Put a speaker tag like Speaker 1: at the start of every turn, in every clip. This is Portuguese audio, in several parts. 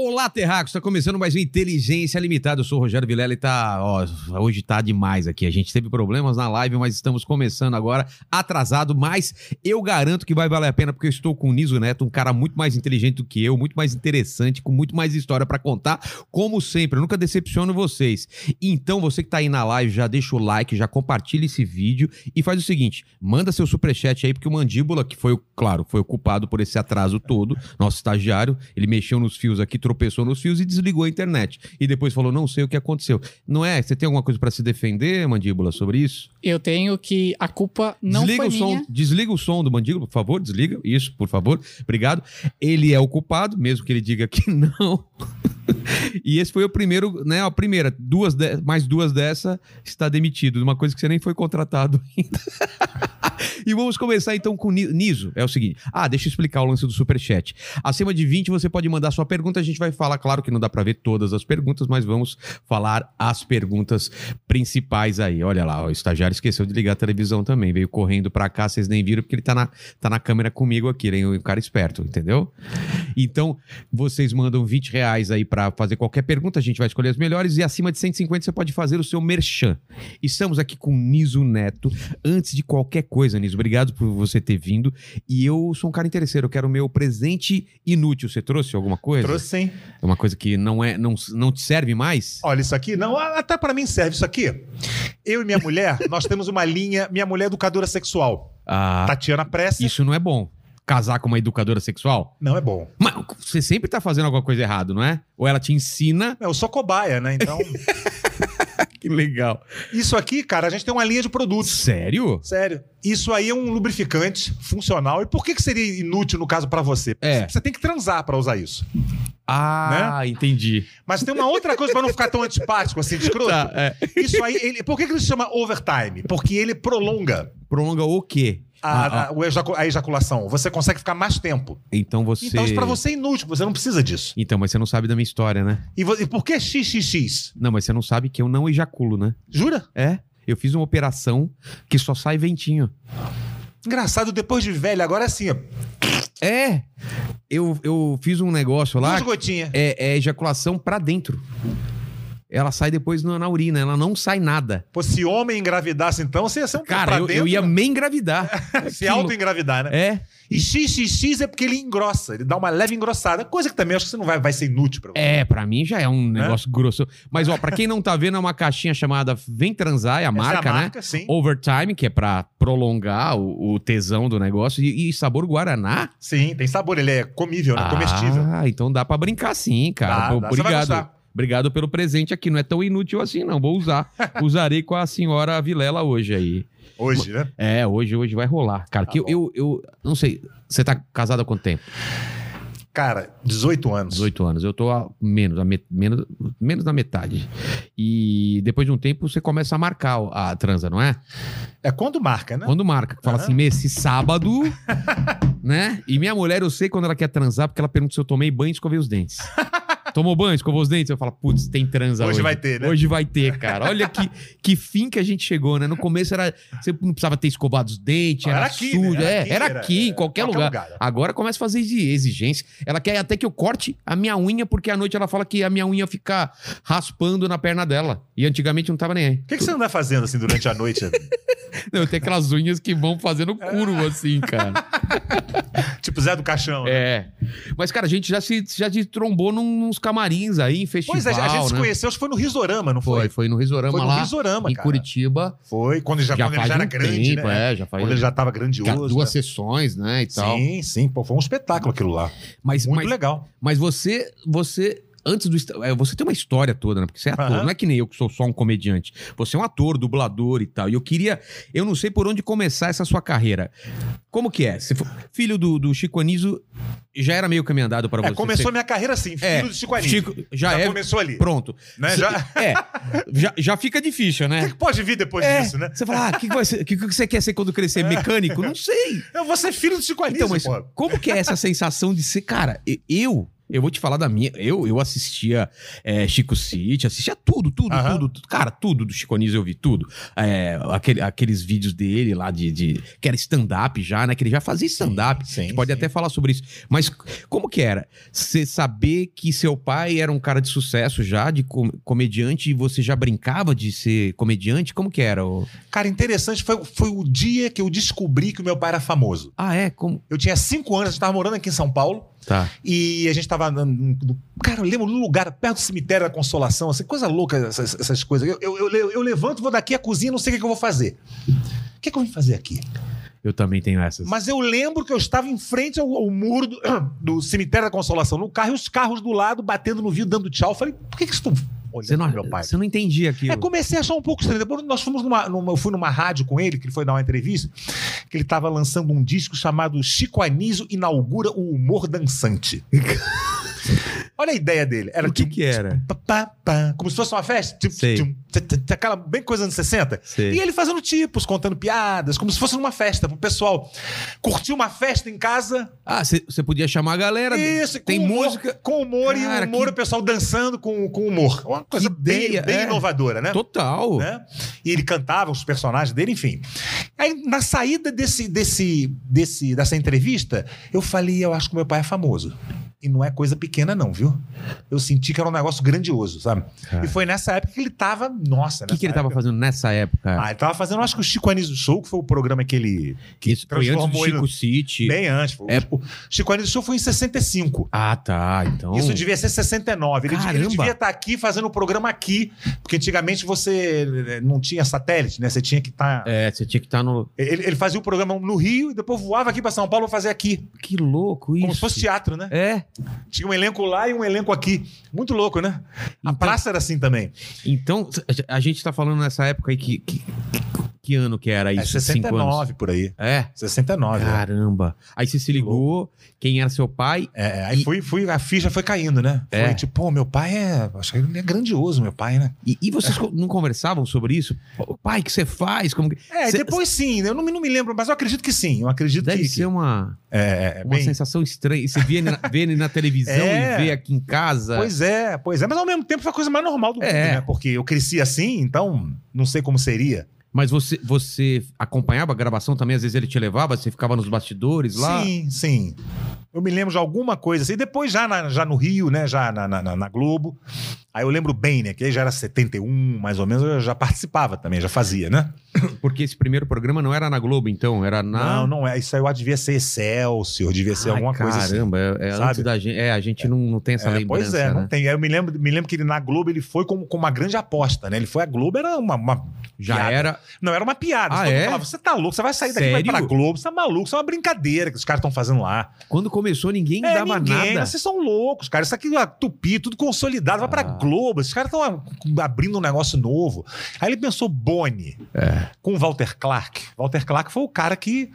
Speaker 1: Olá, Terracos! Está começando mais um Inteligência Limitada. Eu sou o Rogério Vilela e tá. Ó, hoje tá demais aqui. A gente teve problemas na live, mas estamos começando agora, atrasado, mas eu garanto que vai valer a pena, porque eu estou com o Niso Neto, um cara muito mais inteligente do que eu, muito mais interessante, com muito mais história para contar, como sempre. Eu nunca decepciono vocês. Então, você que tá aí na live, já deixa o like, já compartilha esse vídeo e faz o seguinte: manda seu superchat aí, porque o Mandíbula, que foi, o- claro, foi o culpado por esse atraso todo, nosso estagiário, ele mexeu nos fios aqui, tropeçou nos fios e desligou a internet. E depois falou: não sei o que aconteceu. Não é? Você tem alguma coisa para se defender, Mandíbula, sobre isso?
Speaker 2: Eu tenho que a culpa não
Speaker 1: desliga
Speaker 2: foi
Speaker 1: o som,
Speaker 2: minha.
Speaker 1: desliga o som do Mandíbula, por favor, desliga. Isso, por favor. Obrigado. Ele é o culpado, mesmo que ele diga que não. e esse foi o primeiro, né? A primeira, duas de- mais duas dessa está demitido, de uma coisa que você nem foi contratado ainda. e vamos começar então com o Ni- Niso. É o seguinte. Ah, deixa eu explicar o lance do superchat. Acima de 20 você pode mandar sua pergunta, a gente vai falar, claro que não dá para ver todas as perguntas, mas vamos falar as perguntas principais aí. Olha lá, ó, o estagiário esqueceu de ligar a televisão também, veio correndo pra cá, vocês nem viram porque ele tá na, tá na câmera comigo aqui, ele é um cara esperto, entendeu? Então, vocês mandam 20 reais aí pra fazer qualquer pergunta, a gente vai escolher as melhores e acima de 150 você pode fazer o seu merchan. Estamos aqui com o Niso Neto. Antes de qualquer coisa, Niso, obrigado por você ter vindo. E eu sou um cara interesseiro, eu quero o meu presente inútil. Você trouxe alguma coisa?
Speaker 3: Trouxe sim.
Speaker 1: É uma coisa que não é não, não te serve mais?
Speaker 3: Olha isso aqui. Não, a- até pra mim serve isso aqui. Eu e minha mulher, nós temos uma linha. Minha mulher é educadora sexual.
Speaker 1: Ah,
Speaker 3: Tatiana Pressa.
Speaker 1: isso não é bom. Casar com uma educadora sexual?
Speaker 3: Não é bom.
Speaker 1: Mas você sempre tá fazendo alguma coisa errada, não é? Ou ela te ensina?
Speaker 3: Eu sou cobaia, né? Então,
Speaker 1: Que legal.
Speaker 3: isso aqui, cara, a gente tem uma linha de produtos.
Speaker 1: Sério?
Speaker 3: Sério. Isso aí é um lubrificante funcional. E por que, que seria inútil, no caso, pra você?
Speaker 1: É.
Speaker 3: Você tem que transar pra usar isso.
Speaker 1: Ah, entendi.
Speaker 3: Mas tem uma outra coisa pra não ficar tão antipático, assim, de escroto.
Speaker 1: Tá, é.
Speaker 3: Isso aí, ele- por que, que ele se chama overtime? Porque ele prolonga
Speaker 1: Prolonga o quê?
Speaker 3: a-
Speaker 1: Ah, ah,
Speaker 3: a- o ejacu- a ejaculação. Você consegue ficar mais tempo.
Speaker 1: Então você.
Speaker 3: Então isso pra você é inútil, você não precisa disso.
Speaker 1: Então, mas você não sabe da minha história, né?
Speaker 3: E, vo- e por que XXX?
Speaker 1: Não, mas você não sabe que eu não ejaculo, né?
Speaker 3: Jura?
Speaker 1: É. Eu fiz uma operação que só sai ventinho.
Speaker 3: Engraçado, depois de velho, agora é assim, ó.
Speaker 1: É! Eu, eu fiz um negócio lá.
Speaker 3: Duas gotinhas.
Speaker 1: é, é ejaculação pra dentro. Ela sai depois na, na urina, ela não sai nada.
Speaker 3: Pô, se homem engravidasse, então, você ia ser um
Speaker 1: Cara,
Speaker 3: pra
Speaker 1: eu,
Speaker 3: dentro,
Speaker 1: eu ia
Speaker 3: né?
Speaker 1: me engravidar.
Speaker 3: se
Speaker 1: Que lou-
Speaker 3: auto-engravidar, né?
Speaker 1: É,
Speaker 3: E XXX é porque ele engrossa, ele dá uma leve engrossada, coisa que também acho que você não vai, vai ser inútil pra você.
Speaker 1: é, pra mim já é
Speaker 3: Né?
Speaker 1: um negócio grosso. Mas, ó, pra quem não tá vendo, é uma caixinha chamada Vem Transar, é a
Speaker 3: Essa é a
Speaker 1: marca, né?
Speaker 3: marca, sim.
Speaker 1: Overtime, que é pra prolongar o, o tesão do negócio. E, e sabor Guaraná.
Speaker 3: Sim, tem sabor, ele é comível, né? Comestível.
Speaker 1: Ah, então dá pra brincar sim, cara.
Speaker 3: Dá,
Speaker 1: Pô,
Speaker 3: dá. Você vai
Speaker 1: Obrigado.
Speaker 3: gostar.
Speaker 1: Obrigado pelo presente aqui. Não é tão inútil assim, não. Vou usar. Usarei com a senhora Vilela hoje aí.
Speaker 3: Hoje, né?
Speaker 1: É, hoje, hoje vai rolar, cara.
Speaker 3: Tá
Speaker 1: que eu,
Speaker 3: bom.
Speaker 1: eu, eu não sei, você tá casado há quanto tempo?
Speaker 3: Cara, 18 anos.
Speaker 1: 18 anos. Eu tô há menos, a me- menos, menos da metade. E depois de um tempo você começa a marcar o- a transa, não é?
Speaker 3: É quando marca, né?
Speaker 1: Quando marca, que fala
Speaker 3: Aham.
Speaker 1: assim, "Meu, esse sábado, né? E minha mulher, eu sei quando ela quer transar, porque ela pergunta se eu tomei banho e escovei os dentes. Tomou banho, escovou os dentes? Eu falo, putz, tem transa hoje.
Speaker 3: Hoje vai ter, né?
Speaker 1: Hoje vai ter, cara. Olha que, que fim que a gente chegou, né? No começo era. Você não precisava ter escovado os dentes, era,
Speaker 3: Era
Speaker 1: aqui,
Speaker 3: aqui, né?
Speaker 1: Era,
Speaker 3: Era
Speaker 1: é,
Speaker 3: aqui,
Speaker 1: era
Speaker 3: era-
Speaker 1: aqui, em qualquer,
Speaker 3: qualquer
Speaker 1: lugar.
Speaker 3: lugar.
Speaker 1: Agora começa a fazer exi- exigência. Ela quer até que eu corte a minha unha, porque à noite ela fala que a minha unha fica raspando na perna dela. E antigamente não tava nem aí.
Speaker 3: O que, que você anda fazendo assim durante a noite?
Speaker 1: Não, tem aquelas unhas que vão fazendo curvo assim, cara.
Speaker 3: tipo Zé do Caixão. né?
Speaker 1: É. Mas, cara, a gente já se, já se trombou num- nos camarins aí, em festival,
Speaker 3: Pois é, a gente se
Speaker 1: né?
Speaker 3: conheceu, acho que foi no Risorama, não
Speaker 1: Foi,
Speaker 3: foi?
Speaker 1: foi no Risorama
Speaker 3: Foi no
Speaker 1: lá
Speaker 3: Risorama,
Speaker 1: em
Speaker 3: cara.
Speaker 1: Curitiba.
Speaker 3: Foi, quando, já,
Speaker 1: Já
Speaker 3: quando ele
Speaker 1: faz
Speaker 3: já era
Speaker 1: um
Speaker 3: grande,
Speaker 1: tempo,
Speaker 3: né?
Speaker 1: é, já faz
Speaker 3: Quando ele já tava grandioso.
Speaker 1: duas
Speaker 3: né?
Speaker 1: sessões, né, e tal.
Speaker 3: Sim, sim, pô, foi um espetáculo aquilo lá.
Speaker 1: Mas,
Speaker 3: Muito
Speaker 1: mas,
Speaker 3: legal.
Speaker 1: mas você, você antes do. esta- é, Você tem uma história toda, né? Porque você é ator.
Speaker 3: Aham.
Speaker 1: Não é que nem eu que sou só um comediante. Você é um ator, dublador e tal. E eu queria. Eu não sei por onde começar essa sua carreira. Como que é? Você foi- filho do, do Chico Anísio já era meio caminho andado para
Speaker 3: É,
Speaker 1: você.
Speaker 3: começou
Speaker 1: Você-
Speaker 3: minha carreira assim, filho
Speaker 1: É,
Speaker 3: do Chico Anísio.
Speaker 1: Chico, já,
Speaker 3: Já
Speaker 1: é.
Speaker 3: começou ali.
Speaker 1: Pronto.
Speaker 3: Né?
Speaker 1: Cê-
Speaker 3: Já-
Speaker 1: É, já, já fica de ficha,
Speaker 3: O que,
Speaker 1: né?
Speaker 3: que pode vir depois
Speaker 1: É,
Speaker 3: disso, né?
Speaker 1: Você fala, ah, o que, que vai ser- que- que você quer ser quando
Speaker 3: É.
Speaker 1: crescer? Mecânico? Não sei.
Speaker 3: Eu vou ser filho do Chico Anísio,
Speaker 1: Então, mas
Speaker 3: pô.
Speaker 1: como que é essa sensação de ser. Cara, e- eu. Eu vou te falar da minha. Eu, eu assistia é, Chico City, assistia tudo, tudo,
Speaker 3: Aham.
Speaker 1: tudo, tudo. Cara, tudo do Chico Anísio eu vi tudo. É, aquele- aqueles vídeos dele lá de, de- Que era stand-up já, né? Que ele já fazia stand-up.
Speaker 2: Sim,
Speaker 1: A gente pode
Speaker 2: sim.
Speaker 1: até falar sobre isso. Mas c- como que era? Você saber que seu pai era um cara de sucesso já, de com- comediante, e você já brincava de ser comediante? Como que era? o-
Speaker 3: Cara, interessante, foi, foi o dia que eu descobri que o meu pai era famoso.
Speaker 1: Ah, é? Como.
Speaker 3: Eu tinha cinco anos, a gente tava morando aqui em São Paulo,
Speaker 1: Tá.
Speaker 3: e a gente tava. num- num- num- Cara, eu lembro do lugar, perto do cemitério da Consolação, assim, coisa louca essas, essas coisas. Eu, eu, eu, eu levanto, vou daqui à cozinha, não sei o que, que eu vou fazer. O que, que eu vim fazer aqui?
Speaker 1: Eu também tenho essas.
Speaker 3: Mas eu lembro que eu estava em frente ao, ao muro do, do cemitério da Consolação, no carro, e os carros do lado batendo no vidro, dando tchau. Eu falei, por que, que estou olhando
Speaker 1: Você não,
Speaker 3: pro é meu pai?
Speaker 1: você não entendia aquilo.
Speaker 3: É, comecei a achar um pouco estranho. Depois nós fomos numa, numa- eu fui numa rádio com ele, que ele foi dar uma entrevista, que ele estava lançando um disco chamado Chico Anísio inaugura o humor dançante. Olha a ideia dele. Era tipo
Speaker 1: o que
Speaker 3: tchum,
Speaker 1: que era?
Speaker 3: pá, pá, pá, como se fosse uma festa. Tchum,
Speaker 1: Sei.
Speaker 3: tchum, tchá, tchá, tchá, aquela bem coisa dos anos 60.
Speaker 1: Sei.
Speaker 3: E é ele fazendo tipos, contando piadas, como se fosse numa festa pro pessoal. Curtiu uma festa em casa,
Speaker 1: Ah, você você podia chamar a galera.
Speaker 3: isso,
Speaker 1: tem
Speaker 3: com humor-
Speaker 1: música.
Speaker 3: com humor
Speaker 1: Cara,
Speaker 3: e o humor,
Speaker 1: que- É
Speaker 3: o pessoal dançando com, com humor. Uma coisa bem,
Speaker 1: ideia,
Speaker 3: bem
Speaker 1: é.
Speaker 3: inovadora, né?
Speaker 1: Total.
Speaker 3: né? E ele cantava os personagens dele, enfim. Aí, na saída desse, desse, desse, dessa entrevista, eu falei: eu acho que meu pai é famoso. E não é coisa pequena, não, viu? Eu senti que era um negócio grandioso, sabe?
Speaker 1: Cara.
Speaker 3: E foi nessa época que ele tava. Nossa,
Speaker 1: O É. que, que ele tava
Speaker 3: fazendo?
Speaker 1: fazendo nessa época?
Speaker 3: Ah, ele tava fazendo, acho que o Chico Anísio Show, que foi o programa que ele. Ah, Que
Speaker 1: Isso foi antes do
Speaker 3: transformou ele
Speaker 1: Chico City.
Speaker 3: Bem antes. Foi-
Speaker 1: É.
Speaker 3: O Chico Anísio Show foi em 65.
Speaker 1: Ah, tá. Então.
Speaker 3: Isso devia ser 69. Ele, ele
Speaker 1: Caramba!
Speaker 3: devia estar aqui fazendo o programa aqui. Porque antigamente você eh, não tinha satélite, né? Você tinha que estar.
Speaker 1: É, você tinha que estar no.
Speaker 3: Ele, ele fazia o programa no Rio e depois voava aqui pra São Paulo fazer aqui.
Speaker 1: Que louco isso.
Speaker 3: Como se fosse teatro, né?
Speaker 1: É.
Speaker 3: Tinha um elenco lá e um elenco aqui. Muito louco, né? A
Speaker 1: Então-
Speaker 3: praça era assim também.
Speaker 1: Então, a gente tá falando nessa época aí que. Que, que ano que era
Speaker 3: É
Speaker 1: isso? Cinco anos.
Speaker 3: 69 por aí.
Speaker 1: É.
Speaker 3: 69. é.
Speaker 1: Caramba. Aí você se ligou, quem era seu pai?
Speaker 3: É, aí
Speaker 1: E-
Speaker 3: fui, fui, a ficha foi caindo, né?
Speaker 1: É.
Speaker 3: Foi tipo, pô, meu pai é. Acho que ele é grandioso, meu pai, né?
Speaker 1: E, e vocês co- não conversavam sobre isso? Pai, o que você faz? Como que...
Speaker 3: É,
Speaker 1: Cê-
Speaker 3: depois sim, eu não, me- não me lembro, mas eu acredito que sim. Eu acredito um
Speaker 1: Deve
Speaker 3: que.
Speaker 1: ser uma.
Speaker 3: É, é,
Speaker 1: uma
Speaker 3: bem-
Speaker 1: sensação estranha. E Você vê ele na, vê ele na televisão
Speaker 3: É.
Speaker 1: e vê aqui em casa.
Speaker 3: Pois é, pois é, mas ao mesmo tempo foi a coisa mais normal do
Speaker 1: É.
Speaker 3: mundo, né? Porque eu cresci assim, então não sei como seria.
Speaker 1: Mas você, você acompanhava a gravação também? Às vezes ele te levava, você ficava nos bastidores lá?
Speaker 3: Sim, sim. Eu me lembro de alguma coisa assim. Depois, já, na- já no Rio, né? Já na, na- na- na Globo. Aí eu lembro bem, né? Que aí já era 71, mais ou menos, eu já participava também, já fazia, né?
Speaker 1: Porque esse primeiro programa não era na Globo, então? Era na.
Speaker 3: Não, não é. Isso aí eu devia ser Excelsior, devia ser
Speaker 1: Ai,
Speaker 3: alguma coisa assim.
Speaker 1: Caramba, é, é
Speaker 3: sabe?
Speaker 1: antes da gente. É, a gente não, não tem essa
Speaker 3: É,
Speaker 1: lembrança.
Speaker 3: pois é, não
Speaker 1: né?
Speaker 3: tem. Aí Eu me lembro, me lembro que ele na Globo ele foi com, com uma grande aposta, né? Ele foi a Globo, era uma. uma-
Speaker 1: Já
Speaker 3: piada.
Speaker 1: era.
Speaker 3: Não, era uma piada.
Speaker 1: Ah,
Speaker 3: Todo mundo
Speaker 1: é?
Speaker 3: falava, você tá louco, você vai sair daqui, vai
Speaker 1: Sério?
Speaker 3: pra Globo, você tá maluco, isso é uma brincadeira que os caras estão fazendo lá.
Speaker 1: Quando começou, ninguém
Speaker 3: é,
Speaker 1: dava
Speaker 3: ninguém,
Speaker 1: nada.
Speaker 3: vocês são loucos, cara. Isso aqui é tupi, tudo consolidado, vai pra
Speaker 1: Ah.
Speaker 3: Globo. Esses caras estão abrindo um negócio novo. Aí ele pensou Boni
Speaker 1: É.
Speaker 3: com o Walter Clark. Walter Clark foi o cara que.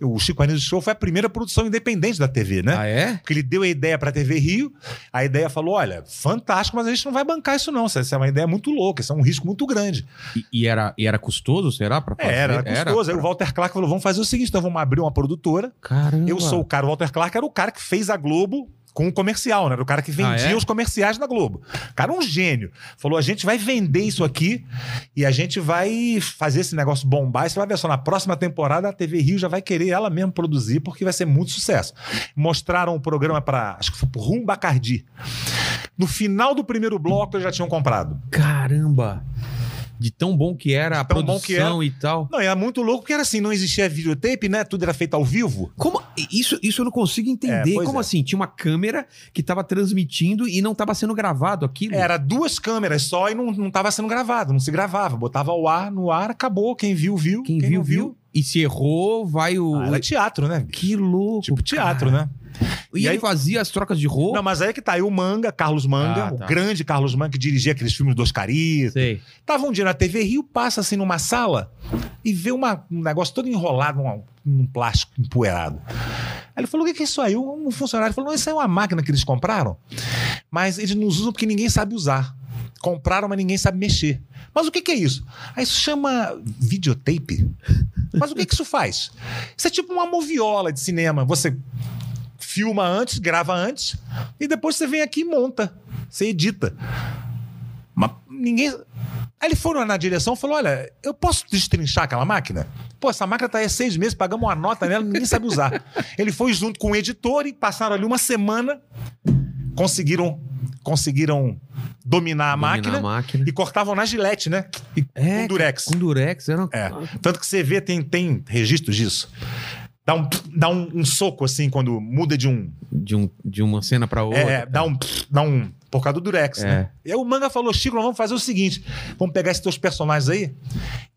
Speaker 3: O Chico Anísio Show foi a primeira produção independente da TV, né?
Speaker 1: Ah, é?
Speaker 3: Porque ele deu a ideia para a TV Rio, a ideia falou: olha, fantástico, mas a gente não vai bancar isso, não. Isso é uma ideia muito louca, isso é um risco muito grande.
Speaker 1: E, e era, e era custoso, será? Pra
Speaker 3: É,
Speaker 1: fazer?
Speaker 3: era, era custoso. Aí o Walter Clark falou: vamos fazer o seguinte, então vamos abrir uma produtora.
Speaker 1: Caramba.
Speaker 3: Eu sou o cara, o Walter Clark era o cara que fez a Globo com o comercial, né? Era o cara que vendia
Speaker 1: Ah, é?
Speaker 3: os comerciais da Globo. O cara é um gênio. Falou: a gente vai vender isso aqui e a gente vai fazer esse negócio bombar. E você vai ver só, na próxima temporada a TV Rio já vai querer ela mesma produzir, porque vai ser muito sucesso. Mostraram o programa para, acho que foi pro Rum Bacardi. No final do primeiro bloco, eles já tinham comprado.
Speaker 1: Caramba. De tão bom que era a
Speaker 3: De tão bom que
Speaker 1: produção e tal.
Speaker 3: Não, e era muito louco, porque era assim, não existia videotape, né? Tudo era feito ao vivo.
Speaker 1: Como isso, isso eu não consigo entender.
Speaker 3: É, pois
Speaker 1: Como
Speaker 3: é.
Speaker 1: assim? Tinha uma câmera que estava transmitindo e não estava sendo gravado aquilo?
Speaker 3: Era duas câmeras só e não, não tava sendo gravado, não se gravava. Botava ao ar, no ar, acabou. Quem viu, viu.
Speaker 1: Quem,
Speaker 3: não
Speaker 1: viu, viu. e se errou, vai o.
Speaker 3: Ah, era teatro, né?
Speaker 1: Que louco.
Speaker 3: Tipo teatro, né?
Speaker 1: E,
Speaker 3: E
Speaker 1: ele
Speaker 3: aí-
Speaker 1: fazia as trocas de roupa.
Speaker 3: Não, mas aí que tá aí o Manga, Carlos Manga,
Speaker 1: Ah, tá.
Speaker 3: o grande Carlos Manga, que dirigia aqueles filmes do Oscarito.
Speaker 1: Sei.
Speaker 3: Tava um dia na TV Rio, passa assim numa sala e vê uma- um negócio todo enrolado num, num plástico empoeirado. Aí ele falou: o que que é isso aí? Um funcionário falou: "Não, isso aí é uma máquina que eles compraram, mas eles não usam porque ninguém sabe usar. Compraram, mas ninguém sabe mexer. Mas o que que é isso? Aí isso chama videotape. Mas o que que isso faz? Isso é tipo uma moviola de cinema. Você filma antes, grava antes, e depois você vem aqui e monta. Você edita. Mas ninguém. Aí ele foram na direção e falou: Olha, eu posso destrinchar aquela máquina? Pô, essa máquina tá aí há seis meses, pagamos uma nota nela, ninguém sabe usar. Ele foi junto com o editor e passaram ali uma semana, conseguiram conseguiram dominar a, máquina,
Speaker 1: Dominar a máquina.
Speaker 3: e cortavam na gilete, né? E
Speaker 1: É,
Speaker 3: com durex.
Speaker 1: Com durex, era uma-
Speaker 3: É. Tanto que você vê, tem, tem registros disso. Dá um, dá um, um soco assim quando muda de um.
Speaker 1: de, um, de uma cena pra outra.
Speaker 3: É, dá um. Dá um. Por causa do Durex,
Speaker 1: É.
Speaker 3: né? E aí o manga falou: Chico, nós vamos fazer o seguinte: vamos pegar esses teus personagens aí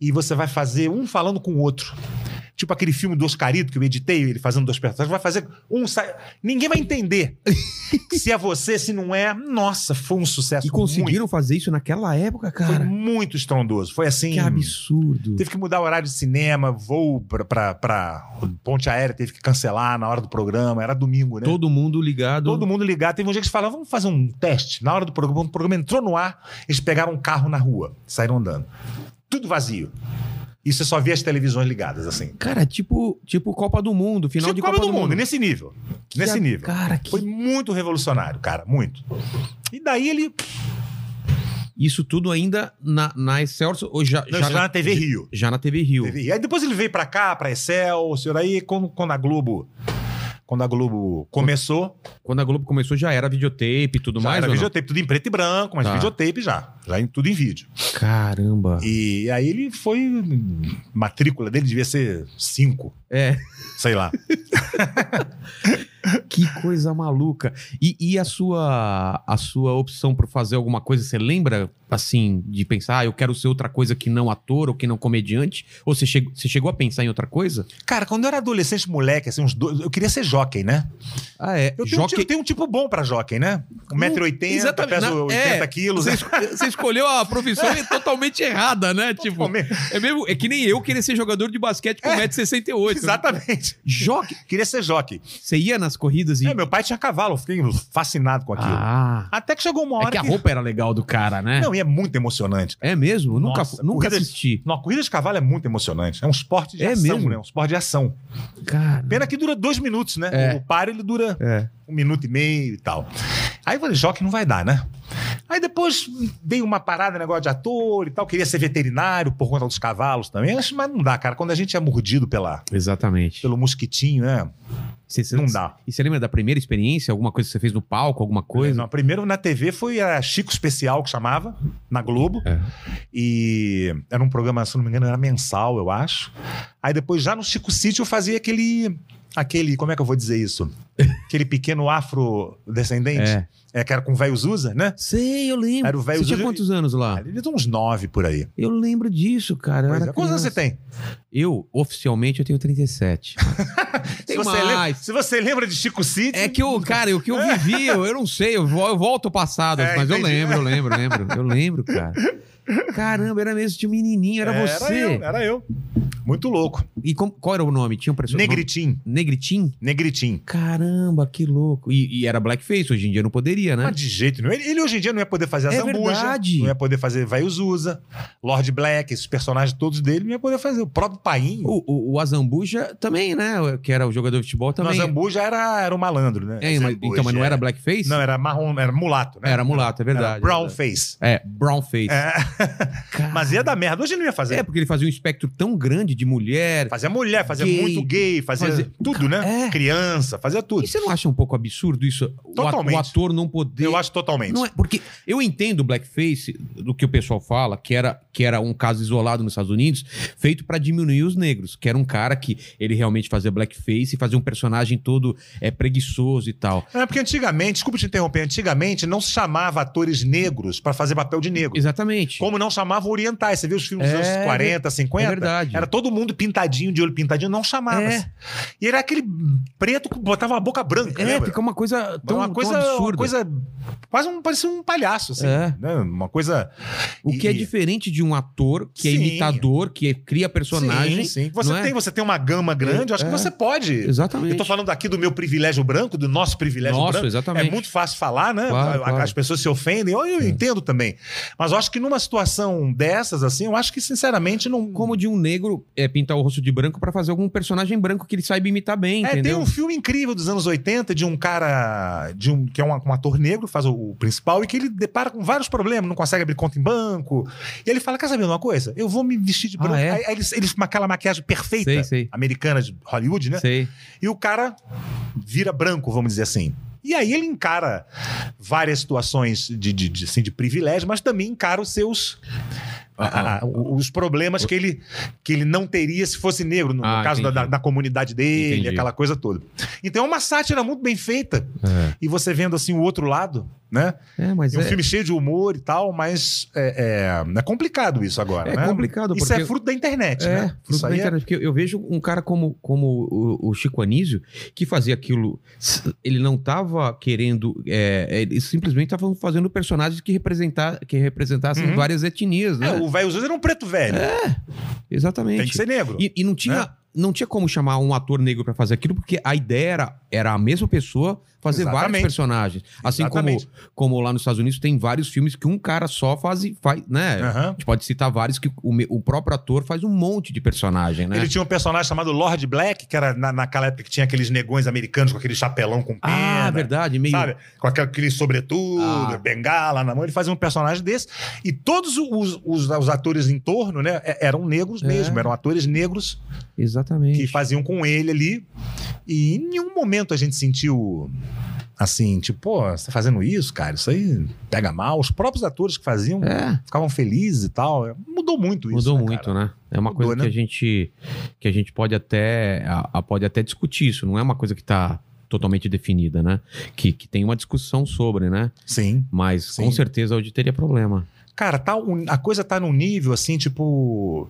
Speaker 3: e você vai fazer um falando com o outro. Tipo aquele filme do Oscarito que eu editei, ele fazendo dois personagens, vai fazer um. sai- Ninguém vai entender se é você, se não é. Nossa, foi um sucesso.
Speaker 1: E conseguiram fazer isso naquela época,
Speaker 3: Muito, foi
Speaker 1: cara.
Speaker 3: muito estrondoso. Foi assim.
Speaker 1: Que absurdo.
Speaker 3: Teve que mudar o horário de cinema, voo pra, pra, pra ponte aérea, teve que cancelar na hora do programa, era domingo, né?
Speaker 1: Todo mundo ligado.
Speaker 3: Todo mundo ligado. Teve um dia que eles falaram, vamos fazer um teste. Na hora do programa, quando o programa entrou no ar, eles pegaram um carro na rua, saíram andando. Tudo vazio. E você só via as televisões ligadas, assim.
Speaker 1: Cara, tipo, tipo Copa do Mundo, final
Speaker 3: Tipo
Speaker 1: de Copa, do, Mundo.
Speaker 3: nesse nível.
Speaker 1: Que
Speaker 3: nesse
Speaker 1: a-
Speaker 3: nível.
Speaker 1: Cara, que...
Speaker 3: Foi muito revolucionário, cara, muito. E daí ele.
Speaker 1: isso tudo ainda na, na Excelsior ou já, já,
Speaker 3: Não, isso já na TV Rio.
Speaker 1: já na TV Rio.
Speaker 3: TV. Aí depois ele veio pra cá, pra Excel, senhor. Aí quando, quando a Globo. Quando a Globo começou,
Speaker 1: Quando a Globo começou já era videotape e tudo
Speaker 3: já
Speaker 1: mais,
Speaker 3: era
Speaker 1: ou não?
Speaker 3: videotape, tudo em preto e branco, mas
Speaker 1: Tá.
Speaker 3: videotape já. Já em, tudo em vídeo.
Speaker 1: Caramba.
Speaker 3: E aí ele foi. Matrícula dele devia ser cinco,
Speaker 1: É,
Speaker 3: sei lá.
Speaker 1: que coisa maluca. E, e a sua a sua opção por fazer alguma coisa, você lembra assim de pensar, ah, eu quero ser outra coisa que não ator ou que não comediante? Ou você chegou, você chegou a pensar em outra coisa?
Speaker 3: Cara, quando eu era adolescente, moleque, assim, uns dois. Eu queria ser jockey, né?
Speaker 1: Ah, é.
Speaker 3: Eu tenho, um,
Speaker 1: Jockey-
Speaker 3: tipo- eu tenho um tipo bom pra jockey, né?
Speaker 1: Hum,
Speaker 3: 1,80m,
Speaker 1: exatamente,
Speaker 3: peso
Speaker 1: na-
Speaker 3: 80
Speaker 1: é,
Speaker 3: quilos. né?
Speaker 1: Você, es- você escolheu a profissão é totalmente errada, né? Tipo, é mesmo, é que nem eu querer ser jogador de basquete
Speaker 3: É.
Speaker 1: com 1,68m.
Speaker 3: Exatamente.
Speaker 1: Jockey.
Speaker 3: Queria ser jockey.
Speaker 1: Você ia nas corridas e.
Speaker 3: É, meu pai tinha cavalo, eu fiquei fascinado com aquilo.
Speaker 1: ah.
Speaker 3: Até que chegou uma hora.
Speaker 1: É que a roupa era legal do cara, né?
Speaker 3: Não, e é muito emocionante.
Speaker 1: É mesmo? Nunca,
Speaker 3: Nossa,
Speaker 1: nunca
Speaker 3: corrida-
Speaker 1: assisti.
Speaker 3: Não, a corrida de cavalo é muito emocionante. É um esporte de
Speaker 1: É
Speaker 3: ação,
Speaker 1: mesmo?
Speaker 3: né? Um esporte de ação.
Speaker 1: Cara.
Speaker 3: Pena que dura dois minutos, né?
Speaker 1: É.
Speaker 3: O paro ele dura
Speaker 1: É.
Speaker 3: um minuto e meio e tal. Aí eu falei, joque não vai dar, né? Aí depois veio uma parada, negócio de ator e tal. Queria ser veterinário por conta dos cavalos também. Mas mas não dá, cara. Quando a gente é mordido pela,
Speaker 1: Exatamente.
Speaker 3: pelo mosquitinho, né?
Speaker 1: Você- você-
Speaker 3: Não dá.
Speaker 1: E você lembra da primeira experiência? Alguma coisa que você fez no palco, alguma coisa?
Speaker 3: Não, primeiro na TV foi a Chico Especial, que chamava, na Globo.
Speaker 1: É.
Speaker 3: E era um programa, se não me engano, era mensal, eu acho. Aí depois, já no Chico City, eu fazia aquele. Aquele, como é que eu vou dizer isso? Aquele pequeno afrodescendente, é.
Speaker 1: É.
Speaker 3: que era com o velho Zusa, né?
Speaker 1: Sei, eu lembro.
Speaker 3: Era o velho
Speaker 1: Você tinha
Speaker 3: Zuzu-
Speaker 1: quantos anos lá?
Speaker 3: Ele tem uns nove por aí.
Speaker 1: Eu lembro disso, cara. Eu
Speaker 3: Pois
Speaker 1: Ah. era
Speaker 3: é. Quantos anos
Speaker 1: criança.
Speaker 3: você tem?
Speaker 1: Eu, oficialmente, eu tenho 37.
Speaker 3: Se
Speaker 1: Tem
Speaker 3: você,
Speaker 1: mais.
Speaker 3: lembra, se você lembra de Chico City,
Speaker 1: É que eu, cara, o que eu vivi, eu, eu não sei, eu, vol- eu volto ao passado,
Speaker 3: É,
Speaker 1: mas eu
Speaker 3: entendi.
Speaker 1: lembro, eu lembro, eu lembro, eu lembro, cara. Caramba, era mesmo de menininho, era você.
Speaker 3: eu, era eu. Muito louco.
Speaker 1: E como- qual era o nome? Tinha um personagem?
Speaker 3: Negritim,
Speaker 1: Negritim?
Speaker 3: negritim.
Speaker 1: Caramba, que louco. E, e era blackface, hoje em dia não poderia, né?
Speaker 3: Mas Ah, de jeito nenhum. Ele, ele hoje em dia não ia poder fazer a
Speaker 1: É
Speaker 3: Zambuja,
Speaker 1: verdade.
Speaker 3: não ia poder fazer Vai Usa, Lord Black, esses personagens todos dele, não ia poder fazer. O próprio Painho.
Speaker 1: O, o, o Azambuja também, né? Que era o jogador de futebol
Speaker 3: Não, a
Speaker 1: também.
Speaker 3: Zambuja era, era um malandro, né?
Speaker 1: É, mas- então, mas não era blackface?
Speaker 3: Não, era marrom, era mulato, né?
Speaker 1: Era mulato, é verdade.
Speaker 3: Era brown
Speaker 1: é verdade.
Speaker 3: face.
Speaker 1: É, brownface.
Speaker 3: É.
Speaker 1: Cara,
Speaker 3: Mas ia dar merda. Hoje ele não ia fazer.
Speaker 1: É, porque ele fazia um espectro tão grande de mulher.
Speaker 3: Fazia mulher, fazia
Speaker 1: Gay.
Speaker 3: muito gay, fazia
Speaker 1: Fazia-
Speaker 3: tudo, né?
Speaker 1: É.
Speaker 3: Criança, fazia tudo.
Speaker 1: E você não acha um pouco absurdo isso? O at-
Speaker 3: Totalmente.
Speaker 1: O ator não poder.
Speaker 3: Eu acho totalmente.
Speaker 1: Não é, porque eu entendo o blackface do que o pessoal fala, que era, que era um caso isolado nos Estados Unidos, feito pra diminuir os negros, que era um cara que ele realmente fazia blackface e fazia um personagem todo é, preguiçoso e tal.
Speaker 3: É porque antigamente, desculpa te interromper, antigamente não se chamava atores negros pra fazer papel de negro.
Speaker 1: Exatamente.
Speaker 3: Como não chamavam orientais. Você viu os filmes dos
Speaker 1: É,
Speaker 3: anos 40, 50?
Speaker 1: é verdade.
Speaker 3: Era todo todo mundo pintadinho, de olho pintadinho, não chamava.
Speaker 1: É.
Speaker 3: E era aquele preto que botava a boca branca.
Speaker 1: É,
Speaker 3: lembra?
Speaker 1: fica uma coisa tão,
Speaker 3: uma coisa,
Speaker 1: tão
Speaker 3: uma
Speaker 1: absurda.
Speaker 3: coisa quase um, parecia um palhaço, assim,
Speaker 1: É.
Speaker 3: né? Uma coisa...
Speaker 1: O que é
Speaker 3: e-
Speaker 1: diferente de um ator que é
Speaker 3: Sim.
Speaker 1: imitador, que cria personagem.
Speaker 3: Sim, sim. Você,
Speaker 1: não é?
Speaker 3: tem, você tem uma gama grande, eu acho
Speaker 1: É.
Speaker 3: que você pode.
Speaker 1: Exatamente.
Speaker 3: Eu tô falando aqui do meu privilégio branco, do nosso privilégio
Speaker 1: Nossa,
Speaker 3: branco.
Speaker 1: exatamente.
Speaker 3: É muito fácil falar, né?
Speaker 1: Claro,
Speaker 3: A-
Speaker 1: claro. É.
Speaker 3: As pessoas se ofendem, eu, eu entendo também. Mas eu acho que numa situação dessas, assim, eu acho que, sinceramente, não.
Speaker 1: Como de um negro é, pintar o rosto de branco pra fazer algum personagem branco que ele saiba imitar bem,
Speaker 3: É,
Speaker 1: entendeu?
Speaker 3: tem um filme incrível dos anos 80 de um cara de um, que é um, um ator negro, faz o, o principal, e que ele depara com vários problemas, não consegue abrir conta em banco. E ele fala: quer saber de uma coisa? Eu vou me vestir de
Speaker 1: Ah,
Speaker 3: branco.
Speaker 1: é?
Speaker 3: Aí, aí eles, eles com aquela maquiagem perfeita
Speaker 1: Sei, sei.
Speaker 3: americana de Hollywood, né?
Speaker 1: Sei.
Speaker 3: E o cara vira branco, vamos dizer assim. E aí ele encara várias situações de, de, de, assim, de privilégio, mas também encara os seus.
Speaker 1: Ah,
Speaker 3: a- a- os problemas que ele, que ele não teria se fosse negro, no, no
Speaker 1: Ah,
Speaker 3: caso da,
Speaker 1: entendi.
Speaker 3: da- da comunidade dele,
Speaker 1: Entendi.
Speaker 3: aquela coisa toda. Então é uma sátira muito bem feita,
Speaker 1: É.
Speaker 3: e você vendo assim o outro lado, né?
Speaker 1: É, mas
Speaker 3: É um
Speaker 1: é,
Speaker 3: filme cheio de humor e tal, mas é, é- é complicado isso agora,
Speaker 1: É
Speaker 3: né?
Speaker 1: complicado,
Speaker 3: Isso
Speaker 1: porque-
Speaker 3: é fruto da
Speaker 1: É,
Speaker 3: internet, né?
Speaker 1: fruto
Speaker 3: isso
Speaker 1: da
Speaker 3: aí é-
Speaker 1: internet, porque eu, eu vejo um cara como, como o, o Chico Anísio, que fazia aquilo. s- Ele não estava querendo. é, ele simplesmente estava fazendo personagens que, representar, que representassem
Speaker 3: Uhum.
Speaker 1: várias etnias, né?
Speaker 3: É, o velho Jesus era um preto velho.
Speaker 1: Exatamente.
Speaker 3: Tem que ser negro.
Speaker 1: É, E, e não tinha.
Speaker 3: Né?
Speaker 1: Não tinha como chamar um ator negro pra fazer aquilo, porque a ideia era, era a mesma pessoa fazer vários
Speaker 3: Exatamente.
Speaker 1: personagens. Assim como,
Speaker 3: Exatamente.
Speaker 1: como lá nos Estados Unidos tem vários filmes que um cara só faz, e faz né? A
Speaker 3: Aham.
Speaker 1: gente pode citar vários que o, me- o próprio ator faz um monte de personagem, né?
Speaker 3: Ele tinha um personagem chamado Lord Black, que era na, naquela época que tinha aqueles negões americanos com aquele chapelão com
Speaker 1: Ah,
Speaker 3: pena.
Speaker 1: verdade, meio.
Speaker 3: Sabe? Com aquele, aquele sobretudo,
Speaker 1: Ah.
Speaker 3: bengala na mão. Ele fazia um personagem desse. E todos os, os- os atores em torno, né? é- Eram negros
Speaker 1: É.
Speaker 3: mesmo. Eram atores negros que
Speaker 1: Exatamente.
Speaker 3: faziam com ele ali. E em nenhum momento a gente sentiu... Assim, tipo, pô, você tá fazendo isso, cara? Isso aí pega mal. Os próprios atores que faziam
Speaker 1: É,
Speaker 3: ficavam felizes e tal. Mudou muito isso.
Speaker 1: mudou
Speaker 3: né,
Speaker 1: muito,
Speaker 3: cara?
Speaker 1: né? É uma
Speaker 3: Mudou,
Speaker 1: coisa que
Speaker 3: né?
Speaker 1: a gente que a gente pode até a- a- pode até discutir isso, não é uma coisa que tá totalmente definida, né? Que, que tem uma discussão sobre, né?
Speaker 3: Sim.
Speaker 1: Mas com
Speaker 3: Sim.
Speaker 1: certeza hoje teria problema.
Speaker 3: Cara, tá um- a coisa tá num nível assim, tipo.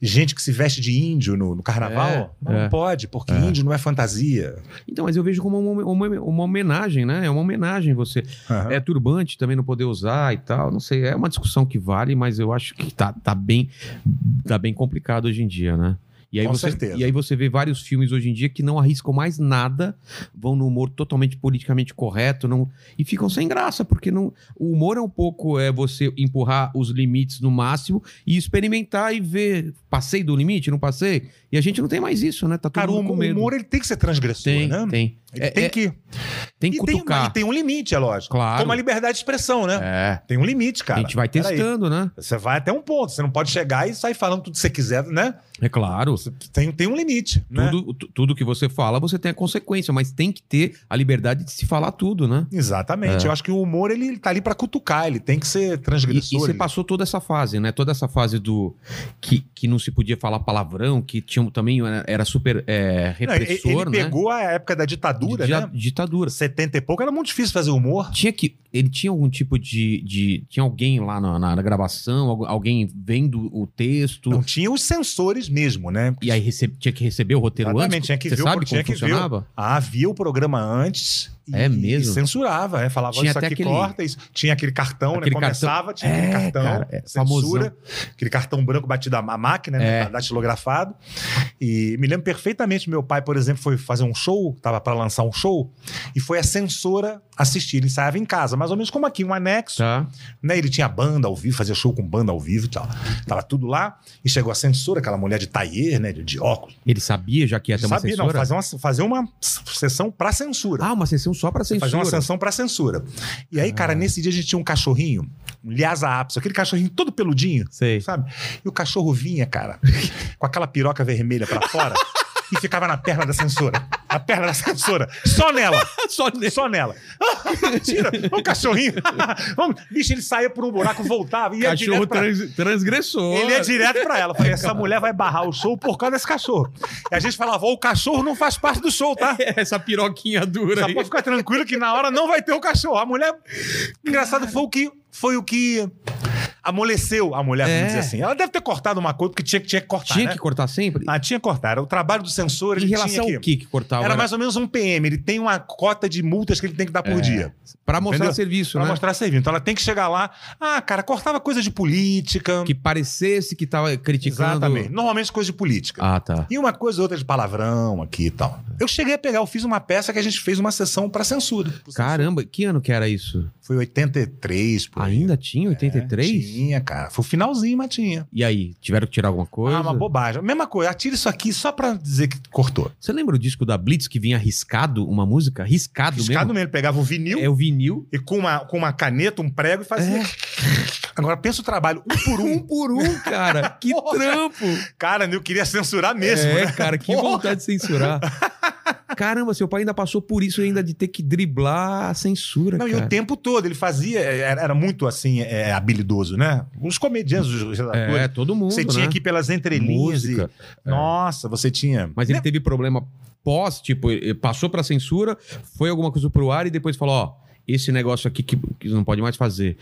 Speaker 3: Gente que se veste de índio no, no carnaval.
Speaker 1: É,
Speaker 3: não
Speaker 1: é.
Speaker 3: pode, porque
Speaker 1: É.
Speaker 3: índio não é fantasia.
Speaker 1: Então, mas eu vejo como uma, uma- uma homenagem, né? É uma homenagem você. É turbante também não poder usar e tal, não sei, é uma discussão que vale, mas eu acho que tá, tá bem tá bem complicado hoje em dia, né? E aí,
Speaker 3: Com
Speaker 1: você,
Speaker 3: certeza.
Speaker 1: e aí você vê vários filmes hoje em dia que não arriscam mais nada, vão no humor totalmente politicamente correto, não e ficam sem graça, porque não o humor é um pouco é você empurrar os limites no máximo e experimentar e ver, passei do limite, não passei? E a gente não tem mais isso, né? Tá todo
Speaker 3: Cara, o
Speaker 1: mundo com
Speaker 3: humor, o
Speaker 1: medo.
Speaker 3: humor, ele tem que ser transgressor,
Speaker 1: tem,
Speaker 3: né?
Speaker 1: tem.
Speaker 3: Ele
Speaker 1: É-
Speaker 3: tem
Speaker 1: é-
Speaker 3: que.
Speaker 1: Tem que
Speaker 3: e, tem,
Speaker 1: cutucar.
Speaker 3: e tem um limite, é lógico.
Speaker 1: Claro.
Speaker 3: Como a liberdade de expressão, né?
Speaker 1: É.
Speaker 3: Tem um limite, cara.
Speaker 1: a gente vai
Speaker 3: Peraí.
Speaker 1: testando, né?
Speaker 3: Você vai até um ponto. Você não pode chegar e sair falando tudo que você quiser, né?
Speaker 1: É claro.
Speaker 3: Tem, tem um limite, né?
Speaker 1: Tudo, tu- tudo que você fala, você tem a consequência, mas tem que ter a liberdade de se falar tudo, né?
Speaker 3: Exatamente. Eu acho que o humor, ele, ele tá ali pra cutucar. Ele tem que ser
Speaker 1: E, e
Speaker 3: transgressor.
Speaker 1: você
Speaker 3: ele-
Speaker 1: passou toda essa fase, né? Toda essa fase do que, que não se podia falar palavrão, que tinha, também era- era super é,
Speaker 3: Não, ele-
Speaker 1: repressor,
Speaker 3: ele
Speaker 1: né?
Speaker 3: pegou a época da ditadura,
Speaker 1: Di-
Speaker 3: né?
Speaker 1: Ditadura.
Speaker 3: 70 e pouco era muito difícil fazer humor.
Speaker 1: Tinha que. Ele tinha algum tipo de. de tinha alguém lá na, na- na gravação, algu- alguém vendo o texto.
Speaker 3: Não tinha os sensores mesmo, né?
Speaker 1: E aí rece- tinha que receber o roteiro
Speaker 3: Exatamente,
Speaker 1: antes.
Speaker 3: tinha que
Speaker 1: Você
Speaker 3: ver o-
Speaker 1: sabe
Speaker 3: tinha
Speaker 1: como
Speaker 3: que ver o-
Speaker 1: funcionava?
Speaker 3: Ah, via o programa antes e,
Speaker 1: É mesmo?
Speaker 3: e censurava, né? Falava
Speaker 1: Tinha
Speaker 3: isso
Speaker 1: até
Speaker 3: aqui
Speaker 1: aquele-
Speaker 3: corta, isso. Tinha aquele cartão,
Speaker 1: Aquele
Speaker 3: né? Começava, tinha
Speaker 1: É,
Speaker 3: aquele cartão,
Speaker 1: cara, é
Speaker 3: censura, aquele cartão branco batido à à máquina, né?
Speaker 1: É.
Speaker 3: da- Datilografado. E me lembro perfeitamente, meu pai, por exemplo, foi fazer um show, tava para lançar um show, e foi a censora assistir. Ele ensaiava em casa, mais ou menos como aqui, um anexo.
Speaker 1: Tá.
Speaker 3: né? Ele tinha banda ao vivo, fazia show com banda ao vivo e tal. Tava tudo lá. E chegou a censora, aquela mulher de taier, né? De, de óculos.
Speaker 1: Ele sabia já que ia ter uma
Speaker 3: Sabia, não,
Speaker 1: censura?
Speaker 3: fazer uma, fazer uma sessão pra censura.
Speaker 1: Ah, uma sessão só pra censura. Ah.
Speaker 3: Fazer uma sessão pra censura. E aí, cara, nesse dia a gente tinha um cachorrinho, um Lhasa Apso, aquele cachorrinho todo peludinho,
Speaker 1: Sei.
Speaker 3: sabe? E o cachorro vinha, cara, com aquela piroca vermelha pra fora e ficava na perna da censora. Na perna da censora. Só nela.
Speaker 1: Só nesse.
Speaker 3: Só nela. Tira, o cachorrinho. Vamos. Bicho, ele saía por um buraco, voltava e ia
Speaker 1: Cachorro
Speaker 3: direto pra...
Speaker 1: trans- transgressor.
Speaker 3: Ele é ia direto pra ela. Eu Falei, essa mulher vai barrar o show por causa desse cachorro. E a gente falava, ó, o cachorro não faz parte do show, tá?
Speaker 1: Essa piroquinha dura
Speaker 3: Só
Speaker 1: aí.
Speaker 3: pode ficar tranquilo que na hora não vai ter o cachorro. A mulher... Engraçado foi o que... Foi o que... amoleceu a mulher,
Speaker 1: É.
Speaker 3: vamos dizer assim. Ela deve ter cortado uma coisa, porque tinha, que- tinha que cortar,
Speaker 1: Tinha
Speaker 3: né?
Speaker 1: que cortar sempre?
Speaker 3: Ah, tinha que cortar. Era o trabalho do sensor,
Speaker 1: em
Speaker 3: ele
Speaker 1: relação
Speaker 3: tinha
Speaker 1: ao que que cortava? né?
Speaker 3: Era
Speaker 1: Era
Speaker 3: mais ou menos um PM, ele tem uma cota de multas que ele tem que dar por
Speaker 1: É.
Speaker 3: dia.
Speaker 1: Pra mostrar
Speaker 3: entendeu?
Speaker 1: serviço,
Speaker 3: Pra
Speaker 1: né?
Speaker 3: mostrar serviço. Então ela tem que chegar lá. Ah, cara, cortava coisa de política.
Speaker 1: Que parecesse que tava criticando...
Speaker 3: um Exatamente. Normalmente coisa de política.
Speaker 1: Ah, tá.
Speaker 3: E uma coisa ou outra de palavrão aqui e tal. Eu cheguei a pegar, eu fiz uma peça que a gente fez uma sessão pra censura.
Speaker 1: Caramba, que ano que era isso?
Speaker 3: Foi 83, por aí.
Speaker 1: Ainda tinha 83?
Speaker 3: É, Tinha, cara. Foi o finalzinho, mas tinha.
Speaker 1: E aí, tiveram que tirar alguma coisa?
Speaker 3: Ah, uma bobagem. Mesma coisa, atira isso aqui só pra dizer que cortou.
Speaker 1: Você lembra o disco da Blitz que vinha riscado uma música? Riscado,
Speaker 3: Riscado
Speaker 1: mesmo?
Speaker 3: mesmo, pegava o vinil
Speaker 1: É o vinil.
Speaker 3: e com uma, com uma caneta, um prego e fazia. Agora pensa o trabalho, um por um.
Speaker 1: por um, cara. Que
Speaker 3: Porra.
Speaker 1: trampo.
Speaker 3: Cara, né, eu queria censurar mesmo,
Speaker 1: é,
Speaker 3: né?
Speaker 1: cara, que
Speaker 3: Porra.
Speaker 1: vontade de censurar. Caramba, seu pai ainda passou por isso ainda de ter que driblar a censura,
Speaker 3: Não, e
Speaker 1: cara.
Speaker 3: o tempo todo, ele fazia, é, era, era muito assim, é, habilidoso, né? Os comediantes, os redatores.
Speaker 1: É, todo mundo,
Speaker 3: você
Speaker 1: né?
Speaker 3: tinha que ir pelas entrelinhas. E,
Speaker 1: Música. é.
Speaker 3: Nossa, você tinha.
Speaker 1: Mas ele teve problema pós, tipo, ele passou pra censura, foi alguma coisa pro ar e depois falou, ó, esse negócio aqui que, que não pode mais fazer.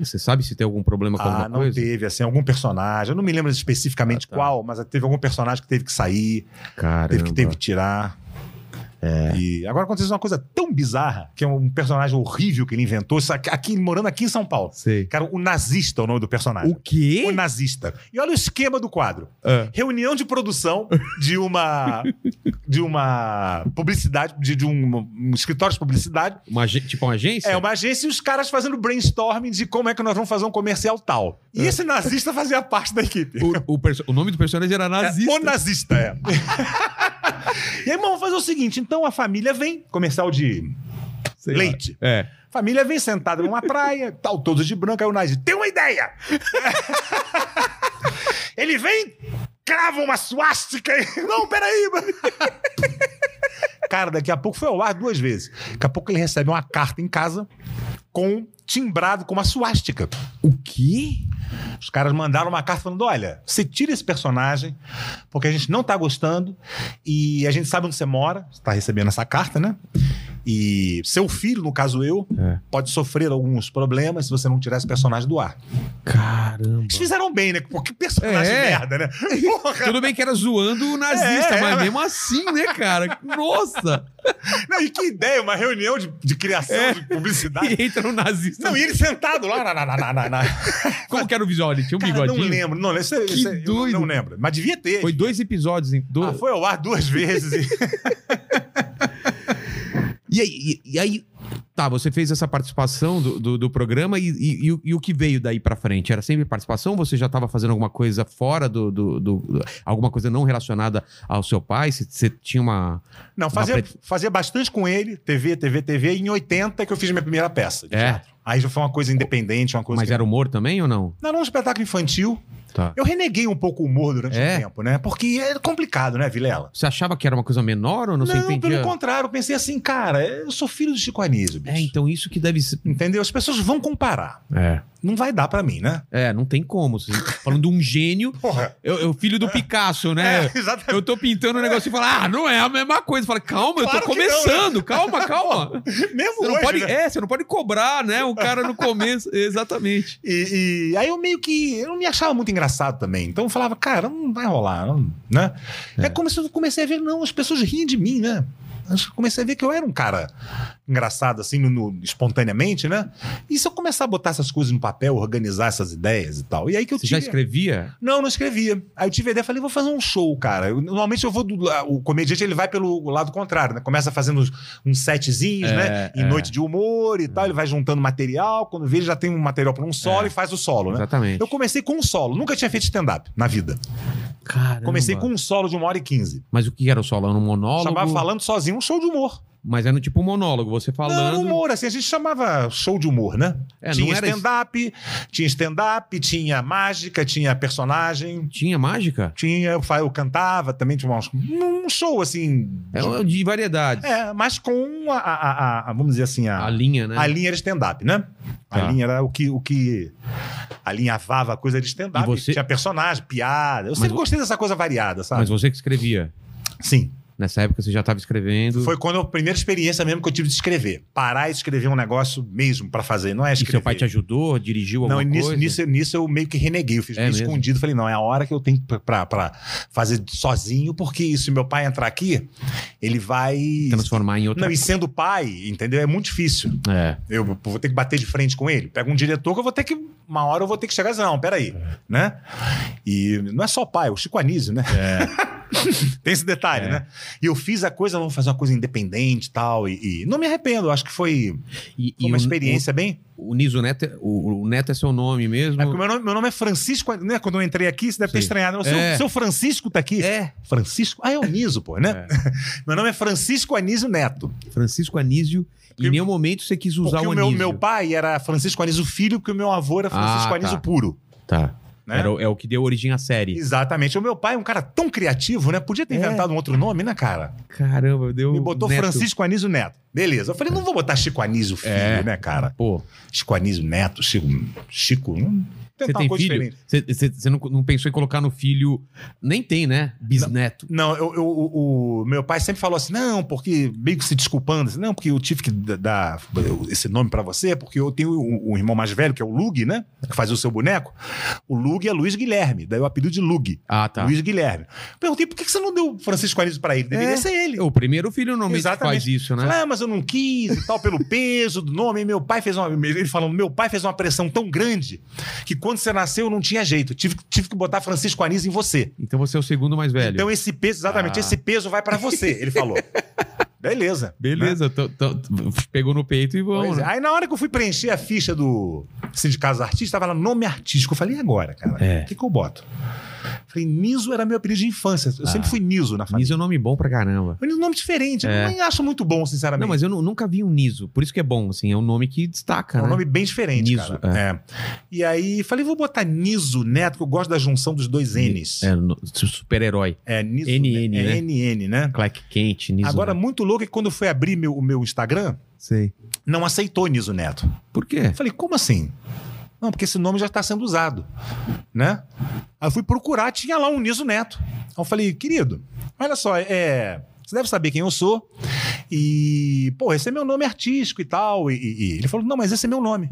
Speaker 1: Você sabe se tem algum problema com
Speaker 3: Ah,
Speaker 1: alguma
Speaker 3: não
Speaker 1: coisa?
Speaker 3: teve, assim, algum personagem. Eu não me lembro especificamente
Speaker 1: Ah, tá.
Speaker 3: qual, mas teve algum personagem que teve que sair,
Speaker 1: Caramba. É.
Speaker 3: teve que teve que tirar. E agora aconteceu uma coisa tão bizarra, que é um personagem horrível que ele inventou, isso aqui, aqui- morando aqui em São Paulo.
Speaker 1: Sei.
Speaker 3: Cara, o nazista é o nome do personagem.
Speaker 1: O quê?
Speaker 3: o nazista. E olha o esquema do quadro.
Speaker 1: Ah.
Speaker 3: Reunião de produção de uma de uma publicidade, de, de um, um escritório de publicidade.
Speaker 1: Uma, agen- tipo uma agência?
Speaker 3: É uma agência e os caras fazendo brainstorming de como é que nós vamos fazer um comercial tal. E esse nazista fazia parte da equipe.
Speaker 1: É. O, o perso- o nome do personagem era nazista.
Speaker 3: É, o nazista, é.
Speaker 1: é.
Speaker 3: e aí, irmão, vamos fazer o seguinte: então a família vem, comercial de
Speaker 1: Sei lá.
Speaker 3: leite.
Speaker 1: É.
Speaker 3: Família vem sentada numa praia, tal, todos de branco, aí o nazista tem uma ideia! Ele vem, crava uma suástica e. Não, peraí! mano. Cara, daqui a pouco foi ao ar duas vezes. Daqui a pouco ele recebe uma carta em casa com timbrado com uma suástica.
Speaker 1: O quê?
Speaker 3: Os caras mandaram uma carta falando: olha, você tira esse personagem, porque a gente não tá gostando, e a gente sabe onde você mora, você tá recebendo essa carta, né? E seu filho, no caso eu,
Speaker 1: É.
Speaker 3: pode sofrer alguns problemas se você não tirar esse personagem do ar.
Speaker 1: Caramba.
Speaker 3: Eles fizeram bem, né? Porque personagem
Speaker 1: É.
Speaker 3: merda, né? Porra!
Speaker 1: Tudo bem que era zoando o nazista,
Speaker 3: É, é,
Speaker 1: mas
Speaker 3: mas-
Speaker 1: mesmo assim, né, cara? Nossa!
Speaker 3: Não, e que ideia, uma reunião de, de criação,
Speaker 1: É.
Speaker 3: de publicidade.
Speaker 1: E entra o nazista.
Speaker 3: Tá. Não, e ele sentado lá. Na, na, na, na, na, na.
Speaker 1: Como que era o visual? Ele tinha um
Speaker 3: Cara, não
Speaker 1: bigodinho?
Speaker 3: lembro. Não, isso, é,
Speaker 1: Que
Speaker 3: isso, eu
Speaker 1: doido.
Speaker 3: não lembro. Mas devia ter.
Speaker 1: Foi dois episódios. Em do...
Speaker 3: Ah, foi ao ar duas vezes. e-
Speaker 1: e, aí, e- e aí- Tá, você fez essa participação do, do, do programa e, e- e o- e o que veio daí pra frente? Era sempre participação? Você já tava fazendo alguma coisa fora do. do- do- do- alguma coisa não relacionada ao seu pai? Você, você tinha uma.
Speaker 3: Não, fazia,
Speaker 1: Uma pre-
Speaker 3: fazia bastante com ele, TV, TV, TV, e em 80 que eu fiz minha primeira peça. de
Speaker 1: É.
Speaker 3: teatro. Aí já foi uma coisa independente, uma coisa.
Speaker 1: Mas
Speaker 3: que-
Speaker 1: era humor também ou não?
Speaker 3: Não, era um espetáculo infantil.
Speaker 1: Tá.
Speaker 3: Eu reneguei um pouco o humor durante o
Speaker 1: É?
Speaker 3: um tempo, né? Porque é complicado, né, Vilela?
Speaker 1: Você achava que era uma coisa menor ou não, você entendia?
Speaker 3: pelo contrário, eu pensei assim, cara, eu sou filho do Chico Anísio, bicho.
Speaker 1: É, então isso que deve ser.
Speaker 3: Entendeu? As pessoas vão comparar.
Speaker 1: É.
Speaker 3: Não vai dar pra mim, né?
Speaker 1: É, não tem como. Você- Falando de um gênio,
Speaker 3: Porra.
Speaker 1: eu, eu filho
Speaker 3: É.
Speaker 1: do Picasso, né?
Speaker 3: exatamente.
Speaker 1: Eu tô pintando um negócio e fala, ah, não é a mesma coisa. Fala, calma, eu
Speaker 3: Claro
Speaker 1: tô
Speaker 3: que não, né?
Speaker 1: começando, calma, calma.
Speaker 3: Mesmo
Speaker 1: Você não
Speaker 3: hoje,
Speaker 1: pode,
Speaker 3: né?
Speaker 1: é, você não pode cobrar, né? O cara no começo, exatamente.
Speaker 3: E, e aí eu meio que. Eu não me achava muito engraçado também. Então eu falava, cara, não vai rolar, não, né? É. Aí comecei, eu comecei a ver, não, as pessoas riem de mim, né? Eu comecei a ver que eu era um cara engraçado, assim, no- no- espontaneamente, né? E se eu começar a botar essas coisas no papel, organizar essas ideias e tal? E aí que eu
Speaker 1: Você
Speaker 3: tive...
Speaker 1: já escrevia?
Speaker 3: Não, não escrevia. Aí eu tive a ideia, falei, vou fazer um show, cara. Eu- normalmente eu vou do, la- o comediante ele vai pelo lado contrário, né? Começa fazendo uns, uns setzinhos,
Speaker 1: É,
Speaker 3: né? Em
Speaker 1: é.
Speaker 3: noite de humor e tal, ele vai juntando material, quando vê ele já tem um material pra um solo e faz o solo, né?
Speaker 1: É. Exatamente.
Speaker 3: Eu comecei com um solo, nunca tinha feito stand-up na vida.
Speaker 1: Caramba.
Speaker 3: Comecei com um solo de uma hora e quinze.
Speaker 1: Mas o que era o solo? Era um monólogo?
Speaker 3: Chamava falando sozinho um show de humor.
Speaker 1: Mas era tipo um monólogo, você falando.
Speaker 3: Não, humor, assim, a gente chamava show de humor, né?
Speaker 1: É,
Speaker 3: tinha
Speaker 1: não era
Speaker 3: stand-up, tinha stand-up, tinha mágica, tinha personagem.
Speaker 1: Tinha mágica?
Speaker 3: Tinha, eu, fa- eu cantava também, tinha umas- um show assim.
Speaker 1: É um- de variedade.
Speaker 3: É, mas com a, a- a- a- vamos dizer assim, a,
Speaker 1: A linha, né?
Speaker 3: a linha era stand-up, né? A
Speaker 1: Tá.
Speaker 3: linha era o que, o que alinhavava a coisa de
Speaker 1: E
Speaker 3: stand-up.
Speaker 1: você-
Speaker 3: Tinha personagem, piada. Eu sempre
Speaker 1: vo-
Speaker 3: gostei dessa coisa variada, sabe?
Speaker 1: Mas você que escrevia.
Speaker 3: Sim.
Speaker 1: Nessa época você já estava escrevendo.
Speaker 3: Foi quando a primeira experiência mesmo que eu tive de escrever. Parar e escrever um negócio mesmo pra fazer, não é
Speaker 1: E
Speaker 3: escrever.
Speaker 1: seu pai te ajudou, dirigiu
Speaker 3: Não,
Speaker 1: alguma
Speaker 3: e nisso,
Speaker 1: coisa?
Speaker 3: nisso, nisso eu meio que reneguei. Eu fiz
Speaker 1: É
Speaker 3: meio
Speaker 1: mesmo?
Speaker 3: escondido. Falei, não, é a hora que eu tenho pra- pra pra fazer sozinho, porque isso, se meu pai entrar aqui, ele vai.
Speaker 1: Transformar em outra
Speaker 3: Não, e sendo pai, entendeu? É muito difícil.
Speaker 1: É.
Speaker 3: Eu vou ter que bater de frente com ele. Pega um diretor que eu vou ter que. Uma hora eu vou ter que chegar e dizer, não, peraí.
Speaker 1: É.
Speaker 3: Né? E não é só pai, é o Chico Anísio, né? Tem esse detalhe,
Speaker 1: É.
Speaker 3: né? E eu fiz a coisa, vamos fazer uma coisa independente e tal, e tal. E não me arrependo, acho que foi
Speaker 1: E, e
Speaker 3: uma
Speaker 1: o-
Speaker 3: experiência bem.
Speaker 1: O, o Niso Neto, é- o, o Neto é seu nome mesmo?
Speaker 3: É porque meu nome, meu nome é Francisco, né? Quando eu entrei aqui, você deve ter
Speaker 1: Sim.
Speaker 3: estranhado. O seu,
Speaker 1: É.
Speaker 3: seu Francisco tá aqui?
Speaker 1: É,
Speaker 3: Francisco? Ah, é o Niso, pô, né? Meu nome é Francisco Anísio Neto.
Speaker 1: Francisco Anísio.
Speaker 3: Porque-
Speaker 1: em nenhum momento você quis usar
Speaker 3: Porque
Speaker 1: o
Speaker 3: o
Speaker 1: Anísio.
Speaker 3: meu, meu pai era Francisco Anísio Filho, porque o meu avô era Francisco
Speaker 1: Ah,
Speaker 3: Anísio
Speaker 1: tá.
Speaker 3: Puro.
Speaker 1: Tá.
Speaker 3: Né?
Speaker 1: Era o- é o que deu origem à série.
Speaker 3: Exatamente. O meu pai é um cara tão criativo, né? Podia ter
Speaker 1: É.
Speaker 3: inventado um outro nome, né, cara?
Speaker 1: Caramba, deu.
Speaker 3: Me botou
Speaker 1: Neto.
Speaker 3: Francisco Anísio Neto. Beleza. Eu falei, não vou botar Chico Anísio Filho,
Speaker 1: É.
Speaker 3: né, cara?
Speaker 1: Pô,
Speaker 3: Chico Anísio Neto, Chico... Chico... Hum,
Speaker 1: você tem filho? Você- Você você não, não pensou em colocar no filho. Nem tem, né? Bisneto.
Speaker 3: Não, eu, eu- o, o- meu pai sempre falou assim, não, porque meio que se desculpando, assim, não, porque eu tive que da- dar esse nome pra você, porque eu tenho um, um irmão mais velho, que é o Lug, né? Que faz o seu boneco. O Lug é Luiz Guilherme, daí o apelido de Lug,
Speaker 1: Ah, tá.
Speaker 3: Luiz Guilherme. Perguntei, por que que você não deu Francisco Anísio pra ele? Deveria
Speaker 1: É.
Speaker 3: ser ele.
Speaker 1: O primeiro filho normalmente
Speaker 3: Exatamente.
Speaker 1: faz isso, né?
Speaker 3: Ah, mas eu não quis e tal, pelo peso do nome. E meu pai fez uma. Ele falando, meu pai fez uma pressão tão grande que quando você nasceu não tinha jeito. Tive, tive que botar Francisco Anísio em você.
Speaker 1: Então você é o segundo mais velho.
Speaker 3: ah, Então esse peso, exatamente,
Speaker 1: Ah.
Speaker 3: esse peso vai pra você, ele falou. Beleza. Né?
Speaker 1: Beleza, tô- tô- tô- pegou no peito e vamos.
Speaker 3: Pois é.
Speaker 1: né?
Speaker 3: Aí na hora que eu fui preencher a ficha do Sindicato dos Artistas, tava lá nome artístico. Eu falei, e agora, cara? O
Speaker 1: É.
Speaker 3: que, que eu boto? Falei, Niso era meu apelido de infância. Eu
Speaker 1: Ah.
Speaker 3: sempre fui Niso na família.
Speaker 1: Niso é um nome bom pra caramba.
Speaker 3: Niso. Um nome diferente,
Speaker 1: É.
Speaker 3: eu nem acho muito bom, sinceramente.
Speaker 1: Não, mas eu nu- nunca vi um Niso. Por isso que é bom, assim. É um nome que destaca,
Speaker 3: É um
Speaker 1: né?
Speaker 3: nome bem diferente,
Speaker 1: Niso,
Speaker 3: cara. É. E aí, falei, vou botar Niso Neto, que eu gosto da junção dos dois N's.
Speaker 1: É, no- su- super-herói.
Speaker 3: É, Niso,
Speaker 1: NN,
Speaker 3: é,
Speaker 1: né?
Speaker 3: NN, né?
Speaker 1: Clark Kent, Niso.
Speaker 3: Agora,
Speaker 1: né?
Speaker 3: muito louco é que quando eu fui abrir meu- o meu Instagram,
Speaker 1: Sei.
Speaker 3: não aceitou Niso Neto.
Speaker 1: Por quê?
Speaker 3: Eu falei, como assim? Não, porque esse nome já está sendo usado, né? Aí eu fui procurar, tinha lá um Niso Neto. Aí eu falei, querido, olha só, é, você deve saber quem eu sou. E, pô, esse é meu nome artístico e tal. E, e- e ele falou, não, mas esse é meu nome.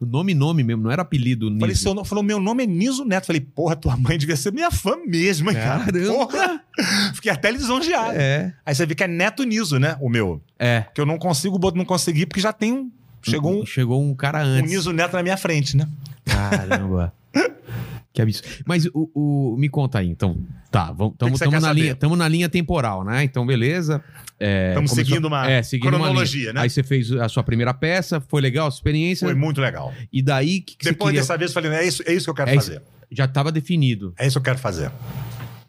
Speaker 1: O nome, nome mesmo, não era apelido
Speaker 3: Eu
Speaker 1: Niso.
Speaker 3: Falei, seu nome, falou, meu nome é Niso Neto. Eu Falei, porra, tua mãe devia ser minha fã mesmo, hein, cara?
Speaker 1: Caramba!
Speaker 3: Porra! Fiquei até lisonjeado.
Speaker 1: É.
Speaker 3: Aí você vê que é Neto Niso, né? O meu.
Speaker 1: É.
Speaker 3: Que eu não consigo, bot- não consegui, porque já tem um. Chegou um,
Speaker 1: Chegou um cara
Speaker 3: um
Speaker 1: antes.
Speaker 3: Niso Neto na minha frente, né?
Speaker 1: Caramba. que absurdo. Mas o, o- me conta aí, então. Tá, vamos,
Speaker 3: que
Speaker 1: tamo,
Speaker 3: você
Speaker 1: tamo
Speaker 3: quer
Speaker 1: na
Speaker 3: saber?
Speaker 1: linha, tamo na linha temporal, né? Então, beleza.
Speaker 3: Estamos
Speaker 1: começou-
Speaker 3: seguindo uma
Speaker 1: é, seguindo uma
Speaker 3: cronologia,
Speaker 1: linha.
Speaker 3: né?
Speaker 1: Aí você fez a sua primeira peça, foi legal a experiência.
Speaker 3: Foi muito legal.
Speaker 1: E daí, que, que você
Speaker 3: Depois
Speaker 1: queria?
Speaker 3: dessa vez eu falei, é isso, é isso que eu quero
Speaker 1: É isso.
Speaker 3: fazer.
Speaker 1: Já estava definido.
Speaker 3: É isso que eu quero fazer.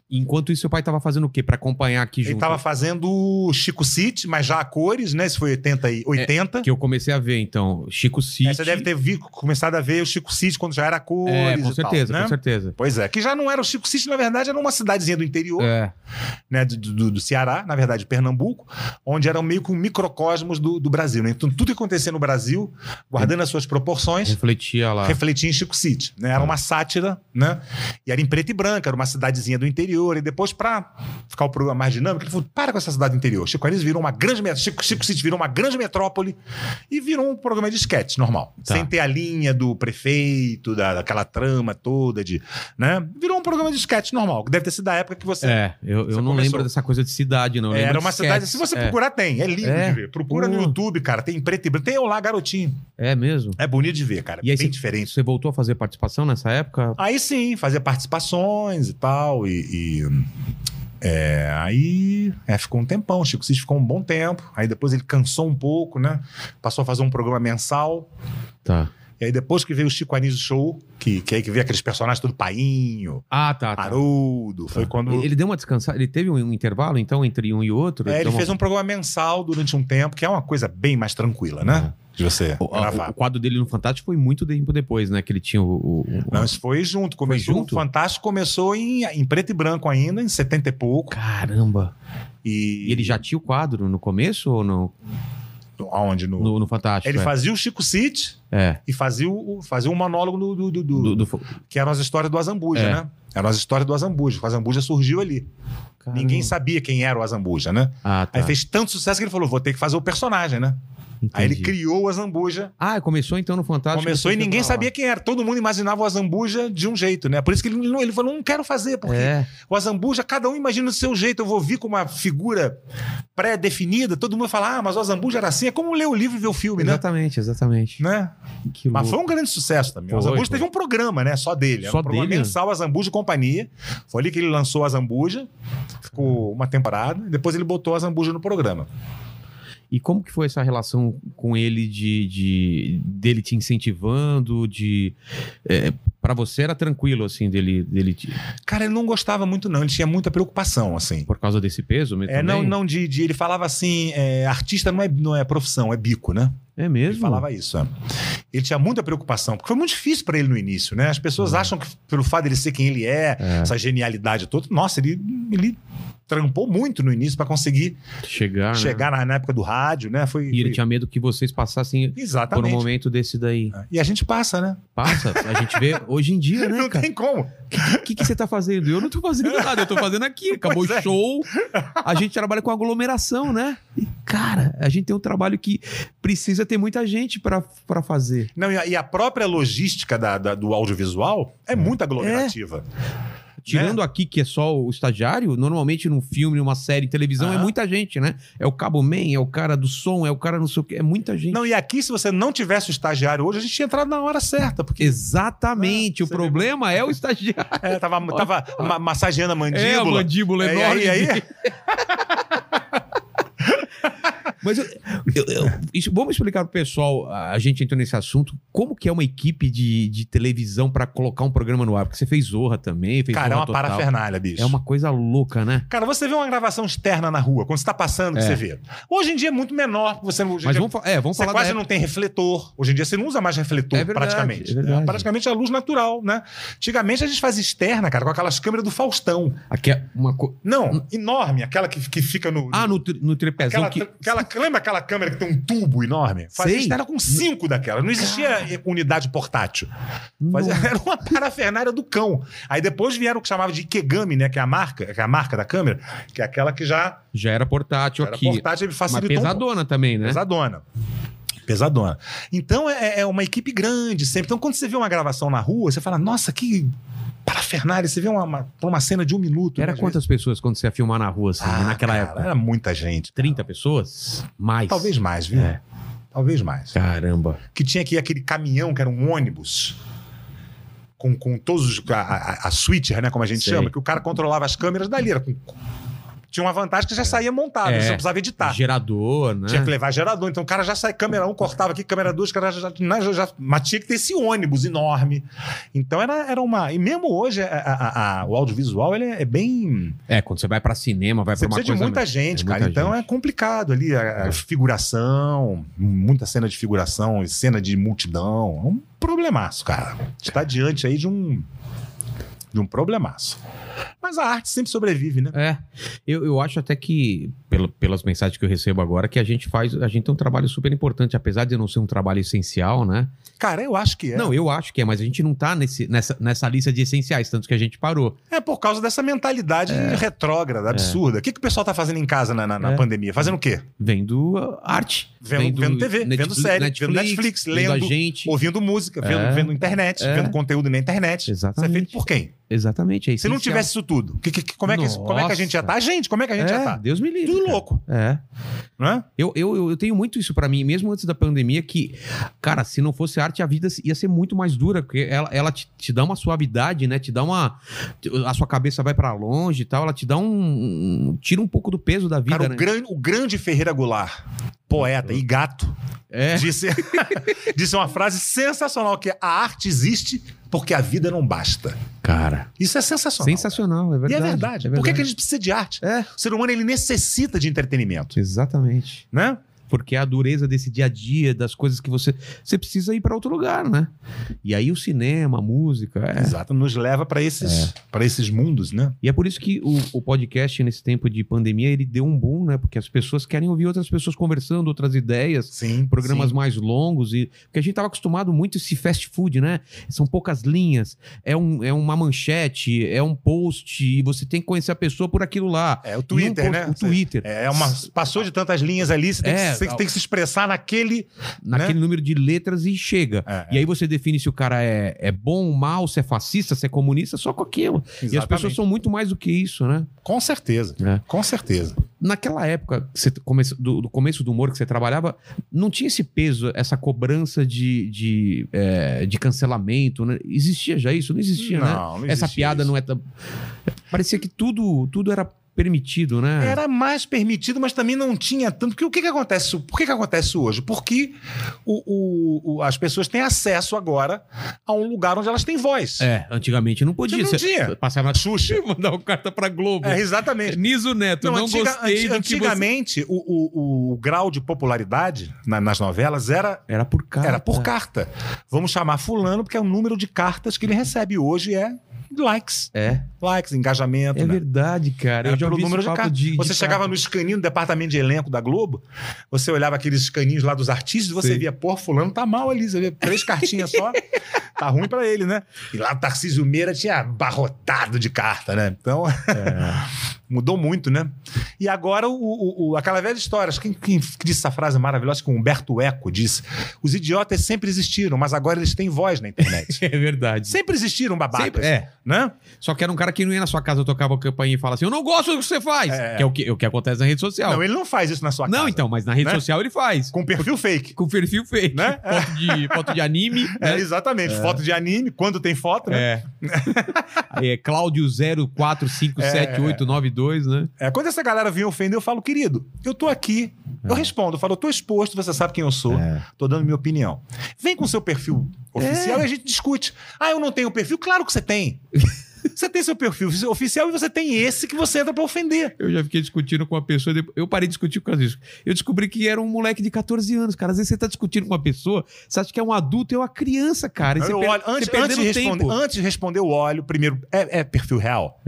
Speaker 1: Enquanto isso, seu pai tava fazendo o quê? Pra acompanhar aqui junto?
Speaker 3: Ele tava fazendo o Chico City, mas já a cores, né? Isso foi 80 e 80.
Speaker 1: É, Que eu comecei a ver, então. Chico City.
Speaker 3: Aí você deve ter vi- começado a ver o Chico City quando já era a cores
Speaker 1: É,
Speaker 3: e
Speaker 1: com
Speaker 3: tal,
Speaker 1: certeza,
Speaker 3: né?
Speaker 1: com certeza.
Speaker 3: Pois é, que já não era o Chico City, na verdade, era uma cidadezinha do interior,
Speaker 1: É,
Speaker 3: né? Do, do- do Ceará, na verdade, Pernambuco, onde era meio que um microcosmos do, do Brasil, né? Então, tudo que acontecia no Brasil, guardando as suas proporções,
Speaker 1: refletia lá.
Speaker 3: refletia em Chico City. Né? Era
Speaker 1: Tá.
Speaker 3: uma sátira, né? E era em preto e branco, era uma cidadezinha do interior. E depois, para ficar o programa mais dinâmico, ele falou: para com essa cidade do interior. Chico Anísio virou uma grande met- Chico, Chico City virou uma grande metrópole e virou um programa de esquete normal.
Speaker 1: Tá.
Speaker 3: Sem ter a linha do prefeito, da- daquela trama toda de. Né? Virou um programa de esquete normal, que deve ter sido da época que você.
Speaker 1: É, eu, eu
Speaker 3: Você
Speaker 1: não
Speaker 3: começou.
Speaker 1: lembro dessa coisa de cidade, não. Eu lembro
Speaker 3: Era
Speaker 1: de
Speaker 3: uma cidade.
Speaker 1: sketches.
Speaker 3: Se você
Speaker 1: É.
Speaker 3: procurar, tem. É lindo
Speaker 1: É.
Speaker 3: de ver. Procura no
Speaker 1: Pô.
Speaker 3: YouTube, cara. Tem em preto e branco. Tem eu lá, garotinho.
Speaker 1: É mesmo?
Speaker 3: É bonito de ver, cara.
Speaker 1: E aí
Speaker 3: Bem
Speaker 1: você-
Speaker 3: diferente.
Speaker 1: Você voltou a fazer participação nessa época?
Speaker 3: Aí sim, fazia participações e tal, e. e, é, aí é, ficou um tempão, o Chico Cis ficou um bom tempo. Aí depois ele cansou um pouco, né? Passou a fazer um programa mensal.
Speaker 1: Tá.
Speaker 3: E aí depois que veio o Chico Anísio Show, que, que aí que veio aqueles personagens todo painho,
Speaker 1: Ah, tá. tá.
Speaker 3: Haroldo. Foi
Speaker 1: Tá.
Speaker 3: quando.
Speaker 1: Ele- Ele deu uma descansada? Ele teve um, um intervalo, então, entre um e outro?
Speaker 3: É, ele
Speaker 1: deu uma-
Speaker 3: fez um programa mensal durante um tempo, que é uma coisa bem mais tranquila, né? De você
Speaker 1: Ah. É. O, a-
Speaker 3: gravar.
Speaker 1: o quadro dele no Fantástico foi muito tempo depois, né? Que ele tinha o. o- o-
Speaker 3: Não, isso foi junto. Começou,
Speaker 1: junto?
Speaker 3: O Fantástico começou em, em preto e branco ainda, em 70 e pouco.
Speaker 1: Caramba!
Speaker 3: E,
Speaker 1: E ele já tinha o quadro no começo ou não?
Speaker 3: Aonde? No,
Speaker 1: No, no Fantástico?
Speaker 3: Ele
Speaker 1: é.
Speaker 3: fazia o Chico City
Speaker 1: É.
Speaker 3: e fazia o, fazia o monólogo do, do- do- do-
Speaker 1: Do, do... fo-
Speaker 3: que eram as histórias do Azambuja,
Speaker 1: É.
Speaker 3: né? Eram as histórias do Azambuja. O Azambuja surgiu ali.
Speaker 1: Hum.
Speaker 3: Ninguém sabia quem era o Azambuja, né?
Speaker 1: Ah, tá.
Speaker 3: Aí fez tanto sucesso que ele falou: vou ter que fazer o personagem, né? Aí ele
Speaker 1: Entendi.
Speaker 3: criou o Azambuja.
Speaker 1: Ah, começou então no Fantástico.
Speaker 3: Começou e
Speaker 1: você
Speaker 3: ninguém
Speaker 1: chegou lá.
Speaker 3: sabia quem era. Todo mundo imaginava o Azambuja de um jeito, né? Por isso que ele, não- ele falou: não quero fazer, porque
Speaker 1: É.
Speaker 3: o Azambuja, cada um imagina do seu jeito. Eu vou vir com uma figura pré-definida, todo mundo fala: ah, mas o Azambuja era assim. É como ler o livro e ver o filme, né?
Speaker 1: Exatamente, exatamente.
Speaker 3: né?
Speaker 1: Que
Speaker 3: Mas
Speaker 1: louco.
Speaker 3: foi um grande sucesso também. o
Speaker 1: Foi,
Speaker 3: Azambuja
Speaker 1: foi.
Speaker 3: teve um programa, né? Só dele. Era
Speaker 1: Só
Speaker 3: um programa
Speaker 1: dele?
Speaker 3: mensal, Azambuja e Companhia. Foi ali que ele lançou a Azambuja. Ficou uma temporada. e Depois ele botou a Azambuja no programa.
Speaker 1: E como que foi essa relação com ele de, de- dele te incentivando, de é, para você era tranquilo assim dele dele te-
Speaker 3: Cara, ele não gostava muito, não. Ele tinha muita preocupação, assim.
Speaker 1: por causa desse peso mesmo?
Speaker 3: É, não,
Speaker 1: também?
Speaker 3: não de, de- Ele falava assim: é, artista não é, não é profissão, é bico, né?
Speaker 1: É
Speaker 3: Ele
Speaker 1: mesmo.
Speaker 3: falava isso. é. Ele tinha muita preocupação, porque foi muito difícil pra ele no início, né? As pessoas acham que pelo fato dele ser quem ele é,
Speaker 1: É.
Speaker 3: essa genialidade toda, nossa, ele, ele trampou muito no início pra conseguir
Speaker 1: chegar, né?
Speaker 3: chegar na, na época do rádio, né? Foi,
Speaker 1: E ele
Speaker 3: foi-
Speaker 1: tinha medo que vocês passassem por um
Speaker 3: Exatamente.
Speaker 1: momento desse daí.
Speaker 3: E a gente passa, né?
Speaker 1: Passa, a gente vê hoje em dia, né,
Speaker 3: Não
Speaker 1: cara?
Speaker 3: tem como.
Speaker 1: O que, que você tá fazendo? Eu não tô fazendo nada, eu tô fazendo aqui. Acabou o
Speaker 3: Pois é.
Speaker 1: show. A gente trabalha com aglomeração, né? E, cara, a gente tem um trabalho que precisa ter muita gente pra pra fazer.
Speaker 3: Não, e a, e a própria logística da- da- do audiovisual é muito aglomerativa. Né?
Speaker 1: Tirando aqui que é só o estagiário, normalmente num filme, numa série, em televisão é
Speaker 3: Aham.
Speaker 1: muita gente, né? É o cabo man, é o cara do som, é o cara não sei o quê, é muita gente.
Speaker 3: Não, e aqui, se você não tivesse o estagiário hoje, a gente tinha entrado na hora certa, porque
Speaker 1: Exatamente,
Speaker 3: Ah,
Speaker 1: o
Speaker 3: você
Speaker 1: problema é o estagiário.
Speaker 3: é, tava, tava ma- massageando a mandíbula.
Speaker 1: É, a mandíbula
Speaker 3: É,
Speaker 1: enorme.
Speaker 3: aí, aí,
Speaker 1: Mas eu- eu- eu- isso- vamos explicar pro pessoal, a a gente entrou nesse assunto, como que é uma equipe de, de televisão pra colocar um programa no ar? Porque você fez Zorra também, fez
Speaker 3: Cara, é
Speaker 1: Zorra
Speaker 3: uma
Speaker 1: Total.
Speaker 3: parafernália, bicho.
Speaker 1: É uma coisa louca, né?
Speaker 3: Cara, você vê uma gravação externa na rua, quando você tá passando, que
Speaker 1: É.
Speaker 3: você vê. Hoje em dia é muito menor. Você, hoje em
Speaker 1: Mas
Speaker 3: dia-
Speaker 1: vamos, fa- é, vamos
Speaker 3: você
Speaker 1: falar
Speaker 3: quase
Speaker 1: da
Speaker 3: não tem refletor. Hoje em dia você não usa mais refletor,
Speaker 1: É verdade,
Speaker 3: praticamente.
Speaker 1: é verdade.
Speaker 3: praticamente é a luz natural, né? Antigamente a gente fazia externa, cara, com aquelas câmeras do Faustão.
Speaker 1: época. Aqui é uma co-
Speaker 3: Não, enorme, aquela que, que fica no.
Speaker 1: Ah, no, tri- no tripezão
Speaker 3: Aquela,
Speaker 1: que...
Speaker 3: aquela- lembra aquela câmera que tem um tubo enorme? Fazia
Speaker 1: Sei.
Speaker 3: externa com cinco daquela. Não existia unidade portátil. Fazia- era uma parafernária do cão. Aí depois vieram o que chamava de Ikegami, né? Que é a marca, que é a marca da câmera, que é aquela que já
Speaker 1: Já era portátil
Speaker 3: era
Speaker 1: aqui.
Speaker 3: portátil e
Speaker 1: Mas
Speaker 3: facilitou. um pouco.
Speaker 1: pesadona também, né?
Speaker 3: Pesadona. Pesadona. Então é, é uma equipe grande sempre. Então quando você vê uma gravação na rua, você fala, nossa, que parafernália. Você vê uma, uma, uma cena de um minuto.
Speaker 1: Era
Speaker 3: né,
Speaker 1: quantas pessoas quando você ia filmar na rua, assim,
Speaker 3: às vezes. Ah,
Speaker 1: naquela
Speaker 3: cara,
Speaker 1: época?
Speaker 3: Era muita gente.
Speaker 1: 30 pessoas? Mais.
Speaker 3: Talvez mais, viu?
Speaker 1: É.
Speaker 3: Talvez mais.
Speaker 1: Caramba.
Speaker 3: Que tinha aqui aquele caminhão que era um ônibus. Com, com todos os. A, a, a switcher, né? Como a gente
Speaker 1: Sei.
Speaker 3: chama, que o cara controlava as câmeras dali. Era com- tinha uma vantagem que já saía montado,
Speaker 1: É.
Speaker 3: você não precisava editar.
Speaker 1: Gerador, né?
Speaker 3: Tá. Tinha que levar gerador. Então o cara já sai, câmera 1, cortava aqui, câmera 2, cara já, já, já- já- Mas tinha que ter esse ônibus enorme. Então era, era uma. E mesmo hoje, a- a- a- o audiovisual ele é bem.
Speaker 1: É, quando você vai pra cinema, vai pra
Speaker 3: Você
Speaker 1: É uma
Speaker 3: precisa de
Speaker 1: coisa...
Speaker 3: muita gente,
Speaker 1: É
Speaker 3: cara.
Speaker 1: muita
Speaker 3: então
Speaker 1: gente.
Speaker 3: é complicado ali. A, a figuração, muita cena de figuração, e cena de multidão. É um problemaço, cara. A gente tá diante aí de um. De um problemaço. Mas a arte sempre sobrevive, né?
Speaker 1: É, eu, eu acho até que, pelo- pelas mensagens que eu recebo agora, que a gente faz, a gente tem um trabalho super importante, apesar de não ser um trabalho essencial, né?
Speaker 3: Cara, eu acho que é.
Speaker 1: Não, eu acho que é, mas a gente não tá nesse, nessa, nessa lista de essenciais, tanto que a gente parou.
Speaker 3: É por causa dessa mentalidade retrógrada, absurda. O que, que o pessoal tá fazendo em casa na, na- na
Speaker 1: É.
Speaker 3: pandemia? Fazendo o quê?
Speaker 1: Vendo uh, arte.
Speaker 3: Vendo- vendo TV, vendo série, vendo Netflix,
Speaker 1: vendo a
Speaker 3: lendo,
Speaker 1: gente.
Speaker 3: Ouvindo música, vendo,
Speaker 1: É.
Speaker 3: vendo internet,
Speaker 1: É.
Speaker 3: vendo conteúdo na internet. Isso é
Speaker 1: Exatamente.
Speaker 3: feito por quem?
Speaker 1: Exatamente, é
Speaker 3: Se não
Speaker 1: essencial.
Speaker 3: tivesse isso tudo, que- que- que- como, é que, isso- como é que a gente ia estar?
Speaker 1: Nossa.
Speaker 3: A gente, como é que a gente ia
Speaker 1: é,
Speaker 3: estar?
Speaker 1: Deus me livre.
Speaker 3: Tudo
Speaker 1: cara.
Speaker 3: louco,
Speaker 1: É.
Speaker 3: né?
Speaker 1: Eu, eu, eu tenho muito isso pra mim, mesmo antes da pandemia, que, cara, se não fosse arte, a vida ia ser muito mais dura, porque ela, ela te, te dá uma suavidade, né? Te dá uma. A sua cabeça vai pra longe e tal, ela te dá um. um- tira um pouco do peso da vida,
Speaker 3: Cara, o,
Speaker 1: né?
Speaker 3: gran- o grande Ferreira Goulart, poeta e gato,
Speaker 1: É.
Speaker 3: disse, disse uma frase sensacional, que é, a arte existe porque a vida não basta.
Speaker 1: Cara,
Speaker 3: Isso é sensacional.
Speaker 1: sensacional, é
Speaker 3: E é
Speaker 1: verdade.
Speaker 3: verdade. Por que, que a gente precisa de arte?
Speaker 1: É.
Speaker 3: O ser humano ele necessita de entretenimento,
Speaker 1: Exatamente.
Speaker 3: né?
Speaker 1: Porque é a dureza desse dia a dia, das coisas que você. Você precisa ir para outro lugar, né? E aí o cinema, a música. é.
Speaker 3: Exato, nos leva para esses, pra esses mundos, né?
Speaker 1: E é por isso que o, o podcast, nesse tempo de pandemia, ele deu um boom, né? Porque as pessoas querem ouvir outras pessoas conversando, outras ideias.
Speaker 3: Sim.
Speaker 1: programas mais longos e porque a gente estava acostumado muito a esse fast food, né? São poucas linhas, é, um, é uma manchete, é um post e você tem que conhecer a pessoa por aquilo lá.
Speaker 3: É
Speaker 1: E
Speaker 3: o
Speaker 1: um
Speaker 3: Twitter,
Speaker 1: post-
Speaker 3: né?
Speaker 1: O Twitter.
Speaker 3: É uma, passou de tantas linhas ali, você tem,
Speaker 1: É,
Speaker 3: que, você tem que se expressar naquele.
Speaker 1: Naquele número de letras e chega.
Speaker 3: né? É,
Speaker 1: E aí você define se o cara é, é bom, mau, se é fascista, se é comunista, só com aquilo. E as
Speaker 3: Exatamente.
Speaker 1: pessoas são muito mais do que isso, né?
Speaker 3: Com certeza.
Speaker 1: É.
Speaker 3: Com certeza.
Speaker 1: Naquela época que você começou- do, do começo do humor que você trabalhava, não tinha esse peso, essa cobrança de, de, é, de cancelamento, né? Existia já isso? Não existia, né?
Speaker 3: não, não
Speaker 1: essa
Speaker 3: existe
Speaker 1: piada
Speaker 3: isso.
Speaker 1: não é tão... Parecia que tudo, tudo era permitido, né?
Speaker 3: Era mais permitido, mas também não tinha tanto. Porque o que, que acontece? Por que, que acontece hoje? Porque o- o- o- as pessoas têm acesso agora a um lugar onde elas têm voz.
Speaker 1: É, antigamente não podia.
Speaker 3: Você
Speaker 1: Você
Speaker 3: não tinha.
Speaker 1: Passava na Xuxa e mandava um carta pra Globo.
Speaker 3: É, exatamente.
Speaker 1: Niso Neto, não,
Speaker 3: antiga-
Speaker 1: gostei
Speaker 3: anti-
Speaker 1: do que você...
Speaker 3: antigamente o, o- o grau de popularidade na- nas novelas era
Speaker 1: Era por carta.
Speaker 3: era por carta. Vamos chamar fulano porque é o número de cartas que ele recebe hoje é likes,
Speaker 1: É,
Speaker 3: likes, engajamento.
Speaker 1: é
Speaker 3: né?
Speaker 1: verdade, cara.
Speaker 3: Era
Speaker 1: Eu já
Speaker 3: pelo
Speaker 1: ouvi número
Speaker 3: número de
Speaker 1: esse papo
Speaker 3: cartas.
Speaker 1: de, de
Speaker 3: você chegava no escaninho do departamento de elenco da Globo, você olhava aqueles escaninhos lá dos artistas, você
Speaker 1: Sim.
Speaker 3: via, pô, fulano tá mal ali, você via três cartinhas só, tá ruim pra ele, né? E lá o Tarcísio Meira tinha barrotado de carta, né? Então,
Speaker 1: É.
Speaker 3: mudou muito, né? E agora, o, o- o- aquela velha história, acho que quem, quem disse essa frase maravilhosa que o Humberto Eco disse, os idiotas sempre existiram, mas agora eles têm voz na internet.
Speaker 1: É verdade.
Speaker 3: sempre existiram babacas,
Speaker 1: Sempre- é.
Speaker 3: né?
Speaker 1: Só que era um cara que não ia na sua casa, tocava a campainha e falava assim: Eu não gosto do que você faz.
Speaker 3: É.
Speaker 1: Que é o que, o que acontece na rede social.
Speaker 3: Não, ele não faz isso na sua
Speaker 1: É, Não,
Speaker 3: casa.
Speaker 1: então, mas na rede
Speaker 3: né?
Speaker 1: social ele faz.
Speaker 3: Com perfil fake.
Speaker 1: Com perfil fake.
Speaker 3: Né?
Speaker 1: Foto, de, foto de anime.
Speaker 3: É,
Speaker 1: né?
Speaker 3: exatamente. Foto de anime, quando tem foto, né?
Speaker 1: É. é Cláudio 04578892, né?
Speaker 3: É, quando essa galera vem ofender, eu falo, querido, eu tô aqui. Eu respondo, eu falo, eu tô exposto, você sabe quem eu sou, tô dando minha opinião. Vem com seu perfil oficial e a gente discute. Ah, eu não tenho perfil? Claro que você tem. você tem seu perfil oficial e você tem esse que você entra pra ofender.
Speaker 1: Eu já fiquei discutindo com uma pessoa, depois- eu parei de discutir por causa disso. Eu descobri que era um moleque de 14 anos, cara. Às vezes você tá discutindo com uma pessoa, você acha que é um adulto, é uma criança, cara. E você
Speaker 3: eu
Speaker 1: per-
Speaker 3: olho,
Speaker 1: você
Speaker 3: antes, antes
Speaker 1: perdendo
Speaker 3: de responder,
Speaker 1: tempo.
Speaker 3: antes de responder, eu olho primeiro. É, é perfil real?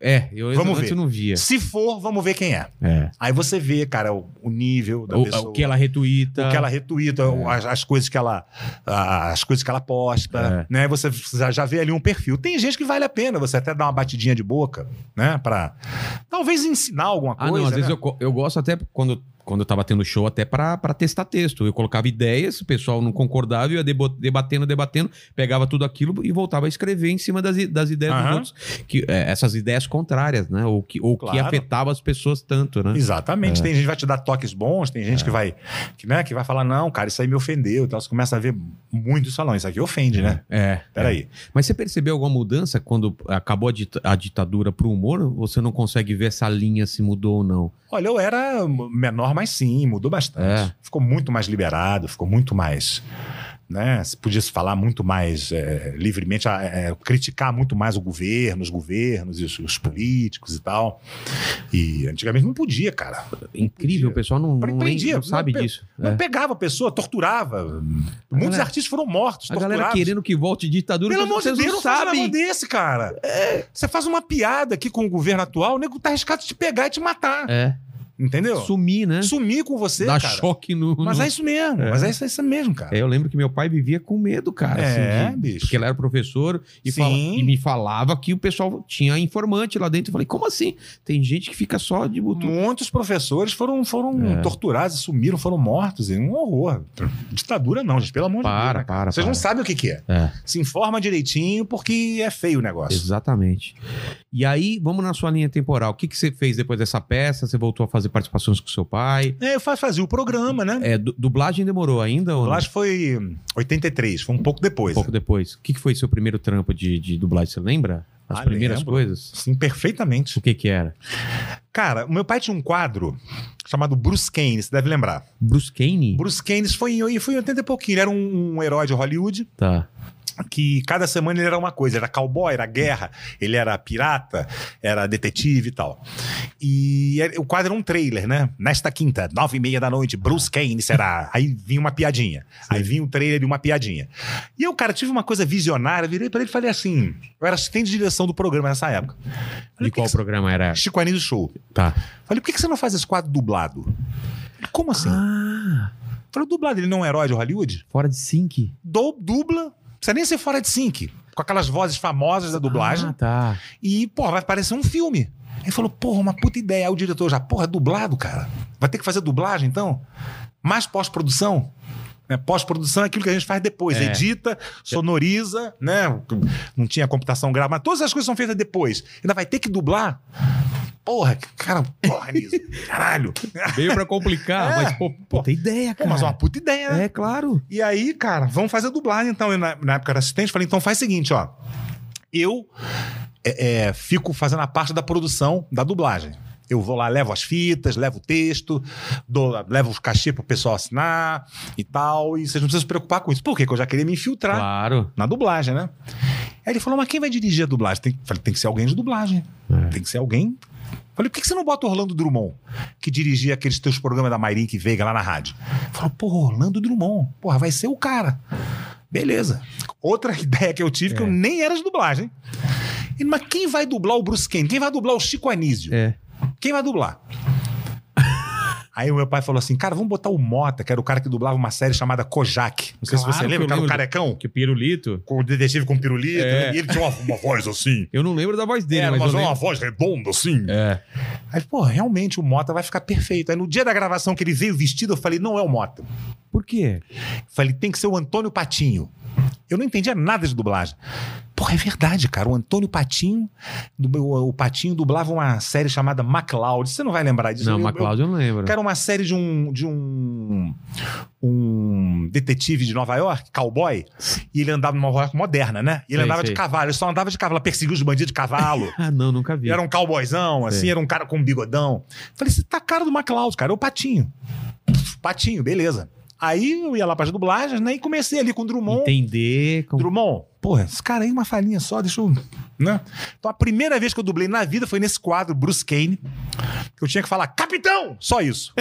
Speaker 1: É, eu
Speaker 3: Vamos
Speaker 1: antes eu
Speaker 3: ver.
Speaker 1: não via.
Speaker 3: Se for, vamos ver quem é.
Speaker 1: É.
Speaker 3: Aí você vê, cara, o, o é nível da
Speaker 1: O,
Speaker 3: pessoa.
Speaker 1: o que ela retuita.
Speaker 3: o que ela retuita, o-
Speaker 1: É.
Speaker 3: as, as coisas que ela a- as coisas que ela posta,
Speaker 1: É.
Speaker 3: né? Você já, já vê ali um perfil. Tem gente que vale a pena você até dar uma batidinha de boca, né, Pra talvez ensinar alguma
Speaker 1: Ah,
Speaker 3: coisa.
Speaker 1: não, às
Speaker 3: né?
Speaker 1: vezes eu, co- eu gosto até quando, quando eu tava tendo show até pra, pra testar texto. Eu colocava ideias, o pessoal não concordava, eu ia debo- debatendo, debatendo, pegava tudo aquilo e voltava a escrever em cima das, i- das ideias dos
Speaker 3: Aham.
Speaker 1: outros. Que, é, essas ideias contrárias, né? Ou que, ou que
Speaker 3: Claro.
Speaker 1: afetava as pessoas tanto, né?
Speaker 3: Exatamente. Tem gente que vai te dar toques bons, tem
Speaker 1: É.
Speaker 3: gente que vai que, né, que vai falar não, cara, isso aí me ofendeu. Então você começa a ver muito isso, ah, não, isso aqui ofende, né?
Speaker 1: É.
Speaker 3: Peraí.
Speaker 1: Mas você percebeu alguma mudança quando acabou a, dita- a ditadura pro humor? Você não consegue ver essa linha se mudou ou não?
Speaker 3: Olha, eu era menor, mas sim, mudou bastante.
Speaker 1: É.
Speaker 3: Ficou muito mais liberado, ficou muito mais. Né? se Podia se falar muito mais é, livremente, ah, é, criticar muito mais o governo, os governos e os, os políticos e tal. E antigamente não podia, cara.
Speaker 1: Incrível, o pessoal não, não, nem,
Speaker 3: Prendia,
Speaker 1: não sabe
Speaker 3: não pe-
Speaker 1: disso.
Speaker 3: Não
Speaker 1: É.
Speaker 3: pegava a pessoa, torturava. Muitos
Speaker 1: galera-
Speaker 3: artistas foram mortos,
Speaker 1: A
Speaker 3: torturados.
Speaker 1: galera querendo que volte ditadura,
Speaker 3: Pelo
Speaker 1: que
Speaker 3: amor de
Speaker 1: vocês
Speaker 3: Deus,
Speaker 1: não
Speaker 3: não faz um
Speaker 1: sabem. É.
Speaker 3: negócio desse, cara. Você faz uma piada aqui com o governo atual, o nego tá arriscado de te pegar e te matar.
Speaker 1: É.
Speaker 3: Entendeu?
Speaker 1: Sumir, né?
Speaker 3: Sumir com você,
Speaker 1: Dá
Speaker 3: cara.
Speaker 1: choque no.
Speaker 3: Mas
Speaker 1: no-
Speaker 3: é isso mesmo,
Speaker 1: É.
Speaker 3: mas é isso, é isso mesmo, cara.
Speaker 1: É, eu lembro que meu pai vivia com medo, cara.
Speaker 3: É,
Speaker 1: assim, de-
Speaker 3: bicho.
Speaker 1: Porque ele era professor e,
Speaker 3: Sim.
Speaker 1: fala- e me falava que o pessoal tinha informante lá dentro. Eu falei, como assim? Tem gente que fica só de butu.
Speaker 3: Muitos professores foram, foram
Speaker 1: É.
Speaker 3: torturados, sumiram, foram mortos. É um horror. Ditadura não, gente, pelo amor de Deus.
Speaker 1: Para,
Speaker 3: né, cara?
Speaker 1: para,
Speaker 3: Vocês não
Speaker 1: para.
Speaker 3: sabem o que, que é.
Speaker 1: É.
Speaker 3: Se informa direitinho porque é feio o negócio.
Speaker 1: Exatamente. E aí, vamos na sua linha temporal. O que, que você fez depois dessa peça? Você voltou a fazer participações com seu pai?
Speaker 3: É, eu faz, fazia o programa, né?
Speaker 1: É, du- dublagem demorou ainda ou
Speaker 3: Eu
Speaker 1: não?
Speaker 3: acho que foi hum, 83, foi um pouco
Speaker 1: Um
Speaker 3: depois.
Speaker 1: pouco depois. O que, que foi seu primeiro trampo de, de dublagem? Você lembra? As
Speaker 3: Ah,
Speaker 1: primeiras
Speaker 3: lembro.
Speaker 1: coisas?
Speaker 3: Sim, perfeitamente.
Speaker 1: O que que era?
Speaker 3: Cara, o meu pai tinha um quadro chamado Bruce Kane, você deve lembrar.
Speaker 1: Bruce Kane?
Speaker 3: Bruce Kane foi em, foi em 80 e pouquinho, ele era um, um herói de Hollywood.
Speaker 1: Tá.
Speaker 3: que cada semana ele era uma coisa, era cowboy, era guerra, ele era pirata, era detetive e tal. E era- o quadro era um trailer, né? Nesta quinta, nove e meia da noite, Bruce Kane será. Aí vinha uma piadinha. Aí vinha um trailer e uma piadinha. E eu, cara, tive uma coisa visionária, virei pra ele e falei assim, eu era assistente de direção do programa nessa época.
Speaker 1: De
Speaker 3: Falei, "Por que
Speaker 1: qual
Speaker 3: que
Speaker 1: programa era?
Speaker 3: você- Chico Anísio Show.
Speaker 1: Tá.
Speaker 3: Falei, por que que você não faz esse quadro dublado? Ele, Como assim?
Speaker 1: Ah,
Speaker 3: Falei, o dublado, ele não é um herói de Hollywood?
Speaker 1: fora de sync.
Speaker 3: dou, dubla, não precisa nem ser fora de sync, com aquelas vozes famosas da dublagem,
Speaker 1: Ah, tá.
Speaker 3: e, porra, vai parecer um filme. Ele falou, porra, uma puta ideia. Aí o diretor já, porra, é dublado, cara. Vai ter que fazer dublagem, então? Mais pós-produção? Né, Pós-produção é aquilo que a gente faz depois.
Speaker 1: É.
Speaker 3: Edita, sonoriza, né? Não tinha computação gráfica, mas todas as coisas são feitas depois. Ainda vai ter que dublar? Porra, cara, porra, nisso. Caralho.
Speaker 1: Veio pra complicar,
Speaker 3: É.
Speaker 1: mas pô, pô, tem ideia,
Speaker 3: Pô,
Speaker 1: cara.
Speaker 3: mas é uma puta ideia, né?
Speaker 1: É, claro.
Speaker 3: E aí, cara, vamos fazer dublagem então. Eu, na, na época eu era assistente, falei, então faz o seguinte, ó. Eu é, é, fico fazendo a parte da produção da dublagem. Eu vou lá, levo as fitas, levo o texto, dou- levo os cachê pro pessoal assinar e tal. E vocês não precisam se preocupar com isso. Por quê? Porque eu já queria me infiltrar
Speaker 1: Claro.
Speaker 3: na dublagem, né? Aí ele falou, mas quem vai dirigir a dublagem? Tem, falei, tem que ser alguém de dublagem.
Speaker 1: É.
Speaker 3: Tem que ser alguém. Falei, por que que você não bota Orlando Drummond, que dirigia aqueles teus programas da Mairink Veiga lá na rádio? Falou, porra, Orlando Drummond, porra, vai ser o cara. Beleza. Outra ideia que eu tive,
Speaker 1: É.
Speaker 3: que eu nem era de dublagem. Ele, mas quem vai dublar o Bruce Kane? Quem vai dublar o Chico Anísio?
Speaker 1: É.
Speaker 3: Quem vai dublar? Aí o meu pai falou assim, cara, vamos botar o Mota, que era o cara que dublava uma série chamada Kojak. Não sei
Speaker 1: Claro
Speaker 3: se você
Speaker 1: que
Speaker 3: lembra,
Speaker 1: eu
Speaker 3: que era um
Speaker 1: lembro.
Speaker 3: carecão
Speaker 1: Que pirulito.
Speaker 3: com o detetive com pirulito,
Speaker 1: É.
Speaker 3: né? e ele tinha uma, uma voz assim.
Speaker 1: Eu não lembro da voz dele,
Speaker 3: Era
Speaker 1: mas,
Speaker 3: uma,
Speaker 1: eu
Speaker 3: uma
Speaker 1: lembro.
Speaker 3: voz redonda, assim.
Speaker 1: É.
Speaker 3: Aí, pô, realmente o Mota vai ficar perfeito. Aí no dia da gravação que ele veio vestido, eu falei, não é o Mota.
Speaker 1: Por quê?
Speaker 3: Falei, tem que ser o Antônio Patinho. Eu não entendia nada de dublagem. Porra, é verdade, cara. O Antônio Patinho, du- o, o Patinho dublava uma série chamada MacLeod. Você não vai lembrar disso.
Speaker 1: Não,
Speaker 3: Eu- eu-
Speaker 1: MacLeod eu não lembro.
Speaker 3: que era uma série de um de um, um detetive de Nova York, cowboy, e ele andava numa Nova York moderna, né? E ele
Speaker 1: Sei,
Speaker 3: andava
Speaker 1: sei.
Speaker 3: de cavalo, ele só andava de cavalo, perseguia os bandidos de cavalo.
Speaker 1: Ah, não, nunca vi.
Speaker 3: Ele era um cowboyzão, assim,
Speaker 1: Sei.
Speaker 3: era um cara com um bigodão. Falei, você tá a cara do MacLeod, cara, é o Patinho. Patinho, beleza. Aí eu ia lá pras dublagens, né? E comecei ali com o Drummond.
Speaker 1: Entender como...
Speaker 3: Drummond, porra, esse cara aí, uma falinha só, deixa eu. Né? Então a primeira vez que eu dublei na vida foi nesse quadro, Bruce Kane, que eu tinha que falar, capitão! Só isso.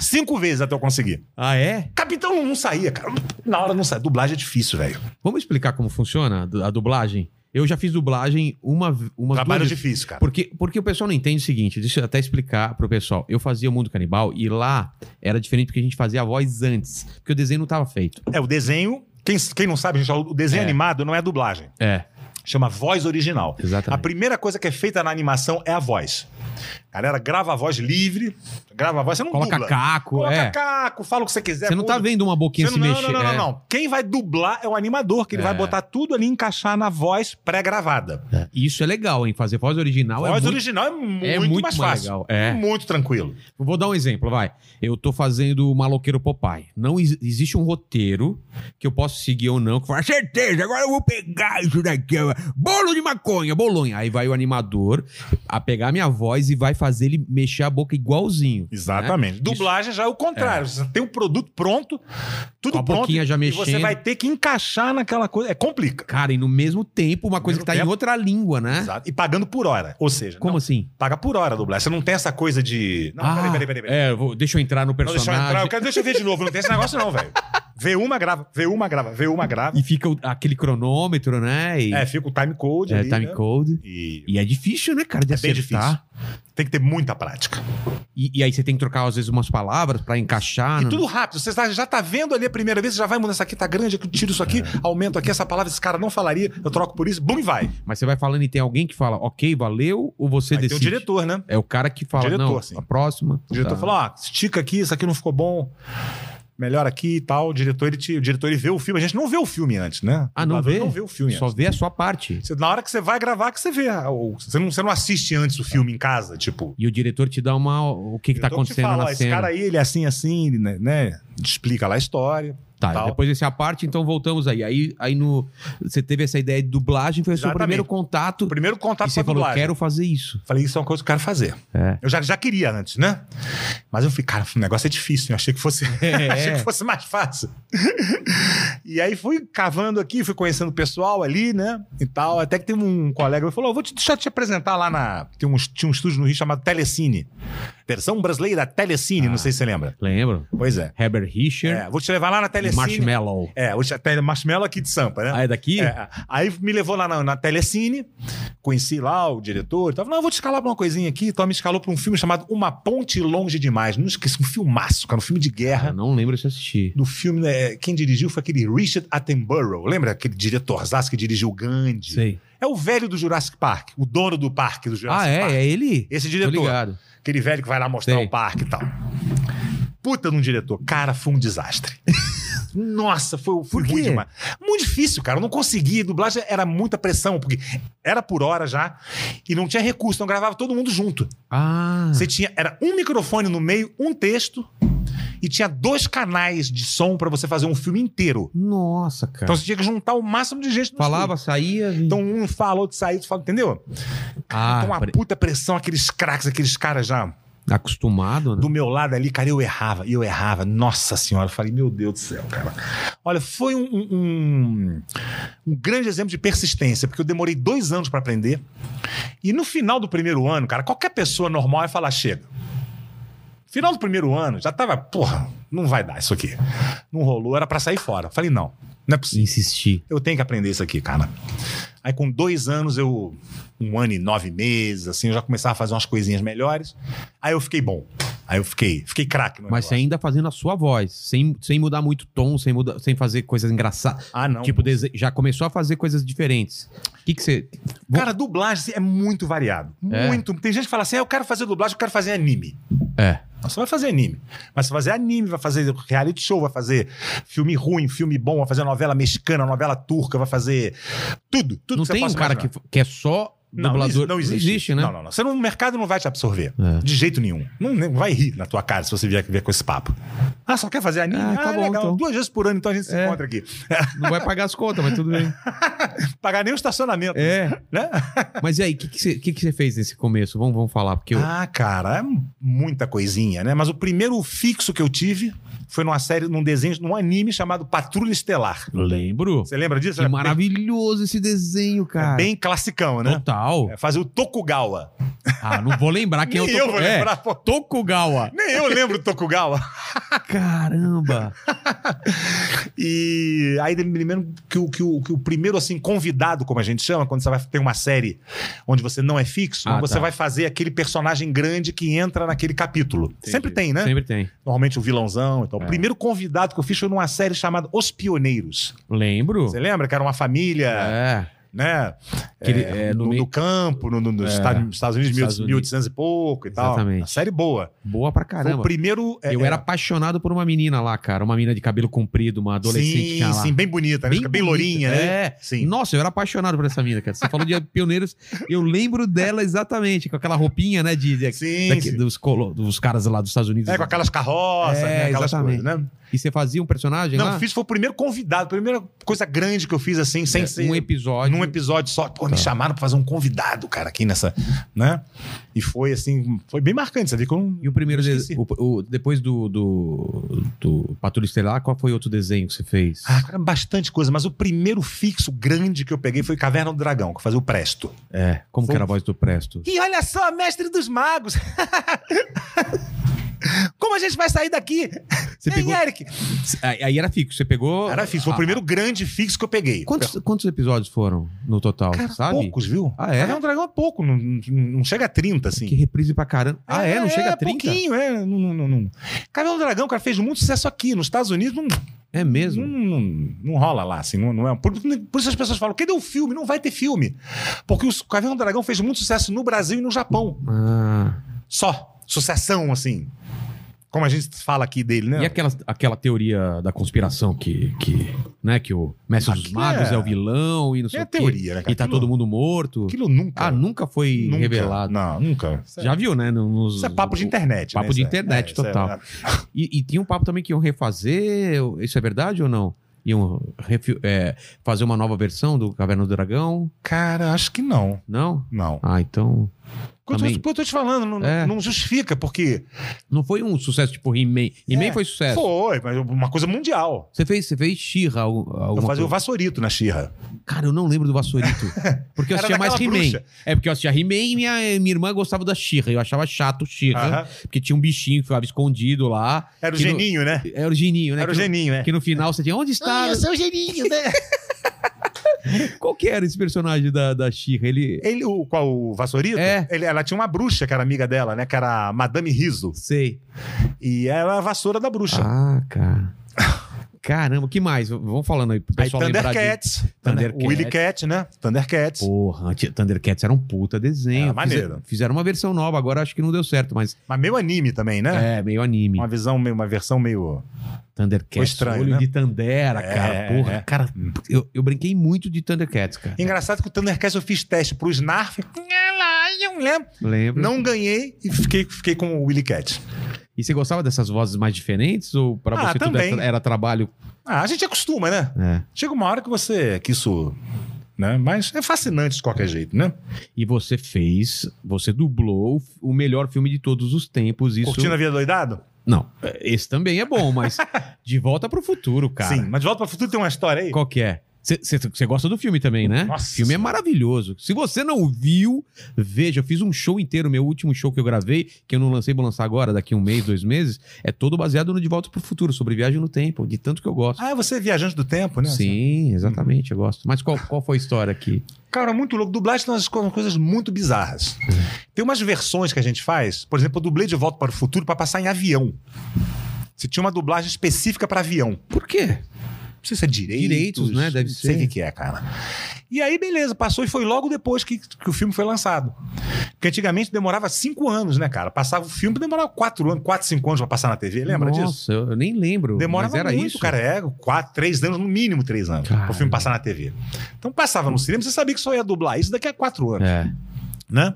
Speaker 3: Cinco vezes até eu conseguir.
Speaker 1: Ah, é?
Speaker 3: Capitão não saía, cara. Na hora não saía. Dublagem é difícil, velho.
Speaker 1: Vamos explicar como funciona a du- a dublagem? Eu já fiz dublagem uma, uma
Speaker 3: Trabalho
Speaker 1: duas vezes.
Speaker 3: difícil, cara.
Speaker 1: Porque, porque o pessoal não entende o seguinte, deixa eu até explicar pro pessoal. Eu fazia o Mundo Canibal e lá era diferente porque a gente fazia a voz antes, porque o desenho não tava feito.
Speaker 3: É, o desenho. Quem, quem não sabe, gente, o desenho
Speaker 1: É.
Speaker 3: animado não é dublagem.
Speaker 1: É,
Speaker 3: Chama voz original. A
Speaker 1: exatamente.
Speaker 3: primeira coisa que é feita na animação é a voz. A galera grava a voz livre, grava a voz, você não
Speaker 1: Coloca
Speaker 3: dubla.
Speaker 1: caco,
Speaker 3: Coloca
Speaker 1: é.
Speaker 3: caco, fala o que você quiser.
Speaker 1: Você não tá
Speaker 3: muda
Speaker 1: vendo uma boquinha
Speaker 3: Você
Speaker 1: se
Speaker 3: não-
Speaker 1: mexer.
Speaker 3: Não, não,
Speaker 1: é.
Speaker 3: não, não. Quem vai dublar é o animador, que ele
Speaker 1: É.
Speaker 3: vai botar tudo ali e encaixar na voz pré-gravada.
Speaker 1: É. Isso é legal, hein? Fazer voz original
Speaker 3: voz
Speaker 1: é muito,
Speaker 3: original é muito,
Speaker 1: é muito
Speaker 3: mais
Speaker 1: mais,
Speaker 3: fácil.
Speaker 1: legal. É.
Speaker 3: Muito tranquilo.
Speaker 1: Vou dar um exemplo, vai. Eu tô fazendo o Maloqueiro Popeye. Não ex- existe um roteiro que eu posso seguir ou não, que fala, certeza, agora eu vou pegar isso daqui. ó. Bolo de maconha, bolonha. Aí vai o animador a pegar minha voz e vai fazer ele mexer a boca igualzinho.
Speaker 3: Exatamente. Dublagem já é o contrário. Você tem o produto pronto, tudo
Speaker 1: Com a
Speaker 3: pronto.
Speaker 1: boquinha já
Speaker 3: e
Speaker 1: mexendo.
Speaker 3: você vai ter que encaixar naquela coisa. É complica.
Speaker 1: Cara, e no mesmo tempo, uma coisa
Speaker 3: mesmo
Speaker 1: que tá em
Speaker 3: tempo.
Speaker 1: outra língua, né?
Speaker 3: Exato. E pagando por hora. Ou seja,
Speaker 1: Como
Speaker 3: não,
Speaker 1: assim?
Speaker 3: paga por hora a dublagem. Você não tem essa coisa de. Não, peraí, peraí, peraí. peraí.
Speaker 1: É, eu vou- deixa eu entrar no
Speaker 3: Não, deixa eu
Speaker 1: personagem.
Speaker 3: entrar. Eu quero, deixa eu ver de novo. Não tem esse negócio, não, velho. Vê uma grava, vê uma grava, vê uma grava.
Speaker 1: E fica o- aquele cronômetro, né? E,
Speaker 3: É, fica o time code.
Speaker 1: é,
Speaker 3: ali,
Speaker 1: time
Speaker 3: né?
Speaker 1: code.
Speaker 3: E
Speaker 1: E é difícil, né, cara, de
Speaker 3: É bem
Speaker 1: acertar.
Speaker 3: tem que ter muita prática.
Speaker 1: E, e aí você tem que trocar, às vezes, umas palavras pra encaixar.
Speaker 3: E
Speaker 1: né?
Speaker 3: tudo rápido. Você tá- já tá vendo ali a primeira vez, você já vai mudando. Essa aqui tá grande, eu tiro isso aqui,
Speaker 1: É.
Speaker 3: aumento aqui, essa palavra esse cara não falaria, eu troco por isso, bum, e vai.
Speaker 1: Mas você vai falando e tem alguém que fala, ok, valeu, ou você
Speaker 3: Aí tem o
Speaker 1: decide?
Speaker 3: diretor, né?
Speaker 1: É o cara que fala,
Speaker 3: Diretor,
Speaker 1: não,
Speaker 3: sim.
Speaker 1: a próxima.
Speaker 3: O diretor "Ah,
Speaker 1: tá.
Speaker 3: falou, ó, estica aqui, isso aqui não ficou bom, melhor aqui e tal. O diretor, ele te- o diretor, ele vê o filme. A gente não vê o filme antes, né?
Speaker 1: Ah, não
Speaker 3: O dublador
Speaker 1: vê?
Speaker 3: Não vê o filme
Speaker 1: Só
Speaker 3: antes.
Speaker 1: vê a sua parte.
Speaker 3: Você- na hora que você vai gravar, que você vê. ah, Ou, você, não, você não assiste antes o filme em casa, tipo...
Speaker 1: E o diretor te dá uma. O que, que tá
Speaker 3: Então, te
Speaker 1: acontecendo
Speaker 3: fala, ó,
Speaker 1: na
Speaker 3: esse
Speaker 1: cena.
Speaker 3: cara aí, ele é assim, assim, né? né? Explica lá a história.
Speaker 1: Tá,
Speaker 3: Tal.
Speaker 1: depois desse à parte, então voltamos aí. Aí, aí no, você teve essa ideia de dublagem, foi o seu
Speaker 3: Exatamente.
Speaker 1: primeiro contato.
Speaker 3: O primeiro
Speaker 1: e
Speaker 3: contato com
Speaker 1: você
Speaker 3: a
Speaker 1: falou,
Speaker 3: dublagem.
Speaker 1: quero fazer isso.
Speaker 3: Falei, isso é uma coisa que eu quero fazer.
Speaker 1: É.
Speaker 3: Eu já, já queria antes, né? Mas eu falei, cara, o negócio é difícil, eu achei que fosse,
Speaker 1: É.
Speaker 3: achei que fosse mais fácil. e aí fui cavando aqui, fui conhecendo o pessoal ali, né? E tal. Até que teve um colega que falou: "Ó, vou te, deixa eu te apresentar lá na. Tem um, tinha um estúdio no Rio chamado Telecine. Versão brasileira Telecine,
Speaker 1: Ah.
Speaker 3: não sei se você lembra.
Speaker 1: Lembra?
Speaker 3: Pois é.
Speaker 1: Herbert Hischer
Speaker 3: É, vou te levar lá na
Speaker 1: e
Speaker 3: Telecine.
Speaker 1: Marshmallow.
Speaker 3: É, hoje até Marshmallow aqui de Sampa, né?
Speaker 1: Ah, é daqui?
Speaker 3: É, aí me levou lá na, na Telecine, conheci lá o diretor. Tava, não, eu vou te escalar pra uma coisinha aqui. Então me escalou pra um filme chamado Uma Ponte Longe Demais. Não esqueci, um filmaço, cara, um filme de
Speaker 1: Eu
Speaker 3: guerra.
Speaker 1: não lembro se assisti.
Speaker 3: Do filme, né, quem dirigiu foi aquele Richard Attenborough. Lembra aquele diretor Zaz que dirigiu Gandhi?
Speaker 1: Sei.
Speaker 3: É o velho do Jurassic Park, o dono do parque do Jurassic
Speaker 1: Ah, é?
Speaker 3: Park.
Speaker 1: É ele?
Speaker 3: Esse
Speaker 1: Tô
Speaker 3: diretor.
Speaker 1: ligado.
Speaker 3: Aquele velho que vai lá mostrar
Speaker 1: Sei.
Speaker 3: o parque e tal. Puta de um diretor. Cara, foi um desastre. Nossa, foi, foi
Speaker 1: Por
Speaker 3: ruim
Speaker 1: quê?
Speaker 3: demais. Muito difícil, cara. Eu não conseguia. Dublagem era muita pressão, porque era por hora já e não tinha recurso. Então gravava todo mundo junto.
Speaker 1: Ah,
Speaker 3: Você tinha... Era um microfone no meio, um texto e tinha dois canais de som pra você fazer um filme inteiro.
Speaker 1: nossa, cara.
Speaker 3: Então você tinha que juntar o máximo de gente no
Speaker 1: Falava, assim. saía...
Speaker 3: estúdio. Então um fala, outro sai, outro fala, entendeu?
Speaker 1: ah,
Speaker 3: então uma
Speaker 1: pare-
Speaker 3: puta pressão, aqueles craques, aqueles caras já...
Speaker 1: acostumado, né?
Speaker 3: do meu lado ali, cara, eu errava, eu errava. Nossa senhora, eu falei, meu Deus do céu, cara. Olha, foi um, um- um- um grande exemplo de persistência, porque eu demorei dois anos pra aprender. E no final do primeiro ano, cara, qualquer pessoa normal ia falar: chega. Final do primeiro ano, já tava, porra, não vai dar isso aqui. Não rolou, era pra sair fora. Falei, não, não é possível.
Speaker 1: Insistir.
Speaker 3: Eu tenho que aprender isso aqui, cara. Aí com dois anos, eu. Um ano e nove meses, assim, eu já começava a fazer umas coisinhas melhores. Aí eu fiquei bom. Aí eu fiquei, fiquei craque no
Speaker 1: Mas
Speaker 3: Um negócio.
Speaker 1: ainda fazendo a sua voz, sem, sem mudar muito o tom, sem, mudar, sem fazer coisas engraçadas.
Speaker 3: Ah, não.
Speaker 1: Tipo, dese- já começou a fazer coisas diferentes. O que que você...
Speaker 3: Cara, dublagem é muito variado.
Speaker 1: É.
Speaker 3: Muito. Tem gente que fala assim: ah, eu quero fazer dublagem, eu quero fazer anime.
Speaker 1: É.
Speaker 3: Não, Você vai fazer anime. Mas você vai fazer anime, vai fazer reality show, vai fazer filme ruim, filme bom, vai fazer novela mexicana, novela turca, vai fazer tudo. Tudo
Speaker 1: não
Speaker 3: que você
Speaker 1: tem um
Speaker 3: possa
Speaker 1: cara que,
Speaker 3: imaginar.
Speaker 1: que é só
Speaker 3: Não, não exi-
Speaker 1: dublador.
Speaker 3: Não, existe.
Speaker 1: né?
Speaker 3: Não, não, não. Você não- o mercado não vai te absorver.
Speaker 1: É.
Speaker 3: De jeito nenhum. Não, não vai rir na tua cara se você vier, vier com esse papo. Ah, só quer fazer anime?
Speaker 1: Ah,
Speaker 3: Ah,
Speaker 1: tá bom,
Speaker 3: legal.
Speaker 1: então.
Speaker 3: Duas vezes por ano, então a gente se
Speaker 1: É.
Speaker 3: encontra aqui.
Speaker 1: Não vai pagar as contas, mas tudo bem.
Speaker 3: Pagar nem o estacionamento.
Speaker 1: É.
Speaker 3: Né?
Speaker 1: Mas e aí, o que que você que que você fez nesse começo? Vamos, vamos falar, porque eu...
Speaker 3: Ah, cara, é muita coisinha, né? Mas o primeiro fixo que eu tive foi numa série, num desenho, num anime chamado Patrulha Estelar.
Speaker 1: lembro.
Speaker 3: Você lembra disso?
Speaker 1: Que
Speaker 3: Era
Speaker 1: maravilhoso esse desenho,
Speaker 3: É bem,
Speaker 1: cara.
Speaker 3: bem classicão, né?
Speaker 1: Total.
Speaker 3: É, Fazer o Tokugawa.
Speaker 1: Ah, não vou lembrar quem
Speaker 3: Nem
Speaker 1: é o
Speaker 3: eu vou
Speaker 1: Toku- é,
Speaker 3: lembrar, pô.
Speaker 1: Tokugawa.
Speaker 3: Nem eu lembro do Tokugawa.
Speaker 1: Caramba.
Speaker 3: E aí me lembro que o, que, o, que o primeiro assim convidado, como a gente chama, quando você vai ter uma série onde você não é fixo,
Speaker 1: Ah,
Speaker 3: você
Speaker 1: tá.
Speaker 3: vai fazer aquele personagem grande que entra naquele capítulo. Sempre tem, né?
Speaker 1: Sempre tem.
Speaker 3: Normalmente o vilãozão e tal. O
Speaker 1: É.
Speaker 3: primeiro convidado que eu fiz foi numa série chamada Os Pioneiros.
Speaker 1: Lembro.
Speaker 3: Você lembra que era uma família,
Speaker 1: É.
Speaker 3: né?
Speaker 1: Que ele-
Speaker 3: É,
Speaker 1: é, no
Speaker 3: no,
Speaker 1: meio- É.
Speaker 3: no campo, no, no- nos Estados Estados Unidos,
Speaker 1: Estados
Speaker 3: 1800 e pouco e tal.
Speaker 1: Exatamente.
Speaker 3: Uma série boa.
Speaker 1: Boa pra
Speaker 3: Foi o
Speaker 1: caramba. um
Speaker 3: primeiro. é,
Speaker 1: eu
Speaker 3: é,
Speaker 1: era apaixonado por uma menina lá, cara. Uma menina de cabelo comprido, uma adolescente que
Speaker 3: Sim,
Speaker 1: tinha lá.
Speaker 3: sim, bem bonita, né? Fica bem
Speaker 1: bonita.
Speaker 3: lourinha, né?
Speaker 1: É.
Speaker 3: Sim.
Speaker 1: Nossa, eu era apaixonado por essa mina, cara. Você falou de pioneiros, eu lembro dela exatamente, com aquela roupinha, né, de, de-
Speaker 3: Sim,
Speaker 1: daqui-
Speaker 3: sim.
Speaker 1: dos, colo- dos caras lá dos Estados Unidos.
Speaker 3: É, com aquelas carroças,
Speaker 1: É,
Speaker 3: né? Aquelas
Speaker 1: exatamente.
Speaker 3: coisas, né?
Speaker 1: E você fazia um personagem
Speaker 3: Não,
Speaker 1: lá?
Speaker 3: fiz, foi o primeiro convidado, a primeira coisa grande que eu fiz, assim, sem
Speaker 1: É,
Speaker 3: ser...
Speaker 1: um episódio. Tá.
Speaker 3: Num episódio só. Pô, me chamaram pra fazer um convidado, cara, aqui nessa, né? E foi, assim, foi bem marcante, sabe? Com...
Speaker 1: E o primeiro
Speaker 3: Esqueci.
Speaker 1: desenho. o- o- Depois do, do, do Patrulha Estelar, qual foi outro desenho que você fez?
Speaker 3: Ah, cara, bastante coisa, mas o primeiro fixo grande que eu peguei foi Caverna do Dragão, que eu fazia o Presto.
Speaker 1: é. Como que
Speaker 3: foi-
Speaker 1: era a voz do Presto?
Speaker 3: E olha só, mestre dos magos! Como a gente vai sair daqui?
Speaker 1: Você
Speaker 3: Hein,
Speaker 1: pegou-
Speaker 3: Eric?
Speaker 1: Aí aí era fixo, você pegou.
Speaker 3: é. Era fixo, foi o
Speaker 1: Ah,
Speaker 3: primeiro grande fixo que eu peguei.
Speaker 1: Quantos, quantos episódios foram no total,
Speaker 3: Cara,
Speaker 1: sabe?
Speaker 3: poucos, viu?
Speaker 1: Ah, é?
Speaker 3: Caverna do Dragão é pouco, não, não- não chega a 30, assim.
Speaker 1: Que reprise pra caramba. Ah, é? Não chega a 30?
Speaker 3: pouquinho, é. Não, não, não, não. Cabelo do Dragão, cara, fez muito sucesso aqui. Nos Estados Unidos não,
Speaker 1: É mesmo?
Speaker 3: não, não, não rola lá, assim, não, não é. Por, por isso as pessoas falam, cadê o filme? Não vai ter filme. Porque o Cabelo do Dragão fez muito sucesso no Brasil e no Japão.
Speaker 1: Ah,
Speaker 3: Só. Sucessão, assim. Como a gente fala aqui dele, né?
Speaker 1: E é aquela, aquela teoria da conspiração que, que, né, que o Mestre dos
Speaker 3: Aquilo
Speaker 1: Magos é...
Speaker 3: é-
Speaker 1: o vilão e não sei
Speaker 3: é
Speaker 1: o quê.
Speaker 3: teoria, né, cara?
Speaker 1: E tá
Speaker 3: Aquilo-
Speaker 1: todo mundo morto.
Speaker 3: Aquilo nunca.
Speaker 1: Ah, nunca foi
Speaker 3: nunca.
Speaker 1: revelado.
Speaker 3: Não, nunca. Isso é-
Speaker 1: Já viu, né? no- Nos,
Speaker 3: Isso é papo de internet.
Speaker 1: Papo
Speaker 3: né?
Speaker 1: de
Speaker 3: Isso é-
Speaker 1: internet,
Speaker 3: isso é-
Speaker 1: total. E, e tinha um papo também que iam refazer, isso é verdade ou não? Iam refi- é, fazer uma nova versão do Caverna do Dragão?
Speaker 3: Cara, acho que não.
Speaker 1: Não?
Speaker 3: Não.
Speaker 1: Ah, então.
Speaker 3: Quanto
Speaker 1: Também-
Speaker 3: eu, quanto eu tô te falando, não,
Speaker 1: É.
Speaker 3: não justifica, porque
Speaker 1: Não foi um sucesso tipo He-Man. He-Man
Speaker 3: É,
Speaker 1: foi sucesso.
Speaker 3: foi, mas é uma coisa mundial.
Speaker 1: Você fez, você fez She-Ra al-
Speaker 3: Eu
Speaker 1: alguma
Speaker 3: fazia
Speaker 1: coisa.
Speaker 3: o vassourito na Xirra.
Speaker 1: Cara, eu não lembro do Vassourito. Porque eu
Speaker 3: Era
Speaker 1: assistia mais
Speaker 3: daquela
Speaker 1: He-Man.
Speaker 3: bruxa.
Speaker 1: É porque eu assistia He-Man e minha, eh, minha irmã gostava da She-Ra. Eu achava chato o She-Ra.
Speaker 3: Aham.
Speaker 1: Porque tinha um bichinho que ficava escondido lá.
Speaker 3: Era o
Speaker 1: que no-
Speaker 3: geninho, né?
Speaker 1: Era o geninho, né?
Speaker 3: Era o
Speaker 1: Que no-
Speaker 3: geninho, né?
Speaker 1: Que no final você tinha, onde está?
Speaker 3: assim,
Speaker 2: eu sou Ah, é o geninho, né?
Speaker 1: Qual que era esse personagem da, da She-Ra? Ele...
Speaker 3: Ele, o, qual, o Vassourito?
Speaker 1: É.
Speaker 3: Ele- ela tinha uma bruxa que era amiga dela, né? Que era a Madame Riso.
Speaker 1: Sei.
Speaker 3: E ela era a vassoura da bruxa.
Speaker 1: Ah, cara. Caramba, que mais? V- Vamos falando aí pro
Speaker 3: Aí
Speaker 1: pessoal lembrar de...
Speaker 3: Thundercats.
Speaker 1: Thundercats.
Speaker 3: O Willy Cat, né? Thundercats.
Speaker 1: Porra, Tia- Thundercats era um puta desenho.
Speaker 3: Era
Speaker 1: Fize-
Speaker 3: maneiro.
Speaker 1: Fizeram uma versão nova, agora acho que não deu certo, mas
Speaker 3: Mas meio anime também, né?
Speaker 1: é, meio anime.
Speaker 3: Uma visão, meio, uma versão meio.
Speaker 1: Thundercats,
Speaker 3: Foi estranho,
Speaker 1: olho
Speaker 3: né?
Speaker 1: de Tandera, cara.
Speaker 3: É,
Speaker 1: Porra,
Speaker 3: é.
Speaker 1: cara, eu, eu brinquei muito de Thundercats, cara.
Speaker 3: Engraçado que o Thundercats eu fiz teste pro Snarf. É Eu lembro.
Speaker 1: Lembra?
Speaker 3: Não ganhei e fiquei, fiquei com o Willy Cat.
Speaker 1: E você gostava dessas vozes mais diferentes ou pra
Speaker 3: Ah,
Speaker 1: você tudo
Speaker 3: também.
Speaker 1: era, era trabalho?
Speaker 3: Ah, a gente acostuma, né?
Speaker 1: É.
Speaker 3: Chega uma hora que você. que isso. Né? Mas é fascinante de qualquer jeito, né?
Speaker 1: E você fez, você dublou o melhor filme de todos os tempos. Isso
Speaker 3: Curtindo a vida doidado?
Speaker 1: Não, esse também é bom, mas De Volta pro Futuro, cara.
Speaker 3: Sim, mas de volta pra futuro tem uma história aí.
Speaker 1: Qual que é? Você gosta do filme também, né?
Speaker 3: Nossa
Speaker 1: o filme é
Speaker 3: Senhora.
Speaker 1: maravilhoso. Se você não viu, veja. Eu fiz um show inteiro, meu último show que eu gravei, que eu não lancei, vou lançar agora, daqui um mês, dois meses. É todo baseado no De Volta pro Futuro, sobre viagem no tempo, de tanto que eu gosto.
Speaker 3: Ah, você é viajante do tempo, né?
Speaker 1: Sim, exatamente, eu gosto. Mas qual, qual foi a história aqui?
Speaker 3: Cara, muito louco. Dublagem tem umas co- coisas muito bizarras. Tem umas versões que a gente faz, por exemplo, eu dublei de volta para o futuro para passar em avião. Você tinha uma dublagem específica para avião.
Speaker 1: Por quê?
Speaker 3: Não sei se é direitos.
Speaker 1: Direitos, né? Deve
Speaker 3: não Sei
Speaker 1: ser.
Speaker 3: o que que é, cara. E aí, beleza, passou e foi logo depois que, que o filme foi lançado. Porque antigamente demorava cinco anos, né, cara? Passava o filme, demorava quatro anos, quatro, cinco anos para passar na TV, lembra
Speaker 1: Nossa,
Speaker 3: disso?
Speaker 1: eu eu nem lembro. mas
Speaker 3: Demorava
Speaker 1: era
Speaker 3: muito,
Speaker 1: isso.
Speaker 3: cara. É, quatro, três anos, no mínimo três anos, para
Speaker 1: Cara.
Speaker 3: o filme passar na TV. Então passava no cinema, você sabia que só ia dublar isso daqui a quatro anos
Speaker 1: É.
Speaker 3: né?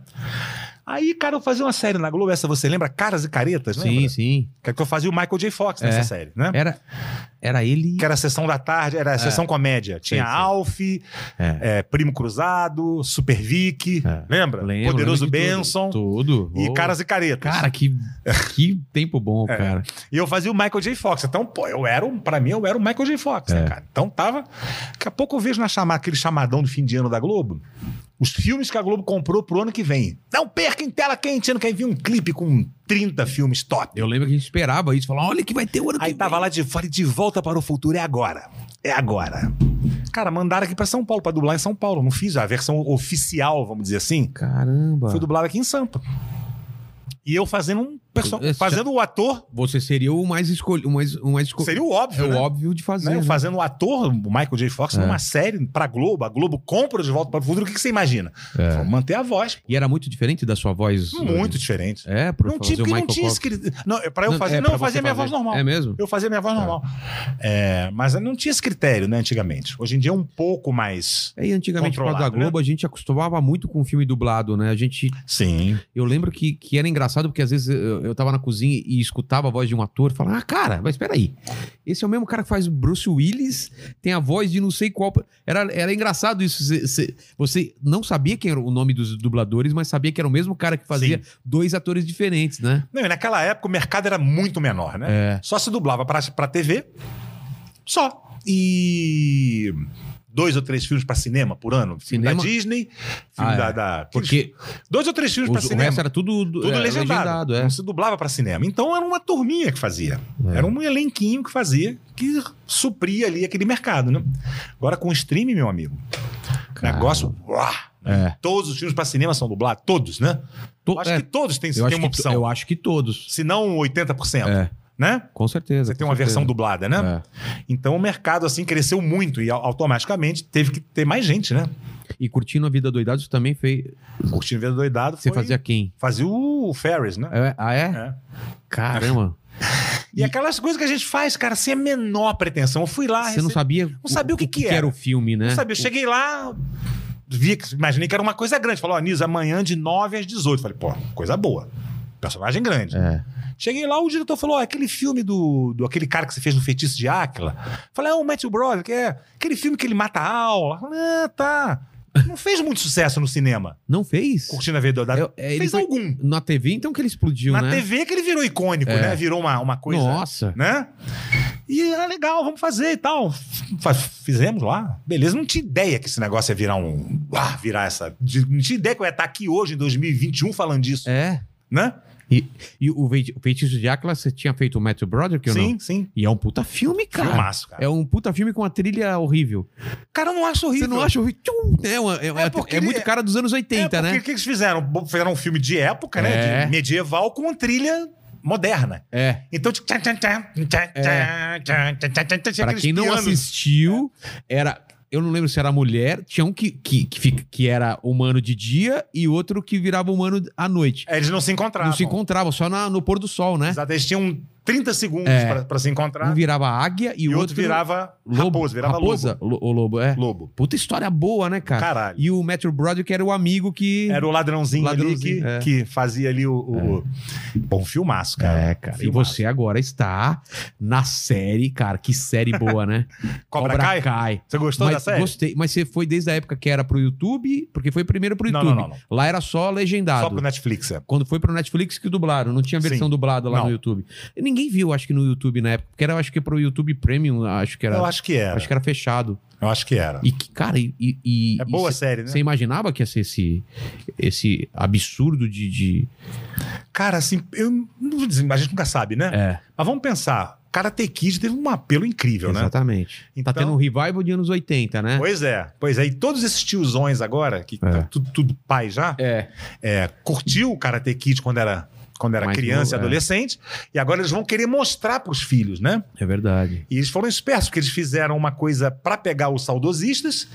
Speaker 3: Aí, cara, eu fazia uma série na Globo, essa você lembra? Caras e Caretas,
Speaker 1: Sim,
Speaker 3: lembra?
Speaker 1: sim.
Speaker 3: Que é que eu fazia o Michael J. Fox nessa
Speaker 1: É.
Speaker 3: série, né?
Speaker 1: Era, era ele.
Speaker 3: Que era a sessão da tarde, era a sessão comédia. Tinha
Speaker 1: É. sim.
Speaker 3: Alf, é, Primo Cruzado, Super Vic,
Speaker 1: É.
Speaker 3: lembra?
Speaker 1: Lembro,
Speaker 3: Poderoso
Speaker 1: lembro de tudo,
Speaker 3: Benson
Speaker 1: Tudo.
Speaker 3: e É.
Speaker 1: Oh.
Speaker 3: Caras e Caretas.
Speaker 1: Cara, que, que tempo bom, cara.
Speaker 3: E eu fazia o Michael J. Fox. Então, pô, eu era, um, pra mim, eu era o Michael J. Fox, né,
Speaker 1: É.
Speaker 3: cara? Então tava. Daqui a pouco eu vejo na chamada, aquele chamadão do fim de ano da Globo. Os filmes que a Globo comprou pro ano que vem. Não perca em tela quente, ano que vem vi um clipe com 30 filmes top.
Speaker 1: Eu lembro que a gente esperava isso, falava, olha que vai ter o ano
Speaker 3: Aí
Speaker 1: que
Speaker 3: tava lá de fora e de volta para o futuro, é agora. É agora. Cara, mandaram aqui pra São Paulo, pra dublar em São Paulo. Não fiz a versão oficial, vamos dizer assim.
Speaker 1: Caramba.
Speaker 3: Foi dublado aqui em Sampa. E eu fazendo um perso-
Speaker 1: Esse
Speaker 3: fazendo o ator,
Speaker 1: Você seria o mais escolhido. Mais, o mais escol-
Speaker 3: seria o óbvio,
Speaker 1: É o
Speaker 3: né?
Speaker 1: óbvio de fazer.
Speaker 3: Né?
Speaker 1: né?
Speaker 3: Fazendo o ator, o Michael J. Fox,
Speaker 1: É.
Speaker 3: numa série pra Globo. A Globo compra de volta para o futuro. O que, que você imagina?
Speaker 1: É.
Speaker 3: Vamos manter a voz.
Speaker 1: E era muito diferente da sua voz.
Speaker 3: Muito diferente.
Speaker 1: É, pro
Speaker 3: não
Speaker 1: fazer
Speaker 3: tinha,
Speaker 1: o
Speaker 3: porque
Speaker 1: Michael
Speaker 3: não tinha
Speaker 1: Cox.
Speaker 3: escrito. Não, pra eu
Speaker 1: Não,
Speaker 3: fazer.
Speaker 1: é,
Speaker 3: não,
Speaker 1: pra
Speaker 3: eu fazia
Speaker 1: você
Speaker 3: minha
Speaker 1: fazer.
Speaker 3: voz normal.
Speaker 1: É mesmo?
Speaker 3: Eu fazia minha voz normal. É, mas não tinha esse critério, né, antigamente. Hoje em dia é um pouco mais.
Speaker 1: É, E antigamente, por causa da
Speaker 3: Controlado, né?
Speaker 1: Globo, a gente acostumava muito com o filme dublado, né? A gente
Speaker 3: Sim.
Speaker 1: Eu lembro que, que era engraçado, porque às vezes eu, eu tava na cozinha e escutava a voz de um ator e falava, ah, cara, mas peraí, esse é o mesmo cara que faz o Bruce Willis, tem a voz de não sei qual... Era, era engraçado isso, você, você- você não sabia quem era o nome dos dubladores, mas sabia que era o mesmo cara que fazia dois atores diferentes, né?
Speaker 3: Não, e naquela época o mercado era muito menor, né?
Speaker 1: É.
Speaker 3: Só se dublava pra, pra TV. Só. E. Dois ou três filmes pra cinema por ano. Filme
Speaker 1: Cinema?
Speaker 3: da Disney, filme
Speaker 1: Ah,
Speaker 3: da,
Speaker 1: é.
Speaker 3: da-
Speaker 1: Porque
Speaker 3: Dois ou três filmes pra
Speaker 1: os, o
Speaker 3: cinema.
Speaker 1: resto era tudo, do-
Speaker 3: Tudo
Speaker 1: é,
Speaker 3: legendado.
Speaker 1: é.
Speaker 3: Não se dublava pra cinema. Então era uma turminha que fazia.
Speaker 1: É.
Speaker 3: Era um elenquinho que fazia, que supria ali aquele mercado, né? Agora com o streaming, meu amigo.
Speaker 1: Cara.
Speaker 3: Negócio. uá, né? Todos os filmes pra cinema são dublados, todos, né?
Speaker 1: É. To-
Speaker 3: Eu acho
Speaker 1: é,
Speaker 3: que todos têm,
Speaker 1: eu,
Speaker 3: têm
Speaker 1: acho
Speaker 3: uma
Speaker 1: que, to-
Speaker 3: opção.
Speaker 1: eu acho que todos,
Speaker 3: Se não 80%,
Speaker 1: É.
Speaker 3: né?
Speaker 1: com certeza.
Speaker 3: Você tem
Speaker 1: com
Speaker 3: uma
Speaker 1: certeza.
Speaker 3: versão dublada, né?
Speaker 1: É.
Speaker 3: Então o mercado assim cresceu muito e au- automaticamente teve que ter mais gente, né?
Speaker 1: E Curtindo a Vida Doidado, isso também fez...
Speaker 3: Curtindo Vida Doidado
Speaker 1: Você
Speaker 3: foi-
Speaker 1: fazia quem?
Speaker 3: fazia o Ferris, né?
Speaker 1: É, ah, é?
Speaker 3: É.
Speaker 1: Caramba.
Speaker 3: E, aquelas coisas que a gente faz, cara, sem a menor pretensão. Eu fui lá,
Speaker 1: Você não
Speaker 3: recebi-
Speaker 1: sabia,
Speaker 3: Ah, sabia o que que
Speaker 1: era.
Speaker 3: era.
Speaker 1: o filme, né?
Speaker 3: não sabia. Eu cheguei lá, vi, que- imaginei que era uma coisa grande. Falou, ó, Nisa, amanhã de 9 às 18. Falei, pô, coisa boa. Personagem grande.
Speaker 1: É.
Speaker 3: Cheguei lá, o diretor falou: ó, aquele filme do, do aquele cara que você fez no Feitiço de Áquila. Falei, ah, o Matthew Broderick, que é aquele filme que ele mata a aula. Falei, ah, tá. Não fez muito sucesso no cinema.
Speaker 1: Não fez?
Speaker 3: Curtindo a Verdade.
Speaker 1: Eu- é, ele
Speaker 3: fez
Speaker 1: foi-
Speaker 3: algum.
Speaker 1: Na TV, então, que ele explodiu,
Speaker 3: Na
Speaker 1: né?
Speaker 3: TV que ele virou icônico,
Speaker 1: É.
Speaker 3: né? Virou uma, uma coisa.
Speaker 1: Nossa.
Speaker 3: Né? E era legal, vamos fazer e tal. Fa- Fizemos lá. Beleza, não tinha ideia que esse negócio ia virar um. Ah, virar essa. de- Não tinha ideia que eu ia estar aqui hoje, em 2021, falando disso,
Speaker 1: É.
Speaker 3: né?
Speaker 1: E o Feiti- o Feitiço de Áquila, você tinha feito o Matthew Broderick ou não?
Speaker 3: Sim, sim.
Speaker 1: E é um puta filme, cara.
Speaker 3: Filmaço, cara.
Speaker 1: É um puta filme com uma trilha horrível.
Speaker 3: Cara, eu não acho
Speaker 1: Você
Speaker 3: horrível.
Speaker 1: não acha horrível? Tchum! É, uma- é uma-
Speaker 3: É porque
Speaker 1: é muito
Speaker 3: ele-
Speaker 1: cara dos anos 80,
Speaker 3: é, porque
Speaker 1: né?
Speaker 3: O que eles fizeram? Bo- Fizeram um filme de época,
Speaker 1: É.
Speaker 3: né? De medieval com trilha moderna.
Speaker 1: É.
Speaker 3: Então, tipo. tchan, tchan, tchan, tchan,
Speaker 1: É.
Speaker 3: tchan, tchan, tchan, tchan, tchan,
Speaker 1: Pra
Speaker 3: tinha aqueles
Speaker 1: quem não
Speaker 3: pianos. É.
Speaker 1: assistiu, era. Eu não lembro se era mulher, tinha um que, que, que, fica- que era humano de dia e outro que virava humano à noite.
Speaker 3: É, Eles não se encontravam.
Speaker 1: Não se encontravam, só na- no pôr do sol, né?
Speaker 3: Exato, eles tinham 30 segundos
Speaker 1: É.
Speaker 3: pra, pra se encontrar.
Speaker 1: Um virava águia e,
Speaker 3: e o
Speaker 1: o
Speaker 3: outro virava raposo, virava
Speaker 1: raposa, lo- o lobo, é.
Speaker 3: lobo. Lobo.
Speaker 1: Puta história boa, né, cara?
Speaker 3: Caralho.
Speaker 1: E o Matthew Broderick era o amigo que...
Speaker 3: Era o ladrãozinho,
Speaker 1: Ladrãozinho,
Speaker 3: ali
Speaker 1: é.
Speaker 3: que, que fazia ali o. o... Bom, filmaço, cara.
Speaker 1: É, cara. E
Speaker 3: Filmaço.
Speaker 1: você agora está na série, cara, que série boa, né?
Speaker 3: Cobra, Kai? Você gostou
Speaker 1: Mas
Speaker 3: da série?
Speaker 1: Gostei, mas você foi desde a época que era pro YouTube, porque foi primeiro pro
Speaker 3: Não,
Speaker 1: YouTube.
Speaker 3: não, não, não.
Speaker 1: Lá era só legendado.
Speaker 3: Só pro Netflix. É.
Speaker 1: Quando foi pro Netflix que dublaram, não tinha versão
Speaker 3: Sim.
Speaker 1: dublada lá
Speaker 3: Não.
Speaker 1: no YouTube. E ninguém viu, acho que no YouTube na época, porque era, acho que pro YouTube Premium, acho que era,
Speaker 3: Eu
Speaker 1: acho,
Speaker 3: acho que era.
Speaker 1: que era fechado.
Speaker 3: Eu acho que era.
Speaker 1: E que, cara, e, e- e-
Speaker 3: É boa a
Speaker 1: e cê-
Speaker 3: série, né?
Speaker 1: Você imaginava que ia ser esse, esse absurdo de, de-
Speaker 3: Cara, assim, eu não vou dizer, a gente nunca sabe, né?
Speaker 1: É.
Speaker 3: Mas vamos pensar. Karate Kid teve um apelo incrível, né?
Speaker 1: Exatamente.
Speaker 3: Então-
Speaker 1: Tá tendo um revival de anos 80, né?
Speaker 3: Pois é, pois é. E todos esses tiozões agora, que tá tudo, tudo pai já,
Speaker 1: É.
Speaker 3: é, curtiu o Karate Kid quando era, quando era
Speaker 1: Mais
Speaker 3: criança e
Speaker 1: novo, é.
Speaker 3: adolescente, e agora eles vão querer mostrar pros filhos, né?
Speaker 1: É verdade.
Speaker 3: E eles foram espertos, porque eles fizeram uma coisa pra pegar os saudosistas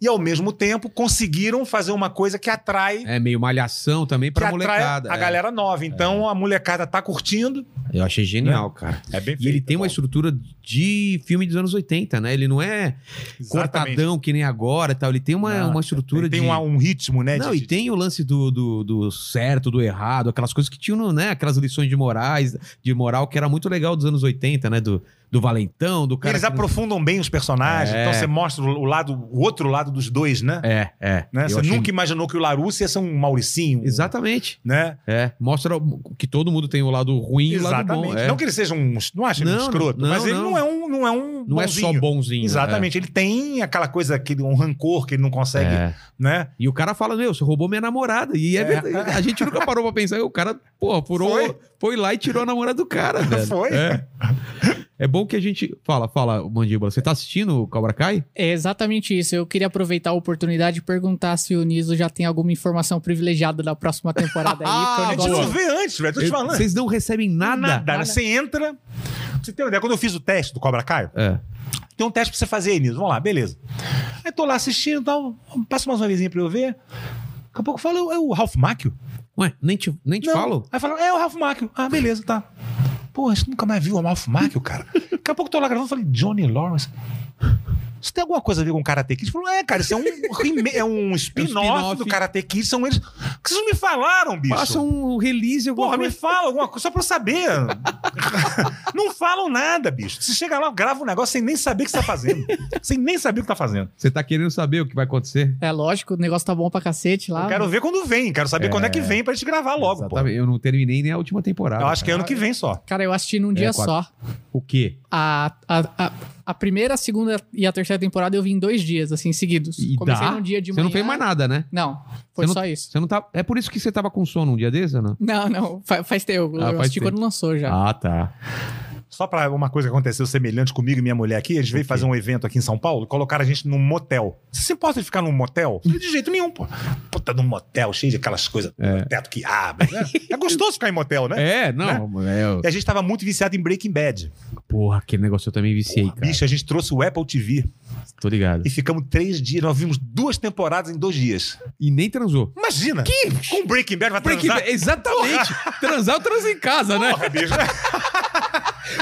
Speaker 3: e, ao mesmo tempo, conseguiram fazer uma coisa que atrai.
Speaker 1: É meio malhação também
Speaker 3: Que
Speaker 1: pra
Speaker 3: atrai
Speaker 1: molecada.
Speaker 3: a
Speaker 1: é.
Speaker 3: galera nova. Então a molecada tá curtindo.
Speaker 1: Eu achei genial, cara.
Speaker 3: É bem
Speaker 1: E ele
Speaker 3: feito,
Speaker 1: tem uma
Speaker 3: bom.
Speaker 1: estrutura de filme dos anos 80, né? Ele não é
Speaker 3: Exatamente.
Speaker 1: cortadão que nem agora e tal. Ele tem uma,
Speaker 3: Não,
Speaker 1: uma estrutura
Speaker 3: Ele tem
Speaker 1: de.
Speaker 3: um, um ritmo, né?
Speaker 1: Não,
Speaker 3: de-
Speaker 1: e tem o lance do, do, do certo, do errado, aquelas coisas que tinham, no- né? Aquelas lições de morais, de moral que era muito legal dos anos 80, né? Do, do valentão, do um cara.
Speaker 3: Eles
Speaker 1: que não-
Speaker 3: aprofundam bem os personagens,
Speaker 1: É.
Speaker 3: então você mostra o lado, o outro lado dos dois, né?
Speaker 1: É, é.
Speaker 3: Né?
Speaker 1: Eu
Speaker 3: Você
Speaker 1: achei-
Speaker 3: nunca imaginou que o Larusso ia ser um Mauricinho,
Speaker 1: Exatamente.
Speaker 3: né?
Speaker 1: É. Mostra que todo mundo tem o lado ruim e o lado bom. É.
Speaker 3: Não que ele seja um, não acha ele um
Speaker 1: Não,
Speaker 3: escroto,
Speaker 1: não,
Speaker 3: mas ele
Speaker 1: não.
Speaker 3: não é um, não é um
Speaker 1: Não é só
Speaker 3: bonzinho.
Speaker 1: bonzinho.
Speaker 3: Exatamente, ele tem aquela coisa aquele um rancor que ele não
Speaker 1: É.
Speaker 3: consegue,
Speaker 1: É.
Speaker 3: né?
Speaker 1: E o cara fala, meu, você roubou minha namorada. E é
Speaker 3: É.
Speaker 1: verdade. A gente nunca parou pra pensar. O cara, porra, furou, foi,
Speaker 3: Foi.
Speaker 1: lá e tirou a namorada do cara, velho.
Speaker 3: Foi.
Speaker 1: É. É bom que a gente... Fala, fala, Mandíbula. Você tá assistindo o Cobra Kai?
Speaker 2: É exatamente isso. Eu queria aproveitar a oportunidade e perguntar se o Niso já tem alguma informação privilegiada da próxima temporada aí. porque
Speaker 1: Ah,
Speaker 2: o
Speaker 3: A gente
Speaker 2: negócio-
Speaker 3: não vê antes, velho, tô te
Speaker 1: Eu-
Speaker 3: falando.
Speaker 1: Vocês não recebem nada?
Speaker 3: né? Você entra. pra Você tem uma ideia? Quando eu fiz o teste do Cobra Kai,
Speaker 1: É.
Speaker 3: tem um teste pra você fazer aí, Niso. Vamos lá, beleza. Aí tô lá assistindo e tal, passa mais uma vezinha pra eu ver. Daqui a pouco eu falo, é o Ralph Macchio?
Speaker 1: Ué, nem te, nem te
Speaker 3: Não.
Speaker 1: falo?
Speaker 3: Aí fala, é o Ralph Macchio. Ah, beleza, tá. Pô, você nunca mais viu o Ralph Macchio, cara? Daqui a pouco eu tô lá gravando, eu falei, Johnny Lawrence. Isso tem alguma coisa a ver com Karate Kid? Ele falou, é, cara, isso é um, reme- é um spin-off
Speaker 1: spin-off.
Speaker 3: do Karate Kid. São eles... O que vocês não me falaram, bicho?
Speaker 1: Passa um release, alguma
Speaker 3: Porra, me
Speaker 1: coisa.
Speaker 3: fala alguma coisa, só pra eu saber. não falam nada, bicho. Você chega lá, grava um negócio sem nem saber o que você tá fazendo. sem nem saber o que tá fazendo.
Speaker 1: Você tá querendo saber o que vai acontecer?
Speaker 2: É lógico, o negócio tá bom pra cacete lá.
Speaker 3: Eu quero ver quando vem, quero saber quando é que vem pra gente gravar logo, pô.
Speaker 1: Exatamente. Eu não terminei nem a última temporada.
Speaker 3: Eu acho que é
Speaker 1: cara.
Speaker 3: ano que vem só.
Speaker 2: Cara, eu assisti num dia
Speaker 1: É, quatro.
Speaker 2: só.
Speaker 1: O quê?
Speaker 2: A, a, a, a primeira, a segunda e a terceira temporada eu vi em dois dias, assim, seguidos.
Speaker 1: E
Speaker 2: Comecei
Speaker 1: dá?
Speaker 2: num dia de
Speaker 1: Você
Speaker 2: manhã.
Speaker 1: não fez mais nada, né?
Speaker 2: Não,
Speaker 1: Você
Speaker 2: foi
Speaker 1: não-
Speaker 2: só isso.
Speaker 1: Você não tá... É por isso que você tava com sono um dia desse ou não?
Speaker 2: Não, não, fa- faz tempo.
Speaker 1: Ah,
Speaker 2: eu
Speaker 1: faz
Speaker 2: assisti
Speaker 1: tempo.
Speaker 2: quando lançou já.
Speaker 1: Ah, tá.
Speaker 3: Só pra uma coisa que aconteceu semelhante comigo e minha mulher aqui, eles veio fazer um evento aqui em São Paulo, colocaram a gente num motel. Você se importa de ficar num motel? Falei, De jeito nenhum, pô. Puta num motel, cheio de aquelas coisas, um teto que abre. Né? É gostoso ficar em motel, né?
Speaker 1: É, não. é, eu-
Speaker 3: E a gente tava muito viciado em Breaking Bad.
Speaker 1: Porra, aquele negócio eu também viciei, cara.
Speaker 3: Bicho, a gente trouxe o Apple TV
Speaker 1: Tô ligado.
Speaker 3: e ficamos três dias. Nós vimos duas temporadas em dois dias.
Speaker 1: E nem transou.
Speaker 3: Imagina! Que? Com Breaking Bad vai transar.
Speaker 1: Exatamente. Transar eu transo em casa, né?
Speaker 3: Porra, bicho.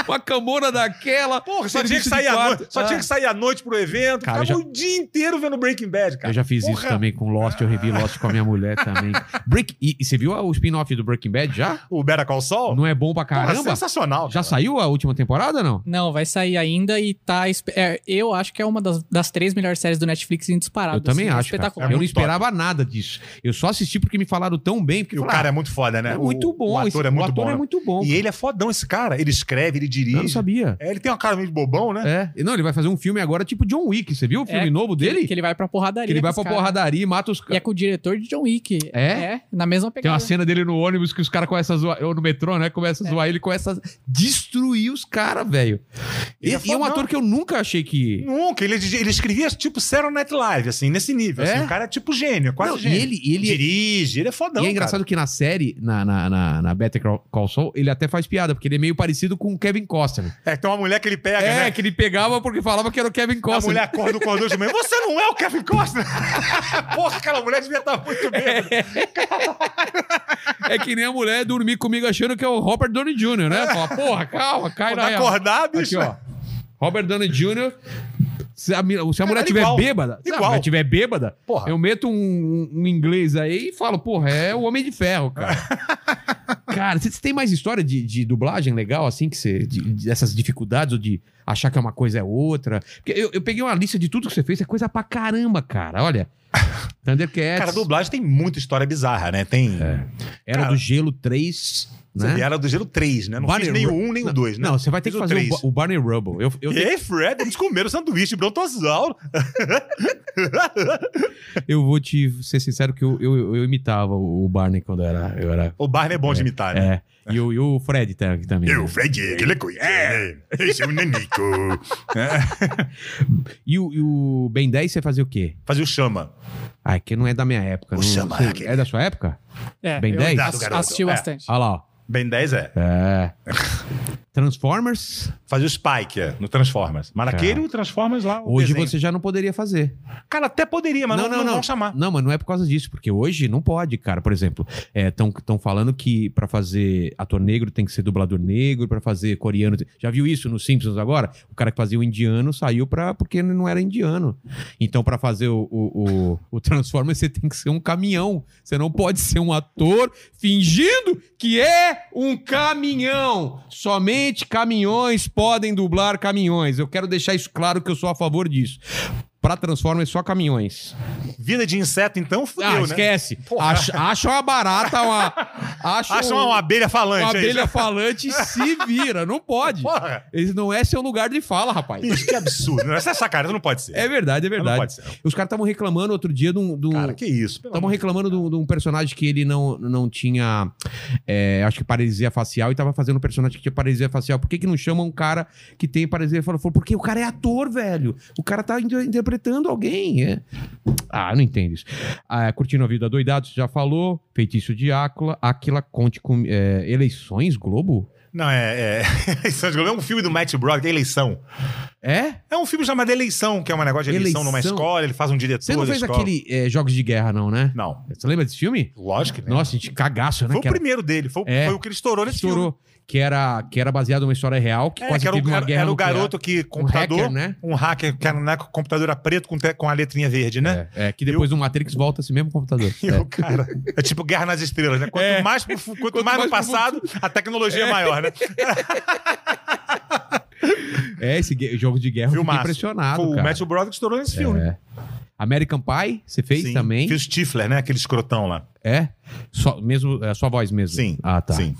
Speaker 1: uma camona daquela.
Speaker 3: Porra, só tinha,
Speaker 1: serviço de
Speaker 3: que sair à
Speaker 1: quarto.
Speaker 3: noite, só
Speaker 1: Ah.
Speaker 3: tinha que sair à noite pro evento.
Speaker 1: Cara, eu
Speaker 3: Ficava o dia inteiro vendo Breaking Bad, cara.
Speaker 1: Ah. Eu já fiz isso
Speaker 3: Porra.
Speaker 1: também com Lost, eu revi Lost com a minha mulher também. Break, e, e você viu o spin-off do Breaking Bad já?
Speaker 3: O Better Call Saul?
Speaker 1: Não é bom pra
Speaker 3: Porra,
Speaker 1: caramba?
Speaker 3: sensacional.
Speaker 1: Já
Speaker 3: cara.
Speaker 1: saiu a última temporada, não?
Speaker 2: Não, vai sair ainda e tá. espe- é, eu acho que é uma das, das três melhores séries do Netflix em disparado.
Speaker 1: eu também
Speaker 2: assim, é
Speaker 1: acho, cara. um
Speaker 3: É
Speaker 1: eu
Speaker 3: muito
Speaker 1: não esperava nada disso. Eu só assisti porque me falaram tão bem. Porque
Speaker 3: E o
Speaker 1: falaram,
Speaker 3: cara é muito foda,
Speaker 1: "Ah,
Speaker 3: né?
Speaker 1: é muito bom.
Speaker 3: O
Speaker 1: esse-
Speaker 3: ator é muito
Speaker 1: ator
Speaker 3: bom.
Speaker 1: é
Speaker 3: né?
Speaker 1: muito bom.
Speaker 3: E ele é fodão, esse cara. Ele escreve, ele dirige.
Speaker 1: Eu não sabia.
Speaker 3: É, ele tem uma cara meio de bobão, né?
Speaker 1: É. E Não, ele vai fazer um filme agora tipo John Wick. Você viu o filme
Speaker 2: É,
Speaker 1: novo dele?
Speaker 2: Que ele vai pra porradaria.
Speaker 1: Que ele vai
Speaker 2: com
Speaker 1: pra
Speaker 2: os caras.
Speaker 1: porradaria e mata os
Speaker 2: E é com o diretor de John Wick.
Speaker 1: É?
Speaker 2: na mesma
Speaker 1: Tem
Speaker 2: pegada.
Speaker 1: uma cena dele no ônibus que os caras começam a zoar, ou no metrô, né? Começa
Speaker 2: É.
Speaker 1: a zoar ele, começa a destruir os caras, velho. E,
Speaker 3: Ele é
Speaker 1: e é um
Speaker 3: fodão.
Speaker 1: ator que eu nunca achei que.
Speaker 3: Nunca. Ele, ele escrevia tipo Saturday Night Live, assim, nesse nível.
Speaker 1: É?
Speaker 3: assim. o cara é tipo gênio, quase
Speaker 1: Não, e
Speaker 3: gênio.
Speaker 1: ele, e ele
Speaker 3: dirige, ele é fodão.
Speaker 1: e é engraçado que na série, na, na, na, na Better Call- Call Saul, ele até faz piada, porque ele é meio parecido com o Kevin Costner.
Speaker 3: cara. É, tem uma mulher que ele pega,
Speaker 1: é,
Speaker 3: né?
Speaker 1: que ele pegava porque falava que era o Kevin
Speaker 3: A
Speaker 1: Costner.
Speaker 3: mulher acorda do corredor de manhã. Você não é o Kevin Costner? Porra, aquela mulher devia estar muito bem.
Speaker 1: tá É que nem a mulher dormir comigo achando que é o Robert Downey Jr., né? Fala, porra, calma, cai na
Speaker 3: Quando
Speaker 1: real.
Speaker 3: acordar,
Speaker 1: Aqui,
Speaker 3: bicho.
Speaker 1: ó. Robert Downey Jr. Se a, mi- se a mulher
Speaker 3: é
Speaker 1: tiver
Speaker 3: igual.
Speaker 1: bêbada, se a
Speaker 3: Igual.
Speaker 1: mulher tiver bêbada,
Speaker 3: Porra.
Speaker 1: eu meto um, um inglês aí e falo, porra, é o Homem de Ferro, cara. cara, você você tem mais história de, de dublagem legal, assim, que você. de- dessas dificuldades, ou de achar que é uma coisa é outra? Porque eu, eu peguei uma lista de tudo que você fez, é coisa pra caramba, cara. Olha. Thundercats.
Speaker 3: Cara, dublagem tem muita história bizarra, né? Tem.
Speaker 1: Era
Speaker 3: cara.
Speaker 1: do Gelo 3.
Speaker 3: Você
Speaker 1: É, Né?
Speaker 3: Era do gelo 3, né? Não
Speaker 1: Barney
Speaker 3: fiz nem o
Speaker 1: Ru-
Speaker 3: 1, nem o 2, né?
Speaker 1: Não, você vai ter
Speaker 3: Fiz
Speaker 1: que
Speaker 3: o
Speaker 1: fazer o,
Speaker 3: três.
Speaker 1: Ba- o Barney Rubble. Eu, eu,
Speaker 3: E aí, Fred, eles comeram sanduíche de brontossauro.
Speaker 1: Eu vou te ser sincero que eu, eu, eu imitava o Barney quando era. Eu era
Speaker 3: O Barney é bom de imitar, né?
Speaker 1: é, e, o, e o Fred tá- também. né?
Speaker 3: Fred, que louco. É, esse é o Nanico.
Speaker 1: E, o, e o Ben 10 você fazia o quê?
Speaker 3: Fazia o chama.
Speaker 1: Ah, é que não é da minha época.
Speaker 3: O
Speaker 1: não-
Speaker 3: Chama,
Speaker 1: você-
Speaker 3: aquele.
Speaker 1: é da sua época?
Speaker 2: É,
Speaker 1: Bem Ah,
Speaker 2: eu
Speaker 1: 10?
Speaker 2: ass-
Speaker 3: Garoto,
Speaker 2: Assisti
Speaker 3: é.
Speaker 2: bastante.
Speaker 1: Olha lá, ó.
Speaker 3: Ben 10 é.
Speaker 1: É. Transformers,
Speaker 3: Fazia o Spike é, no Transformers. Mas naquele o Transformers lá.
Speaker 1: É.
Speaker 3: o
Speaker 1: hoje
Speaker 3: desenho.
Speaker 1: você já não poderia fazer.
Speaker 3: Cara, até poderia, mas não, não, não, vão chamar.
Speaker 1: Não, mas não é por causa disso, porque hoje não pode, cara. Por exemplo, estão falando que pra fazer ator negro tem que ser dublador negro, pra fazer coreano. tem- Já viu isso nos Simpsons agora? O cara que fazia o indiano saiu pra, porque ele não era indiano. Então, pra fazer o, o, o, o Transformers, você tem que ser um caminhão. Você não pode ser um ator fingindo que é um caminhão. Somente caminhões podem dublar caminhões. Eu quero deixar isso claro que eu sou a favor disso. Pra Transformers, só caminhões.
Speaker 3: Vida de inseto, então, fudeu,
Speaker 1: Ah,
Speaker 3: né?
Speaker 1: esquece.
Speaker 3: Porra.
Speaker 1: Acha, acha uma barata, uma. Acha,
Speaker 3: Acha
Speaker 1: um-
Speaker 3: uma, uma abelha falante
Speaker 1: uma
Speaker 3: aí. né?
Speaker 1: abelha falante e se vira. Não pode.
Speaker 3: Porra.
Speaker 1: Esse não é seu lugar de fala, rapaz.
Speaker 3: Isso que absurdo. né? Essa sacanagem não pode ser.
Speaker 1: É verdade, é
Speaker 3: Não
Speaker 1: verdade.
Speaker 3: pode ser.
Speaker 1: Os caras estavam reclamando outro dia de um. de um-
Speaker 3: Cara, que isso. pelo
Speaker 1: Estavam
Speaker 3: amor de
Speaker 1: reclamando de um, de um personagem que ele não, não tinha, é, acho que paralisia facial, e tava fazendo um personagem que tinha paralisia facial. Por que, que não chama um cara que tem paralisia facial? Falou, porque o cara é ator, velho. O cara tá inter- interpretando alguém. é. Ah, não entendo isso. Ah, curtindo a vida doidado, você já falou. Feitiço de Áquila. Áquila, conte com. é, eleições, Globo?
Speaker 3: Não, é. É, Eleição de Globo é um filme do Matt Broad, que é eleição.
Speaker 1: É?
Speaker 3: É um filme chamado Eleição, que é um negócio de eleição, numa
Speaker 1: Eleição?
Speaker 3: escola, ele faz um diretor.
Speaker 1: Você não
Speaker 3: da
Speaker 1: fez
Speaker 3: escola.
Speaker 1: aquele é, Jogos de Guerra, não, né?
Speaker 3: Não.
Speaker 1: Você lembra desse filme?
Speaker 3: Lógico que não.
Speaker 1: Nossa, gente, cagaço, né?
Speaker 3: Foi o
Speaker 1: que era-
Speaker 3: primeiro dele, foi, o-
Speaker 1: É.
Speaker 3: foi o que ele estourou nesse
Speaker 1: estourou, que era, que era baseado numa história real, que
Speaker 3: filme. É,
Speaker 1: quase
Speaker 3: que era, o,
Speaker 1: teve uma
Speaker 3: era-
Speaker 1: guerra
Speaker 3: era o
Speaker 1: nuclear.
Speaker 3: garoto que
Speaker 1: um
Speaker 3: computador.
Speaker 1: hacker, né?
Speaker 3: Um hacker que era, né, com o computador era preto com, te- com a letrinha verde, né?
Speaker 1: É, é, que depois do Matrix volta esse mesmo computador.
Speaker 3: E o cara. É tipo Guerra nas Estrelas, né? Quanto
Speaker 1: É.
Speaker 3: mais, pro fu- quanto
Speaker 1: Quanto
Speaker 3: mais no
Speaker 1: mais pro
Speaker 3: passado, a tecnologia é maior, né?
Speaker 1: É, esse gue- jogo de guerra eu fiquei
Speaker 3: Filmaço.
Speaker 1: impressionado,
Speaker 3: Foi o
Speaker 1: cara.
Speaker 3: Matthew Broderick que estourou nesse filme.
Speaker 1: É. American Pie, você fez
Speaker 3: Sim.
Speaker 1: também?
Speaker 3: Fiz o Stifler, né? Aquele escrotão lá.
Speaker 1: É? Só, mesmo, é sua voz mesmo?
Speaker 3: Sim.
Speaker 1: Ah, tá.
Speaker 3: Sim.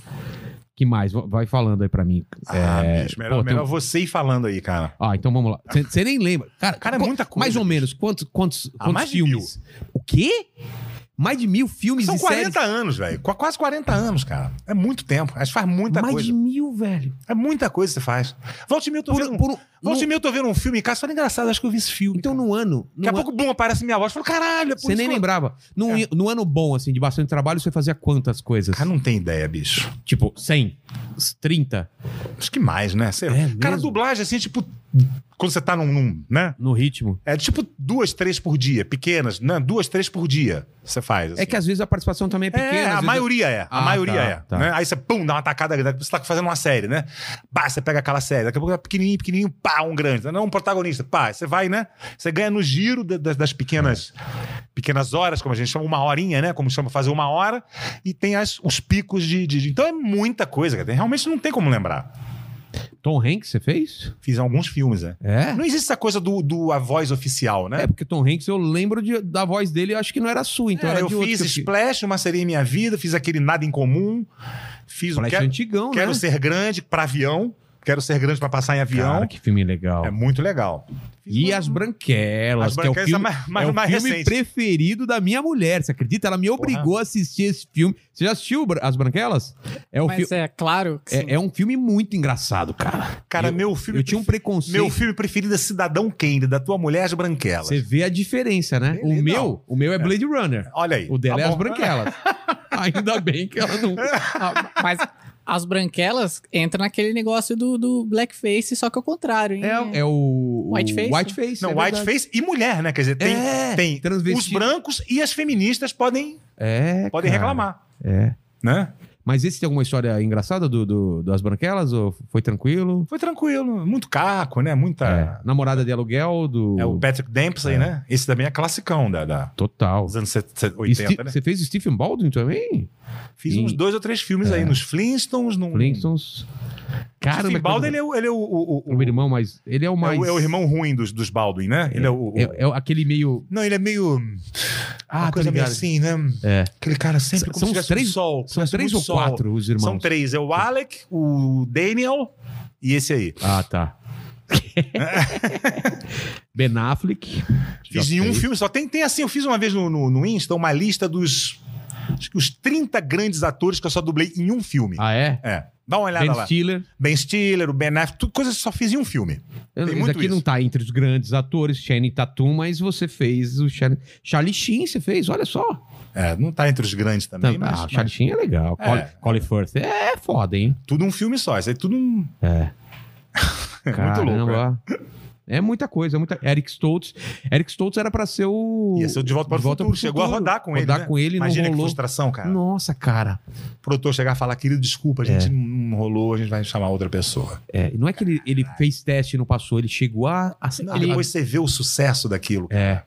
Speaker 1: que mais? V- Vai falando aí pra mim.
Speaker 3: Ah,
Speaker 1: É,
Speaker 3: bicho, melhor,
Speaker 1: pô, tem-
Speaker 3: melhor você ir falando aí, cara.
Speaker 1: Ah, então vamos lá. Você nem lembra. Cara,
Speaker 3: Cara, é
Speaker 1: qu-
Speaker 3: muita coisa,
Speaker 1: Mais ou
Speaker 3: bicho.
Speaker 1: menos. Quantos, quantos,
Speaker 3: Ah,
Speaker 1: quantos
Speaker 3: mais de
Speaker 1: filmes? O quê? Mais de mil filmes
Speaker 3: São
Speaker 1: e
Speaker 3: 40
Speaker 1: séries?
Speaker 3: anos, velho. Qu- Quase 40 anos, cara. É muito tempo. Acho que faz muita
Speaker 1: mais
Speaker 3: coisa.
Speaker 1: de mil, velho.
Speaker 3: É muita coisa que você faz. Volte meio, eu tô
Speaker 1: Por,
Speaker 3: vendo.
Speaker 1: por um-
Speaker 3: Volte
Speaker 1: num-
Speaker 3: meio, eu tô vendo um filme em casa. Fala, engraçado, acho que eu vi esse filme.
Speaker 1: então,
Speaker 3: cara.
Speaker 1: no ano.
Speaker 3: Daqui a
Speaker 1: no
Speaker 3: pouco, bum, aparece minha voz. Fala, caralho, é por
Speaker 1: Você
Speaker 3: isso
Speaker 1: nem
Speaker 3: que eu-
Speaker 1: lembrava. Num,
Speaker 3: É. Ah,
Speaker 1: no ano bom, assim, de bastante trabalho, você fazia quantas coisas?
Speaker 3: Cara, não tem ideia, bicho.
Speaker 1: Tipo, 100. 30
Speaker 3: Acho que mais, né? Sei lá.
Speaker 1: É
Speaker 3: Cara,
Speaker 1: mesmo?
Speaker 3: dublagem, assim, tipo. Quando você tá num. num, né?
Speaker 1: no ritmo.
Speaker 3: É tipo duas, três por dia, pequenas, né? Duas, três por dia você faz. assim.
Speaker 1: É que às vezes a participação também é pequena.
Speaker 3: É,
Speaker 1: às
Speaker 3: a
Speaker 1: vezes-
Speaker 3: maioria é. A
Speaker 1: Ah,
Speaker 3: maioria
Speaker 1: tá,
Speaker 3: é.
Speaker 1: tá.
Speaker 3: né? Aí você, pum, dá uma tacada grande. Você tá fazendo uma série, né? Bah, você pega aquela série. Daqui a pouco é pequenininho, pequenininho, pá, um grande. Não, um protagonista. Pá, você vai, né? Você ganha no giro da- das, das pequenas pequenas horas, como a gente chama, uma horinha, né? Como chama fazer uma hora. E tem as- os picos de, de- de- Então é muita coisa, cara. Realmente não tem como lembrar.
Speaker 1: Tom Hanks, você fez?
Speaker 3: Fiz alguns filmes, né?
Speaker 1: É?
Speaker 3: Não existe essa coisa do, do a voz oficial, né?
Speaker 1: É, porque Tom Hanks, eu lembro de- da voz dele, eu acho que não era sua, então
Speaker 3: É,
Speaker 1: era
Speaker 3: eu
Speaker 1: de outro.
Speaker 3: fiz
Speaker 1: que eu fi-
Speaker 3: Splash, uma seria em minha vida, fiz aquele Nada em Comum, fiz o
Speaker 1: Flash
Speaker 3: Quero-
Speaker 1: antigão,
Speaker 3: Quero
Speaker 1: né?
Speaker 3: ser grande para avião. Quero ser grande para passar em avião.
Speaker 1: Cara, que filme legal.
Speaker 3: É muito legal.
Speaker 1: E As Branquelas,
Speaker 3: As
Speaker 1: que é o
Speaker 3: Branquelas é
Speaker 1: filme,
Speaker 3: mais- mais-
Speaker 1: é o
Speaker 3: mais
Speaker 1: filme
Speaker 3: recente.
Speaker 1: preferido da minha mulher, você acredita? Ela me obrigou a assistir esse filme. Você já assistiu Bra- As Branquelas? É, o fi-
Speaker 2: Mas é claro que
Speaker 1: é, é um filme muito engraçado, cara.
Speaker 3: Cara,
Speaker 1: eu,
Speaker 3: meu filme
Speaker 1: eu tinha um preconceito.
Speaker 3: meu filme preferido é Cidadão Kane, da tua mulher As Branquelas.
Speaker 1: Você vê a diferença, né?
Speaker 3: Não.
Speaker 1: O meu, o meu é Blade Runner.
Speaker 3: Olha aí.
Speaker 1: O dela
Speaker 3: Tá
Speaker 1: é As
Speaker 3: bom.
Speaker 1: Branquelas. Ainda bem que ela não...
Speaker 2: Ah, Mas as branquelas entram naquele negócio do, do blackface, só que ao contrário, hein?
Speaker 1: É, é o...
Speaker 2: Whiteface?
Speaker 1: Whiteface.
Speaker 3: Não,
Speaker 1: é verdade.
Speaker 3: whiteface e mulher, né? Quer dizer, tem,
Speaker 1: É,
Speaker 3: tem
Speaker 1: transvesti-
Speaker 3: os brancos e as feministas podem,
Speaker 1: É,
Speaker 3: podem
Speaker 1: cara.
Speaker 3: reclamar.
Speaker 1: É.
Speaker 3: Né?
Speaker 1: Mas esse tem alguma história engraçada do, do- das branquelas? Ou foi tranquilo?
Speaker 3: Foi tranquilo. Muito caco, né? Muita.
Speaker 1: É, namorada de aluguel do.
Speaker 3: É, o Patrick Dempsey, né? Esse também é classicão da, da-
Speaker 1: Total.
Speaker 3: dos anos 70,
Speaker 1: Ste-
Speaker 3: 80, né?
Speaker 1: Você fez Stephen Baldwin também?
Speaker 3: Fiz uns dois ou três filmes aí, nos Flintstones, num.
Speaker 1: É. Flintstones. Cara,
Speaker 3: Steve Hum. Baldwin, ele é o, ele é o- o- o-
Speaker 1: o irmão, mas ele é o mais.
Speaker 3: É, o, é o irmão ruim dos, dos Baldwin, né? Ele é o. o-
Speaker 1: É, é aquele meio.
Speaker 3: Não, ele é meio. Ah,
Speaker 1: tô
Speaker 3: coisa meio
Speaker 1: ligado.
Speaker 3: assim, né?
Speaker 1: É.
Speaker 3: Aquele cara sempre como
Speaker 1: São
Speaker 3: se
Speaker 1: os
Speaker 3: tivesse
Speaker 1: três-
Speaker 3: um sol.
Speaker 1: São
Speaker 3: tivesse
Speaker 1: três
Speaker 3: muito
Speaker 1: ou
Speaker 3: sol.
Speaker 1: quatro os irmãos.
Speaker 3: São três. É o Alec, o Daniel e esse aí.
Speaker 1: Ah, tá. ben Affleck. Já
Speaker 3: Fiz em um
Speaker 1: fez.
Speaker 3: filme só. Tem, tem assim, eu fiz uma vez no, no, no Insta uma lista dos. Acho que os 30 grandes atores que eu só dublei em um filme.
Speaker 1: Ah, é?
Speaker 3: É. Dá uma olhada
Speaker 1: Ben
Speaker 3: lá.
Speaker 1: Stiller.
Speaker 3: Ben Stiller, o Ben Affleck, tudo coisa que eu só fiz em um filme.
Speaker 1: Eu-
Speaker 3: Tem
Speaker 1: Esse
Speaker 3: muito
Speaker 1: aqui não
Speaker 3: isso.
Speaker 1: tá entre os grandes atores, Channing Tatum, mas você fez o Charlie, Charlie Sheen, você fez, olha só.
Speaker 3: É, não tá entre os grandes também,
Speaker 1: Tá-
Speaker 3: mas,
Speaker 1: ah,
Speaker 3: mas
Speaker 1: Charlie Sheen é legal.
Speaker 3: É.
Speaker 1: Colin- Colin Firth é foda, hein?
Speaker 3: tudo um filme só. Isso aí tudo um.
Speaker 1: É.
Speaker 3: Muito louco. é.
Speaker 1: Caramba. É muita coisa, é muita. Eric Stoltz. Eric Stoltz era pra ser o.
Speaker 3: Ia ser é o De Volta para o Futuro. Chegou a rodar com ele,
Speaker 1: Rodar
Speaker 3: né?
Speaker 1: com ele,
Speaker 3: Imagina
Speaker 1: não É.
Speaker 3: que
Speaker 1: rolou.
Speaker 3: frustração, cara.
Speaker 1: Nossa, cara.
Speaker 3: O produtor chegar e falar, querido, desculpa, a gente não rolou, a gente vai chamar outra pessoa.
Speaker 1: É, não é que ele, ele fez teste e não passou, ele chegou a. a-
Speaker 3: Não,
Speaker 1: ele-
Speaker 3: depois você vê o sucesso daquilo.
Speaker 1: É.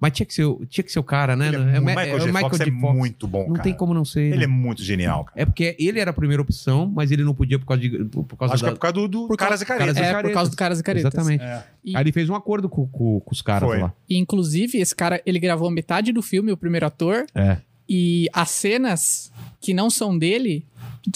Speaker 1: Mas tinha que ser, o- tinha que ser o cara, né?
Speaker 3: Ele é
Speaker 1: o
Speaker 3: mu-
Speaker 1: Ma-
Speaker 3: Michael
Speaker 1: o
Speaker 3: J. Fox é
Speaker 1: J. Fox.
Speaker 3: muito bom,
Speaker 1: Não
Speaker 3: cara.
Speaker 1: tem como não ser.
Speaker 3: Ele
Speaker 1: né?
Speaker 3: é muito genial, cara.
Speaker 1: É porque ele era a primeira opção, mas ele não podia por causa de. Por causa
Speaker 3: Acho
Speaker 1: da...
Speaker 3: que é por causa do, do
Speaker 2: Por
Speaker 3: Caras e
Speaker 1: Caras
Speaker 3: Caretas.
Speaker 1: e
Speaker 2: É,
Speaker 1: caretas.
Speaker 2: por causa do caras e caretas.
Speaker 1: Exatamente.
Speaker 3: É.
Speaker 2: E-
Speaker 1: Aí ele fez um acordo com, com- com os caras
Speaker 3: Foi.
Speaker 1: lá.
Speaker 2: E, inclusive, esse cara, ele gravou metade do filme, o primeiro ator,
Speaker 1: É.
Speaker 2: e as cenas que não são dele,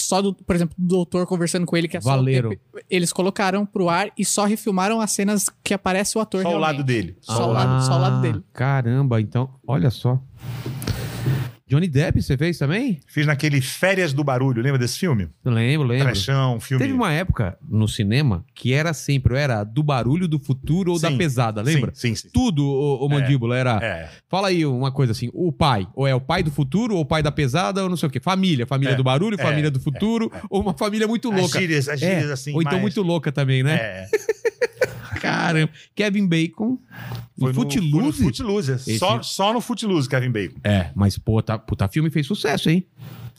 Speaker 2: só do, por exemplo, do doutor conversando com ele, que é só o
Speaker 1: Valeram.
Speaker 2: tempo- eles colocaram pro ar e só refilmaram as cenas que aparece o ator
Speaker 3: Só o
Speaker 2: realmente.
Speaker 3: lado dele.
Speaker 2: Só o lado- só o lado dele.
Speaker 1: Ah, Caramba, então, olha só. Johnny Depp, você fez também?
Speaker 3: Fiz naquele Férias do Barulho, lembra desse filme?
Speaker 1: Lembro, lembro.
Speaker 3: Trechão, é um filme.
Speaker 1: Teve uma época no cinema que era sempre, ou era do barulho do futuro ou da
Speaker 3: Sim,
Speaker 1: pesada,
Speaker 3: Sim,
Speaker 1: lembra?
Speaker 3: Sim, sim.
Speaker 1: Tudo, o, o mandíbula, era.
Speaker 3: É.
Speaker 1: Fala aí uma coisa assim: o pai, ou é o pai do futuro, ou o pai da pesada, ou não sei o quê. Família, família
Speaker 3: É,
Speaker 1: do barulho,
Speaker 3: é,
Speaker 1: família do futuro, ou uma família muito
Speaker 3: As
Speaker 1: louca.
Speaker 3: gírias, as
Speaker 1: É,
Speaker 3: gírias assim.
Speaker 1: ou então
Speaker 3: mais-
Speaker 1: muito louca também, né?
Speaker 3: É.
Speaker 1: Caramba. Kevin Bacon.
Speaker 3: Foi
Speaker 1: Foi
Speaker 3: no- foi no
Speaker 1: Footloose.
Speaker 3: Footloose. Só, só no Footloose, Kevin Bacon.
Speaker 1: É, mas, pô, tá, puta filme fez sucesso, hein?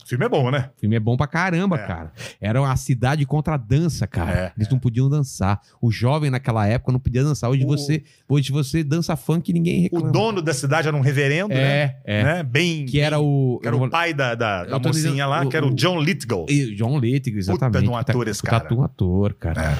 Speaker 3: O filme é bom, né?
Speaker 1: O filme é bom pra caramba,
Speaker 3: É.
Speaker 1: cara. Era uma cidade contra a dança, cara.
Speaker 3: É,
Speaker 1: Eles não podiam dançar. O jovem naquela época não podia dançar. Hoje,
Speaker 3: O-
Speaker 1: você, hoje você dança funk e ninguém
Speaker 3: O
Speaker 1: reclama.
Speaker 3: dono da cidade era um reverendo, né?
Speaker 1: é, é.
Speaker 3: Né? Bem.
Speaker 1: Que era o...
Speaker 3: que era o pai da, da, da
Speaker 1: Eu tô
Speaker 3: mocinha
Speaker 1: dizendo,
Speaker 3: lá,
Speaker 1: o-
Speaker 3: que era o
Speaker 1: o-
Speaker 3: John Lithgow.
Speaker 1: E- John Lithgow, exatamente.
Speaker 3: de um ator esse
Speaker 1: Puta
Speaker 3: cara. É.
Speaker 1: de um ator, cara.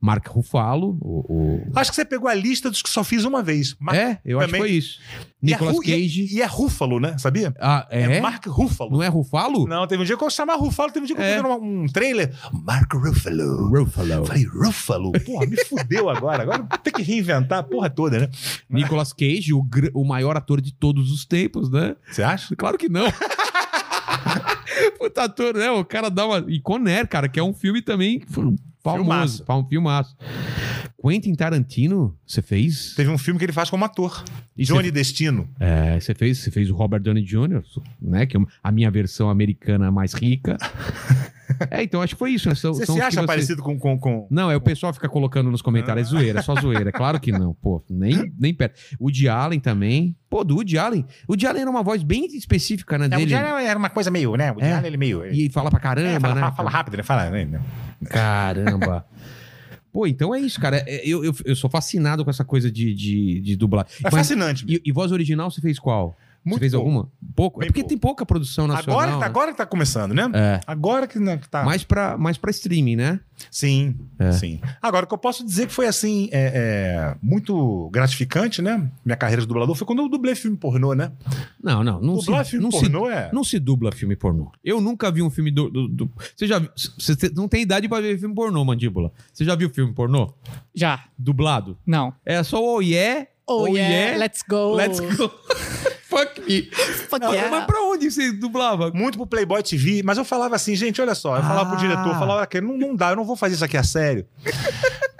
Speaker 1: Mark Ruffalo. O, o-
Speaker 3: Acho que você pegou a lista dos que só fiz uma vez. Mar-
Speaker 1: É, eu acho que
Speaker 3: também-
Speaker 1: foi isso.
Speaker 3: E é
Speaker 1: Nicolas
Speaker 3: Ru- e é-
Speaker 1: Cage.
Speaker 3: E é Rúfalo, né? Sabia?
Speaker 1: Ah, é?
Speaker 3: Mark Ruffalo.
Speaker 1: Não é Ruffalo?
Speaker 3: Não, teve um dia que eu chamava Ruffalo, teve um dia que
Speaker 1: É.
Speaker 3: eu fiz um, um trailer. Mark Ruffalo.
Speaker 1: Ruffalo.
Speaker 3: Eu falei, Ruffalo? Porra, me fudeu agora. Agora tem que reinventar a porra toda, né?
Speaker 1: Nicolas Cage, o, gr- o maior ator de todos os tempos, né?
Speaker 3: Você acha?
Speaker 1: Claro que não. Puta ator, né? O cara dá uma. E Conner, cara, que é um filme também famoso.
Speaker 3: Filmaço.
Speaker 1: Fa- Um filmaço. Quentin Tarantino, você fez?
Speaker 3: Teve um filme que ele faz como ator.
Speaker 1: E
Speaker 3: Johnny Destino.
Speaker 1: É, Você fez, você fez o Robert Downey Jr., né? Que é uma- a minha versão americana mais rica. É, então acho que foi isso, né? São,
Speaker 3: Você
Speaker 1: são
Speaker 3: se
Speaker 1: os que
Speaker 3: acha
Speaker 1: você-
Speaker 3: parecido com. com, com...
Speaker 1: Não, é o pessoal fica colocando nos comentários. É zoeira, é só zoeira. É Claro que não, pô. Nem, nem perto. O de Allen também. Pô, do Woody Allen. O de Allen era uma voz bem específica, né?
Speaker 3: É,
Speaker 1: dele.
Speaker 3: O Diário era uma coisa meio, né? O
Speaker 1: É.
Speaker 3: Diário, ele meio.
Speaker 1: E fala pra
Speaker 3: É,
Speaker 1: caramba,
Speaker 3: fala,
Speaker 1: né?
Speaker 3: fala- fala rápido, né? Fala, né?
Speaker 1: Caramba. Pô, então é isso, cara. É, Eu, eu, eu sou fascinado com essa coisa de, de, de dublar.
Speaker 3: É
Speaker 1: Mas-
Speaker 3: fascinante.
Speaker 1: e, e voz original você fez qual?
Speaker 3: Muito
Speaker 1: você fez
Speaker 3: pouco.
Speaker 1: alguma? Pouco?
Speaker 3: Bem
Speaker 1: é porque
Speaker 3: pouco.
Speaker 1: tem pouca produção nacional.
Speaker 3: Agora, que tá-
Speaker 1: né?
Speaker 3: agora que tá começando, né?
Speaker 1: É.
Speaker 3: Agora que, né, que tá.
Speaker 1: Mais, pra, mais pra streaming, né?
Speaker 3: Sim,
Speaker 1: É.
Speaker 3: sim. Agora, o que eu posso dizer que foi assim, é, é, muito gratificante, né? Minha carreira de dublador foi quando eu dublei filme pornô, né?
Speaker 1: Não, não. Não, se,
Speaker 3: Dublar filme
Speaker 1: não, se,
Speaker 3: pornô é.
Speaker 1: não se dubla filme pornô. Eu nunca vi um filme do. do- do- Você já viu- Você te- não tem idade pra ver filme pornô, mandíbula. Você já viu filme pornô?
Speaker 2: Já.
Speaker 1: Dublado?
Speaker 2: Não.
Speaker 1: É só o oh yeah.
Speaker 2: Oh, yeah, let's go.
Speaker 1: let's go. Fuck me.
Speaker 2: Fuck
Speaker 1: Mas-
Speaker 2: yeah.
Speaker 1: Mas pra onde você dublava?
Speaker 3: Muito pro Playboy TV, mas eu falava assim, gente, olha só, eu falava pro
Speaker 1: Ah.
Speaker 3: diretor, eu falava, que não, não dá, eu não vou fazer isso aqui a sério.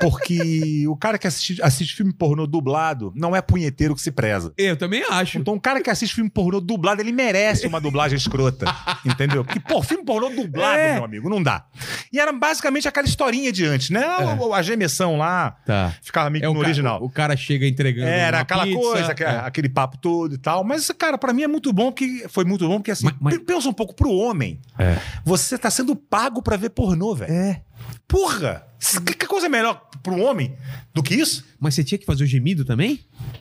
Speaker 3: Porque o cara que assiste, assiste filme pornô dublado não é punheteiro que se preza.
Speaker 1: Eu também acho.
Speaker 3: Então, um cara que assiste filme pornô dublado, ele merece uma dublagem escrota. entendeu? Porque, pô, filme pornô dublado,
Speaker 1: É.
Speaker 3: meu amigo, não dá. E era basicamente aquela historinha de antes, né? A, a gemessão lá,
Speaker 1: É. Tá.
Speaker 3: ficava meio que
Speaker 1: É o,
Speaker 3: no
Speaker 1: ca-
Speaker 3: original.
Speaker 1: o cara chega entregando.
Speaker 3: Era
Speaker 1: uma
Speaker 3: aquela
Speaker 1: pizza,
Speaker 3: coisa, aque-
Speaker 1: é.
Speaker 3: aquele papo todo e tal. Mas, cara, pra mim é muito bom, porque foi muito bom, porque assim,
Speaker 1: Mas- mas-
Speaker 3: pe- pensa um pouco pro homem.
Speaker 1: É.
Speaker 3: Você tá sendo pago pra ver pornô, velho. É. Porra! S- Que, que coisa melhor pro um homem do que isso?
Speaker 1: Mas você tinha que fazer o gemido também?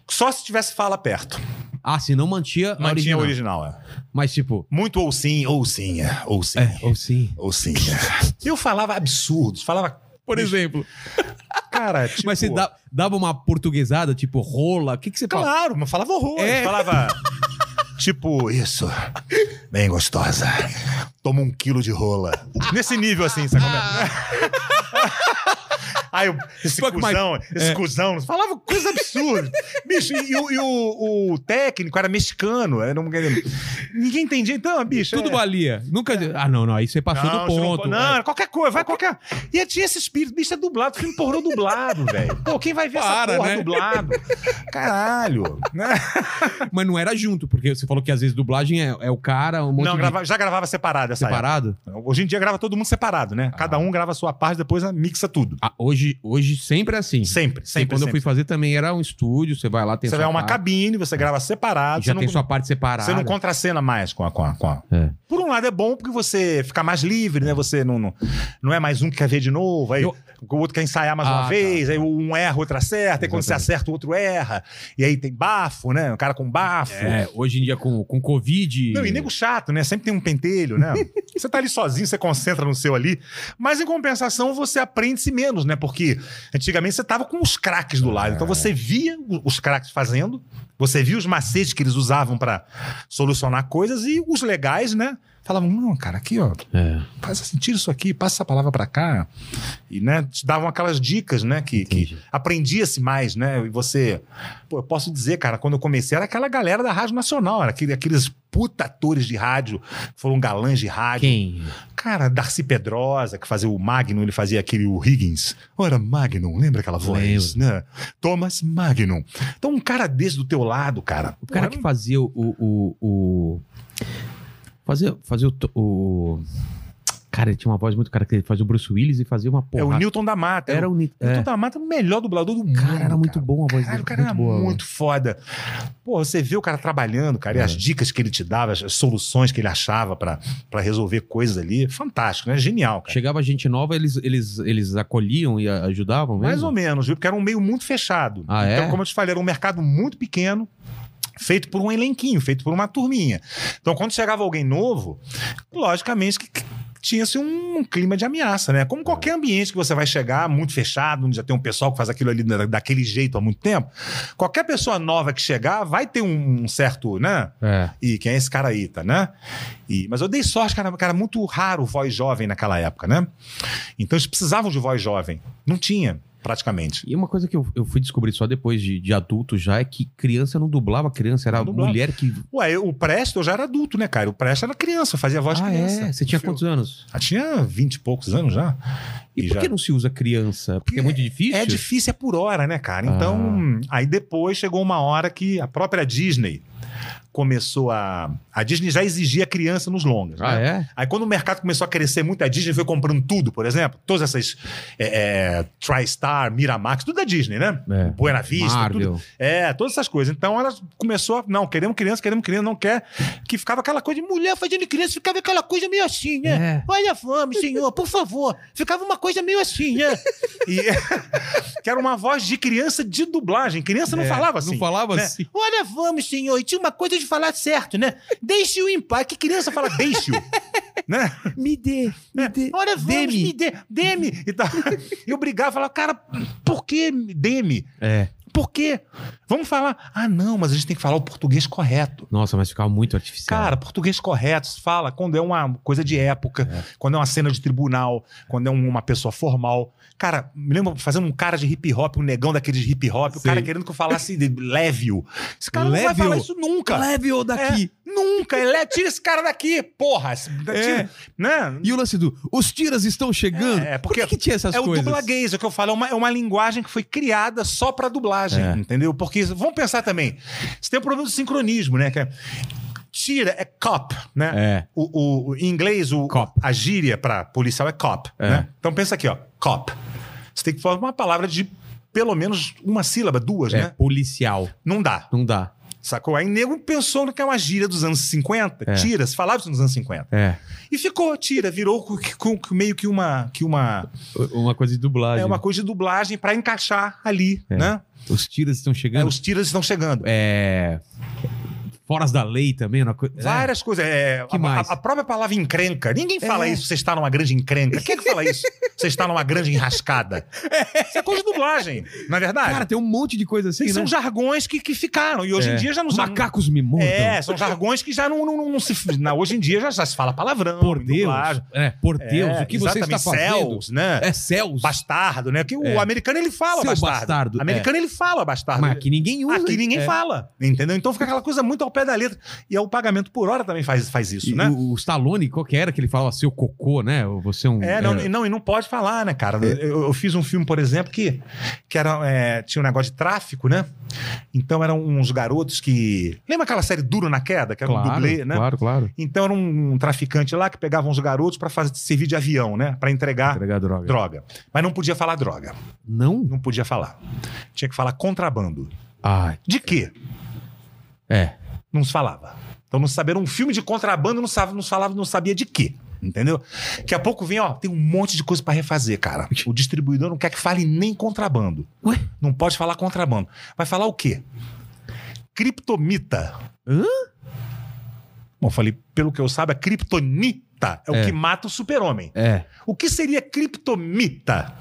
Speaker 3: Só se tivesse fala perto.
Speaker 1: Ah, se não mantinha, a
Speaker 3: Mantinha
Speaker 1: original.
Speaker 3: original, é.
Speaker 1: Mas tipo.
Speaker 3: Muito ou sim, ou sim, é, ou sim.
Speaker 1: É, ou sim.
Speaker 3: Ou sim. é. Eu falava absurdos, falava.
Speaker 1: Por exemplo.
Speaker 3: Cara, tipo.
Speaker 1: Mas você dá- dava uma portuguesada, tipo rola. O que, que você fala?
Speaker 3: Claro, Então, mas falava horror.
Speaker 1: É.
Speaker 3: Falava. tipo, isso. Bem gostosa. Toma um quilo de rola. Nesse nível assim, sabe? como é? Ai, eu- esse
Speaker 1: Fuck my-
Speaker 3: cuzão, esse cuzão. Falava coisa absurda. bicho, e, o, e o- o técnico era mexicano. Era um... Ninguém entendia. Então, bicho.
Speaker 1: Tudo
Speaker 3: é-
Speaker 1: valia. Nunca. Ah, não, não. Aí você passou do
Speaker 3: você
Speaker 1: ponto. É.
Speaker 3: Não, não, qualquer coisa, vai qualquer. E tinha esse espírito, bicho é dublado, filme pornô dublado, velho. Pô, quem vai ver
Speaker 1: Para,
Speaker 3: essa porra
Speaker 1: né?
Speaker 3: dublado? Caralho. né?
Speaker 1: Mas não era junto, porque você falou que às vezes dublagem é, é o cara, um monte
Speaker 3: não,
Speaker 1: de
Speaker 3: grava- já gravava separado essa
Speaker 1: separado.
Speaker 3: época. Hoje em dia grava todo mundo separado, né? Cada um grava a sua parte, depois né, mixa tudo.
Speaker 1: Ah, hoje, hoje sempre é assim.
Speaker 3: Sempre,
Speaker 1: Sim,
Speaker 3: sempre.
Speaker 1: quando eu fui
Speaker 3: sempre.
Speaker 1: fazer também era um estúdio, você vai lá, tem
Speaker 3: você
Speaker 1: sua
Speaker 3: vai a uma
Speaker 1: parte,
Speaker 3: cabine, você grava separado,
Speaker 1: já
Speaker 3: você,
Speaker 1: tem
Speaker 3: não,
Speaker 1: sua parte separada.
Speaker 3: você não contracena mais com a. Com a, com a-
Speaker 1: É.
Speaker 3: Por um lado é bom porque você fica mais livre, né? Você não, não, não é mais um que quer ver de novo, aí
Speaker 1: Eu-
Speaker 3: o outro quer ensaiar mais
Speaker 1: Ah,
Speaker 3: uma
Speaker 1: tá,
Speaker 3: vez,
Speaker 1: tá.
Speaker 3: aí um erra, o outro acerta, aí quando você
Speaker 1: Exatamente.
Speaker 3: acerta, o outro erra, e aí tem bafo, né? O cara com bafo.
Speaker 1: É, hoje em dia com, com Covid.
Speaker 3: Não, e nego chato, né? Sempre tem um pentelho, né? você tá ali sozinho, você concentra no seu ali. Mas em compensação, você aprende-se menos, né? Porque antigamente você tava com os craques do lado. Então você via o- os craques fazendo, você via os macetes que eles usavam pra solucionar coisas e os legais, né? Falavam, não, cara, aqui, ó,
Speaker 1: É.
Speaker 3: faz assim, tira isso aqui, passa essa palavra pra cá. E, né, te davam aquelas dicas, né, que, que
Speaker 1: Entendi.
Speaker 3: aprendia-se mais, né? E você... Pô, eu posso dizer, cara, quando eu comecei era aquela galera da Rádio Nacional, era aquele, aqueles puta atores de rádio, que foram galãs de rádio.
Speaker 1: Quem?
Speaker 3: Cara, Darcy Pedrosa, que fazia o Magnum, ele fazia aquele o Higgins. Ora, Magnum, lembra aquela voz, né? Thomas Magnum. Então um cara desse do teu lado, cara...
Speaker 1: O cara
Speaker 3: pô,
Speaker 1: que fazia o. o, o, o- fazia, fazia o, to- o- Cara, ele tinha uma voz muito característica. Fazia o Bruce Willis e fazia uma
Speaker 3: É
Speaker 1: porra.
Speaker 3: o Newton da Mata.
Speaker 1: Era o Newton.
Speaker 3: Newton da Mata, o melhor dublador do mundo,
Speaker 1: Cara, era muito
Speaker 3: cara.
Speaker 1: bom a voz
Speaker 3: Caralho,
Speaker 1: dele.
Speaker 3: o cara era
Speaker 1: boa,
Speaker 3: muito foda. Pô, você vê o cara trabalhando, cara,
Speaker 1: É.
Speaker 3: e as dicas que ele te dava, as as soluções que ele achava pra pra resolver coisas ali, fantástico, né? Genial, cara.
Speaker 1: Chegava gente nova, eles, eles, eles acolhiam e a- ajudavam mesmo?
Speaker 3: Mais ou menos, viu? Porque era um meio muito fechado.
Speaker 1: Ah, é?
Speaker 3: Então, como eu te falei, era um mercado muito pequeno, feito por um elenquinho, feito por uma turminha. Então, quando chegava alguém novo, logicamente que que tinha-se um clima de ameaça, né? Como qualquer ambiente que você vai chegar, muito fechado, onde já tem um pessoal que faz aquilo ali da- daquele jeito há muito tempo, qualquer pessoa nova que chegar vai ter um, um certo, né?
Speaker 1: É.
Speaker 3: E quem é esse cara aí, tá, né? E, mas eu dei sorte, cara, cara, muito raro voz jovem naquela época, né? Então eles precisavam de voz jovem. Não tinha, praticamente.
Speaker 1: E uma coisa que eu, eu fui descobrir só depois de, de adulto já é que criança não dublava criança, era
Speaker 3: Não dublava.
Speaker 1: mulher que.
Speaker 3: Ué, eu- o Presto eu já era adulto, né, cara? O Presto era criança, eu fazia voz de
Speaker 1: ah,
Speaker 3: criança.
Speaker 1: é? Você tinha
Speaker 3: Eu-
Speaker 1: quantos anos?
Speaker 3: Eu tinha 20 e poucos anos já.
Speaker 1: E,
Speaker 3: E
Speaker 1: por
Speaker 3: já-
Speaker 1: que não se usa criança? Porque é muito difícil?
Speaker 3: É difícil, é
Speaker 1: Ah.
Speaker 3: por hora, né, cara? Então, aí depois chegou uma hora que a própria Disney começou a. A Disney já exigia criança nos longas.
Speaker 1: Ah,
Speaker 3: né?
Speaker 1: é?
Speaker 3: Aí quando o mercado começou a crescer muito, a Disney foi comprando tudo, por exemplo. Todas essas é, é, TriStar, Miramax, tudo da Disney, né?
Speaker 1: É.
Speaker 3: Buena Vista, tudo.
Speaker 1: Marvel.
Speaker 3: É, todas essas coisas. Então ela começou a. Não, queremos criança, queremos criança, não quer. Que ficava aquela coisa de mulher fazendo criança, ficava aquela coisa meio assim,
Speaker 1: É.
Speaker 3: né? Olha a fome, senhor, por favor. Ficava uma coisa meio assim, né? E, que era uma voz de criança de dublagem. Criança não
Speaker 1: É,
Speaker 3: falava assim.
Speaker 1: Não falava
Speaker 3: né?
Speaker 1: assim.
Speaker 3: Olha, vamos, senhor. E tinha uma coisa de falar certo, né? Deixe-o em paz. Que criança fala deixe-o? né?
Speaker 1: Me dê, me dê.
Speaker 3: É, Olha, vamos,
Speaker 1: Dê-me.
Speaker 3: me dê, dê-me. E tal. eu brigava, falava, cara, por que me- dê-me?
Speaker 1: É.
Speaker 3: Por quê? Vamos falar. Ah, não, mas a gente tem que falar o português correto.
Speaker 1: Nossa, mas ficava muito artificial.
Speaker 3: Cara, português correto se fala quando é uma coisa de época, quando é uma cena de tribunal, quando é um- uma pessoa formal. Cara, me lembro fazendo um cara de hip hop, um negão daqueles de hip hop, o
Speaker 1: Sei.
Speaker 3: cara querendo que eu falasse de leve-o. Esse cara não vai
Speaker 1: Leve-o.
Speaker 3: falar isso nunca.
Speaker 1: leve ou daqui.
Speaker 3: É, nunca. Ele é, tira esse cara daqui, porra. Esse- tira- né?
Speaker 1: E o lance do, os tiras estão chegando.
Speaker 3: É, é,
Speaker 1: Por
Speaker 3: porque
Speaker 1: que, que tinha essas
Speaker 3: é
Speaker 1: coisas?
Speaker 3: o dublaguês, é o que eu falo. É uma, é uma linguagem que foi criada só pra dublagem,
Speaker 1: É.
Speaker 3: entendeu? Porque, vamos pensar também, você tem o problema do sincronismo, né? Que é- tira é cop, né?
Speaker 1: É.
Speaker 3: O, o- o- em inglês, o,
Speaker 1: Cop.
Speaker 3: a gíria pra policial é cop,
Speaker 1: É.
Speaker 3: né? Então pensa aqui, ó. Cop. Você tem que formar uma palavra de pelo menos uma sílaba, duas,
Speaker 1: É,
Speaker 3: né?
Speaker 1: policial.
Speaker 3: Não dá,
Speaker 1: Não dá.
Speaker 3: sacou? Aí nego pensou no que é uma gíria dos anos 50,
Speaker 1: É.
Speaker 3: tira, se falava isso nos anos 50.
Speaker 1: É.
Speaker 3: E ficou, tira, virou co- co- co- meio que uma, que uma
Speaker 1: Uma coisa de dublagem.
Speaker 3: é uma coisa de dublagem pra encaixar ali,
Speaker 1: É.
Speaker 3: né?
Speaker 1: Os tiras estão
Speaker 3: É,
Speaker 1: chegando.
Speaker 3: os tiras estão chegando.
Speaker 1: É. Foras da lei também. Uma né? coisa.
Speaker 3: Várias coisas. é,
Speaker 1: Que
Speaker 3: a,
Speaker 1: mais?
Speaker 3: a- a própria palavra encrenca. Ninguém fala
Speaker 1: É.
Speaker 3: isso, você está numa grande encrenca. Quem é que fala isso? Você está numa grande enrascada. Isso é coisa de dublagem, não é verdade?
Speaker 1: Cara, tem um monte de coisa assim,
Speaker 3: Sim,
Speaker 1: né?
Speaker 3: são jargões que, que ficaram. E hoje
Speaker 1: É.
Speaker 3: em dia já não
Speaker 1: Macacos me montam.
Speaker 3: É, são jargões que já não, não- não se. na- hoje em dia já, já se fala palavrão.
Speaker 1: Por
Speaker 3: em
Speaker 1: Deus.
Speaker 3: dublagem.
Speaker 1: É, por
Speaker 3: É,
Speaker 1: Deus. o que você está
Speaker 3: exatamente,
Speaker 1: fazendo?
Speaker 3: Céus, né?
Speaker 1: É céus.
Speaker 3: Bastardo, né? Que
Speaker 1: É.
Speaker 3: o americano ele fala
Speaker 1: Seu
Speaker 3: bastardo.
Speaker 1: bastardo, é.
Speaker 3: americano ele fala bastardo.
Speaker 1: Mas aqui ninguém usa.
Speaker 3: Aqui ninguém
Speaker 1: É.
Speaker 3: fala, entendeu? Então fica aquela coisa muito ao pé da letra. E é o pagamento por hora também faz, faz isso,
Speaker 1: E
Speaker 3: né?
Speaker 1: O, o Stallone, qual que era que ele falava seu cocô, né? Ou Você é um.
Speaker 3: É, não, e não, e não pode falar, né, cara? Eu, eu fiz um filme, por exemplo, que, que era, é, tinha um negócio de tráfico, né? Então eram uns garotos que. Lembra aquela série Duro na Queda, que era
Speaker 1: claro,
Speaker 3: um dublê, né?
Speaker 1: Claro, claro.
Speaker 3: Então era um, traficante lá que pegava uns garotos pra fazer servir de avião, né? Pra entregar
Speaker 1: Entregar droga.
Speaker 3: droga. Mas não podia falar droga.
Speaker 1: Não?
Speaker 3: Não podia falar. Tinha que falar contrabando.
Speaker 1: Ai.
Speaker 3: De quê?
Speaker 1: É.
Speaker 3: não se falava. Então não sabia, era um filme de contrabando, não sabia, não falava, não sabia de quê. Entendeu? Daqui a pouco vem, ó, tem um monte de coisa pra refazer, cara. O distribuidor não quer que fale nem contrabando.
Speaker 1: Ué?
Speaker 3: Não pode falar contrabando. Vai falar o quê? Criptomita.
Speaker 1: Hã?
Speaker 3: Bom, eu falei, pelo que eu saiba, criptonita é,
Speaker 1: É.
Speaker 3: o que mata o super-homem.
Speaker 1: É.
Speaker 3: O que seria criptomita?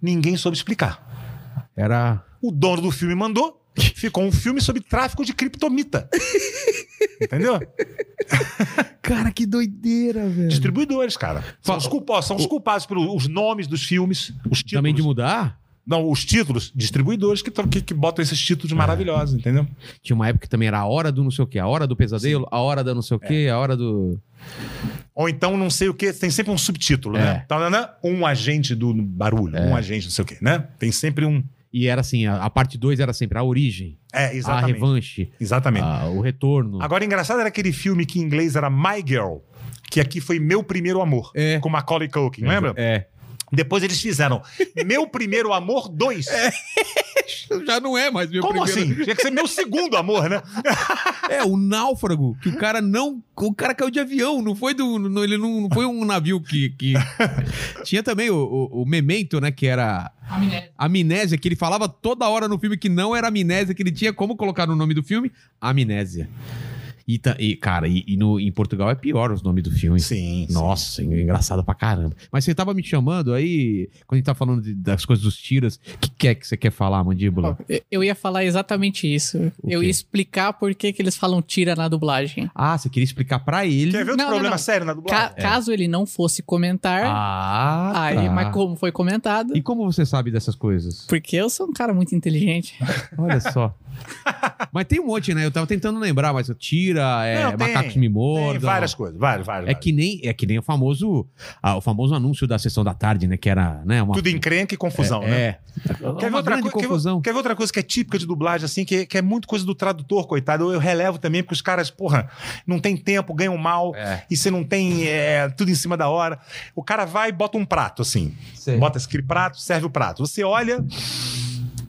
Speaker 3: Ninguém soube explicar.
Speaker 1: Era.
Speaker 3: O dono do filme mandou, ficou um filme sobre tráfico de criptomita. Entendeu?
Speaker 1: Cara, que doideira, velho.
Speaker 3: Distribuidores, cara. São,
Speaker 1: Fa-
Speaker 3: os, culpa- são os culpados pelos os nomes dos filmes, os títulos.
Speaker 1: Também de mudar?
Speaker 3: Não, os títulos, distribuidores que, tro- que, que botam esses títulos
Speaker 1: É.
Speaker 3: maravilhosos, entendeu?
Speaker 1: Tinha uma época que também era a hora do não sei o quê, a hora do pesadelo, a hora da não
Speaker 3: É.
Speaker 1: sei o quê, a hora do.
Speaker 3: Ou então, não sei o quê, tem sempre um subtítulo,
Speaker 1: É.
Speaker 3: né? Tananã, Um agente do barulho, um agente não sei o quê, né? Tem sempre um.
Speaker 1: E era assim, a, a parte 2 era sempre a origem,
Speaker 3: É,
Speaker 1: a Ah.
Speaker 3: exatamente.
Speaker 1: revanche,
Speaker 3: Exatamente.
Speaker 1: a- o retorno.
Speaker 3: Agora, engraçado era aquele filme que em inglês era My Girl, que aqui foi Meu Primeiro Amor,
Speaker 1: É.
Speaker 3: com Macaulay Culkin, lembra?
Speaker 1: É.
Speaker 3: Depois eles fizeram Meu Primeiro Amor 2.
Speaker 1: Já não é mais meu
Speaker 3: Como
Speaker 1: É, primeiro.
Speaker 3: assim? Tinha que ser Meu Segundo Amor, né?
Speaker 1: É, o náufrago, que o cara não. O cara caiu de avião, não foi do. não- ele não, não foi um navio que. que- Tinha também o, o, o Memento, né? Que era
Speaker 2: Amnésia.
Speaker 1: Amnésia, que ele falava toda hora no filme que não era amnésia, que ele tinha como colocar no nome do filme Amnésia. E, ta- e, cara, e, e no, em Portugal é pior os nomes do filme.
Speaker 3: Sim. sim.
Speaker 1: Nossa, é engraçado pra caramba. Mas você tava me chamando aí, quando a gente tava falando de- das coisas dos tiras, o que, que é que você quer falar, mandíbula?
Speaker 2: Eu ia falar exatamente isso.
Speaker 1: O
Speaker 2: Eu
Speaker 1: quê?
Speaker 2: ia explicar por que, que eles falam tira na dublagem.
Speaker 1: Ah, você queria explicar pra ele.
Speaker 3: Quer ver outro
Speaker 2: Não, não,
Speaker 3: problema
Speaker 2: não.
Speaker 3: sério na
Speaker 2: Ca-
Speaker 3: dublagem?
Speaker 2: Caso ele não fosse comentar,
Speaker 1: É. Ah,
Speaker 2: aí,
Speaker 1: tá.
Speaker 2: mas como foi comentado,
Speaker 1: E como você sabe dessas coisas?
Speaker 2: porque eu sou um cara muito inteligente.
Speaker 1: Olha só. mas tem um monte, né? Eu tava tentando lembrar, mas o tira, Caveira, é
Speaker 3: Não, tem-
Speaker 1: Macacos Me Mordam.
Speaker 3: Tem várias coisas, várias, várias.
Speaker 1: É que nem, é que nem o famoso ah, o famoso anúncio da sessão da tarde, né? Que era, né? Uma,
Speaker 3: Tudo encrenca e confusão,
Speaker 1: é,
Speaker 3: né?
Speaker 1: É.
Speaker 3: Quer ver,
Speaker 1: uma
Speaker 3: outra
Speaker 1: grande
Speaker 3: coi- quer ver-
Speaker 1: confusão.
Speaker 3: quer ver outra coisa que é típica de dublagem, assim, que, que é muito coisa do tradutor, coitado. Eu, eu relevo também, porque os caras, porra, não tem tempo, ganham mal,
Speaker 1: É.
Speaker 3: e você não tem é, tudo em cima da hora. O cara vai e bota um prato, assim. Bota aquele prato, serve o prato. Você olha.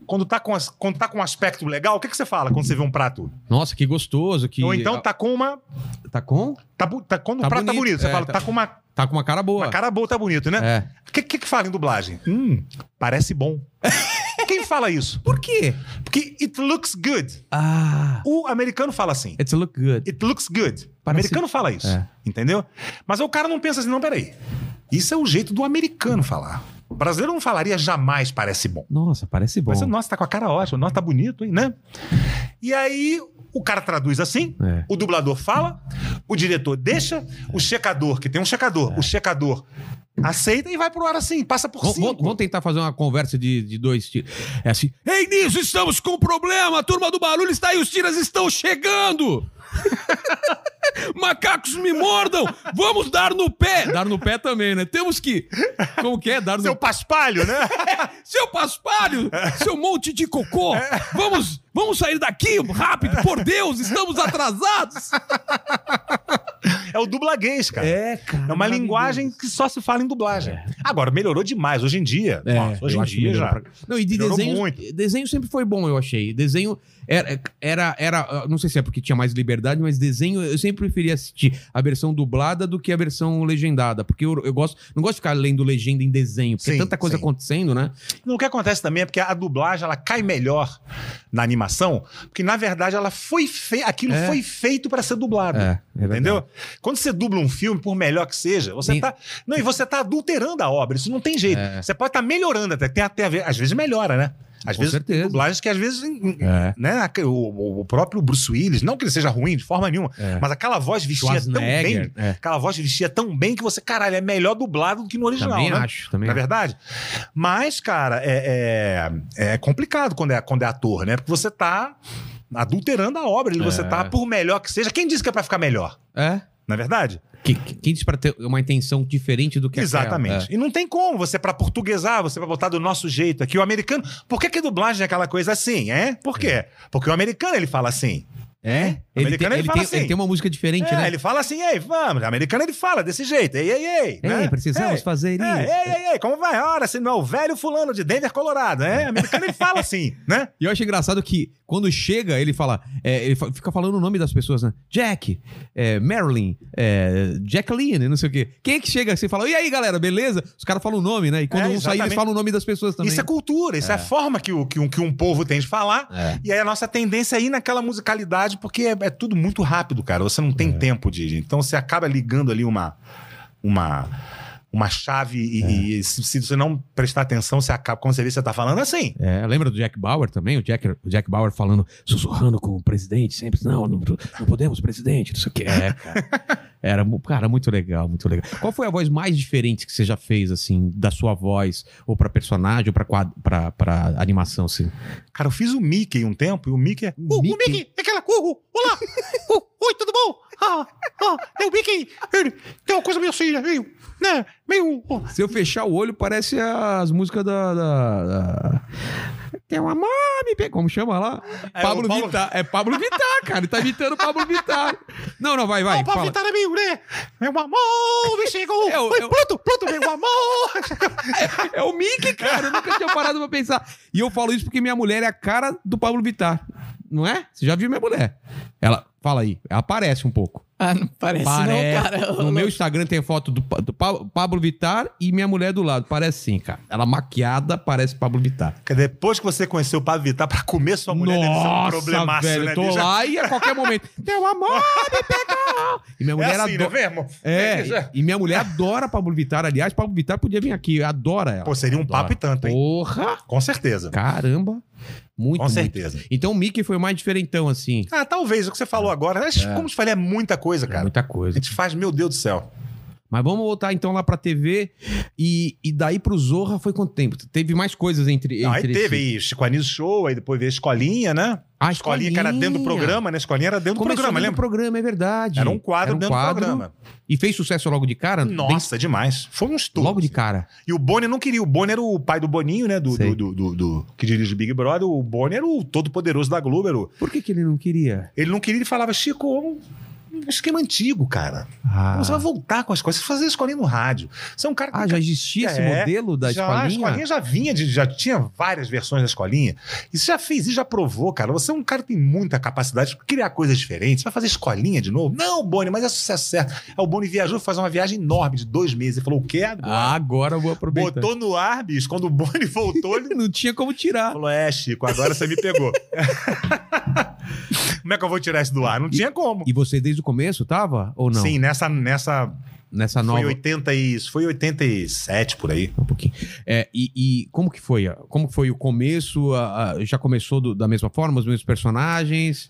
Speaker 3: Quando tá, com as- quando tá com um aspecto legal, o que, que você fala quando você vê um prato?
Speaker 1: Nossa, que gostoso. Que,
Speaker 3: Ou então tá com uma.
Speaker 1: Tá com?
Speaker 3: tá bu- tá- quando
Speaker 1: Tá
Speaker 3: o prato tá
Speaker 1: bonito,
Speaker 3: bonito, você
Speaker 1: é,
Speaker 3: fala,
Speaker 1: tá-
Speaker 3: tá, com uma,
Speaker 1: Tá com uma cara boa.
Speaker 3: uma cara boa, tá bonito, né?
Speaker 1: É.
Speaker 3: O que, que, que fala em dublagem? Hum, parece bom. Quem fala isso?
Speaker 1: Por quê?
Speaker 3: Porque it looks good.
Speaker 1: Ah,
Speaker 3: O americano fala assim.
Speaker 1: it's look good.
Speaker 3: It looks good. O
Speaker 1: Parece-
Speaker 3: americano fala isso.
Speaker 1: É.
Speaker 3: Entendeu? Mas o cara não pensa assim, não, peraí. Isso é o jeito do americano falar. O brasileiro não falaria jamais parece bom.
Speaker 1: Nossa, parece bom.
Speaker 3: Mas, nossa, tá com a cara ótima, nossa, tá bonito, hein, né? E aí o cara traduz assim,
Speaker 1: É.
Speaker 3: o dublador fala, o diretor deixa, o checador, que tem um
Speaker 1: É.
Speaker 3: checador, o checador aceita e vai pro ar assim, passa por
Speaker 1: Vamos-
Speaker 3: cinco.
Speaker 1: Vamos, vamos tentar fazer uma conversa de, de dois tiros. É assim. Ei, Niso, estamos com um problema. A turma do barulho está aí. Os tiras estão chegando. Macacos me mordam. Vamos dar no pé. Dar no pé também, né? Temos que. Como que é? Dar no
Speaker 3: Seu paspalho, né?
Speaker 1: Seu paspalho, seu monte de cocô, vamos, vamos sair daqui rápido, por Deus, estamos atrasados.
Speaker 3: É o dublaguês, cara.
Speaker 1: É, cara.
Speaker 3: É uma linguagem que só se fala em dublagem. Agora, melhorou demais. Hoje em dia.
Speaker 1: É,
Speaker 3: nossa, hoje
Speaker 1: eu
Speaker 3: em
Speaker 1: acho que
Speaker 3: dia já.
Speaker 1: melhorou pra- Não, e de
Speaker 3: Melhorou
Speaker 1: desenho,
Speaker 3: muito.
Speaker 1: desenho sempre foi bom, eu achei. Desenho era, era, era, não sei se é porque tinha mais liberdade, mas desenho eu sempre preferia assistir a versão dublada do que a versão legendada, porque eu, eu gosto, não gosto de ficar lendo legenda em desenho, porque é
Speaker 3: Sim,
Speaker 1: tanta coisa
Speaker 3: sim.
Speaker 1: acontecendo, né?
Speaker 3: O que acontece também é porque a dublagem ela cai melhor na animação, porque na verdade ela foi fe... aquilo
Speaker 1: É.
Speaker 3: foi feito para ser dublado.
Speaker 1: verdade.
Speaker 3: Entendeu? Quando você dubla um filme, por melhor que seja, você
Speaker 1: Sim. É.
Speaker 3: tá. Não, e você tá adulterando a obra, isso não tem jeito. Você pode estar melhorando até, tem até a ver- às vezes melhora, né? Às
Speaker 1: Com
Speaker 3: vezes
Speaker 1: certeza.
Speaker 3: dublagens que às vezes em- em-
Speaker 1: É.
Speaker 3: né, a- o- o, o próprio Bruce Willis, não que ele seja ruim de forma nenhuma,
Speaker 1: É.
Speaker 3: mas aquela voz vestia tão bem,
Speaker 1: Schwarzenegger, é.
Speaker 3: aquela voz vestia tão bem que você, caralho, é melhor dublado do que no original,
Speaker 1: Também
Speaker 3: né?
Speaker 1: acho, também.
Speaker 3: Na
Speaker 1: acho.
Speaker 3: verdade? Mas, cara, é, é, é complicado quando é, quando é ator, né? Porque você tá adulterando a obra, ele- você tá por melhor que seja. Quem disse que é pra ficar melhor?
Speaker 1: É.
Speaker 3: Não é verdade?
Speaker 1: Que- que- Quem disse pra ter uma intenção diferente do que É. aquela?
Speaker 3: Exatamente. E não tem como você pra portuguesar, você pra botar do nosso jeito aqui. O americano. Por que, que dublagem é aquela coisa assim, é? Por quê? Porque o americano ele fala assim.
Speaker 1: É.
Speaker 3: O
Speaker 1: Ele, tem,
Speaker 3: americano, ele
Speaker 1: ele
Speaker 3: fala
Speaker 1: tem-
Speaker 3: assim.
Speaker 1: ele tem uma música diferente,
Speaker 3: é,
Speaker 1: né?
Speaker 3: ele fala assim, ei, vamos. O americano ele fala desse jeito. Ei, ei, ei.
Speaker 1: Ei,
Speaker 3: né?
Speaker 1: É, precisamos fazer
Speaker 3: É,
Speaker 1: isso.
Speaker 3: ei, ei, ei, como vai? Ora, se não é o velho fulano de Denver, Colorado, né? O americano ele fala assim, né?
Speaker 1: E eu acho engraçado que quando chega, ele fala. é, ele fa- fica falando o nome das pessoas, né? Jack, é, Marilyn, é, Jacqueline, não sei o quê. Quem é que chega assim e fala, e aí, galera, beleza? Os caras falam o nome, né? E quando
Speaker 3: É,
Speaker 1: um sair, eles
Speaker 3: exatamente.
Speaker 1: falam o nome das pessoas também.
Speaker 3: Isso é cultura, isso é, a forma que, o, que, um, que um povo tem de falar.
Speaker 1: É.
Speaker 3: E aí a nossa tendência é ir naquela musicalidade, porque é, é tudo muito rápido, cara. Você não tem
Speaker 1: É.
Speaker 3: tempo de. Então você acaba ligando ali uma. uma uma chave
Speaker 1: É.
Speaker 3: e, e se, se você não prestar atenção, você acaba. Quando você vê, você tá falando assim.
Speaker 1: É, lembra do Jack Bauer também? O Jack, o Jack Bauer falando, sussurrando com o presidente, sempre, não, não, não podemos, presidente, não sei o que. É, cara. Era, mu- cara, muito legal, muito legal. Qual foi a voz mais diferente que você já fez, assim, da sua voz, ou pra personagem, ou pra, quad- pra, pra animação, assim?
Speaker 3: Cara, eu fiz o Mickey um tempo e o Mickey é.
Speaker 1: O
Speaker 3: "Uh,
Speaker 1: Mickey?
Speaker 3: O Mickey! é Aquela. Uh, uh, olá! Uh, oi, tudo bom? Ah, ah, é o Mickey! Ele tem uma coisa meio assim, né? meio. Né? Meio. ó,
Speaker 1: Se eu fechar o olho, parece as músicas da... da, da... Tem uma mami, pe- como chama lá?
Speaker 3: É,
Speaker 1: Pablo,
Speaker 3: o Paulo-
Speaker 1: Vittar. É Pablo Vittar, cara. Ele tá imitando Pablo Vittar. Não, não, vai, vai.
Speaker 3: Não, pra
Speaker 1: fala.
Speaker 3: evitar a mim, né? Meu amor, me chegou.
Speaker 1: É, eu-
Speaker 3: Foi
Speaker 1: eu-
Speaker 3: Pluto, Pluto, meu amor.
Speaker 1: É o Mickey, cara. Eu nunca tinha parado pra pensar. E eu falo isso porque minha mulher é a cara do Pablo Vittar. Não é? Você já viu minha mulher? Ela, fala aí, ela aparece um pouco.
Speaker 2: Ah, não parece,
Speaker 1: Parece.
Speaker 2: não, cara.
Speaker 1: No meu Instagram tem foto do, Pa- do Pa- Pablo Vittar e minha mulher do lado. Parece sim, cara. Ela maquiada parece Pablo Vittar.
Speaker 3: Depois que você conheceu o Pablo Vittar, pra comer sua mulher deve ser um problemaço,
Speaker 1: velho,
Speaker 3: né?
Speaker 1: eu tô
Speaker 3: Deixa-
Speaker 1: lá e a qualquer momento. Teu amor me pegou! E minha
Speaker 3: É
Speaker 1: mulher
Speaker 3: assim, né,
Speaker 1: adora.
Speaker 3: vê, irmão?
Speaker 1: É,
Speaker 3: Deixa-
Speaker 1: e e minha mulher adora Pablo Vittar. Aliás, Pablo Vittar podia vir aqui, adora ela.
Speaker 3: Pô, seria um
Speaker 1: Adora.
Speaker 3: papo e tanto, hein?
Speaker 1: Porra!
Speaker 3: Com certeza.
Speaker 1: Caramba! Muito,
Speaker 3: Com
Speaker 1: muito.
Speaker 3: certeza.
Speaker 1: Então o Mickey foi o mais diferentão, assim.
Speaker 3: Ah, talvez, o que você falou agora. Mas, Como eu te falei, é muita coisa, cara.
Speaker 1: Muita
Speaker 3: A
Speaker 1: coisa.
Speaker 3: gente faz, meu Deus do céu.
Speaker 1: Mas vamos voltar então lá pra TV. E, e daí pro Zorra foi quanto tempo? Teve mais coisas entre.
Speaker 3: Não, aí
Speaker 1: entre
Speaker 3: teve
Speaker 1: esse-
Speaker 3: aí Chico Anísio Show, aí depois veio Escolinha, né?
Speaker 1: A
Speaker 3: escolinha que era dentro do programa, né? A escolinha era dentro do
Speaker 1: Ah, Começou
Speaker 3: programa,
Speaker 1: dentro do
Speaker 3: lembra?
Speaker 1: programa, é verdade.
Speaker 3: Era um quadro
Speaker 1: Era um
Speaker 3: dentro
Speaker 1: quadro.
Speaker 3: do programa.
Speaker 1: E fez sucesso logo de cara?
Speaker 3: Nossa, demais. Foi um
Speaker 1: Bem-
Speaker 3: estudo.
Speaker 1: Logo de cara.
Speaker 3: E o Boni não queria. O Boni era o pai do Boninho, né? Do,
Speaker 1: Sei.
Speaker 3: do, do, do- do- que dirige o Big Brother. O Boni era o todo-poderoso da Globo. era o-
Speaker 1: Por que, que ele não queria?
Speaker 3: Ele não queria, ele falava, Chico, um, um esquema antigo, cara.
Speaker 1: Ah,
Speaker 3: Você vai voltar com as coisas. Você fazer a escolinha no rádio. Você é um cara que
Speaker 1: Ah, já existia esse
Speaker 3: É,
Speaker 1: modelo da
Speaker 3: já,
Speaker 1: escolinha?
Speaker 3: A escolinha já vinha, de- já tinha várias versões da escolinha. E você já fez isso, já provou, cara. Você é um cara que tem muita capacidade de criar coisas diferentes. Você vai fazer escolinha de novo? Não, Boni, mas é sucesso certo. Aí o Boni viajou, fez uma viagem enorme de dois meses. Ele falou, o quê
Speaker 1: Ah,
Speaker 3: agora?
Speaker 1: agora eu vou aproveitar.
Speaker 3: é Botou no ar, bicho. Quando o Boni voltou, ele
Speaker 1: Não tinha como tirar.
Speaker 3: falou, é, Chico, agora você me pegou. como é que eu vou tirar isso do ar? Não tinha como.
Speaker 1: E você desde o começo tava ou não?
Speaker 3: Sim, nessa, nessa
Speaker 1: Nessa nova.
Speaker 3: foi 80 e isso, foi 87 por aí.
Speaker 1: Um pouquinho. É, e, e como que foi? a- Como que foi o começo? A- a- já começou do- da mesma forma, os mesmos personagens?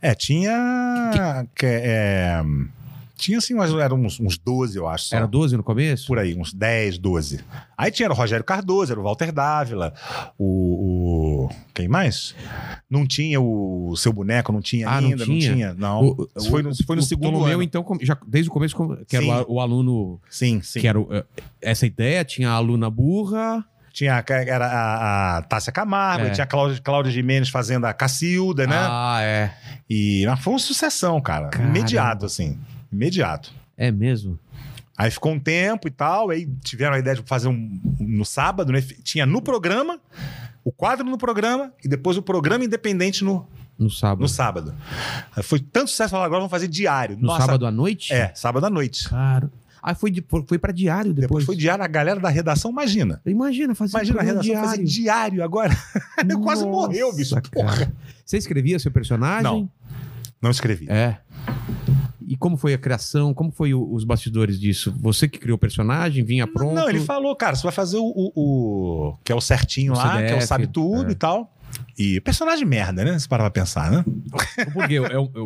Speaker 3: É, tinha. que- é, tinha assim, umas, eram uns, uns 12, eu acho. só.
Speaker 1: Era 12 no começo?
Speaker 3: Por aí, uns 10, 12. Aí tinha o Rogério Cardoso, era o Walter Dávila, o. o- quem mais? Não tinha o, seu boneco, não tinha
Speaker 1: Ah, não
Speaker 3: ainda, não
Speaker 1: tinha?
Speaker 3: tinha. Não,
Speaker 1: O-
Speaker 3: Isso foi no, isso foi no
Speaker 1: o
Speaker 3: segundo
Speaker 1: Ptolomeu,
Speaker 3: ano.
Speaker 1: então, com- já, desde o começo, com- que era o,
Speaker 3: Sim.
Speaker 1: a- o aluno.
Speaker 3: Sim, sim.
Speaker 1: Que era o- eh, essa ideia, tinha a aluna burra.
Speaker 3: Tinha a- era a, a Tássia Camargo,
Speaker 1: É.
Speaker 3: tinha a Cláudia, Cláudia Jimenez fazendo a Cacilda, né?
Speaker 1: Ah, é.
Speaker 3: E mas foi uma sucessão, cara.
Speaker 1: Caramba.
Speaker 3: Imediato, assim. Imediato.
Speaker 1: É mesmo?
Speaker 3: Aí ficou um tempo e tal, aí tiveram a ideia de fazer um no sábado, né? Tinha no programa, o quadro no programa e depois o programa independente no,
Speaker 1: No sábado.
Speaker 3: no sábado. Aí Foi tanto sucesso, falaram, agora vamos fazer diário.
Speaker 1: No
Speaker 3: Nossa,
Speaker 1: sábado à noite?
Speaker 3: É, sábado à noite.
Speaker 1: Cara. Ah, foi, de- foi, foi pra diário
Speaker 3: Depois
Speaker 1: depois.
Speaker 3: foi diário, a galera da redação, imagina.
Speaker 1: Imagina fazer um
Speaker 3: Imagina a redação
Speaker 1: diário.
Speaker 3: fazer diário agora. Eu quase morreu, bicho.
Speaker 1: Nossa, cara. Você escrevia seu personagem?
Speaker 3: Não. Não escrevi.
Speaker 1: É. E como foi a criação? Como foi o- os bastidores disso? Você que criou o personagem, vinha pronto?
Speaker 3: Não, ele falou, cara, você vai fazer o, o- o- que é o certinho
Speaker 1: O
Speaker 3: lá, que é o
Speaker 1: CDF,
Speaker 3: sabe tudo
Speaker 1: é.
Speaker 3: e tal. E personagem merda, né? Se parar pra pensar, né?
Speaker 1: Porque eu, eu, eu-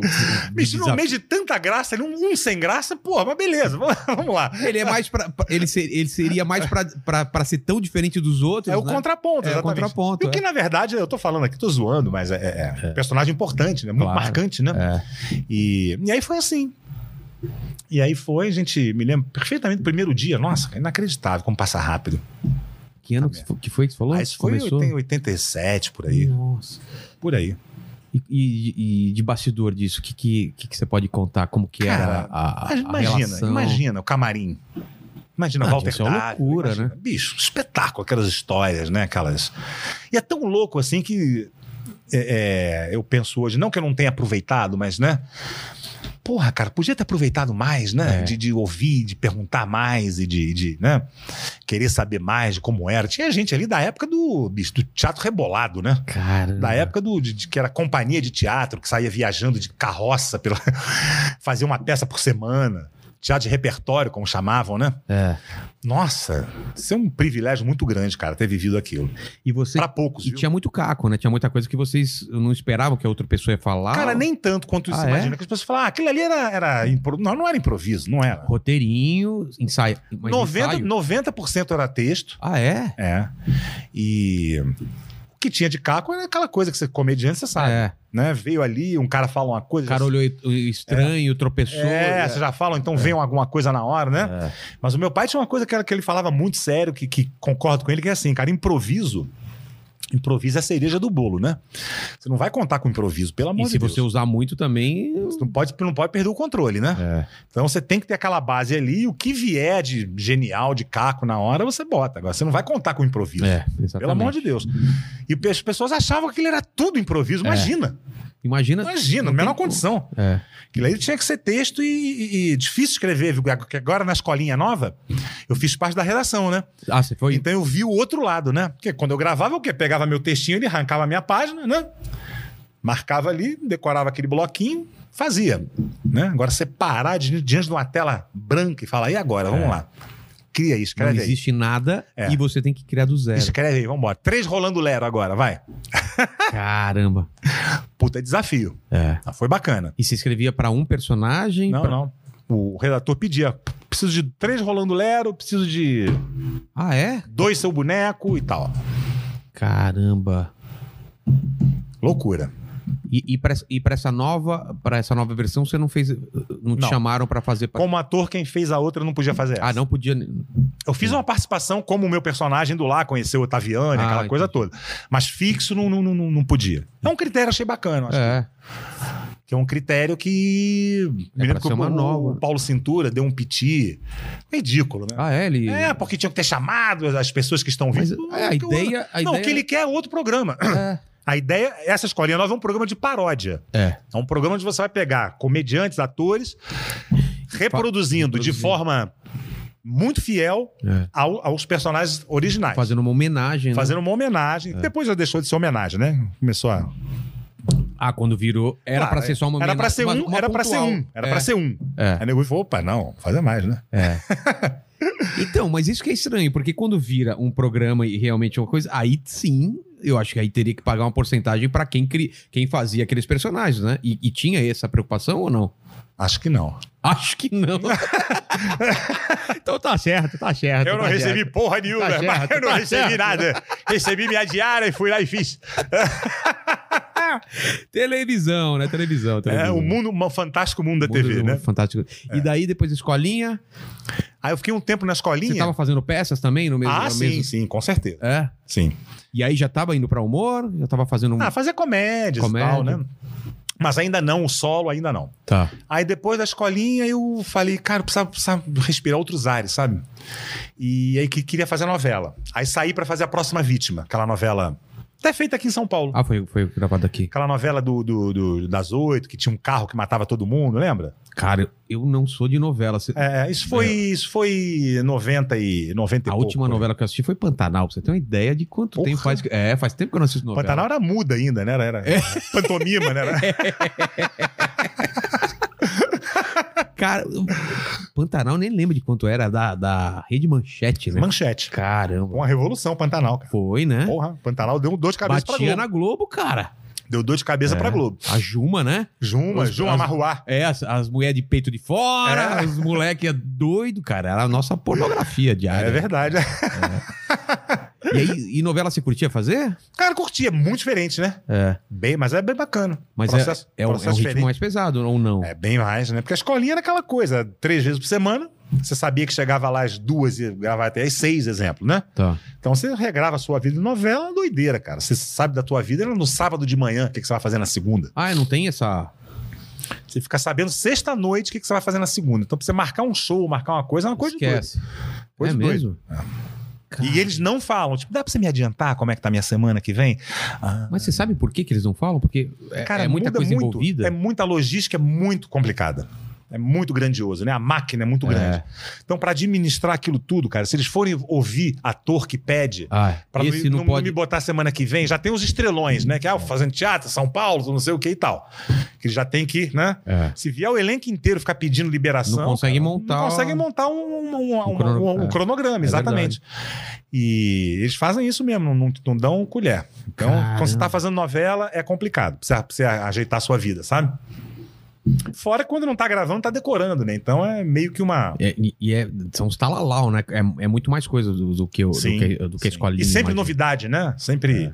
Speaker 3: Bicho, no
Speaker 1: desaf-
Speaker 3: meio de tanta graça, ele um, um sem graça, porra, mas beleza, vamos- vamos lá.
Speaker 1: Ele é mais pra, pra- ele, ser- ele seria mais pra, pra, pra ser tão diferente dos outros,
Speaker 3: É o
Speaker 1: né?
Speaker 3: contraponto,
Speaker 1: É o
Speaker 3: exatamente.
Speaker 1: contraponto.
Speaker 3: E o que, na verdade, eu tô falando aqui, tô zoando, mas é, é- é personagem importante, né? Muito
Speaker 1: Claro. É.
Speaker 3: marcante, né? E, e aí foi assim. E aí foi, gente, me lembro perfeitamente do primeiro dia. Nossa, cara, inacreditável como passa rápido.
Speaker 1: é. Que ano que fo- que foi que você falou?
Speaker 3: Aí Ah, isso foi
Speaker 1: Começou?
Speaker 3: 80, 87, por aí.
Speaker 1: Nossa.
Speaker 3: Por aí.
Speaker 1: E, e- e de bastidor disso, o que, que, que, que você pode contar? Como que era
Speaker 3: Cara,
Speaker 1: a, a,
Speaker 3: Mas
Speaker 1: a
Speaker 3: imagina,
Speaker 1: relação?
Speaker 3: imagina o camarim. Imagina
Speaker 1: Ah,
Speaker 3: Walter
Speaker 1: isso é uma
Speaker 3: Dávila,
Speaker 1: loucura,
Speaker 3: imagina. Bicho, espetáculo, aquelas histórias, né? Aquelas. E é tão louco assim que é, é, eu penso hoje, não que eu não tenha aproveitado, mas né? Porra, cara, podia ter aproveitado mais, né?
Speaker 1: É.
Speaker 3: De, de ouvir, de perguntar mais e de, de, né? Querer saber mais de como era. Tinha gente ali da época do, bicho, do teatro rebolado, né?
Speaker 1: Cara.
Speaker 3: Da época do, de- de que era companhia de teatro, que saía viajando de carroça, pela... fazia uma peça por semana. Teatro de repertório, como chamavam, né?
Speaker 1: É.
Speaker 3: Nossa, isso é um privilégio muito grande, cara, ter vivido aquilo.
Speaker 1: E você
Speaker 3: Pra poucos,
Speaker 1: E
Speaker 3: viu?
Speaker 1: tinha muito caco, né? Tinha muita coisa que vocês não esperavam que a outra pessoa ia falar.
Speaker 3: Cara, nem tanto quanto isso.
Speaker 1: Ah, é?
Speaker 3: imagina que as pessoas falam, ah, aquilo ali era... era impro- Não, não era improviso, não era.
Speaker 1: Roteirinho, ensaio. mas
Speaker 3: 90%,
Speaker 1: ensaio?
Speaker 3: 90% era texto,
Speaker 1: Ah, é?
Speaker 3: é. E... O que tinha de caco era aquela coisa que você comediante, você sabe,
Speaker 1: É.
Speaker 3: né? Veio ali, um cara fala uma
Speaker 1: O
Speaker 3: coisa...
Speaker 1: cara olhou e- e estranho, tropeçou. É.
Speaker 3: É, você já fala, então vem alguma coisa na hora, né? Mas o meu pai tinha uma coisa que, era, que ele falava muito sério, que, que concordo com ele, que é assim, cara, improviso. Improviso é a cereja do bolo, né? Você não vai contar com improviso, pelo amor
Speaker 1: E
Speaker 3: de
Speaker 1: se
Speaker 3: Deus.
Speaker 1: você usar muito também.
Speaker 3: Você não pode, não pode perder o controle, né?
Speaker 1: É.
Speaker 3: Então você tem que ter aquela base ali, e o que vier de genial, de caco na hora, você bota. Agora, você não vai contar com improviso.
Speaker 1: É, exatamente.
Speaker 3: Pelo amor de Deus. E pe- as pessoas achavam que aquilo era tudo improviso.
Speaker 1: É.
Speaker 3: Imagina.
Speaker 1: Imagina.
Speaker 3: Imagina, menor condição.
Speaker 1: É.
Speaker 3: Aquilo aí tinha que ser texto e, e- e difícil escrever, viu? Porque agora na escolinha nova, eu fiz parte da redação, né?
Speaker 1: Ah, você foi.
Speaker 3: Então eu vi o outro lado, né? Porque quando eu gravava, o quê? Pegava meu textinho, ele arrancava a minha página, né? Marcava ali, decorava aquele bloquinho, fazia. Né? Agora você parar di- diante de uma tela branca e falar, e agora? Vamos
Speaker 1: É.
Speaker 3: lá. Cria aí,
Speaker 1: não
Speaker 3: escreve aí.
Speaker 1: existe nada
Speaker 3: É.
Speaker 1: e você tem que criar do zero.
Speaker 3: Escreve aí, vambora. Três rolando lero agora, vai.
Speaker 1: Caramba.
Speaker 3: Puta desafio.
Speaker 1: É.
Speaker 3: Ah, Foi bacana.
Speaker 1: E você escrevia pra um personagem?
Speaker 3: Não,
Speaker 1: pra-
Speaker 3: não. O redator pedia, preciso de três rolando lero, preciso de
Speaker 1: Ah, é?
Speaker 3: dois seu boneco e tal.
Speaker 1: Caramba.
Speaker 3: Loucura.
Speaker 1: E, e pra essa- e para essa nova para essa nova versão você não fez não te
Speaker 3: Não.
Speaker 1: chamaram pra fazer pa-
Speaker 3: Como ator, quem fez a outra não podia fazer essa.
Speaker 1: ah não podia
Speaker 3: Eu fiz uma participação como o meu personagem do lá, conheceu o Otaviani,
Speaker 1: Ah,
Speaker 3: aquela coisa toda. Mas fixo não, não, não, não podia. É um critério, achei bacana. Acho
Speaker 1: é
Speaker 3: que é um critério que.
Speaker 1: É
Speaker 3: Me
Speaker 1: pra
Speaker 3: lembro que
Speaker 1: ser
Speaker 3: o,
Speaker 1: uma
Speaker 3: o
Speaker 1: nova.
Speaker 3: Paulo Cintura deu um piti. Ridículo, né?
Speaker 1: ah é ele
Speaker 3: É, porque tinham que ter chamado as pessoas que estão
Speaker 1: mas
Speaker 3: vindo.
Speaker 1: é, a ideia a
Speaker 3: não,
Speaker 1: ideia
Speaker 3: o que ele quer é outro programa.
Speaker 1: é,
Speaker 3: A ideia, essa escolinha nova é um programa de paródia.
Speaker 1: É.
Speaker 3: É um programa onde você vai pegar comediantes, atores, reproduzindo de
Speaker 1: reproduzindo.
Speaker 3: forma muito fiel
Speaker 1: é.
Speaker 3: ao- aos personagens originais.
Speaker 1: fazendo uma homenagem né?
Speaker 3: Fazendo uma homenagem. Depois já deixou de ser homenagem, né? Começou a.
Speaker 1: ah quando virou era
Speaker 3: Ah,
Speaker 1: pra ser só uma
Speaker 3: Era pra
Speaker 1: homenagem,
Speaker 3: ser
Speaker 1: uma-
Speaker 3: um,
Speaker 1: uma
Speaker 3: era pra ser
Speaker 1: pontual.
Speaker 3: um, era
Speaker 1: É,
Speaker 3: pra ser um.
Speaker 1: é.
Speaker 3: Aí o nego falou: opa, não, fazer mais, né?
Speaker 1: É. Então, mas isso que é estranho, porque quando vira um programa e realmente é uma coisa, aí sim, eu acho que aí teria que pagar uma porcentagem pra quem, cri... quem fazia aqueles personagens, né? E, e tinha essa preocupação ou não?
Speaker 3: Acho que não.
Speaker 1: Acho que não. então tá certo, tá certo.
Speaker 3: Eu não
Speaker 1: tá
Speaker 3: recebi
Speaker 1: certo.
Speaker 3: porra nenhuma,
Speaker 1: Tá
Speaker 3: mas
Speaker 1: certo,
Speaker 3: eu não
Speaker 1: tá
Speaker 3: recebi
Speaker 1: certo.
Speaker 3: nada. Recebi minha diária e fui lá e fiz.
Speaker 1: Televisão, né? Televisão.
Speaker 3: É,
Speaker 1: televisão.
Speaker 3: o mundo, um fantástico mundo da
Speaker 1: O mundo
Speaker 3: TV,
Speaker 1: do-
Speaker 3: né?
Speaker 1: Fantástico. E daí, depois da escolinha,
Speaker 3: Aí eu fiquei um tempo na escolinha.
Speaker 1: você tava fazendo peças também no mesmo.
Speaker 3: ah,
Speaker 1: no
Speaker 3: sim,
Speaker 1: mesmo-
Speaker 3: sim, com certeza.
Speaker 1: É.
Speaker 3: Sim.
Speaker 1: E aí já tava indo pra humor, já tava fazendo um.
Speaker 3: Ah, fazer comédias
Speaker 1: Comédia.
Speaker 3: e tal, né? Mas ainda não, o solo ainda não.
Speaker 1: tá.
Speaker 3: Aí depois da escolinha eu falei, cara, eu precisava, precisava respirar outros ares, sabe? E aí que queria fazer novela. Aí saí pra fazer a próxima vítima, aquela novela até feita aqui em São Paulo.
Speaker 1: Ah, foi, foi gravado aqui.
Speaker 3: Aquela novela do, do- do- das oito, que tinha um carro que matava todo mundo, lembra?
Speaker 1: Cara, eu- eu não sou de novela. Você-
Speaker 3: É, isso foi isso foi 90 e 90 e
Speaker 1: a
Speaker 3: pouco,
Speaker 1: última
Speaker 3: né?
Speaker 1: novela que eu assisti foi Pantanal. Pra você ter uma ideia de quanto
Speaker 3: Porra.
Speaker 1: tempo faz. que- É, faz tempo que eu não assisto novela.
Speaker 3: Pantanal era muda ainda, né? Era, era
Speaker 1: É.
Speaker 3: pantomima, né? Era-
Speaker 1: Cara, eu- Pantanal nem lembro de quanto era da, da Rede Manchete, né?
Speaker 3: Manchete.
Speaker 1: Caramba.
Speaker 3: Uma revolução, Pantanal, cara.
Speaker 1: Foi, né?
Speaker 3: Porra, Pantanal deu dor de cabeça pra
Speaker 1: Batia
Speaker 3: Globo.
Speaker 1: na Globo, cara.
Speaker 3: Deu dor de cabeça pra Globo.
Speaker 1: A Juma, né?
Speaker 3: Juma,
Speaker 1: Os-
Speaker 3: Juma
Speaker 1: as-
Speaker 3: Marruá.
Speaker 1: É, as, as mulheres de peito de fora, os moleque é doido, cara. Era a nossa pornografia
Speaker 3: É
Speaker 1: diária.
Speaker 3: verdade.
Speaker 1: e, aí, e novela você curtia fazer?
Speaker 3: Cara, curti, é muito diferente, né?
Speaker 1: É.
Speaker 3: Bem, mas é bem bacana.
Speaker 1: Mas é-
Speaker 3: Processo-
Speaker 1: é, um- é um,
Speaker 3: processo
Speaker 1: ritmo
Speaker 3: diferente.
Speaker 1: mais pesado, ou não?
Speaker 3: É bem mais, né? Porque a escolinha era aquela coisa, três vezes por semana. Você sabia que chegava lá às duas e gravava até às seis, exemplo, né?
Speaker 1: Tá.
Speaker 3: Então você regrava a sua vida em novela, é uma doideira, cara. Você sabe da tua vida era no sábado de manhã, o que, que você vai fazer na segunda.
Speaker 1: Ah, não tem essa.
Speaker 3: Você fica sabendo sexta-noite o que, que você vai fazer na segunda. Então, pra você marcar um show, marcar uma coisa, é uma coisa de doido.
Speaker 1: Esquece.
Speaker 3: Coisa
Speaker 1: é
Speaker 3: doida.
Speaker 1: mesmo?
Speaker 3: E eles não falam. Tipo, dá pra você me adiantar como é que tá minha semana que vem? Ah,
Speaker 1: Mas você sabe por que, que eles não falam? Porque é, é muita
Speaker 3: muda
Speaker 1: coisa
Speaker 3: muito.
Speaker 1: envolvida.
Speaker 3: É muita logística, é muito complicada. É muito grandioso, né? A máquina é muito
Speaker 1: É.
Speaker 3: grande. Então, pra administrar aquilo tudo, cara, se eles forem ouvir ator que pede,
Speaker 1: Ah,
Speaker 3: pra não,
Speaker 1: esse
Speaker 3: me-
Speaker 1: não,
Speaker 3: não
Speaker 1: pode. É.
Speaker 3: me botar semana que vem, já tem os estrelões, né? Que ah, fazendo teatro, São Paulo, não sei o que e tal. Que já tem que, né?
Speaker 1: É.
Speaker 3: Se vier o elenco inteiro ficar pedindo liberação.
Speaker 1: Não consegue montar-
Speaker 3: Não consegue montar um, um- um- um-
Speaker 1: crono-
Speaker 3: um- um
Speaker 1: é.
Speaker 3: cronograma, exatamente. E eles fazem isso mesmo, não, não dão colher. Então,
Speaker 1: Caramba.
Speaker 3: quando você tá fazendo novela, é complicado. Precisa, precisa ajeitar a sua vida, sabe? Fora que quando não tá gravando, tá decorando, né? Então é meio que uma.
Speaker 1: É, e- e é- são os talalau, né? É, é muito mais coisa do, do que, o- do
Speaker 3: Sim,
Speaker 1: que, do que a
Speaker 3: Sim.
Speaker 1: escolinha.
Speaker 3: E sempre
Speaker 1: imagina.
Speaker 3: novidade, né? Sempre.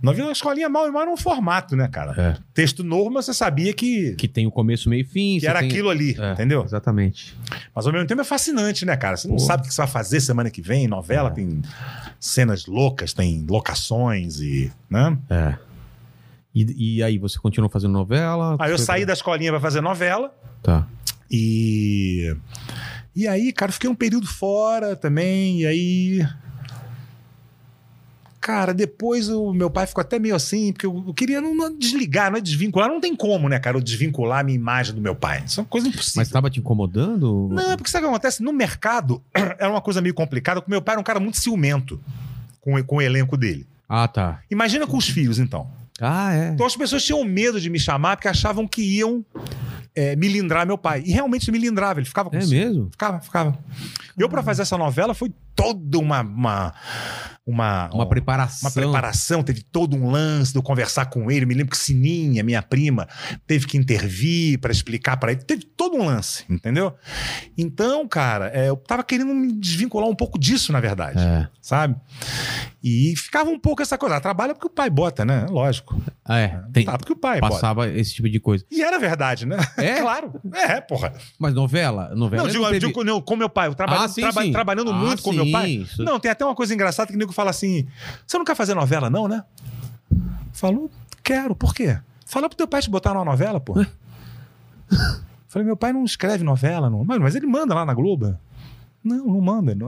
Speaker 3: Novidade, a escolinha mal e mal era um formato, né, cara?
Speaker 1: É.
Speaker 3: Texto novo, mas você sabia que, que,
Speaker 1: Que tem o começo, meio e fim. você
Speaker 3: era
Speaker 1: tem-
Speaker 3: aquilo ali,
Speaker 1: É,
Speaker 3: entendeu?
Speaker 1: Exatamente.
Speaker 3: Mas ao mesmo tempo é fascinante, né, cara? Você não
Speaker 1: Pô. É.
Speaker 3: sabe o que você vai fazer semana que vem. Novela tem cenas loucas, tem locações e. Né?
Speaker 1: É. E, e aí, você continua fazendo novela?
Speaker 3: Aí Ah, eu
Speaker 1: Você-
Speaker 3: saí da escolinha pra fazer novela
Speaker 1: Tá.
Speaker 3: e. E aí, cara, fiquei um período fora também. E aí. Cara, depois o meu pai ficou até meio assim, porque eu eu queria não, não desligar, não é desvincular. Não tem como, né, cara, eu desvincular a minha imagem do meu pai. Isso é uma coisa impossível.
Speaker 1: Mas tava te incomodando?
Speaker 3: Não, é porque sabe o que acontece? No mercado era uma coisa meio complicada, porque meu pai era um cara muito ciumento com, com o elenco dele.
Speaker 1: Ah, tá.
Speaker 3: Imagina com os filhos, então.
Speaker 1: Ah, é.
Speaker 3: Então as pessoas tinham medo de me chamar porque achavam que iam é, milindrar meu pai. E realmente milindrava, ele ficava com
Speaker 1: É
Speaker 3: ciúme.
Speaker 1: mesmo?
Speaker 3: Ficava, ficava. Eu, pra fazer essa novela, foi toda uma. Uma, uma,
Speaker 1: Uma preparação.
Speaker 3: uma preparação, teve todo um lance de eu conversar com ele. Me lembro que Sininha, minha prima, teve que intervir para explicar para ele. Teve todo um lance, entendeu? Então, cara, é, eu tava querendo me desvincular um pouco disso, na verdade,
Speaker 1: É.
Speaker 3: sabe? E ficava um pouco essa coisa. "Ah, Trabalha porque o pai bota, né? Lógico.
Speaker 1: Ah, é. Tem,
Speaker 3: Tá, porque o pai bota.
Speaker 1: passava esse tipo de coisa.
Speaker 3: E era verdade, né?
Speaker 1: É?
Speaker 3: claro. É, porra.
Speaker 1: Mas novela? Novela
Speaker 3: Não, digo,
Speaker 1: não teve-
Speaker 3: digo não, com meu pai. Eu traba-
Speaker 1: Ah, sim,
Speaker 3: traba-
Speaker 1: sim.
Speaker 3: Trabalhando
Speaker 1: Ah,
Speaker 3: muito com
Speaker 1: sim,
Speaker 3: meu pai.
Speaker 1: isso.
Speaker 3: Não, tem até uma coisa engraçada que o nego fala assim: você não quer fazer novela, não, né? Falou, quero, por quê? Fala pro teu pai te botar numa novela, pô. Falei, meu pai não escreve novela, não. Mas, mas ele manda lá na Globo. Não, não manda. Não,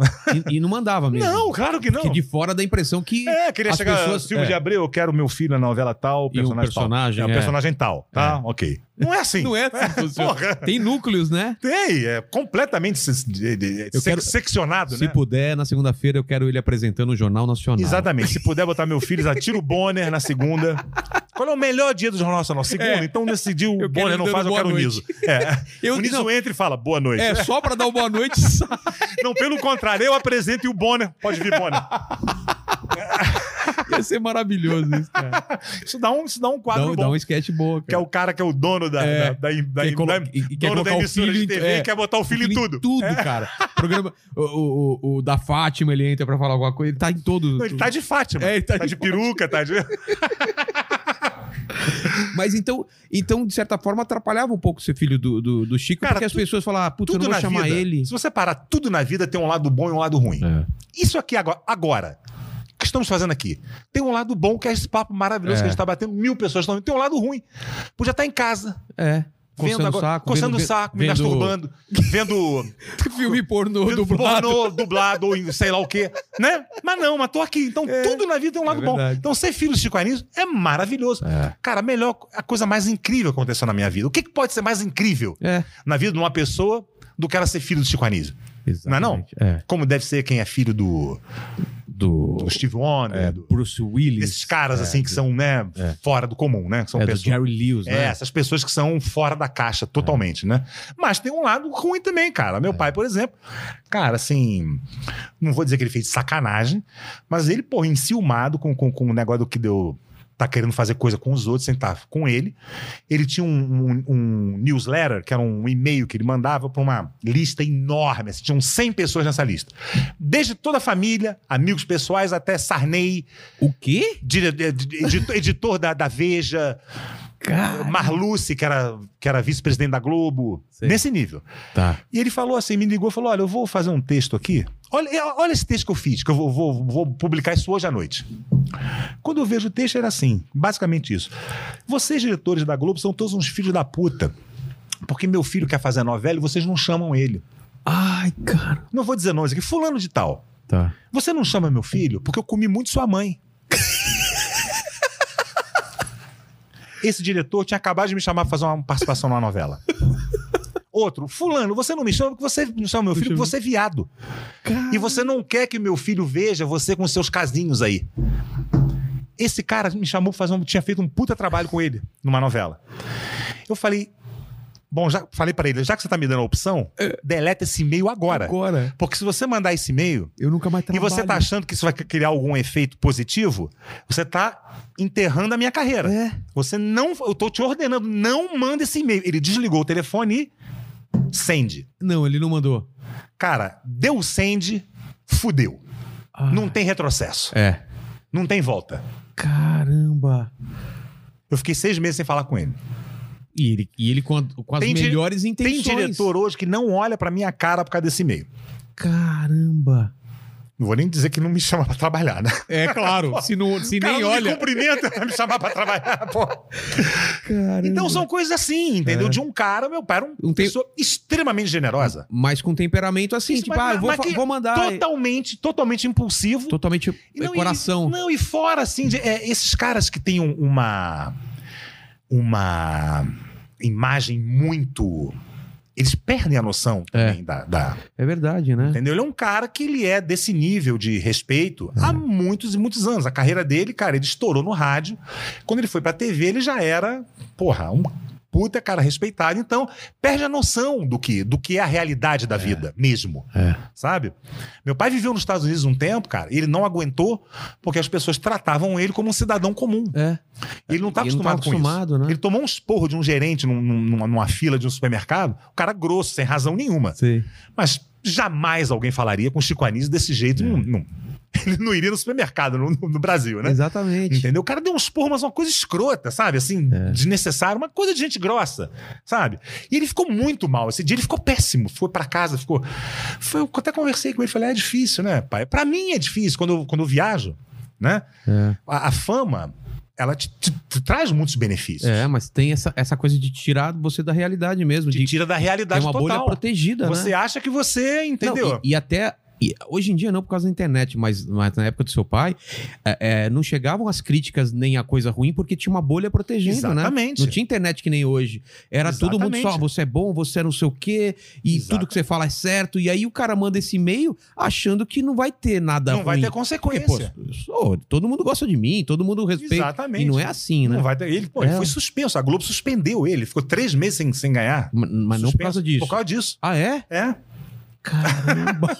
Speaker 1: E, e não mandava mesmo.
Speaker 3: não claro que não.
Speaker 1: Que de fora dá a impressão que.
Speaker 3: É, queria
Speaker 1: as
Speaker 3: chegar
Speaker 1: pessoas-
Speaker 3: Silvio
Speaker 1: é.
Speaker 3: de Abreu, eu quero meu filho na novela tal,
Speaker 1: E o
Speaker 3: personagem,
Speaker 1: personagem,
Speaker 3: tal.
Speaker 1: é.
Speaker 3: É, o personagem tal, tá? Ok. Não é assim.
Speaker 1: Não é assim que funciona.
Speaker 3: Porra.
Speaker 1: Tem núcleos, né?
Speaker 3: Tem, é completamente se- de- de-
Speaker 1: Eu
Speaker 3: se-
Speaker 1: quero-
Speaker 3: seccionado,
Speaker 1: Se
Speaker 3: né?
Speaker 1: puder, na segunda-feira eu quero ele apresentando o Jornal Nacional.
Speaker 3: Exatamente. Se puder botar meu filho, atira o Bonner na segunda. Qual é o melhor dia do Jornal Nacional? Segunda. Então decidiu, o
Speaker 1: É. Eu quero
Speaker 3: Bonner
Speaker 1: ele
Speaker 3: não
Speaker 1: dando
Speaker 3: faz, eu
Speaker 1: boa
Speaker 3: quero o
Speaker 1: noite.
Speaker 3: Niso. É.
Speaker 1: Eu-
Speaker 3: o Niso
Speaker 1: não.
Speaker 3: entra e fala, boa noite.
Speaker 1: É, só pra dar uma boa noite. sabe?
Speaker 3: Não, pelo contrário, eu apresento e o Bonner. Pode vir, Bonner.
Speaker 1: Ia ser maravilhoso isso, cara.
Speaker 3: Isso dá um, isso dá um
Speaker 1: Dá,
Speaker 3: quadro
Speaker 1: um-
Speaker 3: bom.
Speaker 1: dá um sketch boa,
Speaker 3: Que é
Speaker 1: cara.
Speaker 3: o cara que é o dono da,
Speaker 1: É.
Speaker 3: da, da, da,
Speaker 1: Quer colo-
Speaker 3: da-
Speaker 1: e- e quer
Speaker 3: dono
Speaker 1: colocar
Speaker 3: da
Speaker 1: o
Speaker 3: emissora
Speaker 1: filho
Speaker 3: de
Speaker 1: em-
Speaker 3: TV
Speaker 1: é,
Speaker 3: e quer botar o filho em tudo. É.
Speaker 1: Tudo, cara. Programa. O, o- o- o da Fátima, ele entra pra falar alguma coisa. Ele tá em todos.
Speaker 3: Não, ele tá de Fátima.
Speaker 1: É, ele tá
Speaker 3: tá,
Speaker 1: de
Speaker 3: de, peruca, tá de.
Speaker 1: Mas então, então, de certa forma, atrapalhava um pouco ser filho do, do, do Chico,
Speaker 3: Cara,
Speaker 1: porque as
Speaker 3: tu-
Speaker 1: pessoas falavam, ah, putz, eu
Speaker 3: tudo
Speaker 1: não vou
Speaker 3: na
Speaker 1: chamar
Speaker 3: vida.
Speaker 1: ele.
Speaker 3: Se você parar, tudo na vida tem um lado bom e um lado ruim.
Speaker 1: É.
Speaker 3: Isso aqui agora, agora, o que estamos fazendo aqui, tem um lado bom, que é esse papo maravilhoso
Speaker 1: É.
Speaker 3: que a gente está batendo, mil pessoas estão vendo, tem um lado ruim. Podia estar em casa,
Speaker 1: É.
Speaker 3: vendo
Speaker 1: Coçando o
Speaker 3: agora,
Speaker 1: saco.
Speaker 3: coçando
Speaker 1: vendo-
Speaker 3: o saco, me
Speaker 1: vendo-
Speaker 3: masturbando, vendo,
Speaker 1: Filme pornô
Speaker 3: vendo
Speaker 1: dublado.
Speaker 3: pornô dublado ou em sei lá o quê, né? Mas não, mas tô aqui. Então tudo na vida tem um lado bom.
Speaker 1: É. verdade.
Speaker 3: Então ser filho do Chico Anísio é maravilhoso.
Speaker 1: É.
Speaker 3: Cara, a melhor, a coisa mais incrível que aconteceu na minha vida. O que, que pode ser mais incrível
Speaker 1: É.
Speaker 3: na vida de uma pessoa do que ela ser filho do Chico Anísio? Não é não?
Speaker 1: Exatamente. É.
Speaker 3: Como deve ser quem é filho do,
Speaker 1: Do
Speaker 3: do Steve Wonder,
Speaker 1: é,
Speaker 3: do,
Speaker 1: Bruce Willis.
Speaker 3: Esses caras, assim, que são, né,
Speaker 1: É.
Speaker 3: fora do comum, né? Que são
Speaker 1: É, do
Speaker 3: pessoas.
Speaker 1: Jerry Lewis,
Speaker 3: É,
Speaker 1: né? É.
Speaker 3: essas pessoas que são fora da caixa totalmente, né? Mas tem um lado ruim também, cara. Meu pai, por exemplo, cara, assim, não vou dizer que ele fez de sacanagem, mas ele, pô, enciumado com, com, com o negócio do que deu. Tá querendo fazer coisa com os outros sem estar com ele. Ele tinha um, um- um newsletter, que era um e-mail que ele mandava para uma lista enorme. Assim, tinham 100 pessoas nessa lista. Desde toda a família, amigos pessoais, até Sarney,
Speaker 1: O quê?
Speaker 3: dire- de- de- editor, editor da, da Veja,
Speaker 1: Cara.
Speaker 3: Marluce, que era, que era vice-presidente da Globo,
Speaker 1: Sei.
Speaker 3: nesse nível.
Speaker 1: Tá.
Speaker 3: E ele falou assim, me ligou, falou, olha, eu vou fazer um texto aqui. Olha, é, olha esse texto que eu fiz, que eu vou, vou- vou publicar isso hoje à noite. Quando eu vejo o texto, era assim, basicamente isso. Vocês, diretores da Globo, são todos uns filhos da puta. Porque meu filho quer fazer novela e vocês não chamam ele.
Speaker 1: Ai, cara.
Speaker 3: Não vou dizer nomes aqui, fulano de tal.
Speaker 1: Tá.
Speaker 3: Você não chama meu filho porque eu comi muito sua mãe. Esse diretor tinha acabado de me chamar pra fazer uma participação numa novela. Outro, fulano, você não me chama porque você não chama meu filho porque você é viado. E você não quer que meu filho veja você com seus casinhos aí. Esse cara me chamou pra fazer um, tinha feito um puta trabalho com ele numa novela. Eu falei, bom, já falei pra ele, já que você tá me dando a opção, deleta esse e-mail agora.
Speaker 1: Agora.
Speaker 3: Porque se você mandar esse e-mail,
Speaker 1: Eu nunca mais
Speaker 3: É. e
Speaker 1: trabalho.
Speaker 3: você tá achando que isso vai criar algum efeito positivo? Você tá enterrando a minha carreira.
Speaker 1: É.
Speaker 3: Você não. Eu tô te ordenando, não manda esse e-mail. Ele desligou o telefone e send.
Speaker 1: Não, ele não mandou.
Speaker 3: Cara, deu send, fudeu.
Speaker 1: Ah.
Speaker 3: Não tem retrocesso.
Speaker 1: É.
Speaker 3: Não tem volta.
Speaker 1: Caramba.
Speaker 3: Eu fiquei seis meses sem falar com ele.
Speaker 1: E ele, e ele com, a- com as
Speaker 3: Tem di-
Speaker 1: melhores
Speaker 3: Tem
Speaker 1: intenções.
Speaker 3: diretor hoje que não olha pra minha cara por causa desse e-mail.
Speaker 1: Caramba.
Speaker 3: Não vou nem dizer que não me chama pra trabalhar, né?
Speaker 1: É claro. se não, se
Speaker 3: Cara,
Speaker 1: nem
Speaker 3: não Me
Speaker 1: olha.
Speaker 3: cumprimenta pra me chamar pra trabalhar, pô.
Speaker 1: Caramba.
Speaker 3: Então são coisas assim, entendeu?
Speaker 1: É.
Speaker 3: De um cara, meu pai era uma
Speaker 1: Não tem-
Speaker 3: pessoa extremamente generosa.
Speaker 1: Mas com temperamento assim,
Speaker 3: Isso,
Speaker 1: tipo,
Speaker 3: mas-
Speaker 1: ah, eu vou,
Speaker 3: mas
Speaker 1: fa-
Speaker 3: que-
Speaker 1: vou mandar.
Speaker 3: Totalmente, totalmente impulsivo.
Speaker 1: Totalmente é
Speaker 3: E não, e-
Speaker 1: coração.
Speaker 3: não, e fora assim, de- é, esses caras que têm um- uma uma imagem muito eles perdem a noção também da, da-
Speaker 1: É verdade, né?
Speaker 3: Entendeu? Ele é um cara que ele é desse nível de respeito há
Speaker 1: Uhum.
Speaker 3: muitos e muitos anos. A carreira dele, cara, ele estourou no rádio. Quando ele foi pra TV, ele já era, porra, um puta, cara respeitado. Então, perde a noção do que, do que é a realidade da vida mesmo.
Speaker 1: É.
Speaker 3: Sabe? Meu pai viveu nos Estados Unidos um tempo, cara, e ele não aguentou porque as pessoas tratavam ele como um cidadão comum.
Speaker 1: É.
Speaker 3: Ele não tá
Speaker 1: Ele não tá
Speaker 3: acostumado, com
Speaker 1: acostumado,
Speaker 3: isso.
Speaker 1: né?
Speaker 3: Ele tomou um esporro de um gerente num- num- numa, numa fila de um supermercado, o cara grosso, sem razão nenhuma.
Speaker 1: Sim.
Speaker 3: Mas jamais alguém falaria com o Chico Anísio desse
Speaker 1: É.
Speaker 3: jeito. Não, não. Ele não iria no supermercado no, no- no Brasil, né?
Speaker 1: Exatamente.
Speaker 3: Entendeu? O cara deu um esporro, mas uma coisa escrota, sabe? Assim,
Speaker 1: É.
Speaker 3: desnecessária, uma coisa de gente grossa, sabe? E ele ficou muito mal. Esse dia ele ficou péssimo. Foi pra casa, ficou. Foi, eu até conversei com ele, falei: é difícil, né, pai? Pra mim é difícil quando eu, quando eu viajo, né?
Speaker 1: É.
Speaker 3: A, a fama, ela te, te- te traz muitos benefícios.
Speaker 1: É, mas tem essa, essa coisa de tirar você da realidade mesmo.
Speaker 3: Te
Speaker 1: De,
Speaker 3: tira da
Speaker 1: tem É
Speaker 3: realidade
Speaker 1: uma bolha
Speaker 3: total.
Speaker 1: protegida,
Speaker 3: você
Speaker 1: né?
Speaker 3: acha que você
Speaker 1: Não,
Speaker 3: entendeu?
Speaker 1: e, e até. e hoje em dia não por causa da internet, mas, mas na época do seu pai, é, é, não chegavam as críticas nem a coisa ruim, porque tinha uma bolha protegendo, né?
Speaker 3: Exatamente.
Speaker 1: Não tinha internet que nem hoje. Era todo mundo só,
Speaker 3: Exatamente.
Speaker 1: você é bom, você é não sei o quê, e
Speaker 3: Exato.
Speaker 1: tudo que você fala é certo. E aí o cara manda esse e-mail achando que não vai ter nada
Speaker 3: Não
Speaker 1: ruim.
Speaker 3: vai ter
Speaker 1: Porque,
Speaker 3: consequência.
Speaker 1: pô, eu sou- todo mundo gosta de mim, todo mundo respeita.
Speaker 3: Exatamente.
Speaker 1: E não é assim, né?
Speaker 3: Não vai ter- Ele, pô, ele
Speaker 1: É.
Speaker 3: foi suspenso. A Globo suspendeu ele. Ficou três meses sem, sem ganhar.
Speaker 1: Ma- Mas não
Speaker 3: Suspenso
Speaker 1: por causa disso.
Speaker 3: Por causa disso.
Speaker 1: Ah, é?
Speaker 3: É.
Speaker 1: Caramba.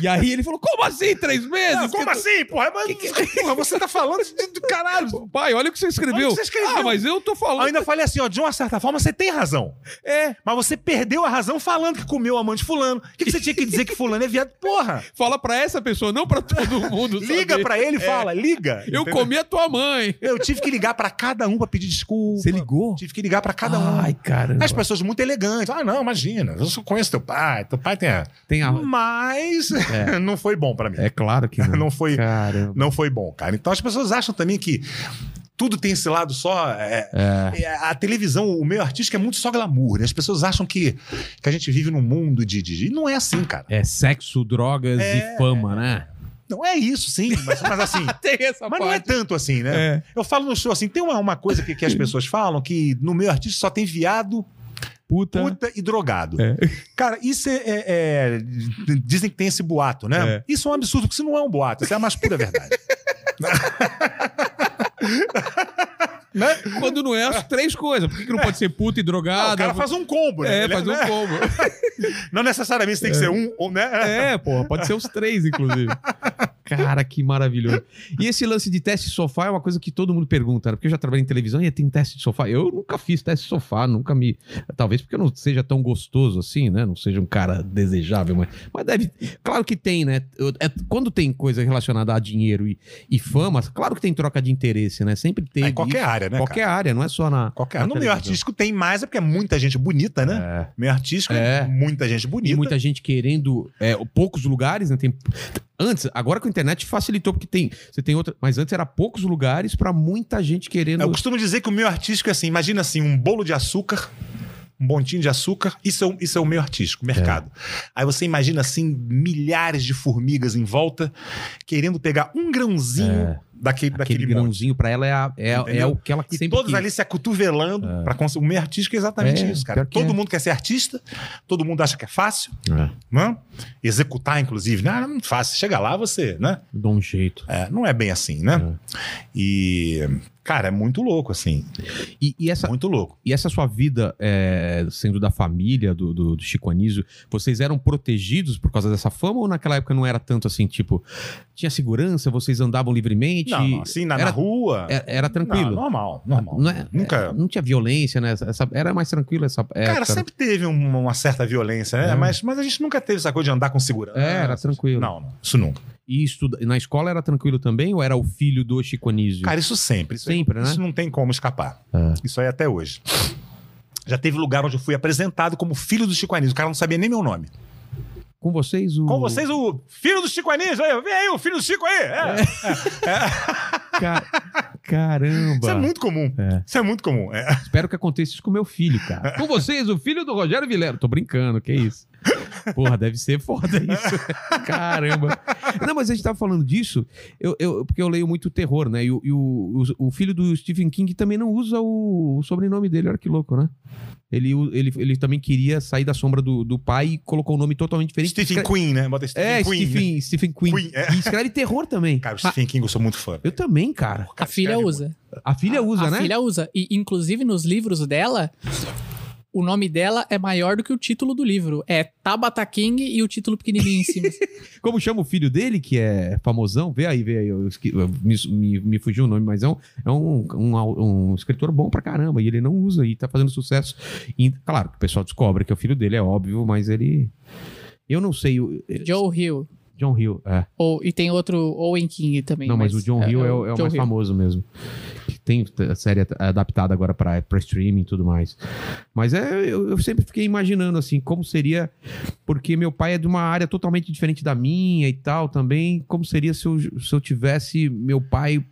Speaker 1: e aí ele falou: como assim, três meses?
Speaker 3: Não, como
Speaker 1: Que- é
Speaker 3: assim, porra? Mas, porra, você tá falando de- do caralho.
Speaker 1: Pai, olha o que você escreveu.
Speaker 3: Olha o que você escreveu.
Speaker 1: Ah, mas eu tô
Speaker 3: Eu
Speaker 1: falando.
Speaker 3: ainda falei assim, ó, de uma certa forma você tem razão.
Speaker 1: É,
Speaker 3: Mas você perdeu a razão falando que comeu a mãe de fulano. O que, que você tinha que dizer que fulano é viado? Porra!
Speaker 1: fala pra essa pessoa, não pra todo mundo.
Speaker 3: Liga
Speaker 1: sabe?
Speaker 3: pra ele e fala, liga.
Speaker 1: É. Eu
Speaker 3: Entendeu?
Speaker 1: comi a tua mãe.
Speaker 3: Eu tive que ligar pra cada um pra pedir desculpa.
Speaker 1: Você ligou?
Speaker 3: Tive que ligar pra cada um.
Speaker 1: Ai, caramba.
Speaker 3: As pessoas muito elegantes. Ah, não, imagina. Eu só conheço teu pai. Teu pai tem. a-
Speaker 1: Tem a...
Speaker 3: Mas não foi bom pra mim.
Speaker 1: É claro que não.
Speaker 3: Hum. Não foi-
Speaker 1: Caramba.
Speaker 3: Não foi bom, cara. Então as pessoas acham também que tudo tem esse lado só. é, é, A televisão, o meio artístico é muito só glamour. né? As pessoas acham que, que a gente vive num mundo de, de- E não é assim, cara.
Speaker 1: É sexo, drogas
Speaker 3: É.
Speaker 1: e fama, né?
Speaker 3: Não é isso, sim. Mas, mas assim.
Speaker 1: Tem essa
Speaker 3: Mas não é tanto assim, né?
Speaker 1: É.
Speaker 3: Eu falo no show assim: tem uma, uma coisa que, que as pessoas falam que no meio artístico só tem viado,
Speaker 1: Puta.
Speaker 3: puta e drogado.
Speaker 1: É.
Speaker 3: Cara, isso é, é- é- Dizem que tem esse boato, né?
Speaker 1: É.
Speaker 3: Isso é um absurdo, porque isso não é um boato, isso é a mais pura verdade. né?
Speaker 1: Quando não é as três coisas. Por que, que não pode ser puta e drogada?
Speaker 3: Não, o cara faz um combo, né?
Speaker 1: Ah, É,
Speaker 3: Ele-
Speaker 1: fazer
Speaker 3: né?
Speaker 1: um combo.
Speaker 3: Não necessariamente tem que ser um, ou, né?
Speaker 1: É, porra, pode ser os três, inclusive. Cara, que maravilhoso. E esse lance de teste de sofá é uma coisa que todo mundo pergunta, né? Porque eu já trabalhei em televisão e tem teste de sofá. Eu nunca fiz teste de sofá, nunca me. Talvez porque eu não seja tão gostoso assim, né? Não seja um cara desejável, mas. Mas deve. Claro que tem, né? Eu- é- Quando tem coisa relacionada a dinheiro e, e fama, claro que tem troca de interesse, né? Sempre teve.
Speaker 3: Em qualquer
Speaker 1: isso.
Speaker 3: área, né?
Speaker 1: Qualquer
Speaker 3: cara?
Speaker 1: área, não é só na.
Speaker 3: Qualquer
Speaker 1: na
Speaker 3: área. No meio
Speaker 1: televisão.
Speaker 3: artístico tem mais, é porque é muita gente bonita, né?
Speaker 1: É.
Speaker 3: Meio artístico
Speaker 1: É.
Speaker 3: é muita gente
Speaker 1: E
Speaker 3: bonita.
Speaker 1: muita gente querendo é, poucos lugares, né? Tem... Antes, agora com a internet facilitou, porque tem. Você tem outra. Mas antes era poucos lugares pra muita gente querendo.
Speaker 3: Eu costumo dizer que o meio artístico é assim: imagina assim, um bolo de açúcar. Um bontinho de açúcar, isso é, o- isso é o meio artístico, o mercado.
Speaker 1: É.
Speaker 3: Aí você imagina assim, milhares de formigas em volta, querendo pegar um grãozinho
Speaker 1: É.
Speaker 3: daquele,
Speaker 1: Aquele,
Speaker 3: daquele monte.
Speaker 1: grãozinho pra ela é, a- é,
Speaker 3: Entendeu?
Speaker 1: é o que ela
Speaker 3: E
Speaker 1: sempre
Speaker 3: todos
Speaker 1: quis.
Speaker 3: ali se acotovelando pra conseguir. O meio artístico é exatamente
Speaker 1: É,
Speaker 3: isso,
Speaker 1: pior
Speaker 3: cara.
Speaker 1: que
Speaker 3: Todo
Speaker 1: é.
Speaker 3: mundo quer ser artista, todo mundo acha que é fácil,
Speaker 1: É,
Speaker 3: né? Executar, inclusive, né? Ah, não é fácil. Chega lá, você, né?
Speaker 1: eu dou um jeito.
Speaker 3: É, não é bem assim, né?
Speaker 1: É.
Speaker 3: E, cara, é muito louco, assim.
Speaker 1: E, e essa,
Speaker 3: Muito louco.
Speaker 1: e essa sua vida é, sendo da família do, do, do Chico Anísio, vocês eram protegidos por causa dessa fama ou naquela época não era tanto assim, tipo, tinha segurança, vocês andavam livremente?
Speaker 3: Não, não, assim, na, na
Speaker 1: era-
Speaker 3: rua.
Speaker 1: Era, era tranquilo.
Speaker 3: Não, normal, normal.
Speaker 1: Não é-
Speaker 3: Nunca.
Speaker 1: Não tinha violência, né? Essa- essa- era mais tranquilo essa
Speaker 3: Cara,
Speaker 1: época, né?
Speaker 3: sempre teve um- uma certa violência, né?
Speaker 1: É.
Speaker 3: Mas, mas a gente nunca teve essa coisa de andar com segurança.
Speaker 1: É, era tranquilo.
Speaker 3: Ah, Não, não, isso nunca.
Speaker 1: E estuda... na escola era tranquilo também ou era o filho do Chico Anísio?
Speaker 3: Cara, isso sempre. Isso, aí-
Speaker 1: Sempre, né?
Speaker 3: isso não tem como escapar.
Speaker 1: É.
Speaker 3: Isso aí até hoje. Já teve lugar onde eu fui apresentado como filho do Chico Anísio. O cara não sabia nem meu nome.
Speaker 1: Com vocês o.
Speaker 3: Com vocês, o filho do Chico Anísio. Aí, eu, Vem aí, o filho do Chico aí. É.
Speaker 1: Ca- Caramba.
Speaker 3: Isso é muito comum.
Speaker 1: É.
Speaker 3: Isso é muito comum. É.
Speaker 1: Espero que aconteça isso com meu filho, cara. Com vocês o filho do Rogério Vilero. Tô brincando, que isso. Porra, deve ser foda isso. Caramba. Não, mas a gente tava falando disso, eu, eu- porque eu leio muito terror, né? E, o, e o- o- o filho do Stephen King também não usa o, o sobrenome dele, olha que louco, né? Ele, u- ele, ele também queria sair da sombra do, do pai e colocou um nome totalmente diferente.
Speaker 3: Stephen
Speaker 1: Escre-
Speaker 3: Queen, né? Bota Stephen
Speaker 1: É,
Speaker 3: Queen.
Speaker 1: Stephen, Stephen Queen.
Speaker 3: Queen, é.
Speaker 1: E escreve terror também.
Speaker 3: Cara, o Stephen King eu sou muito fã.
Speaker 1: Eu também, cara.
Speaker 2: A filha
Speaker 3: escreve
Speaker 2: usa.
Speaker 1: A filha usa,
Speaker 2: a
Speaker 1: né?
Speaker 2: filha usa. E, inclusive, nos livros dela, o nome dela é maior do que o título do livro. É Tabata King e o título pequenininho em cima.
Speaker 1: Como chama o filho dele, que é famosão? Vê aí, vê aí. Eu esque- eu- me, me- me fugiu o nome, mas é, um, é um, um au- um escritor bom pra caramba. E ele não usa e tá fazendo sucesso. E, claro, que o pessoal descobre que é o filho dele, é óbvio, mas ele. Eu não sei. o-
Speaker 2: Joe Hill.
Speaker 1: John Hill, é.
Speaker 2: Ou, e tem outro Owen King também.
Speaker 1: não, mas, o John Hill é, o- é o
Speaker 2: Joe
Speaker 1: mais
Speaker 2: Hill.
Speaker 1: famoso mesmo. Que Tem a série at- adaptada agora pra, pra streaming e tudo mais. Mas é, eu, eu sempre fiquei imaginando assim, como seria. Porque meu pai é de uma área totalmente diferente da minha e tal também. Como seria se eu, se eu tivesse meu pai.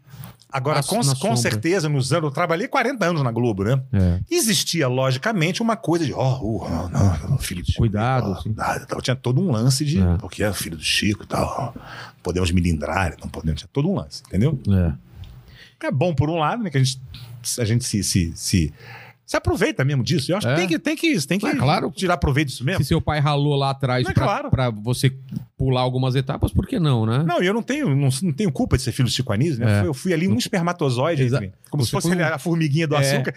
Speaker 3: Agora,
Speaker 1: Passo
Speaker 3: com,
Speaker 1: na
Speaker 3: com
Speaker 1: sombra.
Speaker 3: certeza, nos anos. Eu trabalhei 40 anos na Globo, né?
Speaker 1: É,
Speaker 3: Existia, logicamente, uma coisa de, ó, oh, não, não, filho do Chico.
Speaker 1: Cuidado,
Speaker 3: ó,
Speaker 1: sim.
Speaker 3: tá, tá, Tinha todo um lance de,
Speaker 1: É.
Speaker 3: porque é filho do Chico e tal. ó, Podemos milindrar, não podemos. Tinha todo um lance, entendeu?
Speaker 1: é.
Speaker 3: É bom por um lado, né? Que a gente, a gente se, se, se, se aproveita mesmo disso. Eu acho
Speaker 1: É.
Speaker 3: que tem que, tem que, tem que
Speaker 1: É, claro.
Speaker 3: tirar proveito disso mesmo.
Speaker 1: Se seu pai ralou lá atrás
Speaker 3: Não, é
Speaker 1: pra,
Speaker 3: claro.
Speaker 1: pra você pular algumas etapas, por que não, né?
Speaker 3: Não, e eu não tenho, não, não tenho culpa de ser filho do Chico Anísio,
Speaker 1: É.
Speaker 3: né? Eu fui- Eu fui ali um espermatozoide,
Speaker 1: Exa-
Speaker 3: enfim, como se
Speaker 1: Você
Speaker 3: fosse
Speaker 1: foi um-
Speaker 3: a formiguinha do
Speaker 1: É.
Speaker 3: açúcar.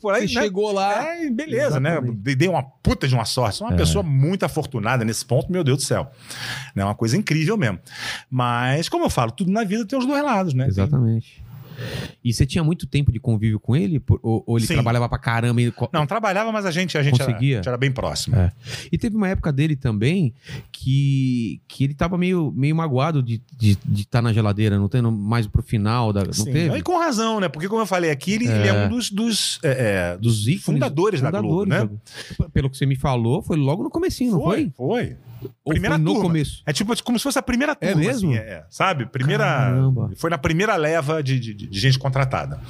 Speaker 3: Por aí, né?
Speaker 1: chegou lá.
Speaker 3: É, beleza, né?
Speaker 1: Exatamente.
Speaker 3: Dei- Dei uma puta de uma sorte. Sou uma
Speaker 1: É.
Speaker 3: pessoa muito afortunada nesse ponto, meu Deus do céu. É uma coisa incrível mesmo. Mas, como eu falo, tudo na vida tem os dois lados, né?
Speaker 1: Exatamente. É. E você tinha muito tempo de convívio com ele? Por- Ou, ou ele
Speaker 3: Sim.
Speaker 1: trabalhava pra caramba e co-
Speaker 3: Tem- Não, trabalhava, mas a gente, a gente, era, a
Speaker 1: Conseguia.
Speaker 3: gente era bem próximo.
Speaker 1: É. E teve uma época dele também que, que ele tava meio, meio magoado de estar de, de tá na geladeira, não tendo mais pro final da. Não
Speaker 3: Sim.
Speaker 1: teve?
Speaker 3: E com razão, né? Porque, como eu falei aqui, ele, ele é um dos, dos, é, é, dos
Speaker 1: Dos ícones.
Speaker 3: fundadores, da Globo, né?
Speaker 1: Globo. Pelo que você me falou, foi logo no comecinho, não foi?
Speaker 3: foi.
Speaker 1: Ou
Speaker 3: Primeira
Speaker 1: foi no
Speaker 3: turma.
Speaker 1: começo.
Speaker 3: É tipo como se fosse a primeira
Speaker 1: É
Speaker 3: turma.
Speaker 1: mesmo?
Speaker 3: assim, é, é. sabe? Primeira.
Speaker 1: Caramba.
Speaker 3: Foi na primeira leva de, de- de gente contratada.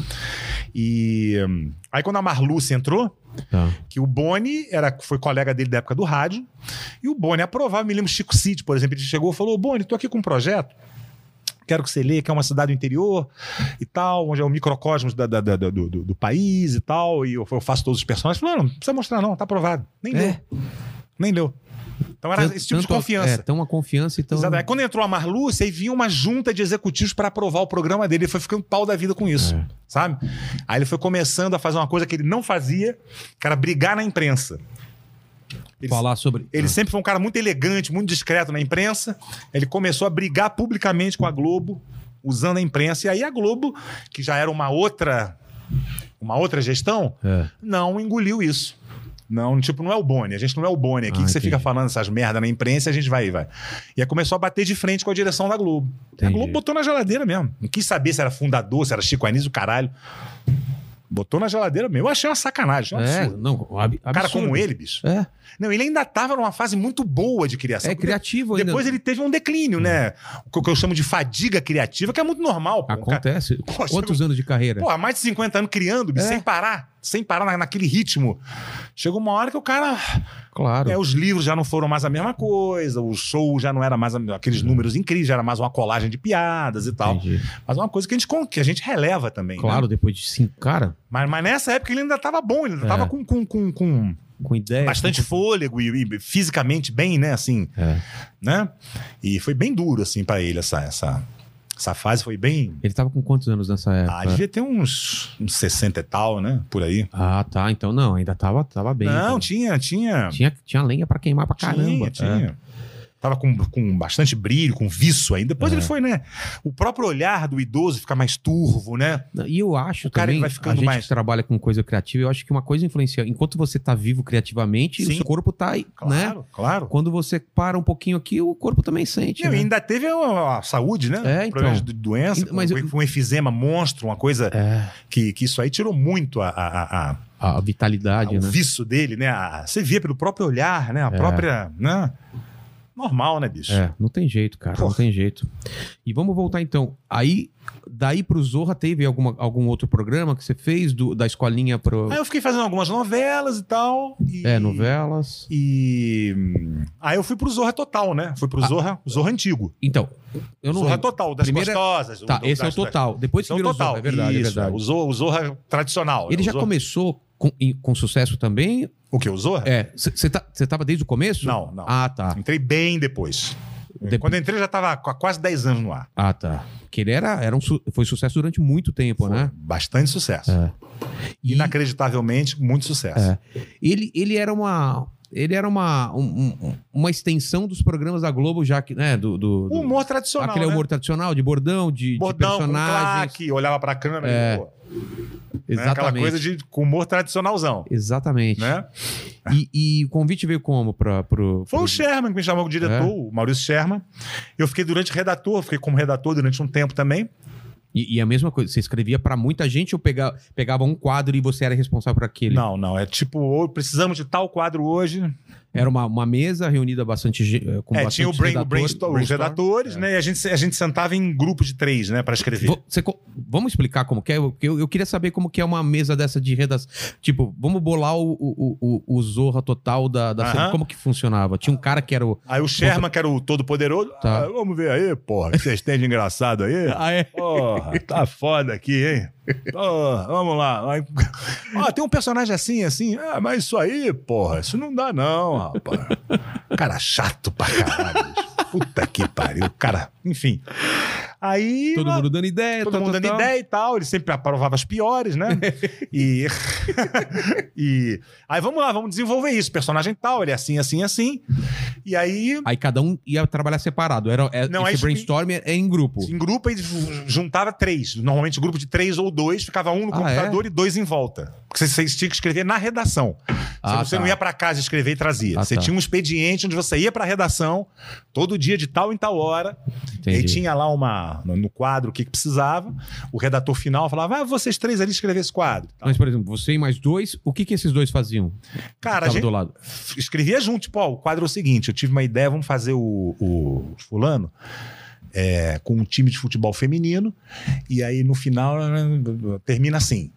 Speaker 3: E hum, aí quando a Marluce entrou,
Speaker 1: Tá.
Speaker 3: que o Boni era, foi colega dele da época do rádio, e o Boni aprovava, me lembro Chico Cid, por exemplo, ele chegou e falou: "Ô, Boni, tô aqui com um projeto. Quero que você leia, que é uma cidade do interior e tal, onde é o microcosmos da- da- da- da- do, do- do país e tal, e eu, eu faço todos os personagens. Falou, não, não precisa mostrar, não, tá aprovado. Nem leu,
Speaker 1: É,
Speaker 3: nem leu. Então era
Speaker 1: tanto-
Speaker 3: esse tipo de
Speaker 1: tanto-
Speaker 3: confiança.
Speaker 1: É, tão uma confiança e tão.
Speaker 3: Exato. é Aí Quando entrou a Marluce, aí vinha uma junta de executivos para aprovar o programa dele. Ele foi ficando pau da vida com isso,
Speaker 1: É.
Speaker 3: sabe? Aí ele foi começando a fazer uma coisa que ele não fazia, que era brigar na imprensa. Ele,
Speaker 1: Falar sobre.
Speaker 3: ele sempre foi um cara muito elegante, muito discreto na imprensa. Ele começou a brigar publicamente com a Globo, usando a imprensa. E aí a Globo, que já era uma outra, uma outra gestão,
Speaker 1: É.
Speaker 3: não engoliu isso. Não, tipo, não é o Boni. A gente não é o Boni aqui
Speaker 1: Ah,
Speaker 3: que você
Speaker 1: entendi.
Speaker 3: fica falando essas merda na imprensa e a gente vai e vai. E aí começou a bater de frente com a direção da Globo. A
Speaker 1: Entendi.
Speaker 3: Globo botou na geladeira mesmo. Não quis saber se era fundador, se era Chico Anísio, caralho. Botou na geladeira mesmo. Eu achei uma sacanagem, um
Speaker 1: É,
Speaker 3: absurdo.
Speaker 1: não, ab,
Speaker 3: Um cara
Speaker 1: absurdo.
Speaker 3: como ele, bicho.
Speaker 1: É,
Speaker 3: Não, ele ainda tava numa fase muito boa de criação.
Speaker 1: é criativo ainda.
Speaker 3: Depois ele teve um declínio, né? O que- o que eu chamo de fadiga criativa, que é muito normal.
Speaker 1: Ah,
Speaker 3: pô. Um cara-
Speaker 1: Acontece.
Speaker 3: Pô,
Speaker 1: Quantos anos de carreira?
Speaker 3: Pô, há mais de 50 anos criando, bicho,
Speaker 1: É.
Speaker 3: sem parar, sem parar na- naquele ritmo. Chegou uma hora que o cara.
Speaker 1: claro.
Speaker 3: É, os livros já não foram mais a mesma coisa, o show já não era mais a- aqueles números incríveis, já era mais uma colagem de piadas e tal.
Speaker 1: Uhum. Entendi.
Speaker 3: Mas uma coisa que a gente, con- que a gente releva também. né?
Speaker 1: Claro, depois de cinco. Cara,
Speaker 3: Mas, mas nessa época ele ainda estava bom, ele ainda
Speaker 1: É.
Speaker 3: estava com, com, com, com
Speaker 1: com ideia.
Speaker 3: bastante fôlego e, e fisicamente bem, né? Assim,
Speaker 1: É.
Speaker 3: né? E foi bem duro, assim, para ele essa, essa, essa fase, foi bem.
Speaker 1: Ele tava com quantos anos nessa época?
Speaker 3: Ah, devia ter uns, uns 60 e tal, né? Por aí.
Speaker 1: Ah, tá. Então não, ainda tava, tava bem.
Speaker 3: Não,
Speaker 1: então.
Speaker 3: tinha, tinha.
Speaker 1: tinha, tinha é. lenha pra queimar pra caramba.
Speaker 3: Tinha, tinha. Tava com, com bastante brilho, com viço ainda. Depois
Speaker 1: É.
Speaker 3: ele foi, né? O próprio olhar do idoso fica mais turvo, né?
Speaker 1: É. E eu acho
Speaker 3: O cara,
Speaker 1: também,
Speaker 3: ele vai ficando
Speaker 1: a gente
Speaker 3: mais-
Speaker 1: que trabalha com coisa criativa, eu acho que uma coisa influencia. Enquanto você tá vivo criativamente,
Speaker 3: Sim.
Speaker 1: o seu corpo tá aí, né?
Speaker 3: Claro, claro.
Speaker 1: Quando você para um pouquinho aqui, o corpo também sente,
Speaker 3: E
Speaker 1: né?
Speaker 3: ainda teve a, a saúde, né?
Speaker 1: É, então.
Speaker 3: Problemas de doença,
Speaker 1: Mas
Speaker 3: com,
Speaker 1: eu-
Speaker 3: com um efizema monstro, uma coisa
Speaker 1: É,
Speaker 3: que, que isso aí tirou muito a, a- a- a-
Speaker 1: a
Speaker 3: a-
Speaker 1: vitalidade,
Speaker 3: o
Speaker 1: né?
Speaker 3: viço dele, né? A- você via pelo próprio olhar, né? A
Speaker 1: É.
Speaker 3: própria. Né? Normal, né, bicho?
Speaker 1: É, não tem jeito, cara. Não
Speaker 3: Porra.
Speaker 1: tem jeito. E vamos voltar então. Aí, daí pro Zorra, teve alguma, algum outro programa que você fez do- da escolinha pro.
Speaker 3: Aí eu fiquei fazendo algumas novelas e tal. E...
Speaker 1: É, novelas.
Speaker 3: E. hum, Aí eu fui pro Zorra Total, né? Fui pro Zorra, Zorra Antigo.
Speaker 1: Então, Ah, eu não.
Speaker 3: Zorra
Speaker 1: lembro.
Speaker 3: um Total, um das
Speaker 1: Primeira-
Speaker 3: gostosas.
Speaker 1: Tá,
Speaker 3: do-
Speaker 1: esse é o
Speaker 3: das-
Speaker 1: total. Depois
Speaker 3: Esse
Speaker 1: que
Speaker 3: é o
Speaker 1: virou
Speaker 3: Total.
Speaker 1: Zorra. É verdade,
Speaker 3: Isso,
Speaker 1: é verdade.
Speaker 3: O Zorra, o Zorra tradicional. né?
Speaker 1: Ele
Speaker 3: O
Speaker 1: já
Speaker 3: Zorra-
Speaker 1: começou com, em- com sucesso também?
Speaker 3: O que? O Zorra?
Speaker 1: É. Você tá, cê tava desde o começo?
Speaker 3: Não, não.
Speaker 1: Ah, tá.
Speaker 3: Entrei bem depois.
Speaker 1: Depois-
Speaker 3: Quando eu entrei, eu já tava há quase 10 anos no ar.
Speaker 1: Ah, tá. Que ele era, era um, su- foi sucesso durante muito tempo,
Speaker 3: Foi É.
Speaker 1: né?
Speaker 3: Bastante sucesso.
Speaker 1: É. E
Speaker 3: Inacreditavelmente, muito sucesso.
Speaker 1: É. ele, ele era uma. Ele era uma, um- um- uma extensão dos programas da Globo, já que, né? Do, do, do-
Speaker 3: O humor tradicional.
Speaker 1: aquele
Speaker 3: né?
Speaker 1: humor tradicional, de bordão, de, de
Speaker 3: Bordão, com
Speaker 1: personagens. É,
Speaker 3: claque, olhava pra câmera e pô, né? aquela
Speaker 1: Exatamente.
Speaker 3: coisa de com humor tradicionalzão.
Speaker 1: Exatamente.
Speaker 3: Né?
Speaker 1: E, e o convite veio como para pro,
Speaker 3: Foi um
Speaker 1: pro-
Speaker 3: o Sherman que me chamou como diretor,
Speaker 1: Uhum. É.
Speaker 3: o Maurício Sherman. Eu fiquei durante redator, fiquei como redator durante um tempo também.
Speaker 1: e, e a mesma coisa, você escrevia pra muita gente ou pega, pegava um quadro e você era responsável por aquele?
Speaker 3: Não, não. É tipo, ô, precisamos de tal quadro hoje.
Speaker 1: Era uma, uma mesa reunida bastante ge- eh, com
Speaker 3: é,
Speaker 1: bastante
Speaker 3: tinha o, brain, o
Speaker 1: redatores,
Speaker 3: brainstorm, os
Speaker 1: brainstorm. é.
Speaker 3: redatores, né? E a gente, a gente sentava em grupo de três, né, pra escrever.
Speaker 1: Vo- você co- vamos explicar como que é? Eu, eu, eu queria saber como que é uma mesa dessa de redas. Tipo, vamos bolar o, o, o, o Zorra total da, da
Speaker 3: Aham.
Speaker 1: série. Como que funcionava? Tinha um cara que era o.
Speaker 3: Aí o Sherman, que era o todo-poderoso,
Speaker 1: Tá. É.
Speaker 3: "Ah, vamos ver aí, porra, o que vocês têm de engraçado aí? Porra, tá foda aqui, hein? Porra, vamos lá. Aí, Ó, tem um personagem assim, assim. Ah, mas isso aí, porra, isso não dá não, rapaz. Cara chato pra caralho. bicho. Puta que pariu, cara. Enfim. Aí...
Speaker 1: Todo
Speaker 3: lá-
Speaker 1: mundo dando ideia. tá,
Speaker 3: Todo
Speaker 1: tal,
Speaker 3: mundo
Speaker 1: tal,
Speaker 3: dando
Speaker 1: tal.
Speaker 3: ideia e tal, ele sempre aprovava as piores, né? e... e. Aí vamos lá, vamos desenvolver isso. Personagem tal, ele é assim, assim, assim. E aí
Speaker 1: Aí cada um ia trabalhar separado. Era, é,
Speaker 3: Não,
Speaker 1: esse
Speaker 3: aí-
Speaker 1: brainstorm é, é em grupo.
Speaker 3: Em grupo, ele ju- juntava três. Normalmente, grupo de três ou dois, ficava um no
Speaker 1: Ah,
Speaker 3: computador e dois em volta. Porque você, você tinha que escrever na redação. Você
Speaker 1: Ah,
Speaker 3: não- você
Speaker 1: tá.
Speaker 3: não ia pra casa escrever e trazia.
Speaker 1: Ah,
Speaker 3: você
Speaker 1: tá.
Speaker 3: tinha um expediente onde você ia pra redação todo dia, de tal em tal hora.
Speaker 1: Entendi.
Speaker 3: E aí tinha lá uma no, no quadro o que, que precisava. O redator final falava: ah, vocês três ali escrever esse quadro. e tal.
Speaker 1: Mas, por exemplo, você e mais dois, o que, que esses dois faziam?
Speaker 3: Cara, a
Speaker 1: Tava
Speaker 3: gente
Speaker 1: do lado.
Speaker 3: f- escrevia junto, tipo, ó, o quadro é o seguinte: eu tive uma ideia, vamos fazer o, o fulano é, com um time de futebol feminino, e aí no final né, termina assim.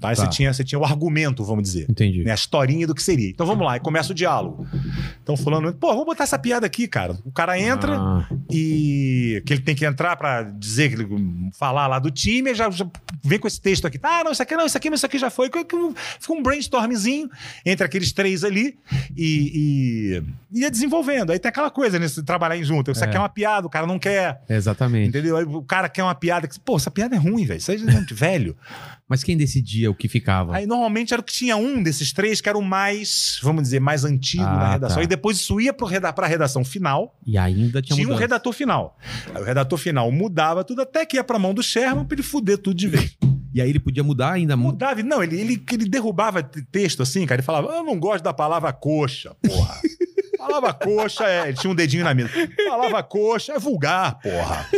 Speaker 3: Tá? Aí
Speaker 1: Tá.
Speaker 3: Você, tinha, você tinha o argumento, vamos dizer.
Speaker 1: Entendi.
Speaker 3: Né, a historinha do que seria. Então vamos lá, e começa o diálogo. Então, fulano, pô, vamos botar essa piada aqui, cara. O cara entra,
Speaker 1: Ah,
Speaker 3: e que ele tem que entrar pra dizer, que ele- falar lá do time, e já, já vem com esse texto aqui. Ah, não, isso aqui não, isso aqui, não, isso aqui já foi. Que- que- Fica um brainstormzinho entre aqueles três ali e, e ia desenvolvendo. Aí tem aquela coisa, né? se Trabalhar em junto. Isso aqui
Speaker 1: É.
Speaker 3: é uma piada, o cara não quer.
Speaker 1: exatamente.
Speaker 3: Entendeu? Aí o cara quer uma piada que, pô, essa piada é ruim, velho. Isso aí é gente velho.
Speaker 1: Mas quem decidia o que ficava?
Speaker 3: Aí normalmente era o que tinha um desses três que era o mais, vamos dizer, mais antigo
Speaker 1: Ah,
Speaker 3: da redação.
Speaker 1: tá.
Speaker 3: E depois isso ia pro reda- pra redação final.
Speaker 1: E ainda tinha,
Speaker 3: Tinha um
Speaker 1: mudança.
Speaker 3: redator final. Aí o redator final mudava tudo até que ia pra mão do Sherman pra ele fuder tudo de vez.
Speaker 1: E aí ele podia mudar ainda muito.
Speaker 3: Mudava, não, ele, ele, ele derrubava t- texto assim, cara. Ele falava, eu não gosto da palavra coxa, porra. Palavra coxa é. Ele tinha um dedinho na mesa. Palavra coxa é vulgar, porra.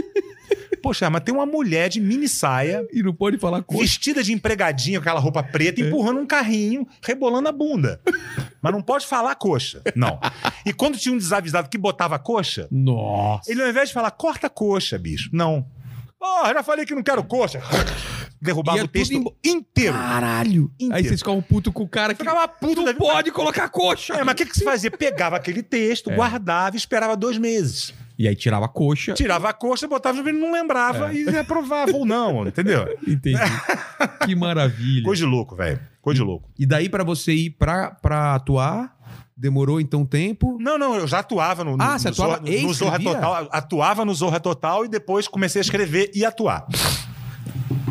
Speaker 3: Poxa, mas tem uma mulher de mini saia,
Speaker 1: E não pode falar coisa.
Speaker 3: vestida de empregadinha, com aquela roupa preta,
Speaker 1: É.
Speaker 3: empurrando um carrinho, rebolando a bunda. Mas não pode falar coxa, não. E quando tinha um desavisado que botava coxa,
Speaker 1: Nossa.
Speaker 3: ele ao invés de falar, corta a coxa, bicho. Não. Ah, já falei que não quero coxa. Derrubava
Speaker 1: Ia
Speaker 3: o texto
Speaker 1: tudo
Speaker 3: inteiro.
Speaker 1: Caralho. Aí
Speaker 3: Inteiro.
Speaker 1: vocês ficavam puto com o cara que
Speaker 3: Ficava puto
Speaker 1: não
Speaker 3: da vida.
Speaker 1: pode colocar coxa.
Speaker 3: É, mas o que, que se fazia? Pegava aquele texto, guardava e esperava dois meses.
Speaker 1: E aí tirava a coxa.
Speaker 3: Tirava a coxa, botava, ele não lembrava e reprovava ou não, entendeu?
Speaker 1: Entendi. que maravilha.
Speaker 3: Coisa de louco, velho. Coisa de louco.
Speaker 1: E daí pra você ir pra, pra atuar, demorou então um tempo.
Speaker 3: Não, não, eu já atuava no, no,
Speaker 1: Ah, você
Speaker 3: no
Speaker 1: atuava
Speaker 3: Zorra- no,
Speaker 1: e
Speaker 3: Zorra
Speaker 1: escrevia?
Speaker 3: Total. Atuava no Zorra Total e depois comecei a escrever e atuar.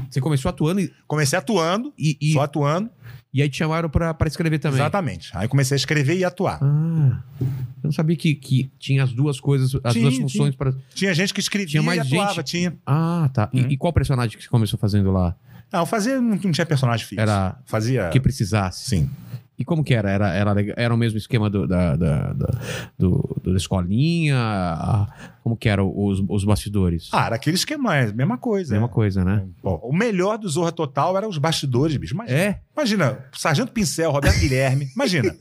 Speaker 1: Você começou atuando e,
Speaker 3: Comecei atuando,
Speaker 1: e, e,
Speaker 3: só atuando.
Speaker 1: e aí te chamaram pra, pra escrever também.
Speaker 3: Exatamente. Aí comecei a escrever e atuar.
Speaker 1: Ah, eu não sabia que, que tinha as duas coisas, as
Speaker 3: Tinha,
Speaker 1: duas funções pra.
Speaker 3: Tinha gente que escrevia
Speaker 1: Tinha mais
Speaker 3: e atuava,
Speaker 1: gente?
Speaker 3: tinha.
Speaker 1: Ah, tá. E,
Speaker 3: Uhum.
Speaker 1: e qual personagem que você começou fazendo lá?
Speaker 3: Ah, eu fazia, não, não tinha personagem fixo.
Speaker 1: Era
Speaker 3: Fazia.
Speaker 1: que precisasse?
Speaker 3: É. Sim.
Speaker 1: E como que era? Era, era, lega- era o mesmo esquema do, da, da, da- do, do- da escolinha? A- Como que eram os, os bastidores?
Speaker 3: Ah, era aquele esquema, é a mesma coisa.
Speaker 1: Mesma
Speaker 3: é.
Speaker 1: coisa, né?
Speaker 3: Bom, o melhor do Zorra Total era os bastidores, bicho. Imagina,
Speaker 1: É?
Speaker 3: imagina Sargento Pincel, Roberto Guilherme. Imagina.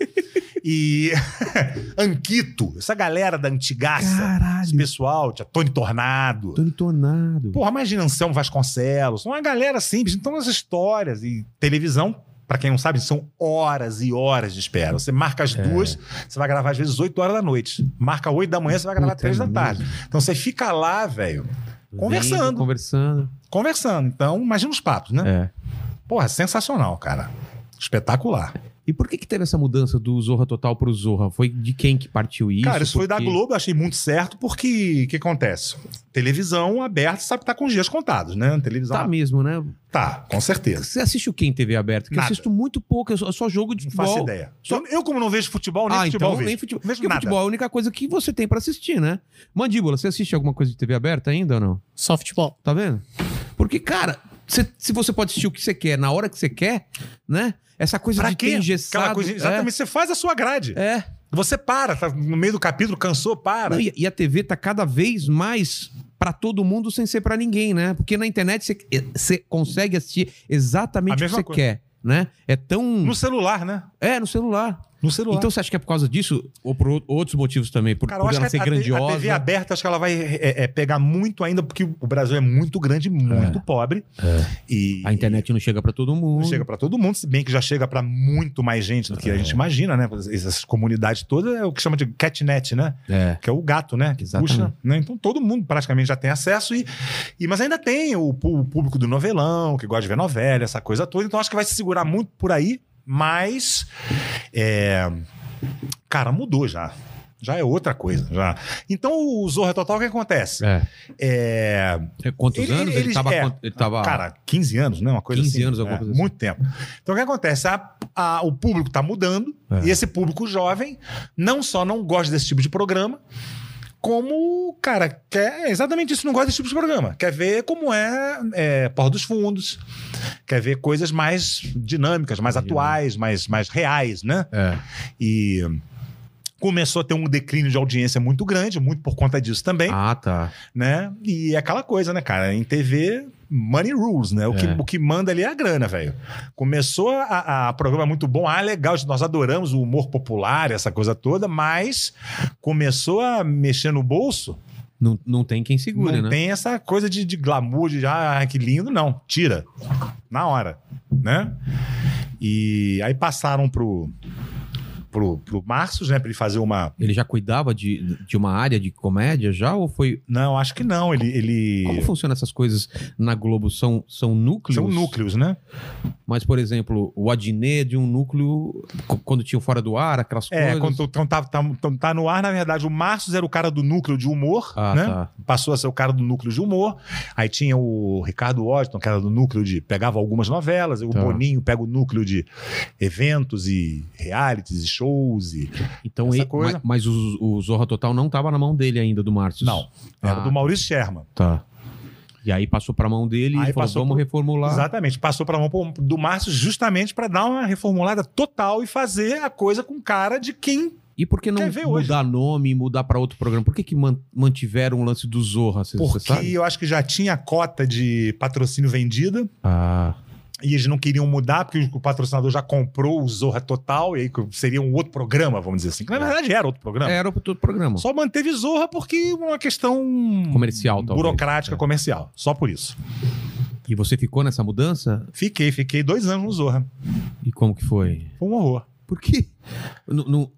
Speaker 3: E Anquito, essa galera da antigaça, esse
Speaker 1: Caralho.
Speaker 3: pessoal, tinha Tony Tornado.
Speaker 1: Tony Tornado.
Speaker 3: Porra, imagina Anselmo Vasconcelos, uma galera simples. Então, as histórias e televisão, pra quem não sabe, são horas e horas de espera. Você marca
Speaker 1: É.
Speaker 3: as duas, você vai gravar às vezes 8 horas da noite. Marca 8 da manhã, você vai gravar
Speaker 1: Puta,
Speaker 3: três 3
Speaker 1: é
Speaker 3: da tarde. Então, você fica lá, velho, Conversando.
Speaker 1: Vendo, conversando.
Speaker 3: conversando. Então, imagina os papos, né?
Speaker 1: É.
Speaker 3: Porra, sensacional, cara. Espetacular.
Speaker 1: E por que que teve essa mudança do Zorra Total pro Zorra? Foi de quem que partiu isso?
Speaker 3: Cara, isso foi da
Speaker 1: Porque-
Speaker 3: Globo, eu achei muito certo, porque o que acontece? Televisão aberta sabe que tá com os dias contados, né? Televisão.
Speaker 1: Tá
Speaker 3: Tá,
Speaker 1: mesmo, né?
Speaker 3: com certeza.
Speaker 1: Você assiste o que em TV aberta? Que eu
Speaker 3: Nada.
Speaker 1: assisto muito pouco, eu só, eu só jogo de
Speaker 3: Não
Speaker 1: futebol.
Speaker 3: faço ideia.
Speaker 1: Só-
Speaker 3: Eu, eu, como não vejo futebol, nem
Speaker 1: Ah,
Speaker 3: futebol
Speaker 1: então
Speaker 3: vejo.
Speaker 1: nem futebol.
Speaker 3: Vejo
Speaker 1: Porque
Speaker 3: nada.
Speaker 1: futebol é a única coisa que você tem pra assistir, né? Mandíbula, você assiste alguma coisa de TV aberta ainda ou não?
Speaker 2: Só futebol.
Speaker 1: Tá vendo? Porque, cara, cê- se você pode assistir o que você quer na hora que você quer, né? Essa coisa
Speaker 3: Pra
Speaker 1: de
Speaker 3: quê?
Speaker 1: ter engessado...
Speaker 3: Aquela coisa, exatamente, você faz a sua grade.
Speaker 1: É, é.
Speaker 3: Você para, tá no meio do capítulo, cansou, para.
Speaker 1: Não, e, e a TV tá cada vez mais pra todo mundo sem ser pra ninguém, né? Porque na internet você- você consegue assistir
Speaker 3: A
Speaker 1: exatamente o que
Speaker 3: mesma
Speaker 1: você
Speaker 3: coisa.
Speaker 1: quer, né? É tão...
Speaker 3: No celular, né?
Speaker 1: É, no celular.
Speaker 3: No celular.
Speaker 1: Então você acha que é por causa disso? Ou por ou- outros motivos também? Por,
Speaker 3: Cara, eu
Speaker 1: por
Speaker 3: acho que
Speaker 1: ela
Speaker 3: a,
Speaker 1: ser
Speaker 3: a TV
Speaker 1: grandiosa?
Speaker 3: a TV aberta, acho que ela vai é, é, pegar muito ainda, porque o Brasil é muito grande, muito pobre. E
Speaker 1: É. A internet é não chega pra todo mundo.
Speaker 3: Não chega para todo mundo, se bem que já chega para muito mais gente do que
Speaker 1: É.
Speaker 3: a gente imagina, né? Essas comunidades todas é o que chama de catnet, né?
Speaker 1: É.
Speaker 3: Que é o gato, né? Que
Speaker 1: Exatamente.
Speaker 3: puxa, né? Então todo mundo praticamente já tem acesso e, e mas ainda tem o, pu- o público do novelão, que gosta de ver novela, essa coisa toda. Então acho que vai se segurar muito por aí, mas é, cara, mudou já. Já é outra coisa, já. Então o Zorra Total o que acontece?
Speaker 1: É.
Speaker 3: É,
Speaker 1: É, Quantos
Speaker 3: Ele-
Speaker 1: anos? Ele,
Speaker 3: ele-
Speaker 1: tava,
Speaker 3: é.
Speaker 1: quant- ele tava.
Speaker 3: Cara, 15 anos, né? Uma coisa
Speaker 1: 15
Speaker 3: assim.
Speaker 1: anos, alguma
Speaker 3: é,
Speaker 1: coisa assim.
Speaker 3: Muito tempo. Então o que acontece? A- a- o público está mudando,
Speaker 1: É.
Speaker 3: e esse público jovem não só não gosta desse tipo de programa, como, cara, quer é exatamente isso, não gosta desse tipo de programa. Quer ver como é, é Porta dos Fundos, quer ver coisas mais dinâmicas, mais
Speaker 1: Imagina.
Speaker 3: atuais, mais, mais reais, né?
Speaker 1: É.
Speaker 3: E começou a ter um declínio de audiência muito grande, muito por conta disso também
Speaker 1: Ah, tá.
Speaker 3: né? E é aquela coisa, né, cara? Em TV, money rules, né? O, que,
Speaker 1: É.
Speaker 3: o que manda ali é a grana, velho. Começou a, a programa muito bom, ah, legal, nós adoramos o humor popular, essa coisa toda, mas começou a mexer no bolso,
Speaker 1: Não, não tem quem segure,
Speaker 3: não
Speaker 1: né?
Speaker 3: tem essa coisa de, de glamour, de ah, que lindo, não. Tira. Na hora, né? E aí passaram pro. Pro, pro Marcos, né? Pra ele fazer uma.
Speaker 1: Ele já cuidava de, de uma área de comédia já? Ou foi.
Speaker 3: Não, acho que não. Ele.
Speaker 1: Como
Speaker 3: ele...
Speaker 1: funcionam essas coisas na Globo? São, são núcleos?
Speaker 3: São núcleos, né?
Speaker 1: Mas, por exemplo, o Adnet de um núcleo. c- Quando tinha o Fora do Ar, aquelas
Speaker 3: É,
Speaker 1: coisas.
Speaker 3: quando então, tá, tá, então tá no ar, na verdade, o Márcio era o cara do núcleo de humor,
Speaker 1: Ah,
Speaker 3: né?
Speaker 1: tá.
Speaker 3: Passou a ser o cara do núcleo de humor. Aí tinha o Ricardo Washington, que era do núcleo de. pegava algumas novelas, o
Speaker 1: Tá.
Speaker 3: Boninho pega o núcleo de eventos e realities e shows. E...
Speaker 1: Então,
Speaker 3: Essa
Speaker 1: ele,
Speaker 3: coisa.
Speaker 1: Mas, mas o, o Zorra Total não tava na mão dele ainda, do Márcio.
Speaker 3: Não.
Speaker 1: Ah.
Speaker 3: Era do Maurício Sherman.
Speaker 1: Tá. E aí passou pra mão dele
Speaker 3: Aí
Speaker 1: e falou:
Speaker 3: passou
Speaker 1: vamos
Speaker 3: pro-
Speaker 1: reformular.
Speaker 3: Exatamente. Passou pra mão pro- do Márcio justamente pra dar uma reformulada total e fazer a coisa com cara de quem.
Speaker 1: E por que não
Speaker 3: Quer ver hoje?
Speaker 1: mudar nome e mudar pra outro programa? Por que, que man- mantiveram o lance do Zorra? Você
Speaker 3: Porque
Speaker 1: sabe?
Speaker 3: eu acho que já tinha cota de patrocínio vendida.
Speaker 1: Ah,
Speaker 3: E eles não queriam mudar, porque o patrocinador já comprou o Zorra Total, e aí seria um outro programa, vamos dizer assim. Que na
Speaker 1: É.
Speaker 3: verdade era outro programa.
Speaker 1: era outro programa.
Speaker 3: Só um manteve Zorra porque uma questão
Speaker 1: Comercial, talvez.
Speaker 3: burocrática,
Speaker 1: É.
Speaker 3: comercial. Só por isso.
Speaker 1: E você ficou nessa mudança?
Speaker 3: Fiquei, fiquei dois anos no Zorra.
Speaker 1: E como que foi?
Speaker 3: Foi um horror.
Speaker 1: Por quê? No, no-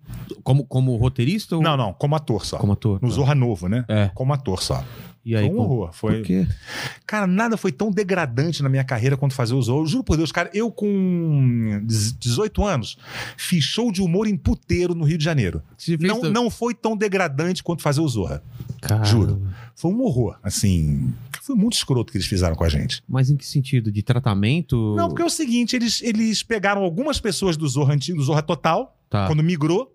Speaker 1: como, como roteirista ou
Speaker 3: Não, não, como ator só.
Speaker 1: como ator?
Speaker 3: No
Speaker 1: Tá.
Speaker 3: Zorra Novo, né?
Speaker 1: É.
Speaker 3: Como ator só.
Speaker 1: E aí,
Speaker 3: foi um
Speaker 1: como-
Speaker 3: horror. Foi...
Speaker 1: Por quê?
Speaker 3: Cara, nada foi tão degradante na minha carreira quanto fazer o Zorra. Eu juro por Deus, cara, eu com 18 anos fiz show de humor em puteiro no Rio de Janeiro.
Speaker 1: Você fez
Speaker 3: Não,
Speaker 1: tam-
Speaker 3: não foi tão degradante quanto fazer o Zorra.
Speaker 1: Cara,
Speaker 3: juro. Foi um horror. Assim, foi muito escroto que eles fizeram com a gente.
Speaker 1: Mas em que sentido? De tratamento?
Speaker 3: Não, porque é o seguinte: eles, eles pegaram algumas pessoas do Zorra antigo, do Zorra Total,
Speaker 1: Tá.
Speaker 3: quando migrou,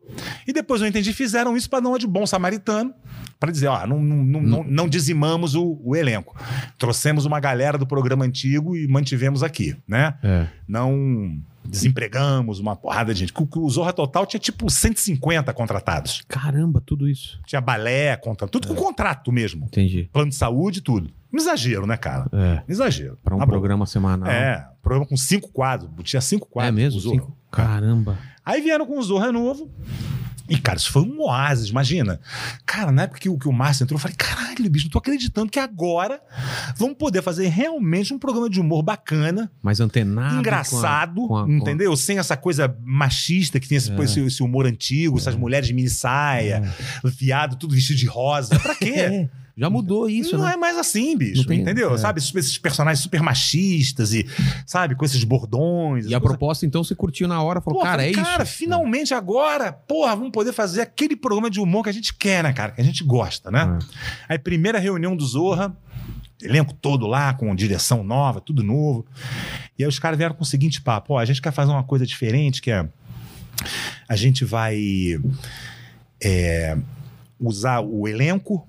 Speaker 3: e depois eu entendi, fizeram isso para dar uma de bom samaritano, para dizer, ó, não, não, não, não- não dizimamos o, o elenco. Trouxemos uma galera do programa antigo e mantivemos aqui, né?
Speaker 1: É.
Speaker 3: Não desempregamos uma porrada de gente. Que O o Zorra Total tinha tipo 150 contratados.
Speaker 1: Caramba, tudo isso.
Speaker 3: Tinha balé, conta, tudo com contrato mesmo.
Speaker 1: Entendi.
Speaker 3: plano de saúde e tudo. Um exagero, né, cara?
Speaker 1: É.
Speaker 3: Um Exagero. É,
Speaker 1: Pra um
Speaker 3: Na boa.
Speaker 1: programa semanal.
Speaker 3: É, programa com cinco quadros. Tinha cinco quadros.
Speaker 1: mesmo?
Speaker 3: Zorra.
Speaker 1: Cinco?
Speaker 3: cara.
Speaker 1: Caramba.
Speaker 3: Aí vieram com o Zorra novo. E, cara, isso foi um oásis, imagina. Cara, na época que, o- que o Márcio entrou, eu falei, caralho, bicho, não tô acreditando que agora vamos poder fazer realmente um programa de humor bacana,
Speaker 1: Mais antenado.
Speaker 3: engraçado,
Speaker 1: Ah, com a- com a-
Speaker 3: entendeu? Sem essa coisa machista que tem esse,
Speaker 1: É.
Speaker 3: esse, esse humor antigo, essas mulheres de mini saia, viado, tudo vestido de rosa. Pra quê?
Speaker 1: É, já mudou isso,
Speaker 3: não
Speaker 1: né?
Speaker 3: é mais assim, bicho,
Speaker 1: Não tem-
Speaker 3: entendeu?
Speaker 1: é.
Speaker 3: Sabe, esses- esses personagens super machistas e, sabe, com esses bordões.
Speaker 1: E a
Speaker 3: essa coisa
Speaker 1: proposta, então, você curtiu na hora, falou,
Speaker 3: Porra,
Speaker 1: cara, é
Speaker 3: falei,
Speaker 1: isso.
Speaker 3: Cara, finalmente agora, porra, vamos poder fazer aquele programa de humor que a gente quer, né, cara? Que a gente gosta, né?
Speaker 1: É.
Speaker 3: Aí, primeira reunião do Zorra, elenco todo lá, com direção nova, tudo novo. E aí os caras vieram com o seguinte papo: ó, a gente quer fazer uma coisa diferente, que é. A gente vai é, usar o elenco.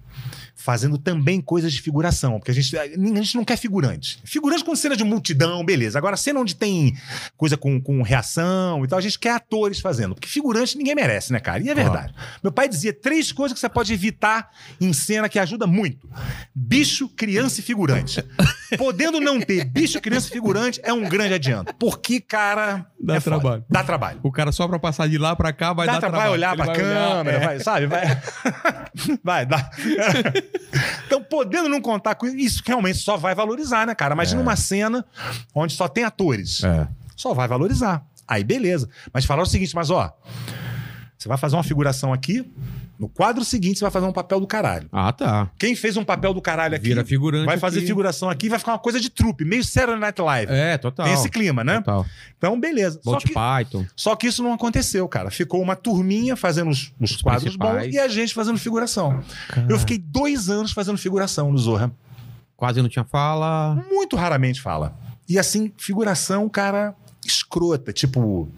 Speaker 3: Fazendo também coisas de figuração, porque a gente, a gente não quer figurante. Figurante com cena de multidão, beleza. Agora, cena onde tem coisa com, com reação e tal. A gente quer atores fazendo, porque figurante ninguém merece, né, cara? E é verdade. Meu pai dizia três coisas que você pode evitar em cena que ajuda muito: bicho, criança e figurante. Podendo não ter bicho, criança e figurante é um grande adianto. Porque, cara.
Speaker 1: Dá
Speaker 3: é foda.
Speaker 1: trabalho.
Speaker 3: Dá trabalho.
Speaker 1: O cara só pra passar de lá pra cá vai
Speaker 3: Dá
Speaker 1: dar trabalho.
Speaker 3: trabalho, olhar
Speaker 1: Ele
Speaker 3: pra
Speaker 1: vai
Speaker 3: câmera,
Speaker 1: olhar, é.
Speaker 3: vai, sabe? Vai. vai, dá. então, podendo não contar com isso, isso realmente só vai valorizar, né, cara?
Speaker 1: É.
Speaker 3: Imagina uma cena onde só tem atores só vai valorizar. Aí beleza. Mas falaram o seguinte, mas ó, você vai fazer uma figuração aqui, no quadro seguinte você vai fazer um papel do caralho.
Speaker 1: Ah, tá.
Speaker 3: Quem fez um papel do caralho aqui
Speaker 1: Vira figurante.
Speaker 3: vai fazer
Speaker 1: aqui.
Speaker 3: figuração aqui, vai ficar uma coisa de trupe, meio Saturday Night Live.
Speaker 1: É, total.
Speaker 3: Tem esse clima, né?
Speaker 1: Total.
Speaker 3: Então beleza. Só
Speaker 1: Monty
Speaker 3: que,
Speaker 1: Python.
Speaker 3: só que isso não aconteceu, cara. Ficou uma turminha fazendo os, os
Speaker 1: Os
Speaker 3: quadros bons
Speaker 1: principais. Ah.
Speaker 3: e a gente fazendo figuração. Eu fiquei dois anos fazendo figuração no Zorra.
Speaker 1: Quase não tinha fala.
Speaker 3: muito raramente fala. E assim, figuração, cara, escrota, tipo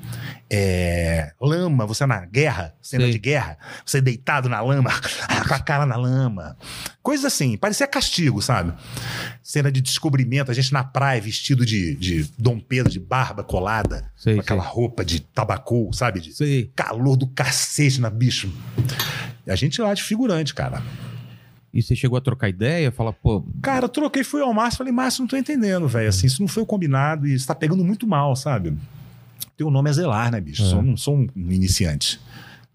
Speaker 3: é, lama, você na guerra, cena
Speaker 1: Sei.
Speaker 3: de guerra, você deitado na lama, com a cara na lama. Coisa assim, parecia castigo, sabe? Cena de descobrimento, a gente na praia vestido de, de Dom Pedro, de barba colada,
Speaker 1: Sei,
Speaker 3: com aquela roupa de tabacu, sabe? De
Speaker 1: sei. Sei.
Speaker 3: calor do cacete na bicho. E A gente lá de figurante, cara.
Speaker 1: E você chegou a trocar ideia, falar, pô,
Speaker 3: Cara, eu troquei, fui ao Márcio, falei, Márcio, não tô entendendo, velho. Assim, isso não foi o combinado e isso tá pegando muito mal, sabe? Teu nome é zelar, né, bicho?
Speaker 1: É.
Speaker 3: Sou, não sou um iniciante,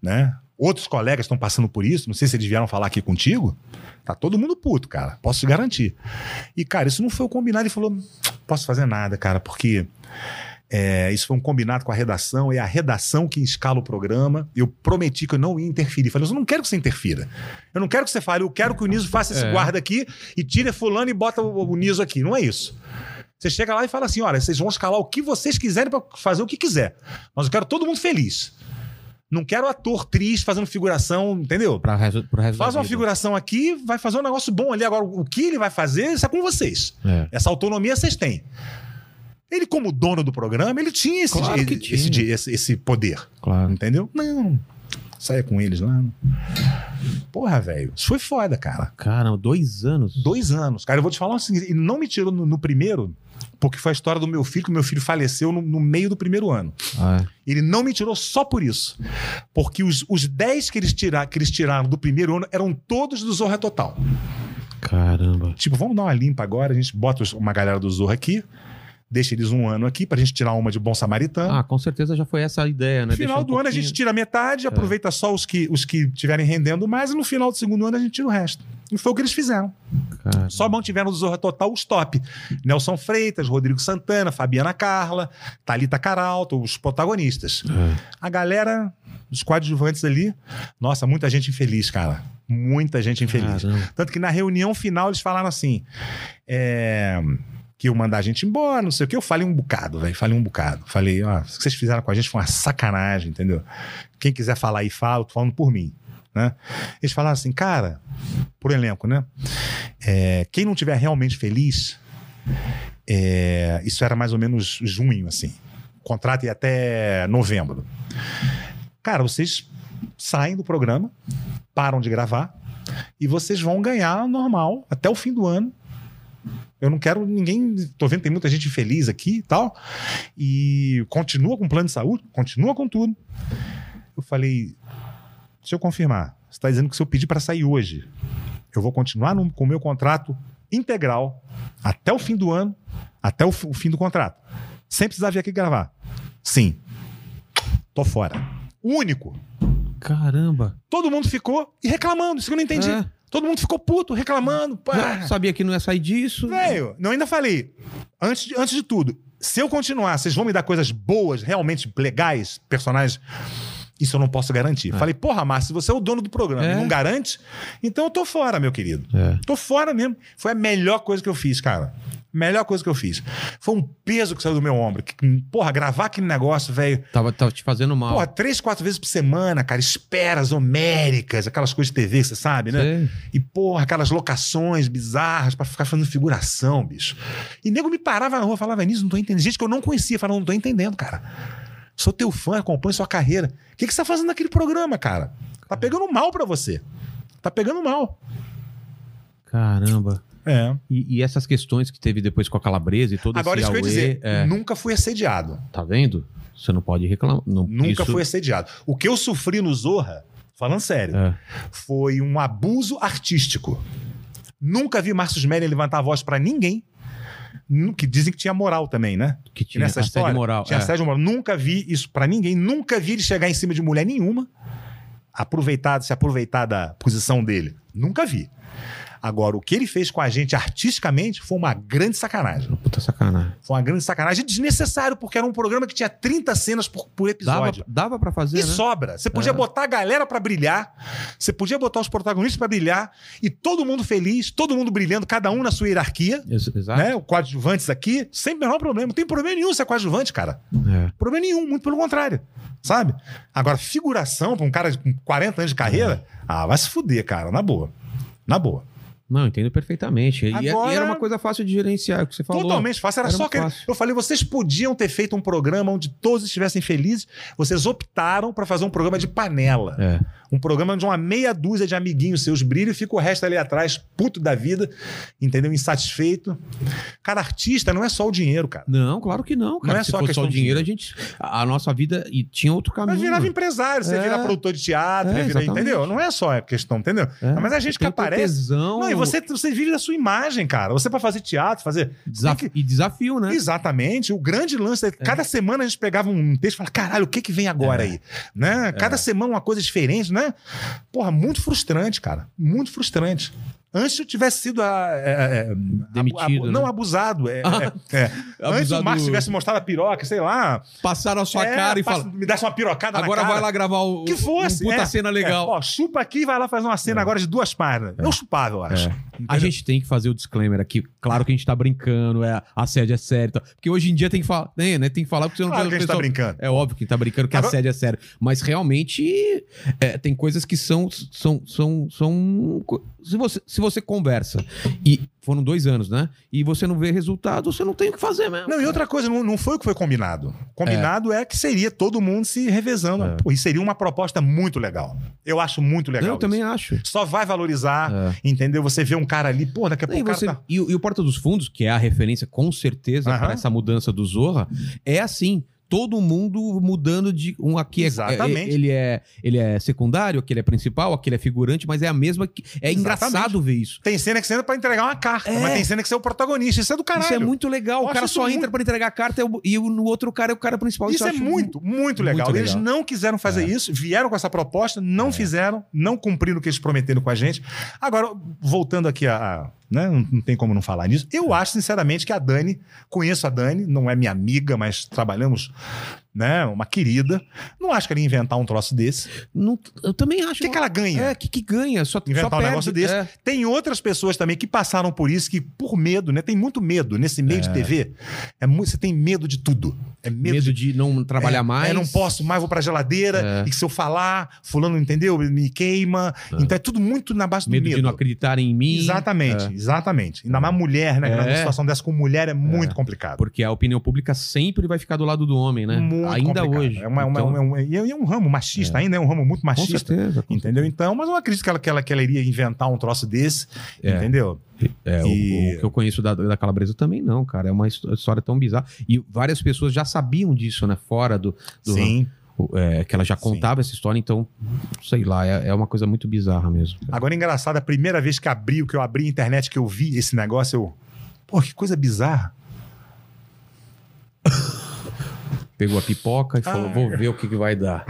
Speaker 3: né? Outros colegas estão passando por isso, não sei se eles vieram falar aqui contigo. Tá todo mundo puto, cara. Posso te garantir. E, cara, isso não foi o combinado. Ele falou, posso fazer nada, cara, porque é, isso foi um combinado com a redação, é a redação que escala o programa. Eu prometi que eu não ia interferir. Falei, eu não quero que você interfira. Eu não quero que você fale, eu quero que o Niso faça esse
Speaker 1: É.
Speaker 3: guarda aqui e tire fulano e bota o, o Niso aqui. Não é isso. Você chega lá e fala assim: olha, vocês vão escalar o que vocês quiserem para fazer o que quiser. Mas eu quero todo mundo feliz. Não quero ator triste fazendo figuração, entendeu?
Speaker 1: pra resto, pro resto
Speaker 3: Faz
Speaker 1: da
Speaker 3: uma
Speaker 1: vida.
Speaker 3: figuração aqui, vai fazer um negócio bom ali. Agora, o que ele vai fazer, isso é com vocês.
Speaker 1: É.
Speaker 3: Essa autonomia vocês têm. Ele, como dono do programa, ele tinha esse,
Speaker 1: Claro que
Speaker 3: esse-
Speaker 1: tinha.
Speaker 3: esse- esse- esse poder,
Speaker 1: Claro.
Speaker 3: entendeu? Não. Saia com eles lá. Porra, velho. Isso foi foda, cara.
Speaker 1: Caramba, dois anos.
Speaker 3: Dois anos. Cara, eu vou te falar o seguinte: ele não me tirou no, no primeiro, porque foi a história do meu filho, que meu filho faleceu no- no meio do primeiro ano.
Speaker 1: Ah,
Speaker 3: Ele não me tirou só por isso. Porque os, os 10 que eles, tira, que eles tiraram do primeiro ano eram todos do Zorra Total.
Speaker 1: é. Caramba.
Speaker 3: Tipo, vamos dar uma limpa agora, a gente bota os- uma galera do Zorra aqui, deixa eles um ano aqui pra gente tirar uma de Bom Samaritano.
Speaker 1: Ah, com certeza já foi essa a ideia, né?
Speaker 3: No final
Speaker 1: Deixar um
Speaker 3: do ano a
Speaker 1: pouquinho. É.
Speaker 3: gente tira metade, aproveita só os que os que estiverem rendendo mais, e no final do segundo ano a gente tira o resto. E foi o que eles fizeram.
Speaker 1: Cara,
Speaker 3: Só mantiveram do Zorra Total os top. Nelson Freitas, Rodrigo Santana, Fabiana Carla, Thalita Caralto, os protagonistas.
Speaker 1: é.
Speaker 3: A galera, os coadjuvantes ali, nossa, muita gente infeliz, cara. Muita gente infeliz.
Speaker 1: Caramba.
Speaker 3: Tanto que na reunião final eles falaram assim: é, que eu mandar a gente embora, não sei o que. Eu falei um bocado, velho. Falei um bocado. Falei, ó, o que vocês fizeram com a gente foi uma sacanagem, entendeu? Quem quiser falar aí, fala, tô falando por mim. Né? Eles falaram assim, cara, por elenco, né? É, quem não tiver realmente feliz, é, isso era mais ou menos junho, assim. Contrato ia até novembro. Cara, vocês saem do programa, param de gravar e vocês vão ganhar normal até o fim do ano. Eu não quero ninguém. Tô vendo que tem muita gente feliz aqui e tal. E continua com plano de saúde, continua com tudo. Eu falei: deixa eu confirmar. Você está dizendo que se eu pedir para sair hoje, eu vou continuar no- com o meu contrato integral até o fim do ano, até o, fi- o fim do contrato, sem precisar vir aqui gravar. Sim. Tô fora. Único.
Speaker 1: Caramba.
Speaker 3: Todo mundo ficou e reclamando, isso que eu não entendi.
Speaker 1: É.
Speaker 3: Todo mundo ficou puto, reclamando. Pá.
Speaker 1: Não, sabia que não ia sair disso.
Speaker 3: Velho, não ainda falei. Antes de, antes de tudo, se eu continuar, vocês vão me dar coisas boas, realmente legais, personagens. Isso eu não posso garantir. Falei, porra, Márcio, você é o dono do programa
Speaker 1: É.
Speaker 3: e não garante, então eu tô fora, meu querido.
Speaker 1: É.
Speaker 3: Tô fora mesmo. Foi a melhor coisa que eu fiz, cara. Melhor coisa que eu fiz. Foi um peso que saiu do meu ombro. Que, porra, gravar aquele negócio, velho.
Speaker 1: Tava, tava te fazendo mal.
Speaker 3: Porra, três, quatro vezes por semana, cara. Esperas homéricas, aquelas coisas de TV, você sabe, né?
Speaker 1: Sei.
Speaker 3: E, porra, aquelas locações bizarras pra ficar fazendo figuração, bicho. E nego me parava na rua, falava nisso, não tô entendendo. Gente que eu não conhecia, falava, não tô entendendo, cara. Sou teu fã, acompanho sua carreira. O que, que você tá fazendo naquele programa, cara? Tá pegando mal pra você. Tá pegando mal.
Speaker 1: Caramba.
Speaker 3: É.
Speaker 1: E, e essas questões que teve depois com a calabresa e todo
Speaker 3: Agora,
Speaker 1: esse
Speaker 3: isso que eu ia
Speaker 1: auê,
Speaker 3: dizer,
Speaker 1: é,
Speaker 3: nunca fui assediado.
Speaker 1: tá vendo? Você não pode reclamar. Não,
Speaker 3: Nunca
Speaker 1: isso-
Speaker 3: fui assediado. O que eu sofri no Zorra, falando sério,
Speaker 1: É.
Speaker 3: foi um abuso artístico. Nunca vi Márcio Smelling levantar a voz pra ninguém. Nu- Que dizem que tinha moral também, né?
Speaker 1: Que
Speaker 3: Que
Speaker 1: tinha
Speaker 3: nessa
Speaker 1: assédio
Speaker 3: história
Speaker 1: moral.
Speaker 3: tinha
Speaker 1: é.
Speaker 3: assédio moral. Nunca vi isso pra ninguém. Nunca vi ele chegar em cima de mulher nenhuma. Aproveitar, se aproveitar da posição dele. Nunca vi. Agora, o que ele fez com a gente artisticamente foi uma grande sacanagem.
Speaker 1: Puta sacanagem.
Speaker 3: Foi uma grande sacanagem. Desnecessário, porque era um programa que tinha 30 cenas por, por
Speaker 1: Dava,
Speaker 3: episódio.
Speaker 1: dava pra fazer,
Speaker 3: E
Speaker 1: né?
Speaker 3: sobra. Você podia
Speaker 1: É.
Speaker 3: botar a galera pra brilhar, você podia botar os protagonistas pra brilhar, e todo mundo feliz, todo mundo brilhando, cada um na sua hierarquia.
Speaker 1: Ex- Exato.
Speaker 3: Né? O coadjuvantes aqui, sem o menor problema. Não tem problema nenhum ser coadjuvante, cara.
Speaker 1: É.
Speaker 3: Problema nenhum, muito pelo contrário. Sabe? Agora, figuração pra um cara de- com 40 anos de carreira,
Speaker 1: É.
Speaker 3: ah, vai se fuder, cara, na boa. Na boa.
Speaker 1: Não, eu entendo perfeitamente. E, e
Speaker 3: Agora-
Speaker 1: era uma coisa fácil de gerenciar, é o que você falou.
Speaker 3: Totalmente fácil. Era,
Speaker 1: Era
Speaker 3: só
Speaker 1: muito
Speaker 3: que.
Speaker 1: fácil.
Speaker 3: Eu falei, vocês podiam ter feito um programa onde todos estivessem felizes. Vocês optaram pra fazer um programa de panela.
Speaker 1: É.
Speaker 3: Um programa onde uma meia dúzia de amiguinhos seus brilham e fica o resto ali atrás, puto da vida, entendeu? Insatisfeito. Cara, artista não é só o dinheiro, cara.
Speaker 1: Não, claro que não. Cara.
Speaker 3: Não é
Speaker 1: Se
Speaker 3: só
Speaker 1: fosse só
Speaker 3: questão
Speaker 1: o
Speaker 3: de
Speaker 1: dinheiro, a gente. A a nossa vida e tinha outro caminho.
Speaker 3: Mas virava empresário, você
Speaker 1: É.
Speaker 3: ia virar produtor de teatro,
Speaker 1: É,
Speaker 3: ia virar,
Speaker 1: exatamente.
Speaker 3: entendeu? Não é só a questão, entendeu?
Speaker 1: É,
Speaker 3: Mas a gente que
Speaker 1: tem o teu
Speaker 3: aparece.
Speaker 1: Tesão,
Speaker 3: Não, e você, você vive da sua imagem, cara. Você pra fazer teatro, fazer.
Speaker 1: desa-
Speaker 3: tem
Speaker 1: E desafio, né?
Speaker 3: Exatamente. O grande lance é que cada semana a gente pegava um texto e falava, caralho, o que que vem agora
Speaker 1: É.
Speaker 3: aí? Né? Cada semana uma coisa diferente, né? Porra, muito frustrante, cara. Muito frustrante. Antes eu tivesse sido a- é, é,
Speaker 1: Demitido,
Speaker 3: abu-
Speaker 1: né?
Speaker 3: Não, abusado. É, é, é. Antes o
Speaker 1: Abusado-
Speaker 3: Marcos tivesse mostrado a piroca, sei lá.
Speaker 1: Passaram a sua
Speaker 3: É,
Speaker 1: cara e
Speaker 3: passa-
Speaker 1: fala.
Speaker 3: Me desse uma pirocada na
Speaker 1: Agora
Speaker 3: cara.
Speaker 1: vai lá gravar o.
Speaker 3: Que fosse.
Speaker 1: Um puta
Speaker 3: é.
Speaker 1: cena
Speaker 3: É,
Speaker 1: legal.
Speaker 3: ó, chupa aqui e vai lá fazer uma cena agora de duas páginas. Eu chupava, eu acho.
Speaker 1: É. A gente tem que fazer o disclaimer aqui. Claro que a gente tá brincando, é, assédio é sério. e tal. Porque hoje em dia tem que falar. Né, né, tem que falar porque você não tem-
Speaker 3: Claro que a gente tá
Speaker 1: pessoal-
Speaker 3: brincando.
Speaker 1: É óbvio que tá brincando que
Speaker 3: Agora-
Speaker 1: assédio é sério. Mas realmente é, tem coisas que são. são, são, são se, você, se você conversa e foram dois anos, né? E você não vê resultado, você não tem o que fazer mesmo.
Speaker 3: Não, e outra coisa, não, não foi o que foi combinado. Combinado é. que seria todo mundo se revezando.
Speaker 1: É.
Speaker 3: Pô, e seria uma proposta muito legal. Eu acho muito é legal.
Speaker 1: Eu também
Speaker 3: isso. Ah,
Speaker 1: acho. É.
Speaker 3: Só vai valorizar, entendeu? Você vê um cara ali, pô, daqui
Speaker 1: E,
Speaker 3: a pouco o cara
Speaker 1: você-
Speaker 3: tá.
Speaker 1: e o e o Porta dos Fundos, que é a referência com certeza
Speaker 3: Aham.
Speaker 1: para essa mudança do Zorra, é assim. Todo mundo mudando de um aqui é-
Speaker 3: Exatamente.
Speaker 1: é- ele é ele é secundário, aquele é principal, aquele é figurante, mas é a mesma que é engraçado ver isso.
Speaker 3: Tem cena que você entra pra entregar uma carta,
Speaker 1: É.
Speaker 3: mas tem cena que você é o protagonista. Isso é do caralho.
Speaker 1: Isso é muito legal.
Speaker 3: Eu
Speaker 1: o
Speaker 3: acho
Speaker 1: cara
Speaker 3: isso
Speaker 1: só
Speaker 3: muito-
Speaker 1: entra pra entregar a carta e o- e o, no outro cara é o cara principal.
Speaker 3: Isso
Speaker 1: eu
Speaker 3: é
Speaker 1: acho
Speaker 3: muito, muito legal.
Speaker 1: muito
Speaker 3: Eles
Speaker 1: legal. É.
Speaker 3: não quiseram fazer isso, vieram com essa proposta, não fizeram, não cumpriram o que eles prometeram com a gente. Agora, voltando aqui a. a- né, Não, não tem como não falar nisso.
Speaker 1: É.
Speaker 3: Eu acho, sinceramente, que a Dani, conheço a Dani, não é minha amiga, mas trabalhamos, né? Uma querida. Não acho que ela ia inventar um troço desse.
Speaker 1: Não- eu também acho.
Speaker 3: O que, que ela ganha?
Speaker 1: É, o que, que ganha? Só, só
Speaker 3: Inventar um
Speaker 1: perde.
Speaker 3: negócio desse.
Speaker 1: É.
Speaker 3: Tem outras pessoas também que passaram por isso, que por medo, né? Tem muito medo nesse meio de TV. É mu- você tem medo de tudo. É medo,
Speaker 1: Medo,
Speaker 3: de
Speaker 1: de não trabalhar
Speaker 3: é,
Speaker 1: mais.
Speaker 3: é, não posso mais, vou pra
Speaker 1: É.
Speaker 3: geladeira. E se eu falar, fulano, entendeu? Me queima. Então é tudo muito na base
Speaker 1: Medo,
Speaker 3: do medo.
Speaker 1: de não acreditar em mim.
Speaker 3: Exatamente, exatamente. Ainda mais mulher, né?
Speaker 1: É.
Speaker 3: Uma situação dessa com mulher é muito complicado.
Speaker 1: Porque a opinião pública sempre vai ficar do lado do homem, né?
Speaker 3: Muito
Speaker 1: Ainda
Speaker 3: complicado.
Speaker 1: hoje.
Speaker 3: É, uma- uma-
Speaker 1: Então,
Speaker 3: é um- e é- e é um ramo machista, ainda é um ramo muito
Speaker 1: com
Speaker 3: machista.
Speaker 1: certeza.
Speaker 3: Entendeu? Então, mas eu acredito que ela, que ela, que ela iria inventar um troço desse,
Speaker 1: É.
Speaker 3: entendeu?
Speaker 1: É, o-
Speaker 3: E-
Speaker 1: o, que eu conheço da, da Calabresa também não, cara. É uma histó- história tão bizarra. E várias pessoas já sabiam disso, né? Fora do. do
Speaker 3: Sim.
Speaker 1: o- é, que ela já contava essa história, então, sei lá, é, é uma coisa muito bizarra mesmo.
Speaker 3: Agora, engraçado, a primeira vez que abri, o que eu abri a internet, que eu vi esse negócio, eu. Pô, que coisa bizarra.
Speaker 1: pegou a pipoca e falou:
Speaker 3: Ah.
Speaker 1: vou ver o que, que vai dar.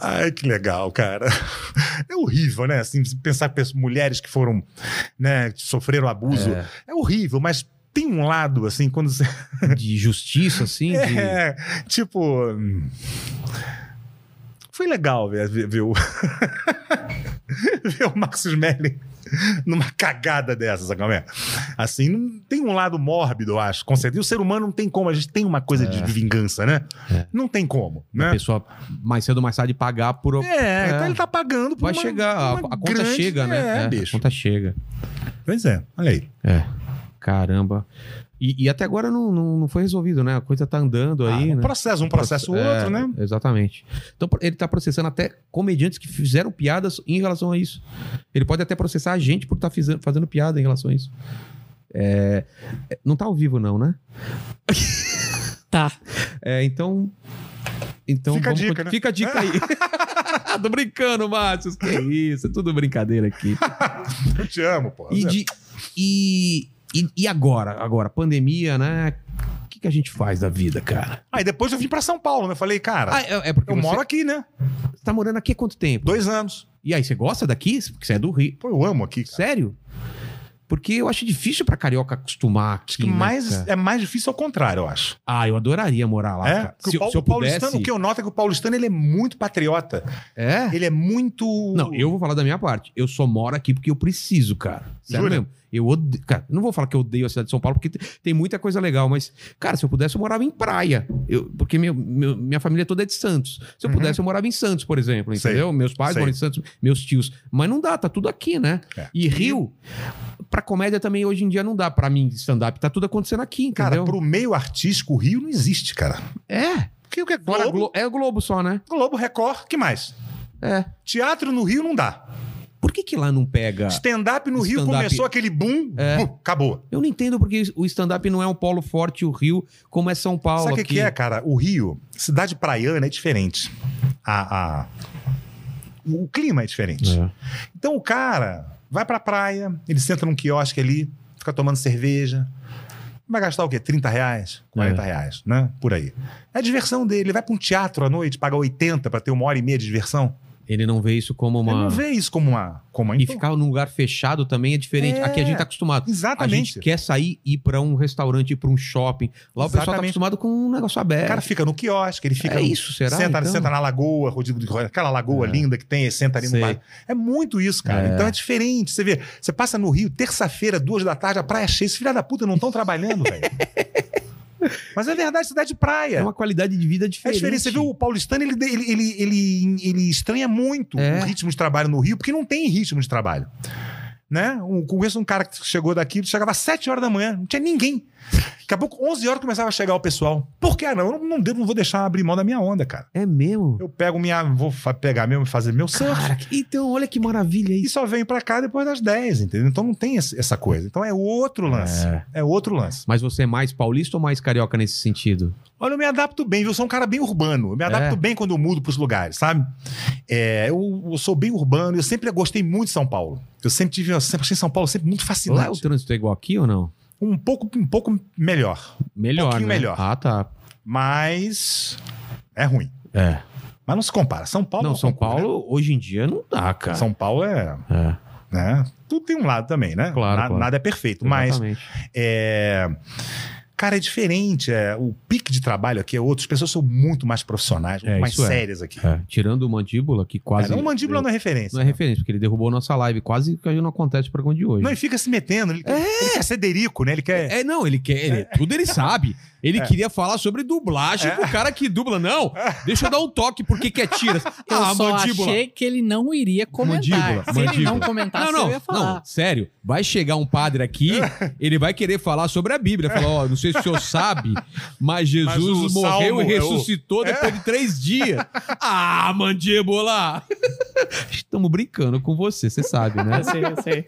Speaker 3: Ai, que legal, cara. É horrível, né? Assim, se pensar que pessoas- mulheres que foram, né, que sofreram abuso. É.
Speaker 1: É,
Speaker 3: horrível, mas tem um lado, assim, quando você.
Speaker 1: de justiça, assim. de-
Speaker 3: É, tipo. hum, Foi legal ver, ver, ver o. ver o Marcos Smelling numa cagada dessa, sabe como é? Assim, não- tem um lado mórbido, eu acho, com certeza. E o ser humano não tem como, a gente tem uma coisa de vingança, né?
Speaker 1: É.
Speaker 3: Não tem como,
Speaker 1: A
Speaker 3: né?
Speaker 1: pessoa mais cedo ou mais tarde pagar por.
Speaker 3: É, então ele tá pagando por
Speaker 1: Vai
Speaker 3: uma-
Speaker 1: chegar, a,
Speaker 3: uma
Speaker 1: a conta
Speaker 3: grande-
Speaker 1: chega, né?
Speaker 3: É,
Speaker 1: É,
Speaker 3: bicho.
Speaker 1: A conta chega.
Speaker 3: Pois é, olha aí.
Speaker 1: É. Caramba. E, e até agora não, não, não foi resolvido, né? A coisa tá andando
Speaker 3: Ah,
Speaker 1: aí,
Speaker 3: um
Speaker 1: né?
Speaker 3: processo, um processo o
Speaker 1: É,
Speaker 3: outro, né?
Speaker 1: Exatamente. Então pro- ele tá processando até comediantes que fizeram piadas em relação a isso. Ele pode até processar a gente por estar fazendo piada em relação a isso. É, é, não tá ao vivo, não, né?
Speaker 2: Tá.
Speaker 1: É, então. Então
Speaker 3: Fica a
Speaker 1: vamos
Speaker 3: dica,
Speaker 1: conti-
Speaker 3: né?
Speaker 1: Fica a dica aí. Tô brincando, Márcio. Que isso? É tudo brincadeira aqui.
Speaker 3: Eu te amo, pô.
Speaker 1: É. E, de- e, e, e agora? Agora, pandemia, né? O que, que a gente faz da vida, cara?
Speaker 3: Aí depois eu vim pra São Paulo, né? Falei, cara,
Speaker 1: Ah, é, é porque
Speaker 3: eu
Speaker 1: você
Speaker 3: moro aqui, né?
Speaker 1: tá morando aqui há quanto tempo?
Speaker 3: Dois anos.
Speaker 1: E aí, você gosta daqui? Porque você é do Rio.
Speaker 3: Pô, eu amo aqui. cara.
Speaker 1: Sério? Porque eu acho difícil pra carioca acostumar aqui.
Speaker 3: Acho que
Speaker 1: né,
Speaker 3: mais,
Speaker 1: cara?
Speaker 3: é mais difícil ao contrário, eu acho.
Speaker 1: Ah, eu adoraria morar lá.
Speaker 3: é?
Speaker 1: cara.
Speaker 3: Porque
Speaker 1: Se,
Speaker 3: o, Paul-
Speaker 1: se eu
Speaker 3: o paulistano,
Speaker 1: pudesse.
Speaker 3: o que eu noto é que o paulistano ele é muito patriota.
Speaker 1: É?
Speaker 3: Ele é muito.
Speaker 1: Não, eu vou falar da minha parte. Eu só moro aqui porque eu preciso, cara. Sério
Speaker 3: Jura?
Speaker 1: mesmo. Eu odeio. Cara, não vou falar que eu odeio a cidade de São Paulo, porque te- tem muita coisa legal, mas, cara, se eu pudesse, eu morava em praia. Eu, porque meu- meu- minha família toda é de Santos. Se eu
Speaker 3: Uhum.
Speaker 1: pudesse, eu morava em Santos, por exemplo,
Speaker 3: Sei.
Speaker 1: entendeu? Meus pais
Speaker 3: Sei.
Speaker 1: moram em Santos, meus tios. Mas não dá, tá tudo aqui, né?
Speaker 3: É.
Speaker 1: E Rio, pra comédia também hoje em dia não dá. Pra mim, stand-up, tá tudo acontecendo aqui,
Speaker 3: Cara,
Speaker 1: entendeu?
Speaker 3: pro meio artístico, o Rio não existe, cara.
Speaker 1: É.
Speaker 3: Porque o que é
Speaker 1: Fora
Speaker 3: Globo,
Speaker 1: Glo- É o Globo só, né?
Speaker 3: Globo, Record, que mais?
Speaker 1: É.
Speaker 3: Teatro no Rio não dá.
Speaker 1: Por que que lá não pega?
Speaker 3: Stand-up no Rio
Speaker 1: É. Stand-up. É.
Speaker 3: começou aquele boom, bum, acabou.
Speaker 1: Eu não entendo porque o stand-up não é um polo forte, o Rio, como é São Paulo.
Speaker 3: Sabe o que,
Speaker 1: aqui.
Speaker 3: que é, cara? O Rio, cidade praiana, é diferente. A, a- O clima é diferente. Então o cara vai pra praia, ele senta num quiosque ali, fica tomando cerveja. Vai gastar o quê? 30 reais?
Speaker 1: É.
Speaker 3: 40 reais, né? Por aí. É a diversão dele. Ele vai pra um teatro à noite, paga 80 pra ter uma hora e meia de diversão.
Speaker 1: Ele não vê isso como
Speaker 3: Ele
Speaker 1: uma.
Speaker 3: não vê isso como uma. Como uma...
Speaker 1: E ficar num lugar fechado também é diferente.
Speaker 3: É.
Speaker 1: Aqui a gente tá acostumado. A
Speaker 3: Exatamente.
Speaker 1: gente quer sair e ir pra um restaurante, ir pra um shopping. Lá o pessoal tá
Speaker 3: Exatamente.
Speaker 1: acostumado com um negócio aberto.
Speaker 3: O cara fica no quiosque, ele fica.
Speaker 1: é
Speaker 3: no-
Speaker 1: isso, será?
Speaker 3: Senta,
Speaker 1: então?
Speaker 3: senta na lagoa, Rodrigo de Rocha, aquela lagoa
Speaker 1: É.
Speaker 3: linda que tem, senta ali
Speaker 1: Sei.
Speaker 3: no bar. É muito isso, cara.
Speaker 1: É.
Speaker 3: Então é diferente. Você vê, você passa no Rio, terça-feira, duas da tarde, a praia é cheia. Esses filha da puta não estão trabalhando, velho. Mas é verdade, cidade de praia.
Speaker 1: É uma qualidade de vida
Speaker 3: É
Speaker 1: diferente.
Speaker 3: diferente. Você vê o paulistano, ele, ele, ele, ele, ele estranha muito
Speaker 1: É.
Speaker 3: o ritmo de trabalho no Rio, porque não tem ritmo de trabalho. Né? Um, conheço um cara que chegou daqui, ele chegava às 7 horas da manhã, não tinha ninguém. Daqui a pouco, 11 horas, começava a chegar o pessoal. Por que Ah, não? Eu não, não devo- não vou deixar abrir mão da minha onda, cara.
Speaker 1: É mesmo?
Speaker 3: Eu pego minha. Vou fa- pegar mesmo e fazer meu surf.
Speaker 1: Cara, que- então olha que maravilha
Speaker 3: E
Speaker 1: isso.
Speaker 3: só venho pra cá depois das 10, entendeu? Então não tem esse- essa coisa. Então é outro lance.
Speaker 1: É.
Speaker 3: É, outro lance.
Speaker 1: Mas você é mais paulista ou mais carioca nesse sentido?
Speaker 3: Olha, eu me adapto bem, viu? Eu sou um cara bem urbano. Eu me adapto
Speaker 1: É.
Speaker 3: bem quando eu mudo pros lugares, sabe? É, eu, eu sou bem urbano. Eu sempre gostei muito de São Paulo. Eu sempre tive, eu sempre achei São Paulo sempre muito
Speaker 1: Lá o
Speaker 3: fascinante.
Speaker 1: trânsito é igual aqui ou não?
Speaker 3: Um pouco, um pouco melhor,
Speaker 1: Melhor,
Speaker 3: pouquinho
Speaker 1: né?
Speaker 3: melhor.
Speaker 1: Ah, tá.
Speaker 3: mas é ruim.
Speaker 1: É.
Speaker 3: Mas não se compara. São Paulo. É.
Speaker 1: Não, São
Speaker 3: compara,
Speaker 1: Paulo hoje em dia não dá,
Speaker 3: né?
Speaker 1: cara.
Speaker 3: São Paulo é,
Speaker 1: É,
Speaker 3: né? Tudo tem um lado também, né?
Speaker 1: Claro,
Speaker 3: Na-
Speaker 1: claro.
Speaker 3: Nada é perfeito, mas
Speaker 1: exatamente.
Speaker 3: É, Cara, é diferente. é, O pique de trabalho aqui é outro. As pessoas são muito mais profissionais, muito
Speaker 1: É,
Speaker 3: mais
Speaker 1: isso é.
Speaker 3: sérias aqui.
Speaker 1: É, tirando o mandíbula, que
Speaker 3: É,
Speaker 1: quase.
Speaker 3: não, o mandíbula não é referência.
Speaker 1: Não é referência, porque ele derrubou nossa live. Quase que não acontece o programa de hoje.
Speaker 3: Não, é. ele fica se metendo. Ele, ele quer ser Derico, né? Ele quer.
Speaker 1: É, não, ele quer. ele- tudo ele sabe. Ele queria falar sobre dublagem
Speaker 3: É.
Speaker 1: pro cara que dubla. Não, deixa eu dar um toque, porque que é tiras.
Speaker 2: Eu
Speaker 1: Ah,
Speaker 2: só
Speaker 1: mandíbula.
Speaker 2: achei que ele não iria comentar.
Speaker 1: Mandíbula,
Speaker 2: Se ele
Speaker 1: mandíbula.
Speaker 2: não comentasse,
Speaker 3: Tá,
Speaker 1: não,
Speaker 2: eu ia
Speaker 1: não,
Speaker 2: falar.
Speaker 1: não, sério. Vai chegar um padre aqui, ele vai querer falar sobre a Bíblia. Falar, ó, não sei se o senhor sabe, mas Jesus
Speaker 3: Mas o
Speaker 1: morreu
Speaker 3: Salmo
Speaker 1: e
Speaker 3: é o-
Speaker 1: ressuscitou depois de três dias. Ah, mandíbula! Estamos brincando com você, você sabe, né?
Speaker 2: Eu sei, eu sei.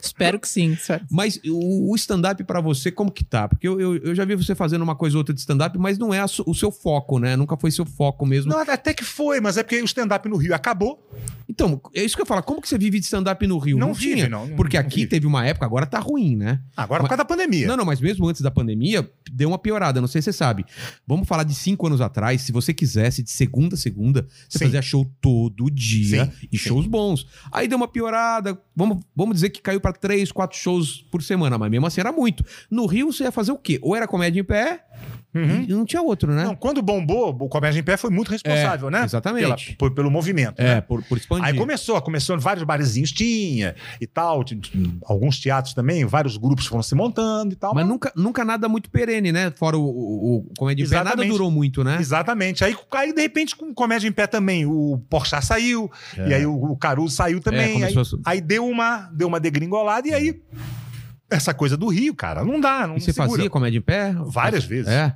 Speaker 2: Espero que sim. Certo.
Speaker 1: Mas o, o stand-up pra você, como que tá? Porque eu, eu, eu já vi você fazendo uma coisa ou outra de stand-up, mas não é a su- o seu foco, né? Nunca foi seu foco mesmo.
Speaker 3: Não, até que foi, mas é porque o stand-up no Rio acabou.
Speaker 1: Então, é isso que eu falo. Como que você vive de stand-up no Rio?
Speaker 3: Não vive, não. Não-
Speaker 1: Porque
Speaker 3: não
Speaker 1: aqui
Speaker 3: vive.
Speaker 1: teve uma época, agora tá ruim, né?
Speaker 3: Agora por causa da pandemia.
Speaker 1: Não, não, mas mesmo antes da pandemia, deu uma piorada, não sei se você sabe. Vamos falar de cinco anos atrás, se você quisesse, de segunda a segunda, você
Speaker 3: Sim.
Speaker 1: fazia show todo dia
Speaker 3: Sim,
Speaker 1: e shows bons. Aí deu uma piorada, vamos, vamos dizer que caiu pra três, quatro shows por semana, mas mesmo assim era muito. No Rio, você ia fazer o quê? Ou era comédia em pé,
Speaker 3: Uhum.
Speaker 1: e não tinha outro, né?
Speaker 3: Não, quando bombou, o Comédia em Pé foi muito responsável, né?
Speaker 1: É, exatamente.
Speaker 3: Pela- por- pelo movimento.
Speaker 1: É,
Speaker 3: né?
Speaker 1: por, por expandir.
Speaker 3: Aí começou, começou em vários barezinhos, tinha e tal, t- t- alguns teatros também, vários grupos foram se montando e tal.
Speaker 1: Mas nunca, nunca nada muito perene, né? Fora o, o, o comédia em pé, nada
Speaker 3: Exatamente.
Speaker 1: durou muito, né?
Speaker 3: Exatamente. Aí, aí, de repente, com Comédia em Pé também, o Porchat saiu, e aí o, o Caruso saiu
Speaker 1: É,
Speaker 3: também. aí,
Speaker 1: começou a su-
Speaker 3: aí deu uma deu uma degringolada, e aí essa coisa do Rio, cara, não dá, não
Speaker 1: E você
Speaker 3: segura.
Speaker 1: fazia comédia em pé?
Speaker 3: Várias vezes.
Speaker 1: É.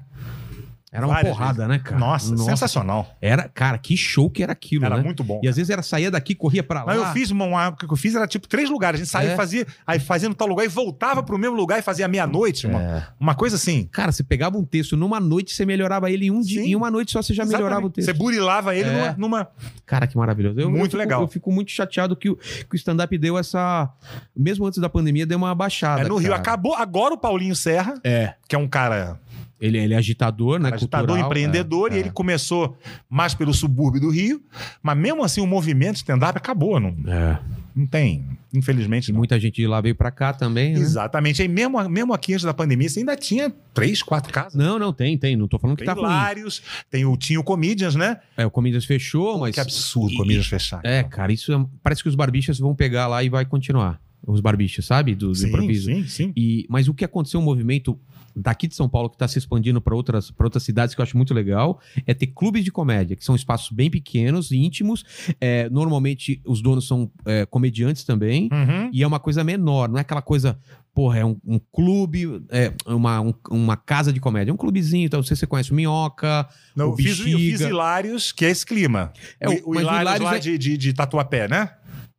Speaker 1: Era uma
Speaker 3: Várias
Speaker 1: porrada, né, cara?
Speaker 3: Nossa, sensacional.
Speaker 1: Era, cara, que show que era aquilo,
Speaker 3: Era
Speaker 1: né?
Speaker 3: muito bom.
Speaker 1: E às vezes era saía daqui, corria pra lá.
Speaker 3: Mas eu fiz uma, uma época que eu fiz, era tipo três lugares. A gente saía
Speaker 1: É.
Speaker 3: e fazia, aí fazia no tal lugar e voltava pro mesmo lugar e fazia meia-noite. Uma,
Speaker 1: É.
Speaker 3: uma coisa assim.
Speaker 1: Cara, você pegava um texto numa noite, você melhorava ele em um dia,
Speaker 3: Sim.
Speaker 1: em uma noite só você já melhorava o
Speaker 3: Exatamente.
Speaker 1: texto.
Speaker 3: Você burilava ele
Speaker 1: É.
Speaker 3: numa, numa-
Speaker 1: Cara, que maravilhoso. Eu,
Speaker 3: Muito
Speaker 1: eu fico,
Speaker 3: legal.
Speaker 1: Eu fico muito chateado que o, que o stand-up deu essa. Mesmo antes da pandemia, deu uma baixada.
Speaker 3: é, no Rio.
Speaker 1: cara.
Speaker 3: Acabou agora o Paulinho Serra,
Speaker 1: É.
Speaker 3: que é um cara
Speaker 1: Ele, ele é agitador, né?
Speaker 3: agitador,
Speaker 1: Cultural,
Speaker 3: tá, empreendedor,
Speaker 1: é,
Speaker 3: e
Speaker 1: é.
Speaker 3: ele começou mais pelo subúrbio do Rio. Mas mesmo assim, o movimento stand-up acabou. Não,
Speaker 1: É.
Speaker 3: não tem, infelizmente,
Speaker 1: E
Speaker 3: não.
Speaker 1: muita gente de lá veio pra cá também. né?
Speaker 3: Exatamente. Aí mesmo, mesmo aqui antes da pandemia, você ainda tinha três, quatro casas.
Speaker 1: Não, não, tem, tem. Não tô falando que
Speaker 3: Tem
Speaker 1: tá ruim.
Speaker 3: Hilários, tem o Tinho Comedians, né?
Speaker 1: É, o Comedians fechou, mas.
Speaker 3: Que é absurdo,
Speaker 1: E-
Speaker 3: Comedians fechar.
Speaker 1: É, cara, isso é- parece que os barbichas vão pegar lá e vai continuar. Os barbichas, sabe? Do, do improviso.
Speaker 3: Sim, sim.
Speaker 1: E, mas o que aconteceu, um movimento daqui de São Paulo que está se expandindo para outras, pra outras cidades que eu acho muito legal, é ter clubes de comédia, que são espaços bem pequenos e íntimos. É, normalmente os donos são é, comediantes também.
Speaker 3: Uhum.
Speaker 1: E é uma coisa menor, não é aquela coisa, porra, é um, um clube, é uma, um- uma casa de comédia, é um clubezinho, então não sei se você conhece o Minhoca,
Speaker 3: Não,
Speaker 1: o
Speaker 3: eu, fiz, eu fiz
Speaker 1: Bexiga.
Speaker 3: Hilários, que é esse clima.
Speaker 1: É,
Speaker 3: o, o
Speaker 1: mas o
Speaker 3: Hilários,
Speaker 1: Hilários
Speaker 3: lá
Speaker 1: é-
Speaker 3: de, de, de Tatuapé, né?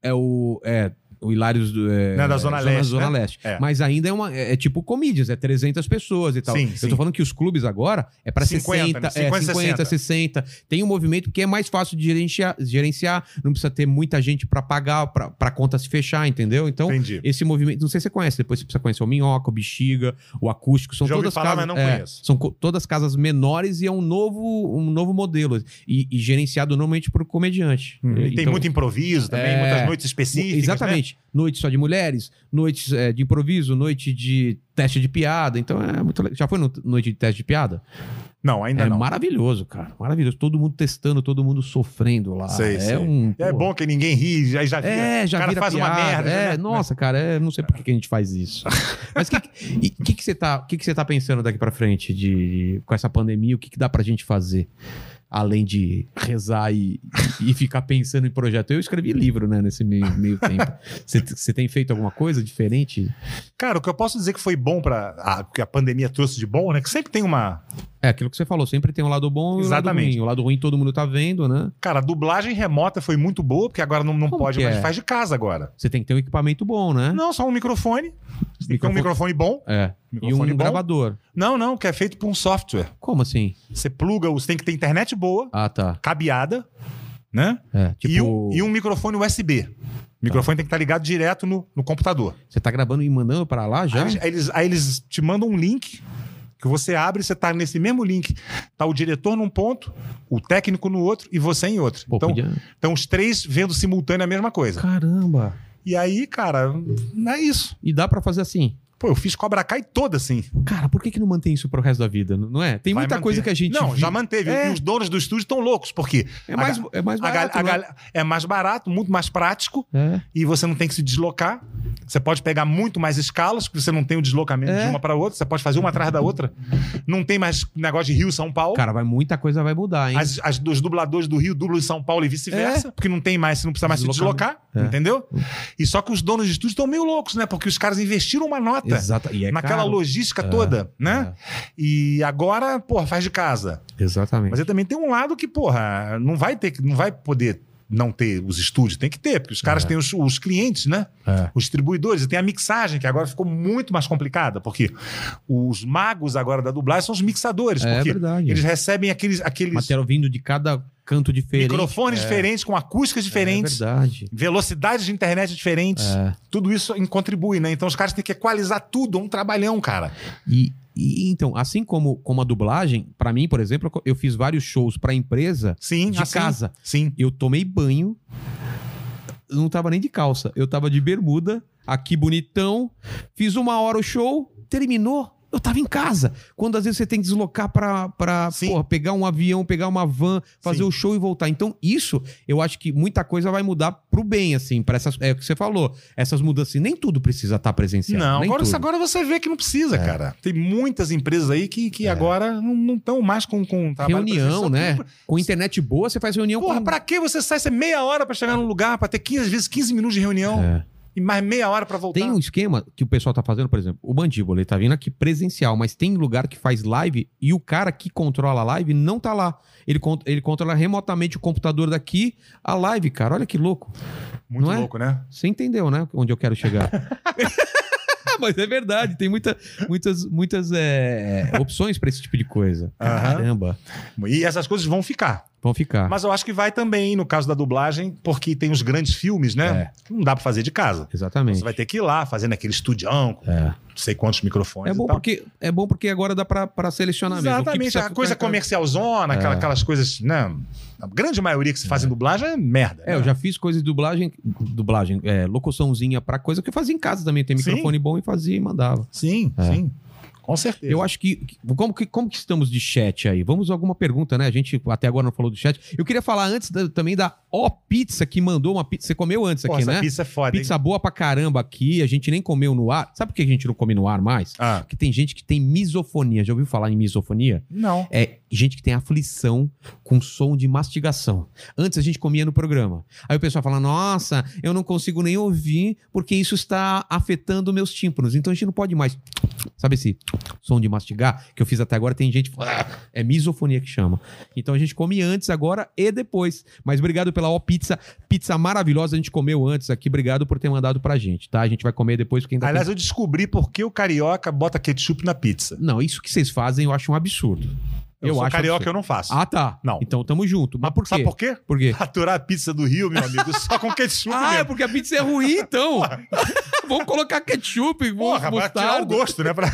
Speaker 1: é o. É, o Hilários do- é,
Speaker 3: Né, da Zona Leste,
Speaker 1: Zona
Speaker 3: né?
Speaker 1: Leste.
Speaker 3: É.
Speaker 1: Mas ainda é uma. É, é tipo comídias, é 300 pessoas e tal.
Speaker 3: Sim,
Speaker 1: Eu
Speaker 3: sim.
Speaker 1: tô falando que os clubes agora é pra 60,
Speaker 3: 50, né?
Speaker 1: é,
Speaker 3: 50,
Speaker 1: 50, 60. Tem um movimento que é mais fácil de gerenciar, gerenciar não precisa ter muita gente pra pagar, pra, pra conta se fechar, entendeu? Então,
Speaker 3: Entendi.
Speaker 1: esse movimento, não sei se você conhece, depois você precisa conhecer o Minhoca, o Bexiga, o Acústico, são
Speaker 3: Já ouvi
Speaker 1: todas
Speaker 3: falar,
Speaker 1: casas,
Speaker 3: mas não
Speaker 1: é,
Speaker 3: conheço.
Speaker 1: são co- todas casas menores e é um novo, um novo modelo e, e gerenciado normalmente por comediante.
Speaker 3: Uhum. Hum. E tem
Speaker 1: Então,
Speaker 3: muito improviso também,
Speaker 1: É.
Speaker 3: muitas noites específicas. né?
Speaker 1: Exatamente. Noite só de mulheres, noites é, de improviso, noite de teste de piada. Então é muito legal. Já foi no- noite de teste de piada?
Speaker 3: né? Não, ainda
Speaker 1: é
Speaker 3: não.
Speaker 1: maravilhoso, cara. Maravilhoso. Todo mundo testando, todo mundo sofrendo lá.
Speaker 3: Sei,
Speaker 1: é
Speaker 3: sei.
Speaker 1: um.
Speaker 3: É
Speaker 1: pô,
Speaker 3: bom que ninguém ri, já, já vira.
Speaker 1: É, já
Speaker 3: o cara
Speaker 1: vira
Speaker 3: faz
Speaker 1: piada.
Speaker 3: uma merda.
Speaker 1: É,
Speaker 3: né?
Speaker 1: nossa, cara, é, não sei por que que a gente faz isso. Mas o que, e que, que você tá, que que você tá pensando daqui pra frente de, com essa pandemia? O que, que dá pra gente fazer? Além de rezar e, e ficar pensando em projeto. Eu escrevi livro, né, nesse meio, meio tempo. Você- Você tem feito alguma coisa diferente?
Speaker 3: Cara, o que eu posso dizer que foi bom para a, que a pandemia trouxe de bom, né? Que sempre tem uma.
Speaker 1: É aquilo que você falou, sempre tem um lado bom e um lado
Speaker 3: Exatamente.
Speaker 1: ruim. O lado ruim todo mundo tá vendo, né?
Speaker 3: Cara, a dublagem remota foi muito boa, porque agora não, não
Speaker 1: Como
Speaker 3: pode
Speaker 1: que
Speaker 3: mais,
Speaker 1: é?
Speaker 3: faz de casa agora.
Speaker 1: Você tem que ter um equipamento bom, né?
Speaker 3: Não, só um microfone. Você tem que ter um microfone bom.
Speaker 1: É. E um
Speaker 3: Microfone bom.
Speaker 1: gravador.
Speaker 3: Não, não, que é feito por um software.
Speaker 1: Como assim?
Speaker 3: Você pluga, você tem que ter internet boa,
Speaker 1: Ah, tá.
Speaker 3: cabeada, né?
Speaker 1: É,
Speaker 3: E, um,
Speaker 1: tipo, Tá.
Speaker 3: e um microfone USB. O microfone tem que estar ligado direto no, no computador.
Speaker 1: você tá gravando e mandando pra lá já?
Speaker 3: Aí, eles- aí eles, aí eles te mandam um link que você abre, você tá nesse mesmo link. Tá o diretor num ponto, o técnico no outro e você em outro.
Speaker 1: Pô,
Speaker 3: então,
Speaker 1: podia-
Speaker 3: então os três vendo simultâneo a mesma coisa.
Speaker 1: Caramba.
Speaker 3: E aí, cara, não é isso.
Speaker 1: E dá pra fazer assim.
Speaker 3: Pô, eu fiz Cobra Kai toda assim.
Speaker 1: Cara, por que, que não mantém isso pro resto da vida? N- Não é? Tem
Speaker 3: Vai
Speaker 1: muita
Speaker 3: manter.
Speaker 1: coisa que a gente.
Speaker 3: Não,
Speaker 1: vi-
Speaker 3: já manteve.
Speaker 1: É.
Speaker 3: E os donos do estúdio estão loucos, porque
Speaker 1: É mais, é mais
Speaker 3: a gal-
Speaker 1: barato.
Speaker 3: a
Speaker 1: não é?
Speaker 3: gal- é mais barato, muito mais prático.
Speaker 1: É.
Speaker 3: e você não tem que se deslocar. Você pode pegar muito mais escalas, porque você não tem o deslocamento
Speaker 1: É.
Speaker 3: de uma para outra. Você pode fazer uma atrás da outra. Não tem mais negócio de Rio-São Paulo.
Speaker 1: Cara, vai, muita coisa vai mudar, hein?
Speaker 3: As, as- os dubladores do Rio dublam em São Paulo e vice-versa, porque não tem mais, você não precisa mais se
Speaker 1: É. Deslocamento.
Speaker 3: deslocar,
Speaker 1: É.
Speaker 3: entendeu? E só que os donos de estúdio estão meio loucos, né? Porque os caras investiram uma nota
Speaker 1: Exato. E é
Speaker 3: naquela
Speaker 1: caro.
Speaker 3: logística toda, né? E agora, porra, faz de casa.
Speaker 1: É. Exatamente.
Speaker 3: Mas ele também tem um lado que, porra, não vai ter, que- não vai poder não ter os estúdios? Tem que ter, porque os caras
Speaker 1: É.
Speaker 3: têm os, os clientes, né?
Speaker 1: É.
Speaker 3: Os distribuidores. E tem a mixagem, que agora ficou muito mais complicada, porque os magos agora da dublagem são os mixadores.
Speaker 1: É
Speaker 3: porque
Speaker 1: verdade.
Speaker 3: eles recebem aqueles, aqueles
Speaker 1: Material vindo de cada canto diferente.
Speaker 3: microfones diferentes, com acústicas
Speaker 1: É
Speaker 3: diferentes,
Speaker 1: verdade.
Speaker 3: velocidades de internet diferentes.
Speaker 1: É.
Speaker 3: Tudo isso em- contribui, né? Então os caras têm que equalizar tudo, é um trabalhão, cara.
Speaker 1: E, e, então, assim como, como a dublagem, pra mim, por exemplo, eu fiz vários shows pra empresa
Speaker 3: Sim,
Speaker 1: de
Speaker 3: assim,
Speaker 1: casa.
Speaker 3: Sim.
Speaker 1: Eu tomei banho. Eu Não tava nem de calça. Eu tava de bermuda, aqui bonitão. Fiz uma hora o show, terminou. Eu tava em casa. Quando às vezes você tem que deslocar pra, pra
Speaker 3: Sim.
Speaker 1: porra, pegar um avião, pegar uma van, fazer
Speaker 3: Sim.
Speaker 1: o show e voltar. Então, isso, eu acho que muita coisa vai mudar pro bem, assim, para essas. É o que você falou. Essas mudanças. assim, Nem tudo precisa estar presencial.
Speaker 3: Não,
Speaker 1: é, nem
Speaker 3: agora,
Speaker 1: tudo. É.
Speaker 3: agora você vê que não precisa, cara. Tem muitas empresas aí que, que agora não estão mais com, com trabalho
Speaker 1: Reunião,
Speaker 3: presencial.
Speaker 1: né? Com internet boa, você faz reunião
Speaker 3: Porra,
Speaker 1: com.
Speaker 3: pra que você sai essa meia hora pra chegar num lugar, pra ter 15, às vezes 15 minutos de reunião
Speaker 1: É.
Speaker 3: e mais meia hora pra voltar?
Speaker 1: Tem um esquema que o pessoal tá fazendo, por exemplo, o Mandíbula, ele tá vindo aqui presencial, mas tem lugar que faz live e o cara que controla a live não tá lá. Ele, con- ele controla remotamente o computador daqui, a live, cara. Olha que louco.
Speaker 3: Muito
Speaker 1: não é?
Speaker 3: louco, né?
Speaker 1: Você entendeu, né? Onde eu quero chegar. mas é verdade, tem muita, muitas, muitas é, opções pra esse tipo de coisa.
Speaker 3: Aham.
Speaker 1: Caramba.
Speaker 3: E essas coisas vão ficar.
Speaker 1: Vão ficar.
Speaker 3: Mas eu acho que vai também, no caso da dublagem, porque tem os grandes filmes, né?
Speaker 1: É.
Speaker 3: Que não dá pra fazer de casa.
Speaker 1: Exatamente.
Speaker 3: Você vai ter que ir lá, fazer naquele estudião, com
Speaker 1: É.
Speaker 3: não sei quantos microfones
Speaker 1: É,
Speaker 3: e
Speaker 1: bom
Speaker 3: tal.
Speaker 1: porque, é bom porque agora dá pra, pra selecionar mesmo. O que
Speaker 3: então Exatamente,
Speaker 1: precisa
Speaker 3: a
Speaker 1: ficar-
Speaker 3: coisa comercialzona, aquela-
Speaker 1: É.
Speaker 3: aquelas coisas, né? A grande maioria que se faz em dublagem é merda.
Speaker 1: É, eu já fiz coisa de dublagem, dublagem, é, locuçãozinha pra coisa que eu fazia em casa também. Tem
Speaker 3: Sim.
Speaker 1: microfone bom e fazia e mandava.
Speaker 3: Sim,
Speaker 1: É.
Speaker 3: sim. Com certeza.
Speaker 1: Eu acho que como, que. como que estamos de chat aí? Vamos a alguma pergunta, né? A gente até agora não falou do chat. Eu queria falar antes da- também da O Pizza, que mandou uma pizza. Você comeu antes
Speaker 3: Porra,
Speaker 1: aqui,
Speaker 3: essa
Speaker 1: né? Pizza,
Speaker 3: pizza é foda, hein?
Speaker 1: boa pra caramba aqui. A gente nem comeu no ar. Sabe por que a gente não come no ar mais?
Speaker 3: Ah,
Speaker 1: Porque tem gente que tem misofonia. Já ouviu falar em misofonia?
Speaker 3: não.
Speaker 1: É gente que tem aflição com som de mastigação. Antes a gente comia no programa. Aí o pessoal fala: Nossa, eu não consigo nem ouvir porque isso está afetando meus tímpanos. Então a gente não pode mais. Sabe esse som de mastigar que eu fiz até agora? Tem gente que fala, "Ah", é misofonia que chama. Então a gente come antes, agora e depois. Mas obrigado pela ó pizza, pizza maravilhosa. A gente comeu antes aqui. Obrigado por ter mandado pra gente, tá? A gente vai comer depois porque ainda
Speaker 3: Aliás, eu descobri por que o carioca bota ketchup na pizza.
Speaker 1: tem... Não, isso que vocês fazem eu acho um absurdo.
Speaker 3: Eu, sou
Speaker 1: acho
Speaker 3: carioca,
Speaker 1: absurdo.
Speaker 3: eu não faço.
Speaker 1: Ah, tá.
Speaker 3: Não.
Speaker 1: Então tamo junto. Mas por
Speaker 3: Sabe
Speaker 1: quê?
Speaker 3: por quê?
Speaker 1: Por quê?
Speaker 3: Faturar a pizza do Rio, meu amigo, só com ketchup
Speaker 1: Ah, é
Speaker 3: mesmo.
Speaker 1: porque a pizza é ruim, então. vamos colocar ketchup, vamos
Speaker 3: Porra, pra tirar o
Speaker 1: mostarda.
Speaker 3: gosto, né? Pra-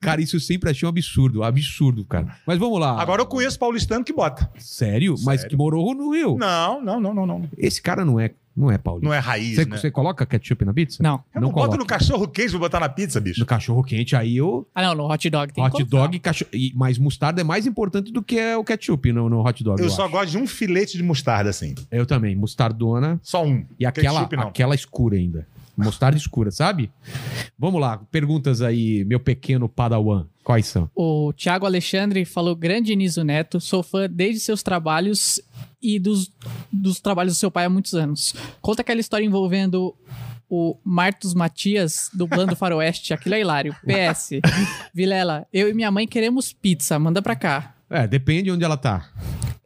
Speaker 1: Cara, isso eu sempre achei um absurdo, absurdo, cara. Mas vamos lá.
Speaker 3: Agora eu conheço paulistano que bota.
Speaker 1: Sério? Mas
Speaker 3: Sério.
Speaker 1: que morou no Rio.
Speaker 3: Não, não, não, não, não.
Speaker 1: Esse cara não é, não é paulista.
Speaker 3: Não é raiz,
Speaker 1: você,
Speaker 3: né?
Speaker 1: você coloca ketchup na pizza?
Speaker 2: Não.
Speaker 3: Eu
Speaker 1: não
Speaker 3: não boto
Speaker 1: coloca.
Speaker 3: no cachorro queijo pra botar na pizza, bicho.
Speaker 1: No cachorro quente, aí eu.
Speaker 2: Ah, não, no hot dog tem que
Speaker 1: hot
Speaker 2: colocar.
Speaker 1: dog, e cachorro. e- Mas mostarda é mais importante do que é o ketchup no, no hot dog.
Speaker 3: Eu
Speaker 1: eu
Speaker 3: só
Speaker 1: acho.
Speaker 3: gosto de um filete de mostarda, assim.
Speaker 1: Eu também. Mostardona.
Speaker 3: Só um.
Speaker 1: E aquela,
Speaker 3: Ketchup, não.
Speaker 1: aquela escura ainda. Mostarda escura, sabe? Vamos lá, perguntas aí, meu pequeno padawan. Quais são?
Speaker 2: O Thiago Alexandre falou: grande Niso Neto, sou fã desde seus trabalhos e dos, dos trabalhos do seu pai há muitos anos. Conta aquela história envolvendo o Martos Matias dublando Faroeste, aquilo é hilário. PS, Vilela, eu e minha mãe queremos pizza, manda pra cá.
Speaker 1: É, depende de onde ela tá.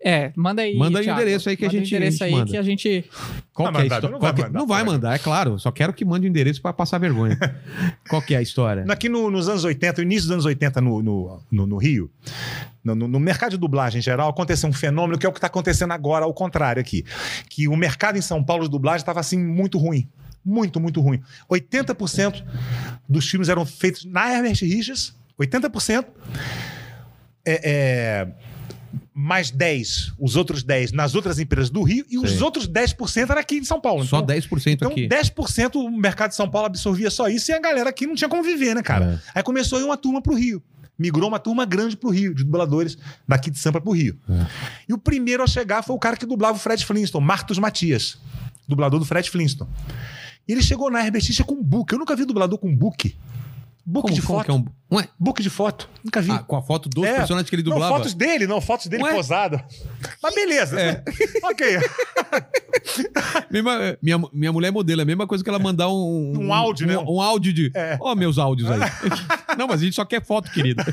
Speaker 2: É, manda aí.
Speaker 1: Manda aí o
Speaker 2: Thiago.
Speaker 1: endereço aí que a
Speaker 2: Manda o
Speaker 1: gente-
Speaker 2: endereço
Speaker 1: a
Speaker 2: aí
Speaker 1: gente manda.
Speaker 2: que a gente.
Speaker 1: Qual
Speaker 3: Não,
Speaker 1: que é a
Speaker 3: mas
Speaker 1: história?
Speaker 3: não vai
Speaker 1: Qual que-
Speaker 3: mandar,
Speaker 1: Não vai
Speaker 3: pô.
Speaker 1: mandar, é claro. Só quero que mande o endereço pra passar vergonha. Qual que é a história?
Speaker 3: Aqui no- nos anos 80, no início dos anos 80 no, no, no- no Rio, no, no- no mercado de dublagem em geral, aconteceu um fenômeno que é o que está acontecendo agora, ao contrário aqui. Que o mercado em São Paulo de dublagem estava assim muito ruim. Muito, muito ruim. 80% dos filmes eram feitos na Herbert Richards, 80%. É, é, mais 10, os outros 10 nas outras empresas do Rio e os
Speaker 1: Sim.
Speaker 3: outros 10% era aqui em São Paulo.
Speaker 1: Só
Speaker 3: Então,
Speaker 1: 10%
Speaker 3: então,
Speaker 1: aqui.
Speaker 3: 10% o mercado de São Paulo absorvia só isso e a galera aqui não tinha como viver, né, cara?
Speaker 1: É.
Speaker 3: Aí começou a ir uma turma pro Rio. Migrou uma turma grande pro Rio, de dubladores daqui de Sampa pro Rio.
Speaker 1: É.
Speaker 3: E o primeiro a chegar foi o cara que dublava o Fred Flintstone, Martos Matias, dublador do Fred Flintstone. E ele chegou na Herbertista com book. Eu nunca vi dublador com book. Book
Speaker 1: Como,
Speaker 3: de
Speaker 1: como
Speaker 3: foto.
Speaker 1: que é um... Ué,
Speaker 3: Book de foto. Nunca vi.
Speaker 1: ah, com a foto dos
Speaker 3: É.
Speaker 1: personagens que ele
Speaker 3: não,
Speaker 1: dublava.
Speaker 3: fotos dele, não, fotos dele
Speaker 1: Ué? É.
Speaker 3: posada. Mas beleza. ok.
Speaker 1: Mesma- minha, minha mulher é modelo, é a mesma coisa que ela mandar um.
Speaker 3: Um áudio, né?
Speaker 1: Um áudio de.
Speaker 3: É.
Speaker 1: Ó, meus áudios aí. não, mas a gente só quer foto, querida.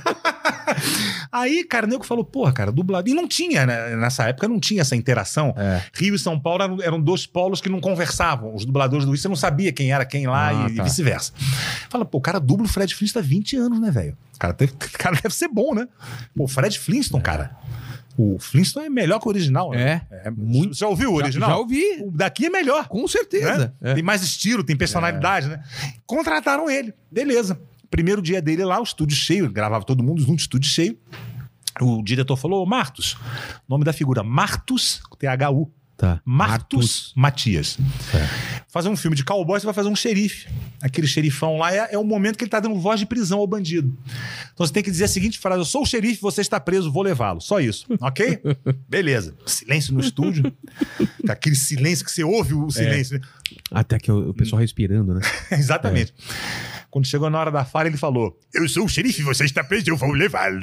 Speaker 3: Aí, cara, o nego falou, porra, cara, dublado. E não tinha, né? nessa época não tinha essa interação.
Speaker 1: É.
Speaker 3: Rio e São Paulo eram, eram dois polos que não conversavam. Os dubladores do Rio, você não sabia quem era quem lá
Speaker 1: Ah,
Speaker 3: e,
Speaker 1: tá.
Speaker 3: e vice-versa. Fala, pô, o cara dubla o Fred Flintstone há 20 anos, né, velho? O cara, deve- o cara deve ser bom, né? Pô, o Fred Flintstone, cara. O Flintstone é melhor que o original, né?
Speaker 1: É. muito.
Speaker 3: Já ouviu o
Speaker 1: Já,
Speaker 3: original?
Speaker 1: já ouvi,
Speaker 3: O daqui é melhor.
Speaker 1: com certeza.
Speaker 3: né?
Speaker 1: É.
Speaker 3: Tem mais estilo, tem personalidade, né? Contrataram ele. Beleza. Primeiro dia dele lá, o estúdio cheio, gravava todo mundo junto, estúdio cheio. O diretor falou, "Ô, Martos, nome da figura, Martus, T-H-U,
Speaker 1: Tá.
Speaker 3: Martus Matias. Fazer um filme de cowboy, você vai fazer um xerife. Aquele xerifão lá é, é o momento que ele tá dando voz de prisão ao bandido. Então você tem que dizer a seguinte frase: Eu sou o xerife, você está preso, vou levá-lo. Só isso, ok? Beleza. Silêncio no estúdio. Aquele silêncio que você ouve o silêncio. né?
Speaker 1: Até que o, o pessoal respirando, né?
Speaker 3: Exatamente. Quando chegou na hora da fala, ele falou: Eu sou o xerife, você está preso, eu vou levá-lo.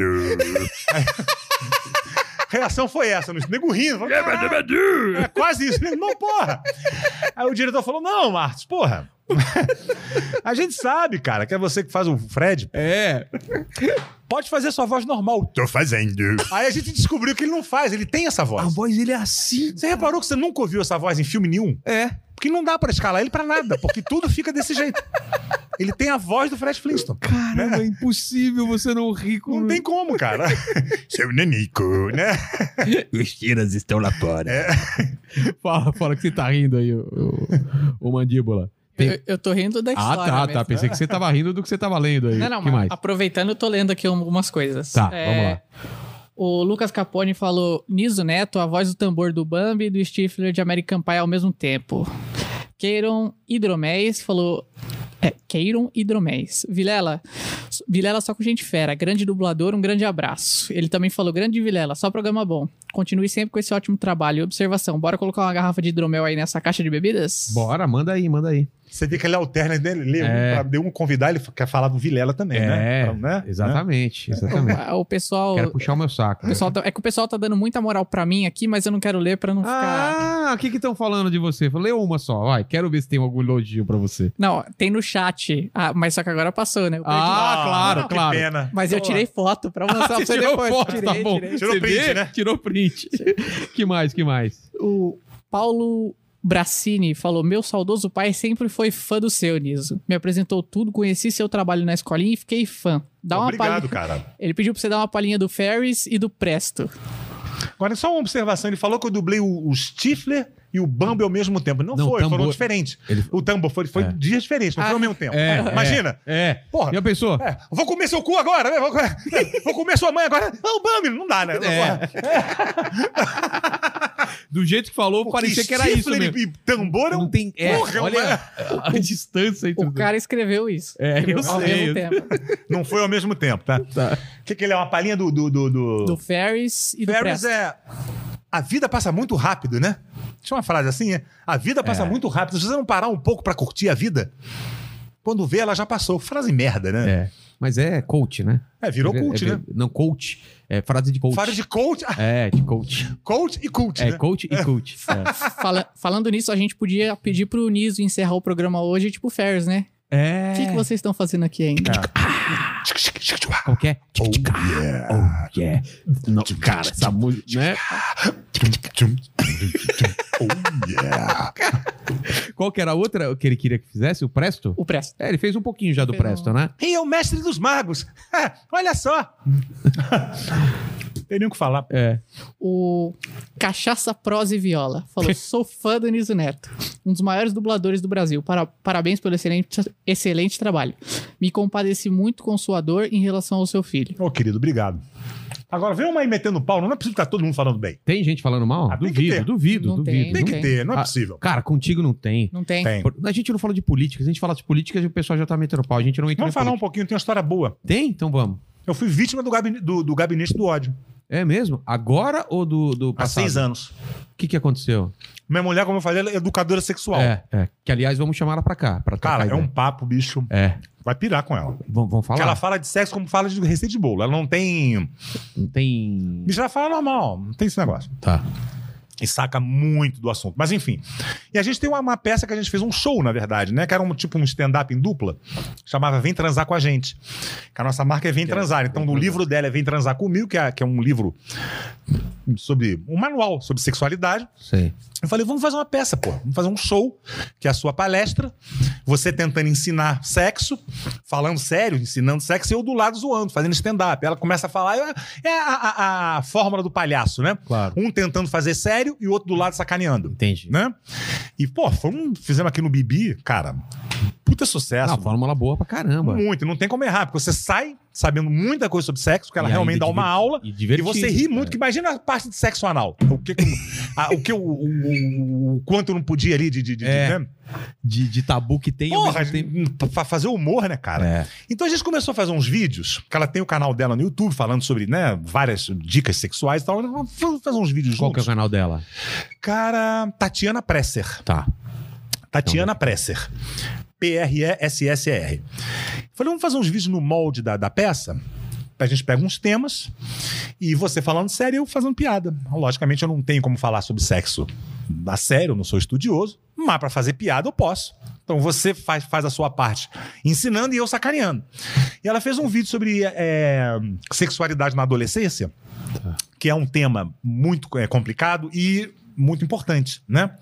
Speaker 3: A reação foi essa, no nego rindo. falou, "Caralho, é quase isso. Nego, Não, porra. Aí o diretor falou: Não, Marcos, porra. A gente sabe, cara, que é você que faz o Fred.
Speaker 1: É.
Speaker 3: Pode fazer sua voz normal. Tô fazendo. Aí a gente descobriu que ele não faz, ele tem essa
Speaker 1: A
Speaker 3: voz.
Speaker 1: voz dele é assim.
Speaker 3: Você reparou que você nunca ouviu essa voz em filme nenhum?
Speaker 1: É.
Speaker 3: Porque não dá pra escalar ele pra nada, porque tudo fica desse jeito. Ele tem a voz do Fred Flintstone.
Speaker 1: Caramba, é impossível você não rir com...
Speaker 3: Não tem como, cara. Seu nanico, né?
Speaker 1: Os tiras estão lá fora. Fala, fala que você tá rindo aí, o, o- o mandíbula. Tem-
Speaker 2: Eu, eu tô rindo da
Speaker 1: Ah,
Speaker 2: história.
Speaker 1: tá,
Speaker 2: mesmo.
Speaker 1: tá. Pensei que você tava rindo do que você tava lendo aí.
Speaker 2: Não, não,
Speaker 1: que
Speaker 2: mas
Speaker 1: mais?
Speaker 2: aproveitando, eu tô lendo aqui algumas coisas. É,
Speaker 1: Tá, vamos lá.
Speaker 2: O Lucas Capone falou: Niso Neto, a voz do tambor do Bambi e do Stifler de American Pie ao mesmo tempo. Queiron Hidroméis falou. É, Queiron Hidroméis. Vilela, Vilela só com gente fera. Grande dublador, um grande abraço. Ele também falou: grande Vilela, só programa bom. Continue sempre com esse ótimo trabalho e observação. Bora colocar uma garrafa de hidromel aí nessa caixa de bebidas?
Speaker 1: Bora, manda aí, manda aí.
Speaker 3: Você vê que ele alterna, né? Ele lê um
Speaker 1: É.
Speaker 3: pra- deu um convidar, ele quer falar do Vilela também, né? Pra- né?
Speaker 1: exatamente, exatamente.
Speaker 2: O, o pessoal.
Speaker 1: Quero puxar o meu saco.
Speaker 2: O pessoal tá- é que o pessoal tá dando muita moral pra mim aqui, mas eu não quero ler pra não ficar.
Speaker 1: Ah, o que que estão falando de você? Falei uma só, vai. Quero ver se tem algum elogio pra você.
Speaker 2: Não, tem no chat. Ah, mas só que agora passou, né? Eu perdi.
Speaker 1: Ah, claro,
Speaker 3: que
Speaker 1: claro.
Speaker 3: pena.
Speaker 2: mas eu tirei foto pra mostrar pra você depois. tirei, tirei.
Speaker 3: Tirou
Speaker 1: tá Você
Speaker 3: print,
Speaker 1: vê?
Speaker 3: né?
Speaker 1: Tirou print. que mais, que mais?
Speaker 2: O Paulo Bracini falou: Meu saudoso pai sempre foi fã do seu, Niso. Me apresentou tudo, conheci seu trabalho na escolinha e fiquei fã. Dá uma palhinha.
Speaker 3: Obrigado, cara.
Speaker 2: Ele pediu pra você dar uma palhinha do Ferris e do Presto.
Speaker 3: Agora, só uma observação. Ele falou que eu dublei o, o Stifler e o Bambi ao mesmo tempo. Não,
Speaker 1: Não,
Speaker 3: foi, foram
Speaker 1: tambor.
Speaker 3: diferentes.
Speaker 1: Ele-
Speaker 3: O tambor foi, foi
Speaker 1: É.
Speaker 3: dias diferentes, não foi ao mesmo tempo.
Speaker 1: É,
Speaker 3: Imagina.
Speaker 1: É.
Speaker 3: Porra.
Speaker 1: E a pessoa?
Speaker 3: É, vou comer seu cu agora, né? Vou, co- vou comer sua mãe agora. Não, o Bambi, não dá, né?
Speaker 1: É. Do jeito que falou,
Speaker 3: Porque
Speaker 1: parecia que era isso
Speaker 3: Stifler
Speaker 1: mesmo.
Speaker 3: e- e tambor é um
Speaker 1: Não tem... É,
Speaker 3: Porra,
Speaker 1: olha
Speaker 3: mano.
Speaker 1: a, a distância entre
Speaker 2: O
Speaker 1: os dois.
Speaker 2: cara escreveu isso.
Speaker 1: É, eu
Speaker 2: Escreveu ao
Speaker 1: sei,
Speaker 2: mesmo
Speaker 1: eu-
Speaker 2: tempo.
Speaker 3: Não foi ao mesmo tempo, tá?
Speaker 1: Tá.
Speaker 3: O que, que ele é? Uma palhinha do. do, do, do...
Speaker 2: Do Ferris e do
Speaker 3: Ferris
Speaker 2: Presto.
Speaker 3: é. A vida passa muito rápido, né? Tinha uma frase assim, é? A vida passa muito rápido. Se você não parar um pouco pra curtir a vida, quando vê, ela já passou. Frase merda, né?
Speaker 1: É. Mas é coach, né?
Speaker 3: É, virou
Speaker 1: É,
Speaker 3: cult,
Speaker 1: é,
Speaker 3: né?
Speaker 1: Não, coach. É frase de coach.
Speaker 3: Frase de coach, ah,
Speaker 1: É, de coach.
Speaker 3: coach e cult,
Speaker 1: É,
Speaker 3: né?
Speaker 1: coach e coach.
Speaker 2: Fala- falando nisso, a gente podia pedir pro Niso encerrar o programa hoje, tipo Ferris, né?
Speaker 1: É.
Speaker 2: O que, que vocês estão fazendo aqui ainda?
Speaker 1: Tá. Qualquer.
Speaker 3: Oh, yeah.
Speaker 1: Oh, yeah. Não, cara, essa música. Né?
Speaker 3: Oh, yeah.
Speaker 1: Qual que era a outra que ele queria que fizesse? O Presto?
Speaker 2: O Presto.
Speaker 1: É, ele fez um pouquinho já do
Speaker 2: Fez um-
Speaker 1: Presto, né?
Speaker 3: E é o mestre dos magos. Olha só. Tem nem o que falar.
Speaker 1: É.
Speaker 2: O Cachaça Prosa e Viola falou: sou fã do Niso Neto, um dos maiores dubladores do Brasil. Para- parabéns pelo excelente, excelente trabalho. Me compadeci muito com sua dor em relação ao seu filho.
Speaker 3: Ô, querido, obrigado. Agora, vem uma aí metendo pau, não é possível estar todo mundo falando bem.
Speaker 1: Tem gente falando mal?
Speaker 3: Ah, tem que
Speaker 1: duvido,
Speaker 3: ter.
Speaker 1: duvido,
Speaker 2: Não
Speaker 1: duvido.
Speaker 2: tem,
Speaker 3: Tem
Speaker 2: não
Speaker 3: que
Speaker 2: tem.
Speaker 3: ter, não é
Speaker 1: Ah,
Speaker 3: possível.
Speaker 1: Cara, contigo não tem.
Speaker 2: Não tem?
Speaker 3: Tem.
Speaker 1: A gente não fala de política. Se a gente fala de política, o pessoal já tá metendo pau. A gente não entra
Speaker 3: Vamos
Speaker 1: em
Speaker 3: falar um pouquinho, tem uma história boa.
Speaker 1: política. Tem? Então vamos.
Speaker 3: Eu fui vítima do, gabine- do- do gabinete do ódio
Speaker 1: É mesmo? Agora ou do, do
Speaker 3: há
Speaker 1: passado?
Speaker 3: seis anos.
Speaker 1: O que, que aconteceu?
Speaker 3: Minha mulher, como eu falei, ela é educadora sexual.
Speaker 1: É, é. Que, aliás, vamos chamar ela pra cá. Pra trocar
Speaker 3: Cara, é
Speaker 1: ideia.
Speaker 3: um papo, bicho.
Speaker 1: É,
Speaker 3: Vai pirar com ela.
Speaker 1: vamos, vamos
Speaker 3: Porque
Speaker 1: falar.
Speaker 3: ela fala de sexo como fala de receita de bolo. Ela não tem.
Speaker 1: Não tem.
Speaker 3: Bicho, ela fala normal, não tem esse negócio.
Speaker 1: Tá.
Speaker 3: E saca muito do assunto. Mas enfim. E a gente tem uma, uma peça que a gente fez um show, na verdade, né? Que era um tipo um stand-up em dupla. Chamava Vem Transar com a gente. Que a nossa marca é Vem Transar. Então, no livro dela é Vem Transar comigo, que é, que é um livro sobre um manual sobre sexualidade.
Speaker 1: Sei.
Speaker 3: Eu falei, vamos fazer uma peça, pô. Vamos fazer um show, que é a sua palestra. Você tentando ensinar sexo, falando sério, ensinando sexo, e eu do lado zoando, fazendo stand-up. Ela começa a falar, é- é a, a- a fórmula do palhaço, né?
Speaker 1: Claro.
Speaker 3: Um tentando fazer sério e o outro do lado sacaneando.
Speaker 1: Entendi.
Speaker 3: Né? E, pô, fomos, fizemos aqui no Bibi, cara, puta sucesso.
Speaker 1: Ah, fórmula boa pra caramba.
Speaker 3: muito, não tem como errar, porque você sai sabendo muita coisa sobre sexo, porque ela
Speaker 1: E
Speaker 3: realmente
Speaker 1: ainda
Speaker 3: dá uma
Speaker 1: divert-
Speaker 3: aula.
Speaker 1: E
Speaker 3: E
Speaker 1: divertido. é.
Speaker 3: você ri muito, que imagina a parte de sexo anal. O que, que- a- o, que eu- o, o- o quanto eu não podia ali de. de, de-
Speaker 1: É.
Speaker 3: né?
Speaker 1: De, de tabu que tem ao
Speaker 3: Porra,
Speaker 1: mesmo tempo.
Speaker 3: pra fazer humor, né, cara?
Speaker 1: É.
Speaker 3: Então a gente começou a fazer uns vídeos, que ela tem o canal dela no YouTube falando sobre, né, várias dicas sexuais e tal. Vamos fazer uns vídeos
Speaker 1: Qual que é o
Speaker 3: juntos.
Speaker 1: canal dela?
Speaker 3: Cara, Tatiana Presser.
Speaker 1: Tá.
Speaker 3: Tatiana Presser. P-R-E-S-S-R. Falei, vamos fazer uns vídeos no molde da, da peça? A gente pega uns temas e você falando sério e eu fazendo piada. Logicamente, eu não tenho como falar sobre sexo a sério, eu não sou estudioso, mas para fazer piada eu posso. Então você faz, faz a sua parte ensinando e eu sacaneando. E ela fez um vídeo sobre é, sexualidade na adolescência, que é um tema muito é, complicado e muito importante, né?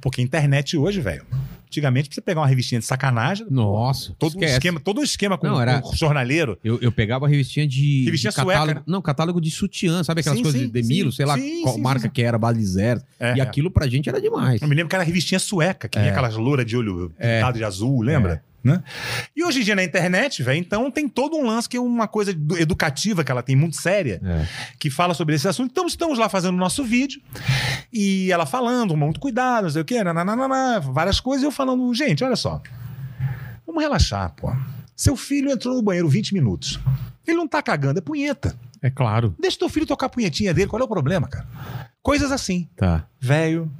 Speaker 3: Porque a internet hoje, velho. Antigamente, pra você pegar uma revistinha de sacanagem,
Speaker 1: Nossa.
Speaker 3: Todo um,
Speaker 1: esquece.
Speaker 3: esquema, todo um esquema com
Speaker 1: Não, era-
Speaker 3: com o jornaleiro.
Speaker 1: Eu, eu pegava a revistinha de.
Speaker 3: Revistinha
Speaker 1: de catálogo,
Speaker 3: sueca, né?
Speaker 1: Não, catálogo de sutiã, sabe aquelas
Speaker 3: Sim,
Speaker 1: coisas
Speaker 3: sim,
Speaker 1: de Demilo,
Speaker 3: sim,
Speaker 1: sei lá
Speaker 3: sim,
Speaker 1: qual
Speaker 3: sim,
Speaker 1: marca
Speaker 3: sim.
Speaker 1: que era, base zero.
Speaker 3: É,
Speaker 1: e É.
Speaker 3: é.
Speaker 1: aquilo pra gente era demais.
Speaker 3: Eu me lembro que era revistinha sueca, que vinha aquelas louras de olho
Speaker 1: É.
Speaker 3: pintado de azul, lembra? Né? E hoje em dia na internet, velho, então tem todo um lance que é uma coisa edu- educativa que ela tem muito séria,
Speaker 1: É.
Speaker 3: que fala sobre esse assunto. Então estamos lá fazendo o nosso vídeo e ela falando, com muito cuidado, não sei o quê, nananana, várias coisas, e eu falando, gente, olha só, vamos relaxar, pô. Seu filho entrou no banheiro 20 minutos. Ele não tá cagando, é punheta.
Speaker 1: É claro.
Speaker 3: Deixa teu filho tocar a punhetinha dele, qual é o problema, cara? Coisas assim.
Speaker 1: Tá.
Speaker 3: Velho,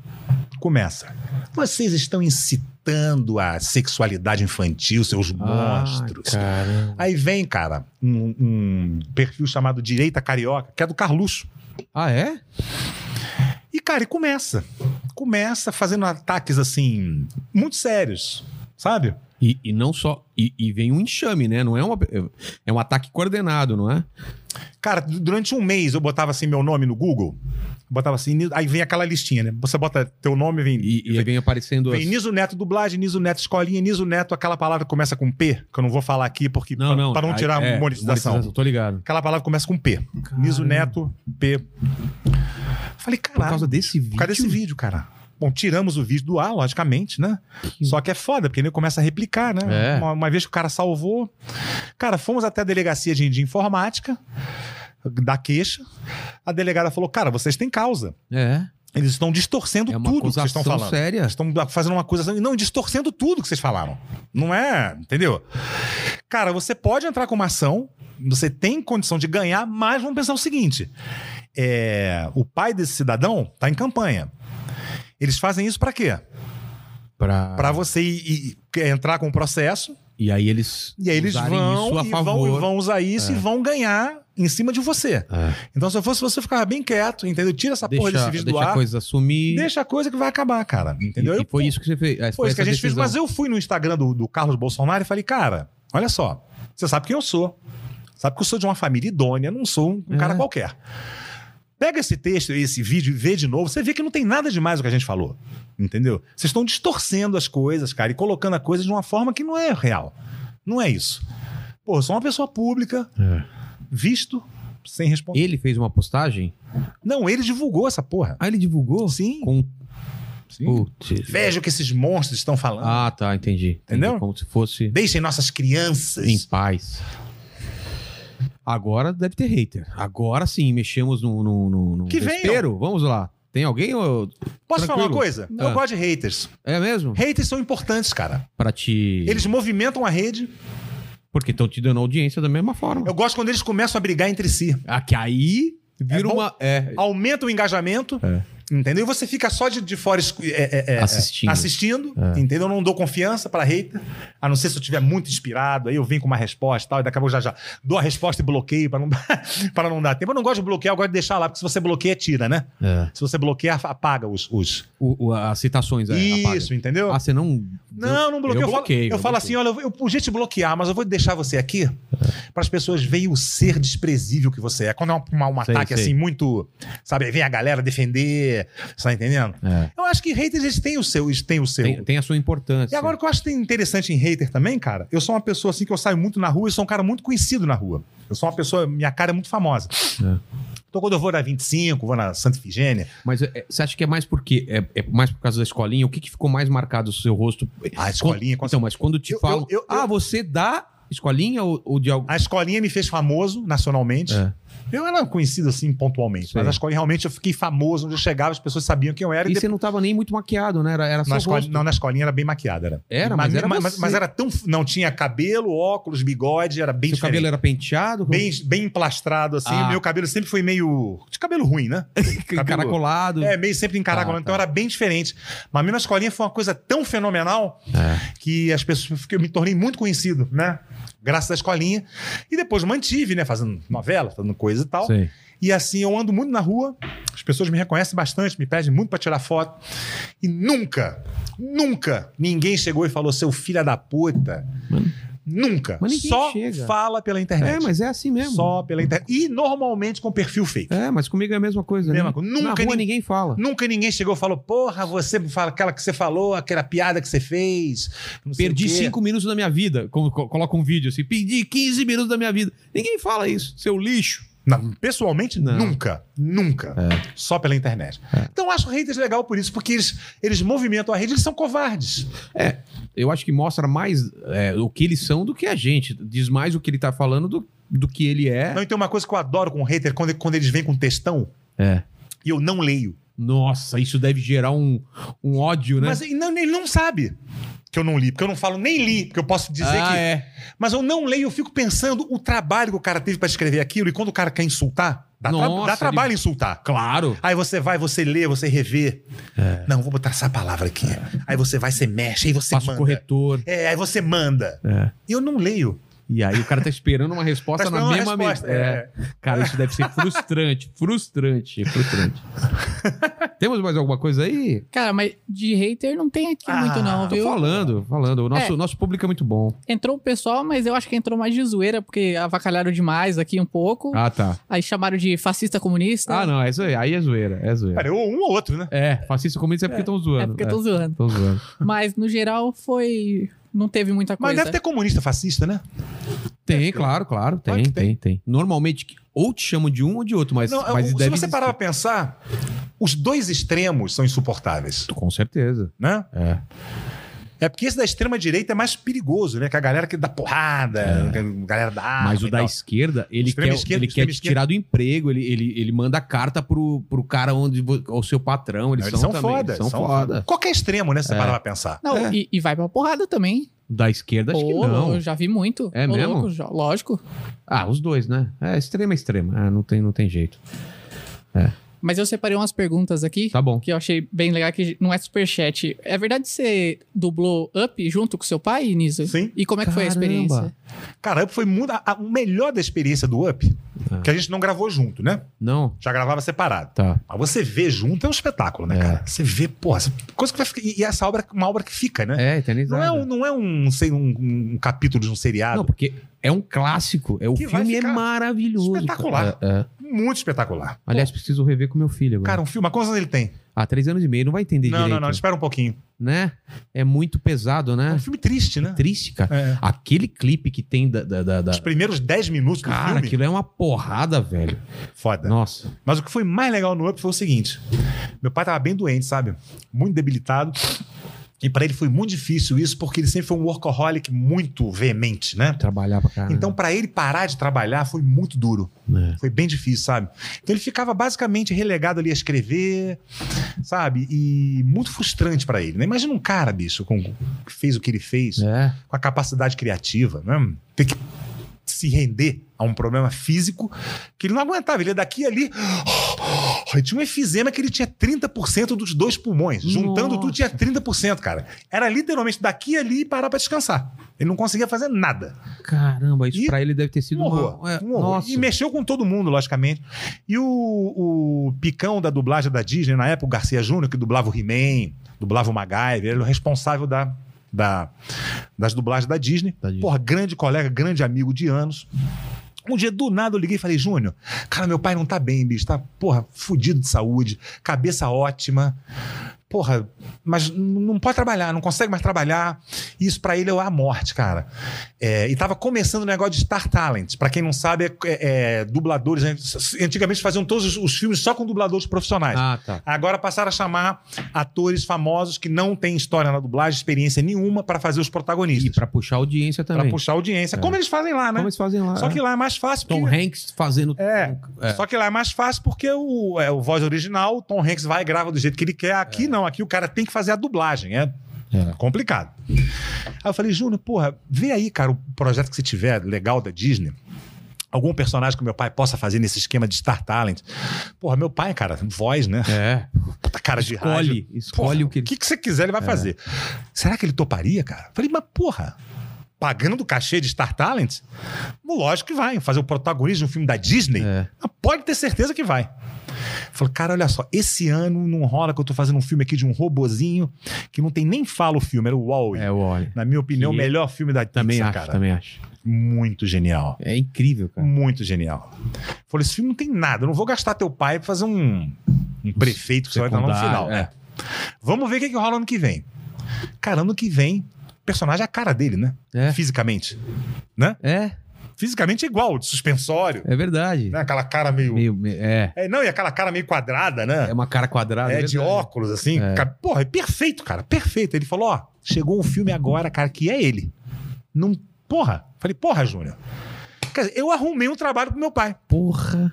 Speaker 3: começa. Vocês estão incitando a sexualidade infantil, seus
Speaker 1: Ah,
Speaker 3: monstros.
Speaker 1: Caramba.
Speaker 3: Aí vem, cara, um, um perfil chamado Direita Carioca, que é do Carluxo.
Speaker 1: Ah, é?
Speaker 3: E, cara, e começa. Começa fazendo ataques, assim, muito sérios, sabe?
Speaker 1: E, e não só. E, e vem um enxame, né? Não é uma. É um ataque coordenado, não é?
Speaker 3: Cara, du- durante um mês eu botava, assim, meu nome no Google. Botava assim, Ni- aí vem aquela listinha, né? Você bota teu nome, vem...
Speaker 1: E, é e aí vem aparecendo. as-
Speaker 3: Vem Niso Neto dublagem, Niso Neto escolinha, Niso Neto, aquela palavra que começa com P, que eu não vou falar aqui porque
Speaker 1: Não,
Speaker 3: pra-
Speaker 1: não.
Speaker 3: pra não
Speaker 1: aí-
Speaker 3: tirar
Speaker 1: é,
Speaker 3: monetização.
Speaker 1: Tô ligado.
Speaker 3: Aquela palavra que começa com P. Niso Neto, P. Falei,
Speaker 1: Por
Speaker 3: caralho,
Speaker 1: causa desse vídeo.
Speaker 3: por causa desse vídeo, cara. Bom, tiramos o vídeo do ar, logicamente, né? Só que é foda, porque ele começa a replicar, né?
Speaker 1: É.
Speaker 3: Uma, uma vez que o cara salvou. Cara, fomos até a delegacia de, de informática, da queixa. A delegada falou: cara, vocês têm causa.
Speaker 1: É.
Speaker 3: Eles estão distorcendo
Speaker 1: É uma
Speaker 3: tudo que vocês estão
Speaker 1: acusação
Speaker 3: falando.
Speaker 1: séria.
Speaker 3: Eles estão fazendo uma coisa assim, não, e distorcendo tudo que vocês falaram. Não é, entendeu? Cara, você pode entrar com uma ação, você tem condição de ganhar, mas vamos pensar o seguinte: é, o pai desse cidadão tá em campanha. Eles fazem isso pra quê?
Speaker 1: Pra...
Speaker 3: Pra você ir- ir- entrar com o processo
Speaker 1: E aí eles.
Speaker 3: e aí eles
Speaker 1: usarem
Speaker 3: vão,
Speaker 1: isso a
Speaker 3: e
Speaker 1: favor.
Speaker 3: vão e vão usar isso e vão ganhar em cima de você.
Speaker 1: É.
Speaker 3: Então, se eu fosse você, eu ficava bem quieto, entendeu? Tira essa porra desse
Speaker 1: Deixa,
Speaker 3: vídeo do
Speaker 1: deixa
Speaker 3: ar
Speaker 1: a coisa sumir.
Speaker 3: deixa a coisa que vai acabar, cara.
Speaker 1: E-
Speaker 3: Entendeu?
Speaker 1: E,
Speaker 3: Eu-
Speaker 1: foi isso que você fez. Ah, Foi,
Speaker 3: foi isso que a
Speaker 1: essa
Speaker 3: gente fez.
Speaker 1: decisão.
Speaker 3: Mas eu fui no Instagram do, do Carlos Bolsonaro e falei, cara, olha só, você sabe quem eu sou. Sabe que eu sou de uma família idônea, não sou um, um
Speaker 1: É.
Speaker 3: cara qualquer. Pega esse texto, esse vídeo e vê de novo, você vê que não tem nada demais o que a gente falou. Entendeu? Vocês estão distorcendo as coisas, cara, e colocando a coisa de uma forma que não é real. Não é isso. Pô, eu sou uma pessoa pública,
Speaker 1: É.
Speaker 3: visto, sem responder.
Speaker 1: Ele fez uma postagem?
Speaker 3: Não, ele divulgou essa porra.
Speaker 1: Ah, ele divulgou?
Speaker 3: Sim.
Speaker 1: Com...
Speaker 3: Sim.
Speaker 1: Putz.
Speaker 3: Veja o que esses monstros estão falando.
Speaker 1: Ah, tá, entendi. Entendi.
Speaker 3: Entendeu?
Speaker 1: Como se fosse
Speaker 3: Deixem nossas crianças.
Speaker 1: em paz. Agora deve ter hater. Agora sim, mexemos no, no, no, no
Speaker 3: Que venham.
Speaker 1: vespeiro. Vamos lá. Tem alguém? Ou...
Speaker 3: Posso
Speaker 1: Tranquilo.
Speaker 3: falar uma coisa? Eu
Speaker 1: Ah.
Speaker 3: gosto de haters.
Speaker 1: É mesmo?
Speaker 3: Haters são importantes, cara.
Speaker 1: Pra te.
Speaker 3: Eles movimentam a rede.
Speaker 1: Porque estão te dando audiência da mesma forma.
Speaker 3: Eu gosto quando eles começam a brigar entre si.
Speaker 1: Ah, que aí vira
Speaker 3: É bom?
Speaker 1: uma. É,
Speaker 3: Aumenta o engajamento. Entendeu? E você fica só de, de fora escu- é, é, é,
Speaker 1: Assistindo. É.
Speaker 3: assistindo, entendeu? Eu não dou confiança para hater, a não ser se eu estiver muito inspirado, aí eu venho com uma resposta e tal, e daqui a pouco já já dou a resposta e bloqueio para não, pra não dar tempo. Eu não gosto de bloquear, eu gosto de deixar lá, porque se você bloqueia, tira, né?
Speaker 1: É.
Speaker 3: Se você bloqueia, apaga os. os...
Speaker 1: O- o- as citações. é, apaga.
Speaker 3: Isso, entendeu?
Speaker 1: Ah, você não.
Speaker 3: Não, não bloqueio. Eu, falo- eu falo, assim: olha, eu- eu podia te bloquear, mas eu vou deixar você aqui
Speaker 1: É.
Speaker 3: para as pessoas verem o ser desprezível que você é. Quando é um, uma- um
Speaker 1: Sei,
Speaker 3: ataque
Speaker 1: sei.
Speaker 3: assim, muito. Sabe, aí vem a galera defender. Você tá entendendo?
Speaker 1: É.
Speaker 3: Eu acho que haters eles têm o seu. Eles têm o seu.
Speaker 1: Tem, tem a sua importância.
Speaker 3: E agora o que eu acho interessante em hater também, cara, eu sou uma pessoa assim que eu saio muito na rua, eu sou um cara muito conhecido na rua. Eu sou uma pessoa, minha cara é muito famosa.
Speaker 1: É.
Speaker 3: Então quando eu vou na 25, vou na Santa Ifigênia,
Speaker 1: Mas é, você acha que é mais porque é, é mais por causa da escolinha? O que, que ficou mais marcado no seu rosto?
Speaker 3: a Ah, escolinha,
Speaker 1: Quando- então, mas quando te
Speaker 3: Eu- eu-
Speaker 1: falam,
Speaker 3: eu- eu-
Speaker 1: ah, você dá escolinha ou, ou de algo?
Speaker 3: a escolinha me fez famoso nacionalmente.
Speaker 1: É.
Speaker 3: Eu era conhecido assim pontualmente,
Speaker 1: Sei.
Speaker 3: mas a escolinha realmente eu fiquei famoso, onde eu chegava as pessoas sabiam quem eu era.
Speaker 1: E
Speaker 3: E
Speaker 1: você não tava nem muito maquiado, né? Era, era
Speaker 3: na,
Speaker 1: só
Speaker 3: escola,
Speaker 1: rosto.
Speaker 3: não, na escolinha era bem maquiada. Era,
Speaker 1: Era, mas era
Speaker 3: mas,
Speaker 1: você.
Speaker 3: mas era tão... Não tinha cabelo, óculos, bigode, era bem
Speaker 1: Seu
Speaker 3: diferente.
Speaker 1: cabelo era penteado,
Speaker 3: Bem, bem emplastrado, assim.
Speaker 1: Ah.
Speaker 3: Meu cabelo sempre foi meio... De cabelo ruim, né?
Speaker 1: cabelo... encaracolado.
Speaker 3: É, meio sempre encaracolado.
Speaker 1: Ah,
Speaker 3: então
Speaker 1: tá.
Speaker 3: era bem diferente. Mas mesmo a escolinha foi uma coisa tão fenomenal
Speaker 1: É.
Speaker 3: que as pessoas que eu me tornei muito conhecido, né? Graças à escolinha. E depois mantive, né? Fazendo novela, fazendo coisa e tal.
Speaker 1: Sei.
Speaker 3: E assim, eu ando muito na rua, as pessoas me reconhecem bastante, me pedem muito pra tirar foto. E nunca, nunca ninguém chegou e falou, seu filho da puta. Nunca.
Speaker 1: Mas ninguém
Speaker 3: Só
Speaker 1: chega.
Speaker 3: fala pela internet.
Speaker 1: É, mas é assim mesmo.
Speaker 3: Só pela internet. E normalmente com perfil fake.
Speaker 1: É, mas comigo é a mesma coisa.
Speaker 3: Mesma
Speaker 1: né?
Speaker 3: coisa.
Speaker 1: Na
Speaker 3: Nunca
Speaker 1: rua
Speaker 3: nin-
Speaker 1: ninguém fala.
Speaker 3: Nunca ninguém chegou e falou, porra, você fala aquela que você falou, aquela piada que você fez. não sei
Speaker 1: Perdi
Speaker 3: o quê."
Speaker 1: cinco minutos da minha vida. Como co- coloca um vídeo assim, perdi 15 minutos da minha vida. Ninguém fala isso, seu lixo.
Speaker 3: Não, pessoalmente,
Speaker 1: Não.
Speaker 3: nunca. Nunca.
Speaker 1: É.
Speaker 3: Só pela internet. Então eu acho haters legal por isso, porque eles, eles movimentam a rede, eles são covardes.
Speaker 1: Eu acho que mostra mais é, o que eles são do que a gente. Diz mais o que ele tá falando do, do que ele é.
Speaker 3: Não, e tem uma coisa que eu adoro com hater, quando, quando eles vêm com textão
Speaker 1: É.
Speaker 3: e eu não leio.
Speaker 1: Nossa, isso deve gerar um, um ódio, né?
Speaker 3: Mas é ele não, ele não sabe que eu não li, porque eu não falo nem li, porque eu posso dizer
Speaker 1: ah,
Speaker 3: que.
Speaker 1: é.
Speaker 3: Mas eu não leio, eu fico pensando o trabalho que o cara teve pra escrever aquilo, e quando o cara quer insultar, dá, tra-
Speaker 1: Nossa,
Speaker 3: dá trabalho
Speaker 1: ele-
Speaker 3: insultar.
Speaker 1: Claro.
Speaker 3: Aí você vai, você lê, você revê.
Speaker 1: É.
Speaker 3: Não, vou botar essa palavra aqui. Aí você vai, você mexe, aí você
Speaker 1: Passa o
Speaker 3: manda.
Speaker 1: corretor.
Speaker 3: É, aí você manda.
Speaker 1: É.
Speaker 3: E Eu não leio.
Speaker 1: E aí o cara tá esperando uma resposta
Speaker 3: Tá
Speaker 1: na
Speaker 3: esperando
Speaker 1: mesma
Speaker 3: uma
Speaker 1: mesa.
Speaker 3: resposta,
Speaker 1: É. Cara, isso deve ser frustrante, frustrante, frustrante. Temos mais alguma coisa aí?
Speaker 2: Cara, mas de hater não tem aqui
Speaker 3: Ah,
Speaker 2: muito, não,
Speaker 3: tô
Speaker 1: Tô
Speaker 2: viu?
Speaker 1: falando, falando. O nosso,
Speaker 2: É.
Speaker 1: nosso público é muito bom.
Speaker 2: Entrou o pessoal, mas eu acho que entrou mais de zoeira, porque avacalharam demais aqui um pouco.
Speaker 1: Ah, tá.
Speaker 2: Aí chamaram de fascista comunista.
Speaker 1: Ah, não, é isso aí. Aí é zoeira, é zoeira.
Speaker 3: Cara, ou um ou outro, né?
Speaker 1: É, fascista comunista é porque É estão
Speaker 2: É
Speaker 1: zoando.
Speaker 2: porque eu tô zoando.
Speaker 1: Estão zoando.
Speaker 2: Mas no geral foi. Não teve muita
Speaker 3: Mas
Speaker 2: coisa.
Speaker 3: deve ter comunista fascista, né?
Speaker 1: Tem, claro, claro. Tem,
Speaker 3: Claro que
Speaker 1: tem, tem. Normalmente, ou te chamam de um ou de outro, mas,
Speaker 3: Não, é
Speaker 1: mas
Speaker 3: se você
Speaker 1: deve
Speaker 3: parar pra pensar, os dois extremos são insuportáveis,
Speaker 1: existir. Com certeza.
Speaker 3: né?
Speaker 1: É.
Speaker 3: É porque esse da extrema direita é mais perigoso, né? Que a galera que dá porrada, a galera da
Speaker 1: É.
Speaker 3: arma
Speaker 1: Mas o
Speaker 3: e
Speaker 1: da Ah,
Speaker 3: tal.
Speaker 1: esquerda, ele
Speaker 3: Extrema
Speaker 1: quer,
Speaker 3: esquerda,
Speaker 1: ele quer
Speaker 3: extrema
Speaker 1: te
Speaker 3: esquerda.
Speaker 1: tirar do emprego, ele, ele, ele manda carta pro, pro cara onde vo- ao seu patrão. Eles,
Speaker 3: Eles,
Speaker 1: são,
Speaker 3: são,
Speaker 1: também,
Speaker 3: foda,
Speaker 1: eles são, foda.
Speaker 3: Qualquer extremo, né? Se você parar pra pensar.
Speaker 2: Não,
Speaker 1: É.
Speaker 2: e, e vai pra porrada também.
Speaker 1: Da esquerda, acho que
Speaker 2: Ô,
Speaker 1: não.
Speaker 2: Eu já vi muito.
Speaker 1: É
Speaker 2: Ô,
Speaker 1: mesmo?
Speaker 2: louco, já- lógico.
Speaker 1: Ah, os dois, né? É, extrema, extrema. Ah, não tem, não tem jeito.
Speaker 2: Mas eu separei umas perguntas aqui.
Speaker 1: Tá bom.
Speaker 2: Que eu achei bem legal, que não é superchat. É verdade que você dublou Up junto com seu pai, Nisa?
Speaker 3: Sim.
Speaker 2: E como é que foi a
Speaker 1: Caramba.
Speaker 2: experiência?
Speaker 3: Cara, Up foi muito, a- a- o melhor da experiência do Up,
Speaker 1: Ah.
Speaker 3: que a gente não gravou junto, né?
Speaker 1: Não?
Speaker 3: Já gravava separado.
Speaker 1: Tá.
Speaker 3: Mas você vê junto é um espetáculo, né,
Speaker 1: É.
Speaker 3: cara? Você vê, porra, essa coisa que vai ficar. E e essa obra é uma obra que fica, né?
Speaker 1: É,
Speaker 3: Não
Speaker 1: eternizado.
Speaker 3: é, um, não é um, sei, um, um capítulo de um seriado.
Speaker 1: Não, porque é um clássico. É, o
Speaker 3: Que vai
Speaker 1: filme é
Speaker 3: ficar
Speaker 1: maravilhoso. cara.
Speaker 3: espetacular.
Speaker 1: É, é.
Speaker 3: Muito espetacular.
Speaker 1: Aliás, preciso rever com meu filho agora.
Speaker 3: Cara, um filme, mas quantos anos ele tem?
Speaker 1: Há três anos e meio, não vai entender
Speaker 3: não,
Speaker 1: direito.
Speaker 3: não, não, espera um pouquinho.
Speaker 1: Né? É muito pesado,
Speaker 3: É um
Speaker 1: né?
Speaker 3: filme triste, né?
Speaker 1: Triste, cara.
Speaker 3: É.
Speaker 1: Aquele clipe que tem da... da, da- da-
Speaker 3: Os primeiros 10 minutos Tipo do
Speaker 1: Cara,
Speaker 3: filme, É.
Speaker 1: aquilo é uma porrada, velho.
Speaker 3: foda.
Speaker 1: Nossa.
Speaker 3: Mas o que foi mais legal no Up foi o seguinte: meu pai tava bem doente, sabe? Muito debilitado. E pra ele foi muito difícil isso, porque ele sempre foi um workaholic muito veemente, né?
Speaker 1: Trabalhar pra caralho.
Speaker 3: Então, pra ele parar de trabalhar foi muito duro.
Speaker 1: É.
Speaker 3: Foi bem difícil, sabe? Então ele ficava basicamente relegado ali a escrever, sabe? E muito frustrante pra ele, né? Imagina um cara, bicho, com, que fez o que ele fez,
Speaker 1: É.
Speaker 3: com a capacidade criativa, né? Ter que se render a um problema físico que ele não aguentava. Ele ia daqui e ali Ele tinha um efizema que ele tinha 30% dos dois pulmões. Juntando tudo, tinha 30%, cara. Era literalmente daqui e ali e parar pra descansar. Ele não conseguia fazer nada.
Speaker 1: Caramba, isso
Speaker 3: E-
Speaker 1: pra ele deve ter sido
Speaker 3: Um horror.
Speaker 1: uma- é,
Speaker 3: um horror.
Speaker 1: Nossa.
Speaker 3: E mexeu com todo mundo, logicamente. E o, o picão da dublagem da Disney, na época, o Garcia Júnior, que dublava o He-Man, dublava o MacGyver, ele é o responsável da, da- das dublagens da Disney.
Speaker 1: Da Disney.
Speaker 3: Porra, grande colega, grande amigo de anos. Um dia, do nada, eu liguei e falei, Júnior, cara, meu pai não tá bem, bicho. Tá, porra, fudido de saúde, cabeça ótima. Porra, mas n- não pode trabalhar, não consegue mais trabalhar. Isso pra ele é a morte, cara. É, e tava começando o negócio de Star Talent. Pra quem não sabe, é, é- é dubladores. né? Antigamente faziam todos os, os filmes só com dubladores profissionais.
Speaker 1: Ah, tá.
Speaker 3: Agora passaram a chamar atores famosos que não têm história na dublagem, experiência nenhuma, pra fazer os
Speaker 1: E
Speaker 3: protagonistas.
Speaker 1: pra puxar audiência
Speaker 3: Pra
Speaker 1: também.
Speaker 3: puxar audiência.
Speaker 1: É.
Speaker 3: Como eles fazem lá, né?
Speaker 1: Como eles fazem lá?
Speaker 3: Só que
Speaker 1: é.
Speaker 3: lá é mais fácil.
Speaker 1: Tom
Speaker 3: porque-
Speaker 1: Hanks fazendo...
Speaker 3: É,
Speaker 1: É.
Speaker 3: Só que lá é mais fácil porque o, é, o voz original, o Tom Hanks vai e grava do jeito que ele quer. Aqui não, aqui o cara tem que fazer a dublagem. É
Speaker 1: É.
Speaker 3: complicado. Aí eu falei, Júnior, porra, vê aí, cara, o projeto que você tiver legal da Disney. Algum personagem que meu pai possa fazer nesse esquema de Star Talent. Porra, meu pai, cara, voz, né?
Speaker 1: É.
Speaker 3: Puta cara de rádio.
Speaker 1: Escolhe, escolhe
Speaker 3: Porra,
Speaker 1: o que É. ele-
Speaker 3: você quiser, ele vai fazer. Será que ele toparia, cara? Falei, mas porra, pagando do cachê de Star Talent? Lógico que vai. Fazer o protagonista de um filme da Disney?
Speaker 1: É.
Speaker 3: Ah, Pode ter certeza que vai. Falei, cara, olha só, esse ano não rola que eu tô fazendo um filme aqui de um robozinho que não tem nem fala o filme, era o Wall-E.
Speaker 1: É, olha.
Speaker 3: Na minha opinião, o
Speaker 1: Que-
Speaker 3: melhor filme da
Speaker 1: Também
Speaker 3: Pixar,
Speaker 1: acho,
Speaker 3: cara.
Speaker 1: também acho.
Speaker 3: Muito genial.
Speaker 1: É incrível, cara.
Speaker 3: Muito genial. Falei, esse filme não tem nada, eu não vou gastar teu pai pra fazer um, um prefeito que você vai dar no
Speaker 1: Secundário, É.
Speaker 3: final. né? Vamos ver o que, que rola ano que vem. Cara, ano que vem, o personagem é a cara dele, né?
Speaker 1: É.
Speaker 3: Fisicamente.
Speaker 1: É,
Speaker 3: Fisicamente é igual, de suspensório.
Speaker 1: é verdade.
Speaker 3: Né? Aquela cara meio.
Speaker 1: Meio- me- é.
Speaker 3: É, não, e aquela cara meio quadrada, né?
Speaker 1: É uma cara quadrada.
Speaker 3: É, de
Speaker 1: verdade.
Speaker 3: óculos, assim.
Speaker 1: É.
Speaker 3: Ca- Porra, é perfeito, cara. Perfeito. Ele falou: ó, chegou um filme agora, cara, que é ele. Não. Porra. Falei, porra, Júnior. Quer dizer, eu arrumei um trabalho pro meu pai.
Speaker 1: Porra.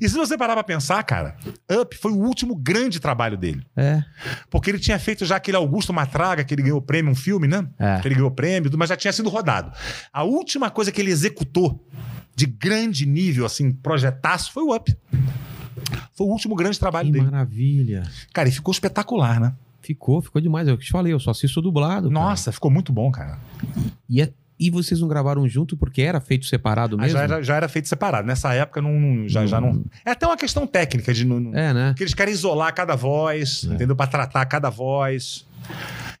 Speaker 3: E se você parar pra pensar, cara, Up foi o último grande trabalho dele.
Speaker 1: É.
Speaker 3: Porque ele tinha feito já aquele Augusto Matraga, que ele ganhou prêmio, um filme, né?
Speaker 1: É.
Speaker 3: Que ele ganhou prêmio, mas já tinha sido rodado. A última coisa que ele executou de grande nível, assim, projetaço, foi o Up. Foi o último grande trabalho
Speaker 1: Que
Speaker 3: dele.
Speaker 1: maravilha.
Speaker 3: Cara, e ficou espetacular, né?
Speaker 1: Ficou, ficou demais. É Eu te falei, eu só assisto dublado. cara.
Speaker 3: Nossa, ficou muito bom, cara.
Speaker 1: E, é- e vocês não gravaram junto porque era feito separado
Speaker 3: Ah,
Speaker 1: mesmo?
Speaker 3: já, era, já era feito separado. Nessa época, não, não- já, já não. É até uma questão técnica de. não- não-
Speaker 1: É, né?
Speaker 3: Porque eles querem isolar cada voz, entendeu? Pra tratar cada voz.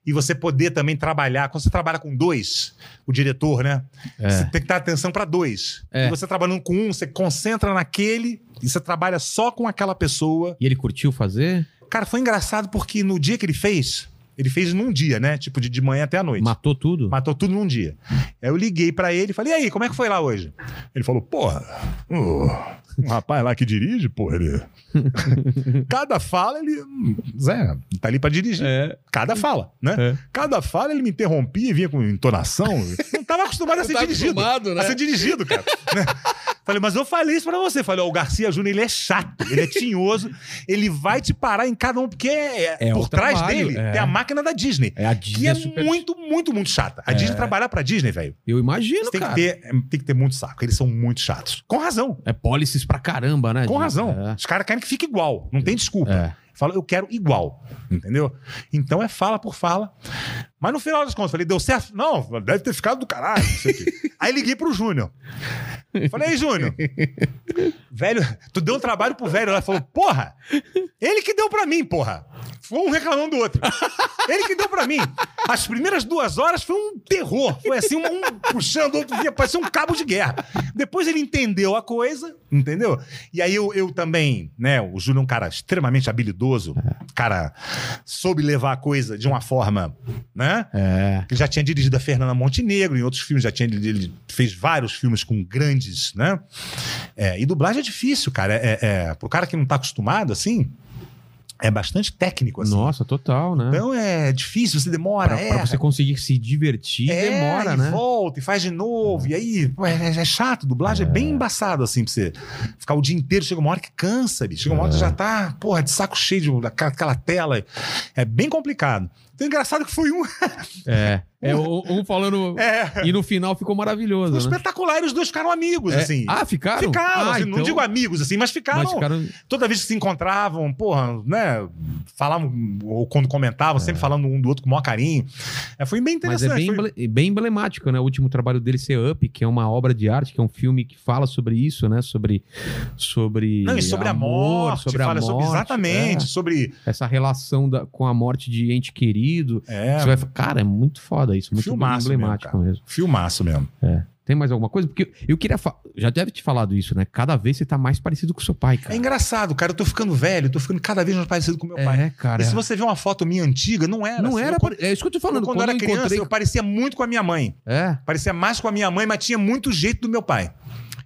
Speaker 3: E você poder também trabalhar. Quando você trabalha com dois, o diretor, né? Você tem que dar atenção pra dois.
Speaker 1: É.
Speaker 3: E você trabalhando com um, você concentra naquele e você trabalha só com aquela pessoa.
Speaker 1: E ele curtiu fazer?
Speaker 3: Cara, foi engraçado porque no dia que ele fez, ele fez num dia, né? Tipo, de, de manhã até a noite.
Speaker 1: Matou tudo?
Speaker 3: Matou tudo num dia. Aí eu liguei pra ele e falei, e aí, como é que foi lá hoje? Ele falou, porra, o- um rapaz lá que dirige, porra, ele... Cada fala, ele... hum, Zé, tá ali pra dirigir.
Speaker 1: É.
Speaker 3: Cada fala, né?
Speaker 1: É.
Speaker 3: Cada fala ele me interrompia e vinha com entonação. Não tava acostumado a ser
Speaker 1: tava
Speaker 3: dirigido.
Speaker 1: acostumado, né?
Speaker 3: A ser dirigido, cara. Né? Falei, mas eu falei isso pra você. Falei, ó, o Garcia Júnior, ele é chato, ele é tinhoso, ele vai te parar em cada um, porque é,
Speaker 1: É o
Speaker 3: por trás
Speaker 1: trabalho,
Speaker 3: dele
Speaker 1: é.
Speaker 3: tem a máquina da Disney
Speaker 1: É a
Speaker 3: que
Speaker 1: Disney
Speaker 3: é
Speaker 1: super-
Speaker 3: muito, muito, muito chata. A Disney trabalhar pra Disney, velho.
Speaker 1: Eu imagino,
Speaker 3: Você tem que,
Speaker 1: cara.
Speaker 3: ter, tem que ter muito saco. Eles são muito chatos. Com razão.
Speaker 1: É policies pra caramba, né?
Speaker 3: Com
Speaker 1: gente?
Speaker 3: razão.
Speaker 1: É.
Speaker 3: Os caras querem que fique igual. Não tem desculpa.
Speaker 1: É.
Speaker 3: Fala, eu quero igual. Entendeu? Então é fala por fala. Mas no final das contas, falei, deu certo? Não, deve ter ficado do caralho. Não sei o quê. Aí liguei pro Júnior. Falei, aí, Júnior. velho, tu deu um trabalho pro velho. Ela falou, porra, ele que deu pra mim, porra. Foi um reclamando do outro. Ele que deu pra mim. As primeiras duas horas foi um terror. Foi assim, um, um puxando, outro via, parecia um cabo de guerra. Depois ele entendeu a coisa, entendeu? E aí eu, eu também, né? O Júlio é um cara extremamente habilidoso, cara, soube levar a coisa de uma forma, né?
Speaker 1: É.
Speaker 3: Ele já tinha dirigido a Fernanda Montenegro, em outros filmes já tinha. Ele, ele fez vários filmes com grandes, né? É, e dublagem é difícil, cara. É, é, é, pro cara que não tá acostumado, assim, é bastante técnico, assim.
Speaker 1: Nossa, total, né?
Speaker 3: Então é difícil, você demora,
Speaker 1: pra,
Speaker 3: é.
Speaker 1: pra você conseguir se divertir,
Speaker 3: é,
Speaker 1: demora,
Speaker 3: e
Speaker 1: né?
Speaker 3: volta e faz de novo, e aí pô, é, é chato, dublagem é. bem embaçado assim pra você ficar o dia inteiro, chega uma hora que um, cansa, bicho. chega uma hora que já tá, porra, de saco cheio de, daquela, aquela tela, é bem complicado. Então, engraçado que foi um.
Speaker 1: É. É o- um falando.
Speaker 3: É.
Speaker 1: E no final ficou maravilhoso.
Speaker 3: Foi
Speaker 1: né?
Speaker 3: espetacular e os dois ficaram amigos,
Speaker 1: É.
Speaker 3: assim.
Speaker 1: Ah, ficaram? Ah,
Speaker 3: Ficaram, assim, não
Speaker 1: então-
Speaker 3: digo amigos, assim, mas ficaram,
Speaker 1: Mas é ficaram.
Speaker 3: Toda vez que se encontravam, porra, né? Falavam, ou quando comentavam, sempre falando um do outro com o maior carinho. É, foi bem
Speaker 1: É. Mas
Speaker 3: interessante.
Speaker 1: é bem,
Speaker 3: foi-
Speaker 1: emble- bem emblemático, né? O último trabalho dele ser Up, que é uma obra de arte, que é um filme que fala sobre isso, né? Sobre. Sobre.
Speaker 3: Não, e sobre
Speaker 1: amor,
Speaker 3: a morte, fala sobre
Speaker 1: morte,
Speaker 3: exatamente, sobre.
Speaker 1: é. Essa relação da- com a morte de ente querido.
Speaker 3: É,
Speaker 1: Você vai falar, cara, é muito foda isso, muito
Speaker 3: Filmaço mesmo,
Speaker 1: emblemático
Speaker 3: cara.
Speaker 1: mesmo.
Speaker 3: filmaço mesmo.
Speaker 1: Tem mais alguma coisa? Porque eu queria. fa- Já deve te falado isso, né? Cada vez você tá mais parecido com o seu pai,
Speaker 3: É
Speaker 1: cara. É,
Speaker 3: engraçado, cara. Eu tô ficando velho, eu tô ficando cada vez mais parecido com meu pai.
Speaker 1: cara.
Speaker 3: E se você ver uma foto minha antiga, não era.
Speaker 1: não
Speaker 3: assim.
Speaker 1: era.
Speaker 3: Eu, quando,
Speaker 1: pare- É isso que eu tô
Speaker 3: quando,
Speaker 1: falando. Quando,
Speaker 3: eu era
Speaker 1: eu
Speaker 3: criança,
Speaker 1: encontrei.
Speaker 3: eu parecia muito com a minha mãe.
Speaker 1: É.
Speaker 3: Parecia mais com a minha mãe, mas tinha muito jeito do meu pai.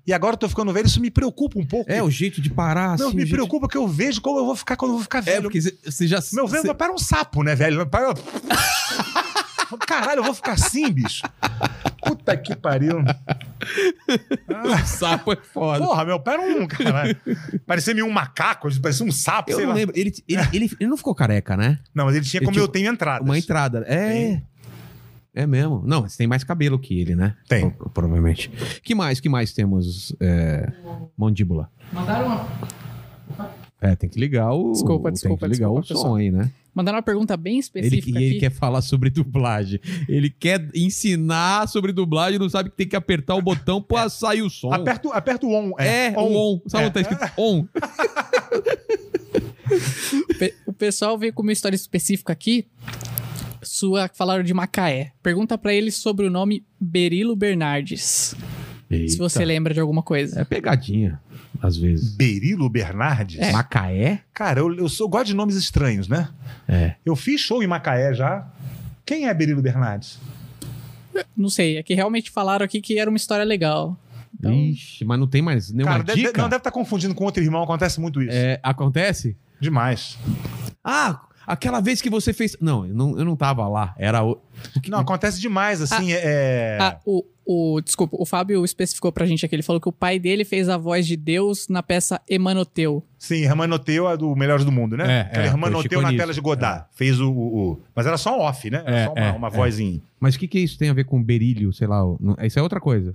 Speaker 3: E agora eu tô ficando velho, isso me preocupa um pouco.
Speaker 1: É, o jeito de parar.
Speaker 3: não,
Speaker 1: assim,
Speaker 3: me
Speaker 1: o jeito-
Speaker 3: preocupa que eu vejo como eu vou ficar quando eu vou ficar
Speaker 1: É,
Speaker 3: velho.
Speaker 1: porque você- você já.
Speaker 3: Meu velho,
Speaker 1: você-
Speaker 3: meu pai era um sapo, né, velho? Meu pai era- um- Caralho, eu vou ficar assim, bicho. Puta que pariu.
Speaker 1: sapo é foda.
Speaker 3: Porra, meu pai era um, caralho. Parecia meio um macaco, parecia um sapo,
Speaker 1: eu
Speaker 3: sei
Speaker 1: não
Speaker 3: lá.
Speaker 1: lembro. Ele, ele, ele, ele não ficou careca, né?
Speaker 3: Não, mas ele tinha
Speaker 1: Ele
Speaker 3: como
Speaker 1: tinha
Speaker 3: eu tenho entradas.
Speaker 1: Uma entrada. É. É mesmo. Não, você tem mais cabelo que ele, né?
Speaker 3: Tem.
Speaker 1: Pro- provavelmente. Que mais? Que mais temos? É, Mandíbula.
Speaker 2: Mandaram uma
Speaker 1: É, tem que ligar o.
Speaker 2: Desculpa,
Speaker 1: Tem
Speaker 2: desculpa,
Speaker 1: que ligar
Speaker 2: desculpa,
Speaker 1: o som
Speaker 2: pessoal.
Speaker 1: aí, né?
Speaker 2: Mandaram uma pergunta bem
Speaker 1: Ele,
Speaker 2: específica
Speaker 1: e ele é-
Speaker 2: aqui.
Speaker 1: quer falar sobre dublagem. Ele quer ensinar sobre dublagem, não sabe que tem que apertar o botão pra sair o som.
Speaker 3: É. Aperta, o- aperta o on.
Speaker 1: É, o on. Sabe
Speaker 3: É.
Speaker 1: onde tá escrito on?
Speaker 2: Pe- O pessoal veio com uma história específica aqui. Sua falaram de Macaé. Pergunta pra ele sobre o nome Berilo Bernardes. Se você
Speaker 1: Eita.
Speaker 2: lembra de alguma coisa.
Speaker 1: É pegadinha, às vezes.
Speaker 3: Berilo Bernardes?
Speaker 1: É. Macaé?
Speaker 3: Cara, eu, eu sou, gosto de nomes estranhos, né?
Speaker 1: É.
Speaker 3: Eu fiz show em Macaé já. Quem é Berilo Bernardes?
Speaker 2: Não sei, é que realmente falaram aqui que era uma história legal. Então,
Speaker 1: Ixi, mas não tem mais nenhuma
Speaker 3: Cara, deve,
Speaker 1: dica?
Speaker 3: deve- não deve estar confundindo com outro irmão, acontece muito isso.
Speaker 1: É, acontece?
Speaker 3: Demais.
Speaker 1: Ah, aquela vez que você fez... Não, eu não, eu não tava lá. Era o... o que-
Speaker 3: Não, acontece demais, assim, é...
Speaker 2: ah, o, o, desculpa, o Fábio especificou pra gente aqui. Ele falou que o pai dele fez a voz de Deus na peça Emanoteu.
Speaker 3: Sim, Hermanoteu é do Melhores do Mundo, né?
Speaker 1: É, é,
Speaker 3: Aquela
Speaker 1: foi
Speaker 3: Hermanoteu
Speaker 1: o
Speaker 3: na
Speaker 1: Chico
Speaker 3: tela de Godard. Fez o, o- o- Mas era só um off, né? Era
Speaker 1: É,
Speaker 3: só uma,
Speaker 1: é,
Speaker 3: uma
Speaker 1: é.
Speaker 3: voz em...
Speaker 1: Mas o que, que isso tem a ver com berílio, sei lá? o- não- Isso é outra coisa.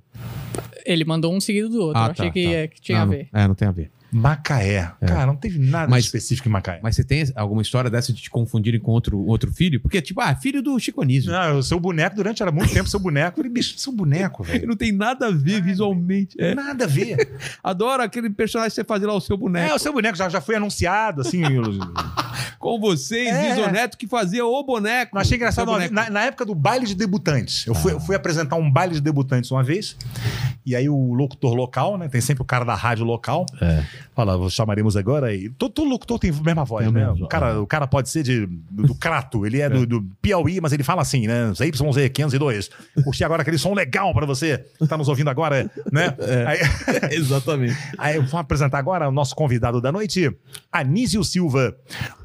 Speaker 2: Ele mandou um seguido do outro.
Speaker 1: Ah,
Speaker 2: Eu achei
Speaker 1: tá,
Speaker 2: que,
Speaker 1: tá.
Speaker 2: é, que tinha
Speaker 1: não,
Speaker 2: a
Speaker 1: não-
Speaker 2: ver.
Speaker 1: é, não tem a ver.
Speaker 3: Macaé. Cara, não teve nada
Speaker 1: Mas-
Speaker 3: de específico em Macaé.
Speaker 1: Mas você tem alguma história dessa de te confundirem com outro, um outro filho? Porque, tipo, ah, filho do Chico Anísio.
Speaker 3: Não, o seu boneco, durante era muito tempo, seu boneco. Eu Falei, bicho, seu boneco, velho.
Speaker 1: Não tem nada a ver visualmente. É.
Speaker 3: Nada a ver.
Speaker 1: Adoro aquele personagem que você faz lá, o seu
Speaker 3: É,
Speaker 1: boneco.
Speaker 3: o seu boneco já, já foi anunciado, assim. eu-
Speaker 1: Com vocês,
Speaker 3: É.
Speaker 1: Viso Neto, que fazia o boneco.
Speaker 3: Não, achei
Speaker 1: é O
Speaker 3: engraçado.
Speaker 1: seu
Speaker 3: uma-
Speaker 1: boneco.
Speaker 3: na, na época do baile de debutantes. Eu fui, eu fui apresentar um baile de debutantes uma vez. E aí o locutor local, né? Tem sempre o cara da rádio local.
Speaker 1: É.
Speaker 3: Fala, chamaremos agora. E todo, todo locutor tem a mesma voz,
Speaker 1: Tem a
Speaker 3: né?
Speaker 1: mesma
Speaker 3: o,
Speaker 1: voz.
Speaker 3: cara, o cara pode ser de, do, do Crato, ele é, Do, do Piauí, mas ele fala assim, né? YZ 502. Curti agora aquele som legal pra você que tá nos ouvindo agora, né?
Speaker 1: É.
Speaker 3: Aí,
Speaker 1: Exatamente.
Speaker 3: aí eu vou apresentar agora o nosso convidado da noite, Anísio Silva,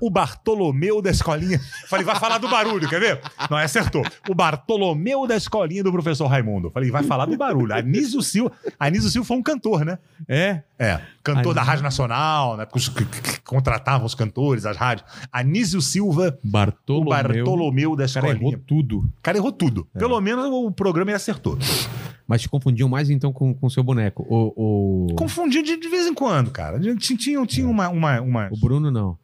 Speaker 3: o Bartolomeu da escolinha. Falei, vai falar do barulho, quer ver? Não, aí acertou. O Bartolomeu da escolinha do professor Raimundo. Falei, vai falar do barulho. Anísio Silva. Anísio Silva foi um cantor, né?
Speaker 1: É.
Speaker 3: É, cantor
Speaker 1: Anísio.
Speaker 3: da Rádio Nacional, né? Porque os que, que- que contratavam os cantores, as rádios. Anísio Silva,
Speaker 1: Bartolomeu.
Speaker 3: o Bartolomeu é da
Speaker 1: O cara
Speaker 3: Escolinha.
Speaker 1: errou É. tudo.
Speaker 3: tudo. Pelo menos o programa ele acertou.
Speaker 1: Mas te confundiam mais então com o seu boneco. O, o,
Speaker 3: Confundiu de, de vez em quando, cara. Tinha, tinha,
Speaker 1: É.
Speaker 3: tinha uma, uma, uma-
Speaker 1: o Bruno não.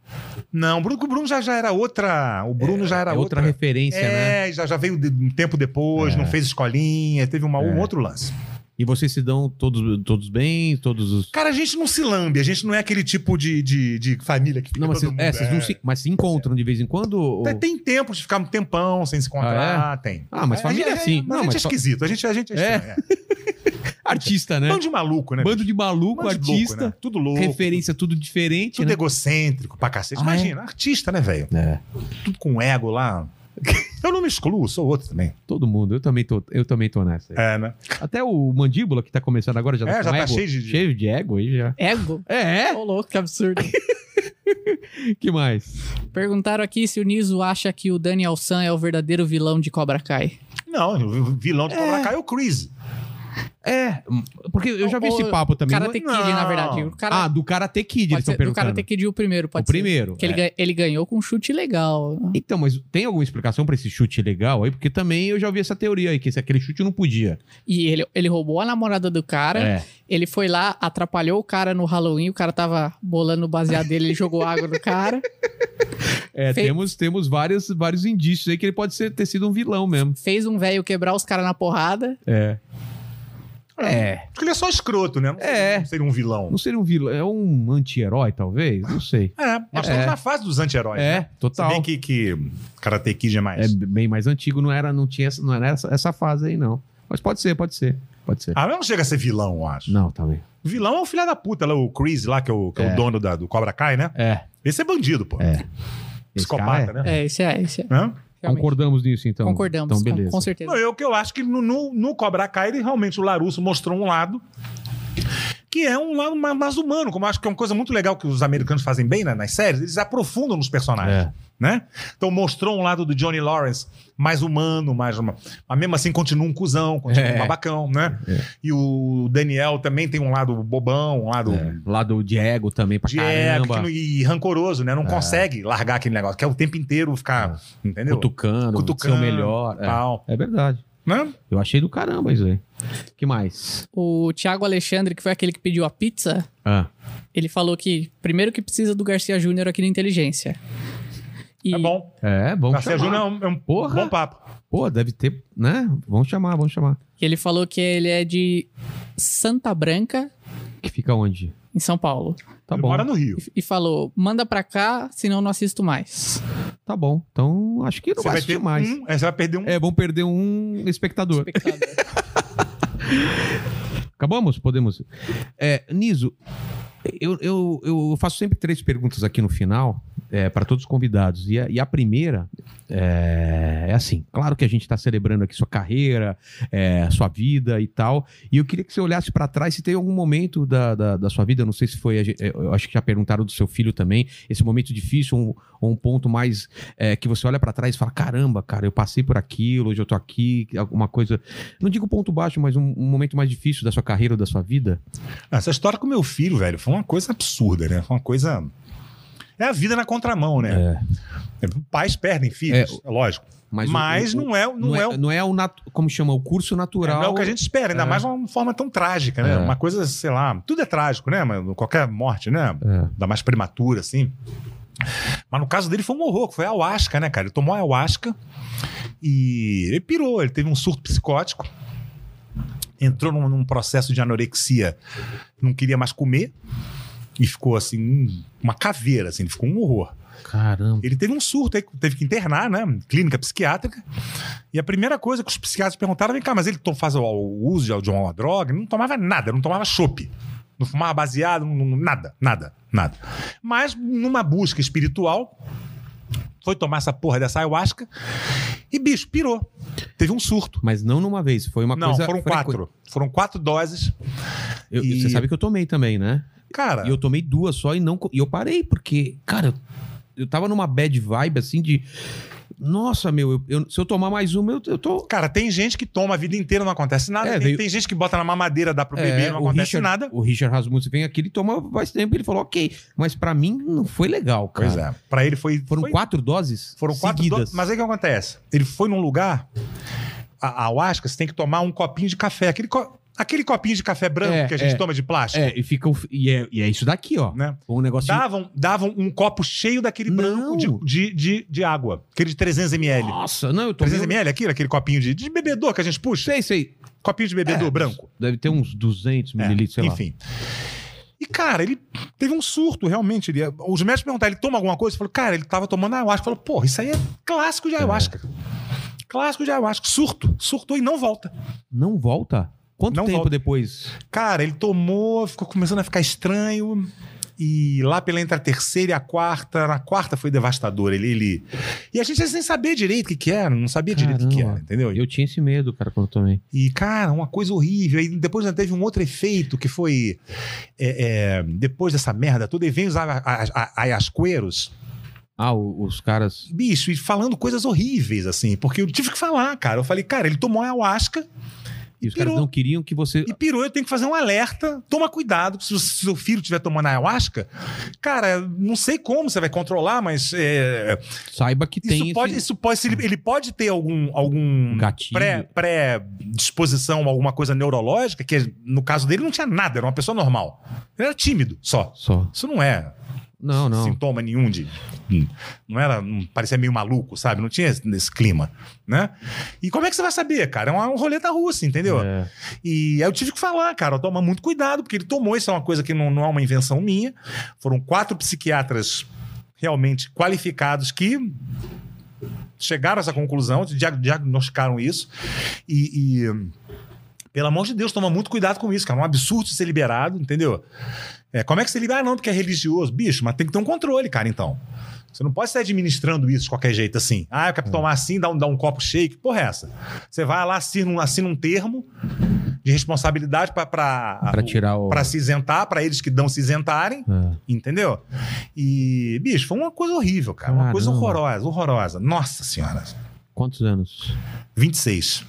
Speaker 3: Não, o Bruno, o Bruno já, já era outra. O Bruno já era
Speaker 1: é outra, referência, né? É.
Speaker 3: É, já, já veio de- um tempo depois, não fez escolinha, teve uma- um outro lance.
Speaker 1: E vocês se dão todos, todos bem, todos os.
Speaker 3: Cara, a gente não se lambe, a gente não é aquele tipo de, de, de família que fica
Speaker 1: Não, mas, vocês,
Speaker 3: todo mundo,
Speaker 1: é, vocês não se, mas se encontram de vez em quando? ou-
Speaker 3: Tem- Tem tempo de ficar um tempão sem se encontrar, tem.
Speaker 1: Ah, mas
Speaker 3: A
Speaker 1: família
Speaker 3: gente-
Speaker 1: é assim.
Speaker 3: Mas
Speaker 1: Não,
Speaker 3: a gente é
Speaker 1: mas fa-
Speaker 3: esquisito, a gente, a gente é,
Speaker 1: É.
Speaker 3: estranho,
Speaker 1: Artista,
Speaker 3: é.
Speaker 1: né?
Speaker 3: Bando de maluco, né?
Speaker 1: Bando de maluco,
Speaker 3: Bando de louco,
Speaker 1: artista.
Speaker 3: né? Tudo louco.
Speaker 1: Referência tudo diferente,
Speaker 3: Tudo
Speaker 1: né?
Speaker 3: egocêntrico pra
Speaker 1: Ah,
Speaker 3: cacete. Imagina, artista, né, velho?
Speaker 1: É.
Speaker 3: Tudo com ego lá. Eu não me excluo, sou outro também.
Speaker 1: Todo mundo. Eu também tô, eu também tô nessa. aí.
Speaker 3: É, né?
Speaker 1: Até o Mandíbula, que tá começando agora, já
Speaker 3: É,
Speaker 1: tá,
Speaker 3: já
Speaker 1: com
Speaker 3: tá
Speaker 1: ego,
Speaker 3: cheio de-
Speaker 1: cheio de ego aí já.
Speaker 2: Ego?
Speaker 1: É,
Speaker 2: Ô, louco, que absurdo.
Speaker 1: é? Que mais?
Speaker 2: Perguntaram aqui se o Niso acha que o Daniel San é o verdadeiro vilão de Cobra Kai.
Speaker 3: Não, o vilão de Cobra Kai é o Chris.
Speaker 1: É, porque eu já vi
Speaker 2: Ou-
Speaker 1: esse papo também.
Speaker 2: Karate Kid,
Speaker 3: Não.
Speaker 2: na verdade. O cara,
Speaker 1: ah, do Karate Kid,
Speaker 2: pode
Speaker 1: eles estão
Speaker 2: ser, do
Speaker 1: perguntando.
Speaker 2: Karate Kid o primeiro, pode
Speaker 1: o primeiro.
Speaker 2: ser. Que
Speaker 1: é.
Speaker 2: ele, ga- ele ganhou com um chute legal.
Speaker 1: Então, mas tem alguma explicação pra esse chute legal aí? Porque também eu já ouvi essa teoria aí, que esse, aquele chute não podia.
Speaker 2: E ele, ele roubou a namorada do cara.
Speaker 1: É.
Speaker 2: Ele foi lá, atrapalhou o cara no Halloween. O cara tava bolando o baseado dele, ele jogou água no cara.
Speaker 1: É,
Speaker 2: Fe-
Speaker 1: temos, temos vários, vários indícios aí que ele pode ser, ter sido um vilão mesmo.
Speaker 2: Fez um velho quebrar os caras na porrada.
Speaker 1: É.
Speaker 3: É. Porque ele é só escroto, né? Não
Speaker 1: É.
Speaker 3: Não seria um vilão.
Speaker 1: Não seria um vilão, é um anti-herói, talvez? Não sei.
Speaker 3: É, nós
Speaker 1: É.
Speaker 3: estamos na fase dos anti-heróis.
Speaker 1: É,
Speaker 3: né? Se
Speaker 1: total.
Speaker 3: bem que, que Karate Kid é
Speaker 1: É
Speaker 3: mais.
Speaker 1: bem mais antigo, não era, não tinha essa, não era essa, essa fase aí, não. Mas pode ser, pode ser. Pode ser.
Speaker 3: Ah, mas não chega a ser vilão, eu acho.
Speaker 1: Não, tá também.
Speaker 3: Vilão é o filho da puta, lá, o Chris lá, que é o, que é o
Speaker 1: É.
Speaker 3: dono da- do Cobra Kai, né?
Speaker 1: É.
Speaker 3: Esse é bandido, pô.
Speaker 1: É. Esse
Speaker 3: Psicopata,
Speaker 1: cara
Speaker 3: né?
Speaker 2: É, isso é, isso é.
Speaker 3: Hã?
Speaker 2: realmente.
Speaker 1: Concordamos nisso, então.
Speaker 2: Concordamos,
Speaker 1: Então,
Speaker 2: com-
Speaker 1: beleza.
Speaker 2: com, certeza.
Speaker 3: Não, eu que eu acho que no, no, no Cobra Kai, ele, realmente o Larusso mostrou um lado que é um lado ma- mais humano, como eu acho que é uma coisa muito legal que os americanos fazem bem né, nas séries, eles aprofundam nos personagens.
Speaker 1: É.
Speaker 3: Né? Então mostrou um lado do Johnny Lawrence mais humano, mais uma, mas mesmo assim continua um cuzão, continua
Speaker 1: É.
Speaker 3: um babacão, né?
Speaker 1: É.
Speaker 3: E o Daniel também tem um lado bobão, um lado
Speaker 1: É. Lá do Diego também, pra
Speaker 3: de
Speaker 1: caramba.
Speaker 3: épico e rancoroso,
Speaker 1: É.
Speaker 3: né? Não consegue largar aquele negócio, quer o tempo inteiro ficar, entendeu?
Speaker 1: Cutucando,
Speaker 3: Cutucando,
Speaker 1: cutucando, seu melhor. É.
Speaker 3: Pau,
Speaker 1: É verdade.
Speaker 3: né?
Speaker 1: Eu achei do caramba isso aí. que mais?
Speaker 2: O Thiago Alexandre, que foi aquele que pediu a pizza,
Speaker 1: Ah,
Speaker 2: ele falou que primeiro que precisa do Garcia Júnior aqui na inteligência. E
Speaker 3: É bom.
Speaker 1: é, vamos
Speaker 3: Garcia
Speaker 1: chamar.
Speaker 3: Júnior é um, é um
Speaker 1: Porra.
Speaker 3: bom papo.
Speaker 1: Pô, deve ter, né? Vamos chamar, vamos chamar.
Speaker 2: ele falou que ele é de Santa Branca,
Speaker 1: Que fica onde?
Speaker 2: em São Paulo.
Speaker 1: Tá
Speaker 3: Ele
Speaker 1: bom.
Speaker 3: mora no Rio.
Speaker 2: E- E falou: manda pra cá, senão não assisto mais.
Speaker 1: Tá bom. Então, acho que não
Speaker 3: Você
Speaker 1: vai
Speaker 3: vai
Speaker 1: assistir
Speaker 3: ter
Speaker 1: mais.
Speaker 3: um, aí você vai perder um.
Speaker 1: É, vão perder um espectador.
Speaker 2: Espectador.
Speaker 1: Acabamos? Podemos. É, Niso, eu, eu, eu faço sempre três perguntas aqui no final para todos os convidados. E a, e a primeira é, é assim: claro que a gente está celebrando aqui sua carreira, é, sua vida e tal. E eu queria que você olhasse para trás se tem algum momento da, da, da sua vida, eu não sei se foi, a gen- eu eu acho que já perguntaram do seu filho também, esse momento difícil um- ou um ponto mais é, que você olha para trás e fala: caramba, cara, eu passei por aquilo, hoje eu tô aqui, alguma coisa não digo ponto baixo, mas um, um momento mais difícil da sua carreira ou da sua vida.
Speaker 3: Essa história com meu filho, velho, foi uma coisa absurda, né? Foi uma coisa. É a vida na contramão, né? Pais perdem filhos, é, lógico. Mas,
Speaker 1: o- o-
Speaker 3: não é, não é, o-
Speaker 1: não é o nat- como chama, o curso natural.
Speaker 3: não é o que a gente espera, ainda
Speaker 1: É.
Speaker 3: mais de uma forma tão trágica, né?
Speaker 1: É.
Speaker 3: Uma coisa, sei lá, tudo é trágico, né? Mas Qualquer morte, né?
Speaker 1: É.
Speaker 3: Ainda mais prematura, assim. Mas no caso dele foi um horror, que foi a ayahuasca, né, cara? Ele tomou ayahuasca e ele pirou, ele teve um surto psicótico, entrou num, num processo de anorexia, não queria mais comer e ficou assim, um- uma caveira, assim, ele ficou um horror.
Speaker 1: Caramba.
Speaker 3: Ele teve um surto, aí teve que internar, né? Clínica psiquiátrica. E a primeira coisa que os psiquiatras perguntaram: vem cá, mas ele to- faz o, o uso de, al- de uma droga? Ele não tomava nada, não tomava chope. Não fumava baseado, não- não- nada, nada, nada. Mas numa busca espiritual, foi tomar essa porra dessa ayahuasca e, bicho, pirou. Teve um surto.
Speaker 1: Mas não numa vez, foi uma
Speaker 3: não,
Speaker 1: coisa.
Speaker 3: foram
Speaker 1: frequ-
Speaker 3: quatro. Foram quatro doses.
Speaker 1: Eu-
Speaker 3: E- É.
Speaker 1: Você sabe que eu tomei também, né?
Speaker 3: Cara,
Speaker 1: E eu tomei duas só e não. co- E eu parei, porque, cara, eu, eu tava numa bad vibe assim de. Nossa, meu, eu- eu- se eu tomar mais uma, eu, eu tô.
Speaker 3: cara, tem gente que toma a vida inteira, não acontece nada.
Speaker 1: É,
Speaker 3: tem,
Speaker 1: veio-
Speaker 3: tem gente que bota na mamadeira, dá pro
Speaker 1: É,
Speaker 3: bebê, não
Speaker 1: o
Speaker 3: acontece
Speaker 1: Richard,
Speaker 3: nada.
Speaker 1: O Richard Rasmussen vem aqui, ele toma faz tempo, ele falou, ok. Mas pra mim não foi legal, cara.
Speaker 3: Pois é. Pra ele foi.
Speaker 1: Foram
Speaker 3: foi-
Speaker 1: quatro doses?
Speaker 3: Foram quatro
Speaker 1: seguidas.
Speaker 3: doses. Mas aí o que acontece? Ele foi num lugar. A, a ayahuasca, você tem que tomar um copinho de café. Aquele, co- aquele copinho de café branco
Speaker 1: É,
Speaker 3: que a gente
Speaker 1: é.
Speaker 3: toma de plástico.
Speaker 1: É, e fica. o- E é, e é isso daqui, ó.
Speaker 3: Né?
Speaker 1: Um negócio.
Speaker 3: Davam, davam um copo cheio daquele branco
Speaker 1: Não.
Speaker 3: de, de, de, de água. Aquele de 300 ml.
Speaker 1: Nossa, não, eu tô.
Speaker 3: 300 ml, é aquilo, aquele copinho de, de bebedor que a gente puxa.
Speaker 1: um- Sei, É. sei.
Speaker 3: Copinho de bebedor branco.
Speaker 1: Deve ter uns 200
Speaker 3: É,
Speaker 1: mililitros, sei
Speaker 3: enfim. E, cara, ele teve um surto, realmente. Ele, os médicos perguntaram, ele toma alguma coisa? Ele falou, cara, ele tava tomando ayahuasca. Falou, porra, isso aí é clássico de ayahuasca. Clássico de ayahuasca. Surto. Surtou e não volta.
Speaker 1: lá. Não volta? Quanto
Speaker 3: Não
Speaker 1: tempo
Speaker 3: volta.
Speaker 1: depois?
Speaker 3: Cara, ele tomou, ficou começando a ficar estranho. E lá pela entre a terceira e a quarta, na quarta foi devastador. Ele, ele... E a gente sem saber direito o que, que era, não sabia direito o que, que
Speaker 1: Caramba.
Speaker 3: era, entendeu?
Speaker 1: Eu tinha esse medo, cara, quando eu tomei.
Speaker 3: E, cara, uma coisa horrível. Aí depois ainda teve um outro efeito que foi. é, é, depois dessa merda toda, e vem os a- a- a- ayasqueiros,
Speaker 1: Ah, o- os caras.
Speaker 3: bicho, e falando coisas horríveis, assim, porque eu tive que falar, cara. Eu falei, cara, ele tomou ayahuasca
Speaker 1: E os caras
Speaker 3: Pirou.
Speaker 1: não queriam que você.
Speaker 3: E pirou, eu tenho que fazer um alerta. Toma cuidado. Se o seu filho estiver tomando ayahuasca, cara, não sei como você vai controlar, mas é,
Speaker 1: Saiba que
Speaker 3: isso,
Speaker 1: tem. esse-
Speaker 3: pode, isso pode. se Ele ele pode ter algum. algum
Speaker 1: Um gatilho.
Speaker 3: pré- Pré-disposição a alguma coisa neurológica, que no caso dele não tinha nada, era uma pessoa normal. Ele era tímido só.
Speaker 1: Só.
Speaker 3: Isso não é
Speaker 1: Não, não.
Speaker 3: sintoma nenhum de. Não era. não- parecia meio maluco, sabe? Não tinha esse, esse clima, né? E como é que você vai saber, cara? É uma roleta russa, entendeu?
Speaker 1: É.
Speaker 3: E aí eu tive que falar, cara, toma muito cuidado, porque ele tomou, isso é uma coisa que não, não é uma invenção minha. Foram quatro psiquiatras realmente qualificados que chegaram a essa conclusão, dia- diagnosticaram isso. E, e, pelo amor de Deus, toma muito cuidado com isso, cara. É um absurdo ser liberado, entendeu? É, como é que você libera? Ah, não, porque é religioso. Bicho, mas tem que ter um controle, cara, então. Você não pode sair administrando isso de qualquer jeito assim. Ah, eu quero
Speaker 1: Hum.
Speaker 3: tomar assim, dá um, dá um copo shake. Porra, é essa? Você vai lá, assina um, assina um termo de responsabilidade
Speaker 1: Pra
Speaker 3: para
Speaker 1: tirar o.
Speaker 3: para se isentar, para eles que dão se isentarem,
Speaker 1: É.
Speaker 3: entendeu? E, bicho, foi uma coisa horrível, cara. Uma coisa
Speaker 1: Caramba.
Speaker 3: horrorosa, horrorosa. Nossa senhora.
Speaker 1: Quantos anos?
Speaker 3: 26.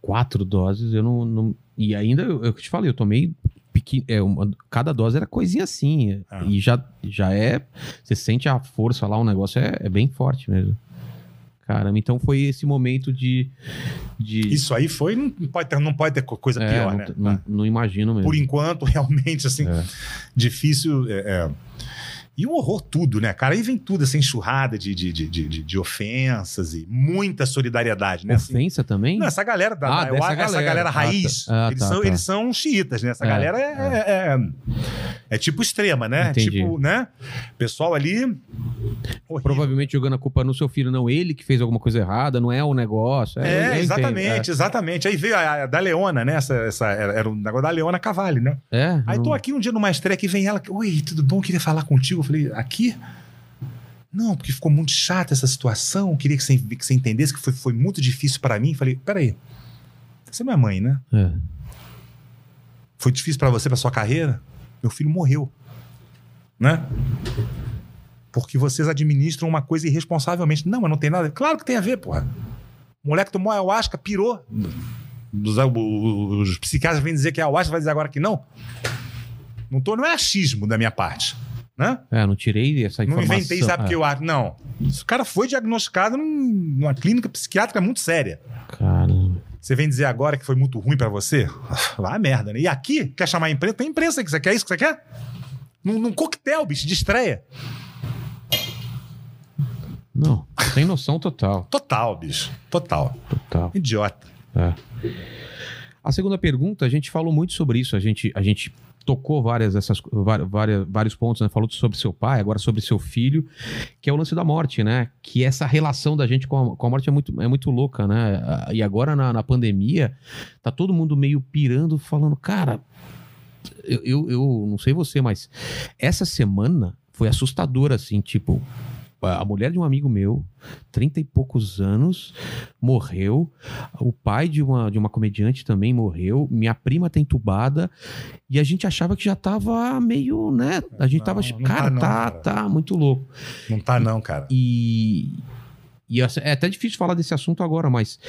Speaker 1: Quatro doses, eu não. não- E ainda, eu, é eu te falei, eu tomei. pequen- É, uma, cada dose era coisinha assim. é,
Speaker 3: Ah.
Speaker 1: E já, já é. Você sente a força lá, o negócio é, é bem forte mesmo. Caramba, então foi esse momento de. de
Speaker 3: Isso aí foi, não pode ter, não pode ter co- coisa
Speaker 1: é,
Speaker 3: pior,
Speaker 1: não,
Speaker 3: né? Tá.
Speaker 1: não- não imagino mesmo.
Speaker 3: Por enquanto, realmente, assim,
Speaker 1: É.
Speaker 3: difícil. é, é. E um horror tudo, né, cara? Aí vem tudo, essa enxurrada de, de, de, de- de ofensas e muita solidariedade, né? Assim,
Speaker 1: Ofensa também?
Speaker 3: Não, essa galera da,
Speaker 1: Ah,
Speaker 3: da-
Speaker 1: dessa
Speaker 3: essa galera,
Speaker 1: galera. Ah,
Speaker 3: raiz,
Speaker 1: tá. Ah,
Speaker 3: eles,
Speaker 1: tá,
Speaker 3: são,
Speaker 1: tá.
Speaker 3: eles são xiitas, né? Essa
Speaker 1: É,
Speaker 3: galera é, é, é- é tipo extrema, né? É
Speaker 1: Entendi.
Speaker 3: Tipo, né? Pessoal ali. horrível.
Speaker 1: Provavelmente jogando a culpa no seu filho, não ele que fez alguma coisa errada, não é o negócio. eu- eu
Speaker 3: É,
Speaker 1: entendo,
Speaker 3: exatamente, exatamente. Aí veio a, a da Leona, né? Essa, essa, era era o negócio da Leona Cavalli, né?
Speaker 1: É, é
Speaker 3: Aí
Speaker 1: não-
Speaker 3: tô aqui um dia no Maestrec e vem ela. Oi, tudo bom? Queria falar contigo. Eu falei, aqui? Não, porque ficou muito chata essa situação. Queria que você, que você entendesse que foi, foi muito difícil pra mim. Falei, peraí, você não é mãe, né?
Speaker 1: é.
Speaker 3: Foi difícil pra você, pra sua carreira? Meu filho morreu. Né? Porque vocês administram uma coisa irresponsavelmente. Não, mas não tem nada. Claro que tem a ver, porra. O moleque tomou ayahuasca, pirou. Os, os psiquiatras vêm dizer que é ayahuasca, vai dizer agora que não. Não, tô, não é achismo da minha parte. Né?
Speaker 1: É, não tirei essa
Speaker 3: Não
Speaker 1: informação.
Speaker 3: inventei, sabe,
Speaker 1: é.
Speaker 3: porque eu acho. Não. Esse cara foi diagnosticado num- numa clínica psiquiátrica muito séria.
Speaker 1: Caramba.
Speaker 3: Você vem dizer agora que foi muito ruim pra você? Vá a merda, né? E aqui, quer chamar a imprensa? Tem imprensa que você quer isso que você quer? Num, num coquetel, bicho, de estreia.
Speaker 1: Não, sem noção total.
Speaker 3: Total, bicho. Total.
Speaker 1: Total.
Speaker 3: Idiota.
Speaker 1: É. A segunda pergunta, a gente falou muito sobre isso. A gente, a gente tocou várias essas va- várias, vários pontos, né? Falou sobre seu pai, agora sobre seu filho, que é o lance da morte, né? Que essa relação da gente com a, com a morte é muito, é muito louca, né? Ah, E agora na, na pandemia, tá todo mundo meio pirando, falando, cara, eu, eu, eu não sei você, mas essa semana foi assustadora, assim, tipo. A mulher de um amigo meu, 30 e poucos anos, morreu. O pai de uma, de uma comediante também morreu. Minha prima tá entubada. E a gente achava que já tava meio, né? A gente
Speaker 3: Não,
Speaker 1: tava.
Speaker 3: não tá
Speaker 1: cara,
Speaker 3: não,
Speaker 1: tá,
Speaker 3: cara.
Speaker 1: tá muito louco.
Speaker 3: Não tá, não, cara.
Speaker 1: E. E essa- é até difícil falar desse assunto agora, mas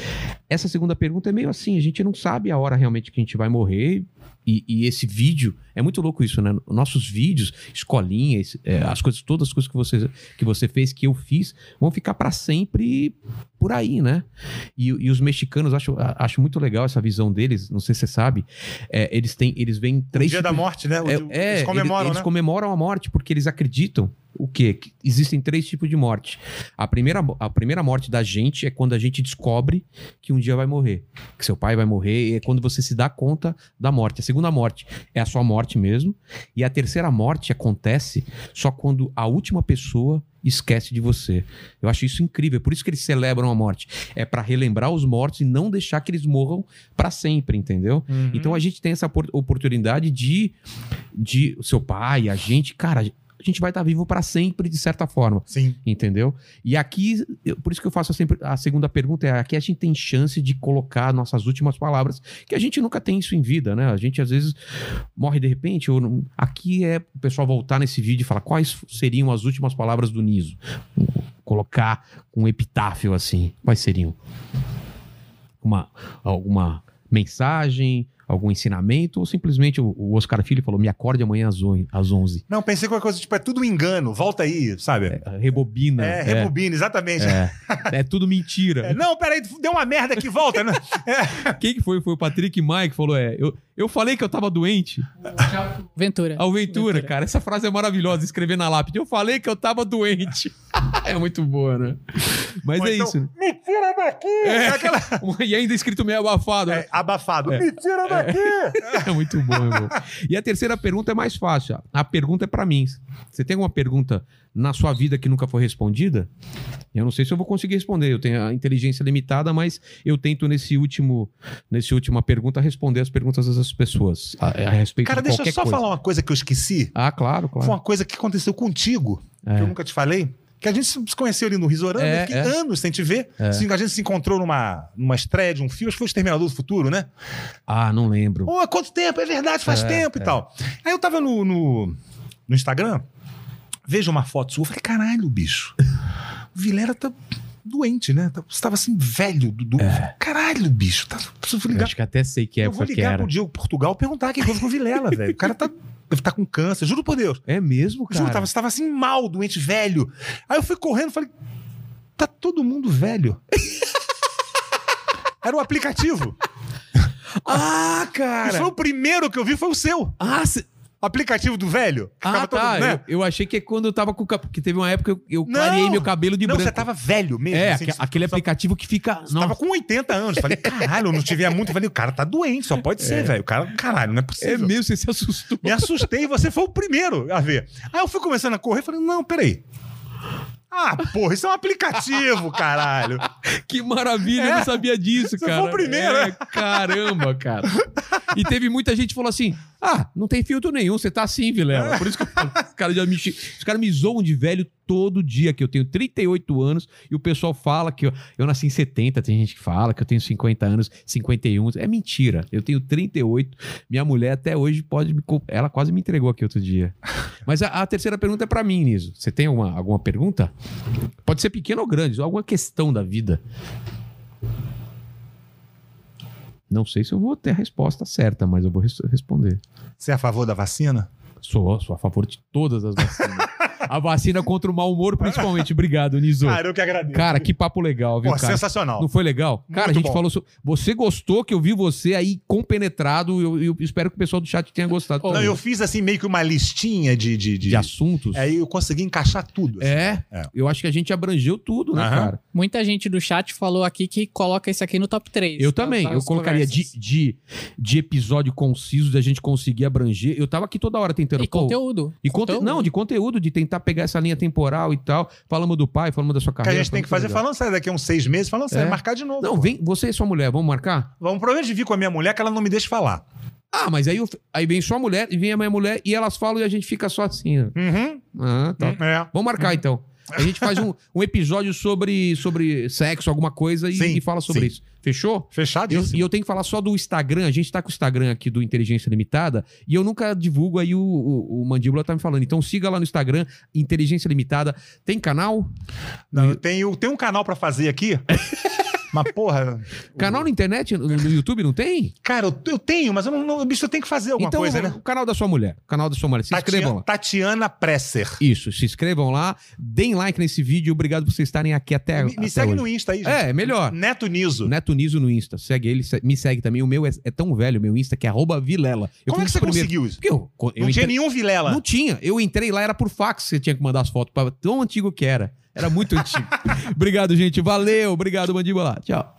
Speaker 1: essa segunda pergunta é meio assim: a gente não sabe a hora realmente que a gente vai morrer. E, e esse vídeo, é muito louco isso, né? Nossos vídeos, escolinha, esse- é, as coisas, todas as coisas que você, que você fez, que eu fiz, vão ficar pra sempre por aí, né? E, e os mexicanos, acho, a- acho muito legal essa visão deles, não sei se você sabe, é, eles têm, eles veem
Speaker 3: O
Speaker 1: três.
Speaker 3: Um dia
Speaker 1: tipos-
Speaker 3: da morte, né? O-
Speaker 1: é,
Speaker 3: o-
Speaker 1: é,
Speaker 3: eles
Speaker 1: eles-
Speaker 3: comemoram,
Speaker 1: eles
Speaker 3: né?
Speaker 1: comemoram a morte porque eles acreditam o quê? Que existem três tipos de morte. A primeira, a primeira morte da gente é quando a gente descobre que um dia vai morrer, que seu pai vai morrer, e é quando você se dá conta da morte. A segunda morte é a sua morte mesmo, e a terceira morte acontece só quando a última pessoa esquece de você. Eu acho isso incrível, é por isso que eles celebram a morte. É pra relembrar os mortos e não deixar que eles morram pra sempre, entendeu?
Speaker 3: Uhum.
Speaker 1: Então a gente tem essa opor- oportunidade de, de o seu pai, a gente, cara, a gente vai estar vivo para sempre de certa forma,
Speaker 3: Sim.
Speaker 1: entendeu? E aqui, eu- por isso que eu faço sempre a segunda pergunta é, aqui a gente tem chance de colocar nossas últimas palavras, que a gente nunca tem isso em vida, né? A gente às vezes morre de repente ou não- aqui é o pessoal voltar nesse vídeo e falar quais seriam as últimas palavras do Niso. Colocar um epitáfio assim, quais seriam? uma, alguma mensagem, algum ensinamento, ou simplesmente o, o Oscar Filho falou: me acorde amanhã às, on, às 11.
Speaker 3: Não, pensei que uma coisa, tipo, é tudo um engano, volta aí, sabe?
Speaker 1: É, Rebobina.
Speaker 3: É, rebobina, exatamente.
Speaker 1: é, é tudo mentira.
Speaker 3: É, não, peraí, deu uma merda aqui, volta. né?
Speaker 1: Quem que foi? Foi o Patrick Maia que falou: é, eu, eu falei que eu tava doente.
Speaker 2: Ventura.
Speaker 1: A Ventura, cara, essa frase é maravilhosa, escrever na lápide. Eu falei que eu tava doente. é muito boa, né? Mas
Speaker 3: Ou
Speaker 1: é
Speaker 3: então,
Speaker 1: isso. né?
Speaker 3: Me tira daqui! É. Aquela...
Speaker 1: E ainda escrito meio abafado. né?
Speaker 3: É, abafado. Me tira daqui!
Speaker 1: É muito bom, irmão. E a terceira pergunta é mais fácil. A pergunta é pra mim. Você tem alguma pergunta na sua vida que nunca foi respondida? Eu não sei se eu vou conseguir responder. Eu tenho a inteligência limitada, mas eu tento nesse último, nesse última pergunta responder as perguntas das pessoas a, a respeito
Speaker 3: Cara,
Speaker 1: de
Speaker 3: deixa
Speaker 1: qualquer
Speaker 3: eu só
Speaker 1: coisa.
Speaker 3: falar uma coisa que eu esqueci.
Speaker 1: Ah, claro,
Speaker 3: Foi
Speaker 1: claro.
Speaker 3: uma coisa que aconteceu contigo, que eu nunca te falei. Que a gente se conheceu ali no Risorama,
Speaker 1: É,
Speaker 3: eu fiquei
Speaker 1: é.
Speaker 3: anos sem te ver. Se- A gente se encontrou numa, numa estreia de um filme, acho que foi o Exterminador do Futuro, né?
Speaker 1: Ah, não lembro.
Speaker 3: Pô, quanto tempo? É verdade, faz
Speaker 1: É,
Speaker 3: tempo
Speaker 1: é.
Speaker 3: e tal. Aí eu tava no, no, no Instagram, vejo uma foto sua, falei, caralho, bicho. O Vilera tá doente, né? Tá- Você tava assim, velho. Do, do- Caralho, bicho. Tá, preciso
Speaker 1: É. Eu
Speaker 3: ligar
Speaker 1: acho que até sei que
Speaker 3: eu vou
Speaker 1: época que
Speaker 3: ligar
Speaker 1: era.
Speaker 3: pro Diego Portugal perguntar que coisa com o Vilela, velho. O cara tá, deve tá com câncer, juro por Deus.
Speaker 1: É mesmo, cara?
Speaker 3: Juro, tava, você tava assim mal, doente, velho. Aí eu fui correndo falei: tá todo mundo velho. Era o aplicativo.
Speaker 1: Ah,
Speaker 3: E
Speaker 1: cara!
Speaker 3: foi o primeiro que eu vi, foi o seu.
Speaker 1: Ah, cê-
Speaker 3: Aplicativo do velho. Que
Speaker 1: ah
Speaker 3: ficava todo-
Speaker 1: tá.
Speaker 3: né?
Speaker 1: Eu, eu achei que é quando eu tava com... o cap- Porque teve uma época que eu, eu
Speaker 3: Não!
Speaker 1: clareei meu cabelo de
Speaker 3: Não,
Speaker 1: branco.
Speaker 3: você tava velho mesmo.
Speaker 1: É,
Speaker 3: assim,
Speaker 1: aque-
Speaker 3: você-
Speaker 1: aquele
Speaker 3: você
Speaker 1: aplicativo que fica. Nossa,
Speaker 3: Tava com 80 anos. Falei, caralho, eu não tiver muito. Falei, o cara tá doente, só pode ser, velho. O cara, caralho, não é
Speaker 1: é
Speaker 3: possível.
Speaker 1: mesmo, você se assustou.
Speaker 3: Me assustei e você foi o primeiro a ver. Aí eu fui começando a correr e falei, não, peraí. Ah, porra, isso é um aplicativo, caralho.
Speaker 1: Que maravilha, eu não sabia disso,
Speaker 3: É. Você
Speaker 1: cara.
Speaker 3: foi o primeiro,
Speaker 1: É,
Speaker 3: né?
Speaker 1: caramba, cara. E teve muita gente que falou assim: ah, não tem filtro nenhum, você tá assim, Vilela. Por isso que eu falo, os caras já me, xing- os caras me zoam de velho todo dia, que eu tenho 38 anos e o pessoal fala que eu, eu nasci em 70, tem gente que fala que eu tenho 50 anos, 51. É mentira, eu tenho 38. Minha mulher até hoje pode me. co- Ela quase me entregou aqui outro dia. Mas a, a terceira pergunta é pra mim, Niso. Você tem alguma, alguma pergunta? Pode ser pequena ou grande, alguma questão da vida. Não sei se eu vou ter a resposta certa, mas eu vou res- responder.
Speaker 3: Você é a favor da vacina?
Speaker 1: Sou, sou a favor de todas as vacinas. a vacina contra o mau humor, principalmente. Obrigado, Niso.
Speaker 3: Cara, eu que agradeço.
Speaker 1: Cara, que papo legal, viu,
Speaker 3: Pô,
Speaker 1: cara?
Speaker 3: sensacional.
Speaker 1: Não foi legal? Cara, a
Speaker 3: Muito
Speaker 1: gente
Speaker 3: bom.
Speaker 1: falou. sobre- Você gostou que eu vi você aí compenetrado? Eu, eu espero que o pessoal do chat tenha gostado.
Speaker 3: Não,
Speaker 1: também.
Speaker 3: eu fiz assim meio que uma listinha de. de, de-
Speaker 1: De assuntos.
Speaker 3: Aí eu consegui encaixar tudo. assim.
Speaker 1: É,
Speaker 3: É.
Speaker 1: eu acho que a gente abrangeu tudo, né,
Speaker 3: Aham.
Speaker 1: cara?
Speaker 2: Muita gente do chat falou aqui que coloca isso aqui no top tá? 3.
Speaker 1: Eu também. Eu colocaria de, de, de episódio conciso, da gente conseguir abranger. Eu tava aqui toda hora tentando.
Speaker 2: E
Speaker 1: pô,
Speaker 2: conteúdo.
Speaker 1: E conte- Não, de conteúdo, de tentar pegar essa linha temporal e tal. Falamos do pai, falamos da sua
Speaker 3: O que a
Speaker 1: carreira.
Speaker 3: gente tem que fazer
Speaker 1: falamos
Speaker 3: falando sério daqui a uns seis meses, falando sério,
Speaker 1: É.
Speaker 3: marcar de novo.
Speaker 1: da- Não, vem, você e sua mulher, vamos marcar?
Speaker 3: Vamos provavelmente vir com a minha mulher que ela não me deixa falar.
Speaker 1: Ah, mas aí, eu- aí vem sua mulher e vem a minha mulher e elas falam e a gente fica só assim. ó.
Speaker 3: Uhum.
Speaker 1: Ah, tá.
Speaker 3: É.
Speaker 1: Vamos marcar então. A gente faz um, um episódio sobre, sobre sexo, alguma coisa e,
Speaker 3: Sim,
Speaker 1: e fala sobre
Speaker 3: sim.
Speaker 1: isso. Fechou? Eu-
Speaker 3: Fechadíssimo.
Speaker 1: e eu tenho que falar só do Instagram. A gente tá com o Instagram aqui do Inteligência Limitada e eu nunca divulgo aí o, o, o Mandíbula tá me falando. Então siga lá no Instagram, Inteligência Limitada. Tem canal?
Speaker 3: Não, eu tenho, tem um canal pra fazer aqui. mas, porra.
Speaker 1: Canal
Speaker 3: Uhum.
Speaker 1: na internet, no no YouTube, não tem?
Speaker 3: Cara, eu, eu tenho, mas eu não, não- bicho, eu tenho que fazer alguma
Speaker 1: então,
Speaker 3: coisa, né? Tá
Speaker 1: o canal da sua mulher. Canal da sua mulher. Se
Speaker 3: Tatiana-
Speaker 1: inscrevam lá.
Speaker 3: Tatiana Presser.
Speaker 1: Isso, se inscrevam lá, deem like nesse vídeo. Obrigado por vocês estarem aqui até,
Speaker 3: me me
Speaker 1: até
Speaker 3: segue
Speaker 1: hoje.
Speaker 3: no Insta aí, gente.
Speaker 1: É, melhor.
Speaker 3: Neto Niso.
Speaker 1: Neto Niso no Insta. Segue ele, se- me segue também. O meu é, é tão velho, meu Insta, que é arroba Vilela. Eu fui
Speaker 3: Como é que você
Speaker 1: um dos primeiros-
Speaker 3: conseguiu isso?
Speaker 1: Porque eu, eu
Speaker 3: não tinha
Speaker 1: entrei-
Speaker 3: nenhum Vilela.
Speaker 1: Não tinha. Eu entrei lá, era por fax que você tinha que mandar as fotos. pra- Tão antigo que era. Era muito antigo. obrigado, gente. Valeu. Obrigado, Mandíbula. Tchau.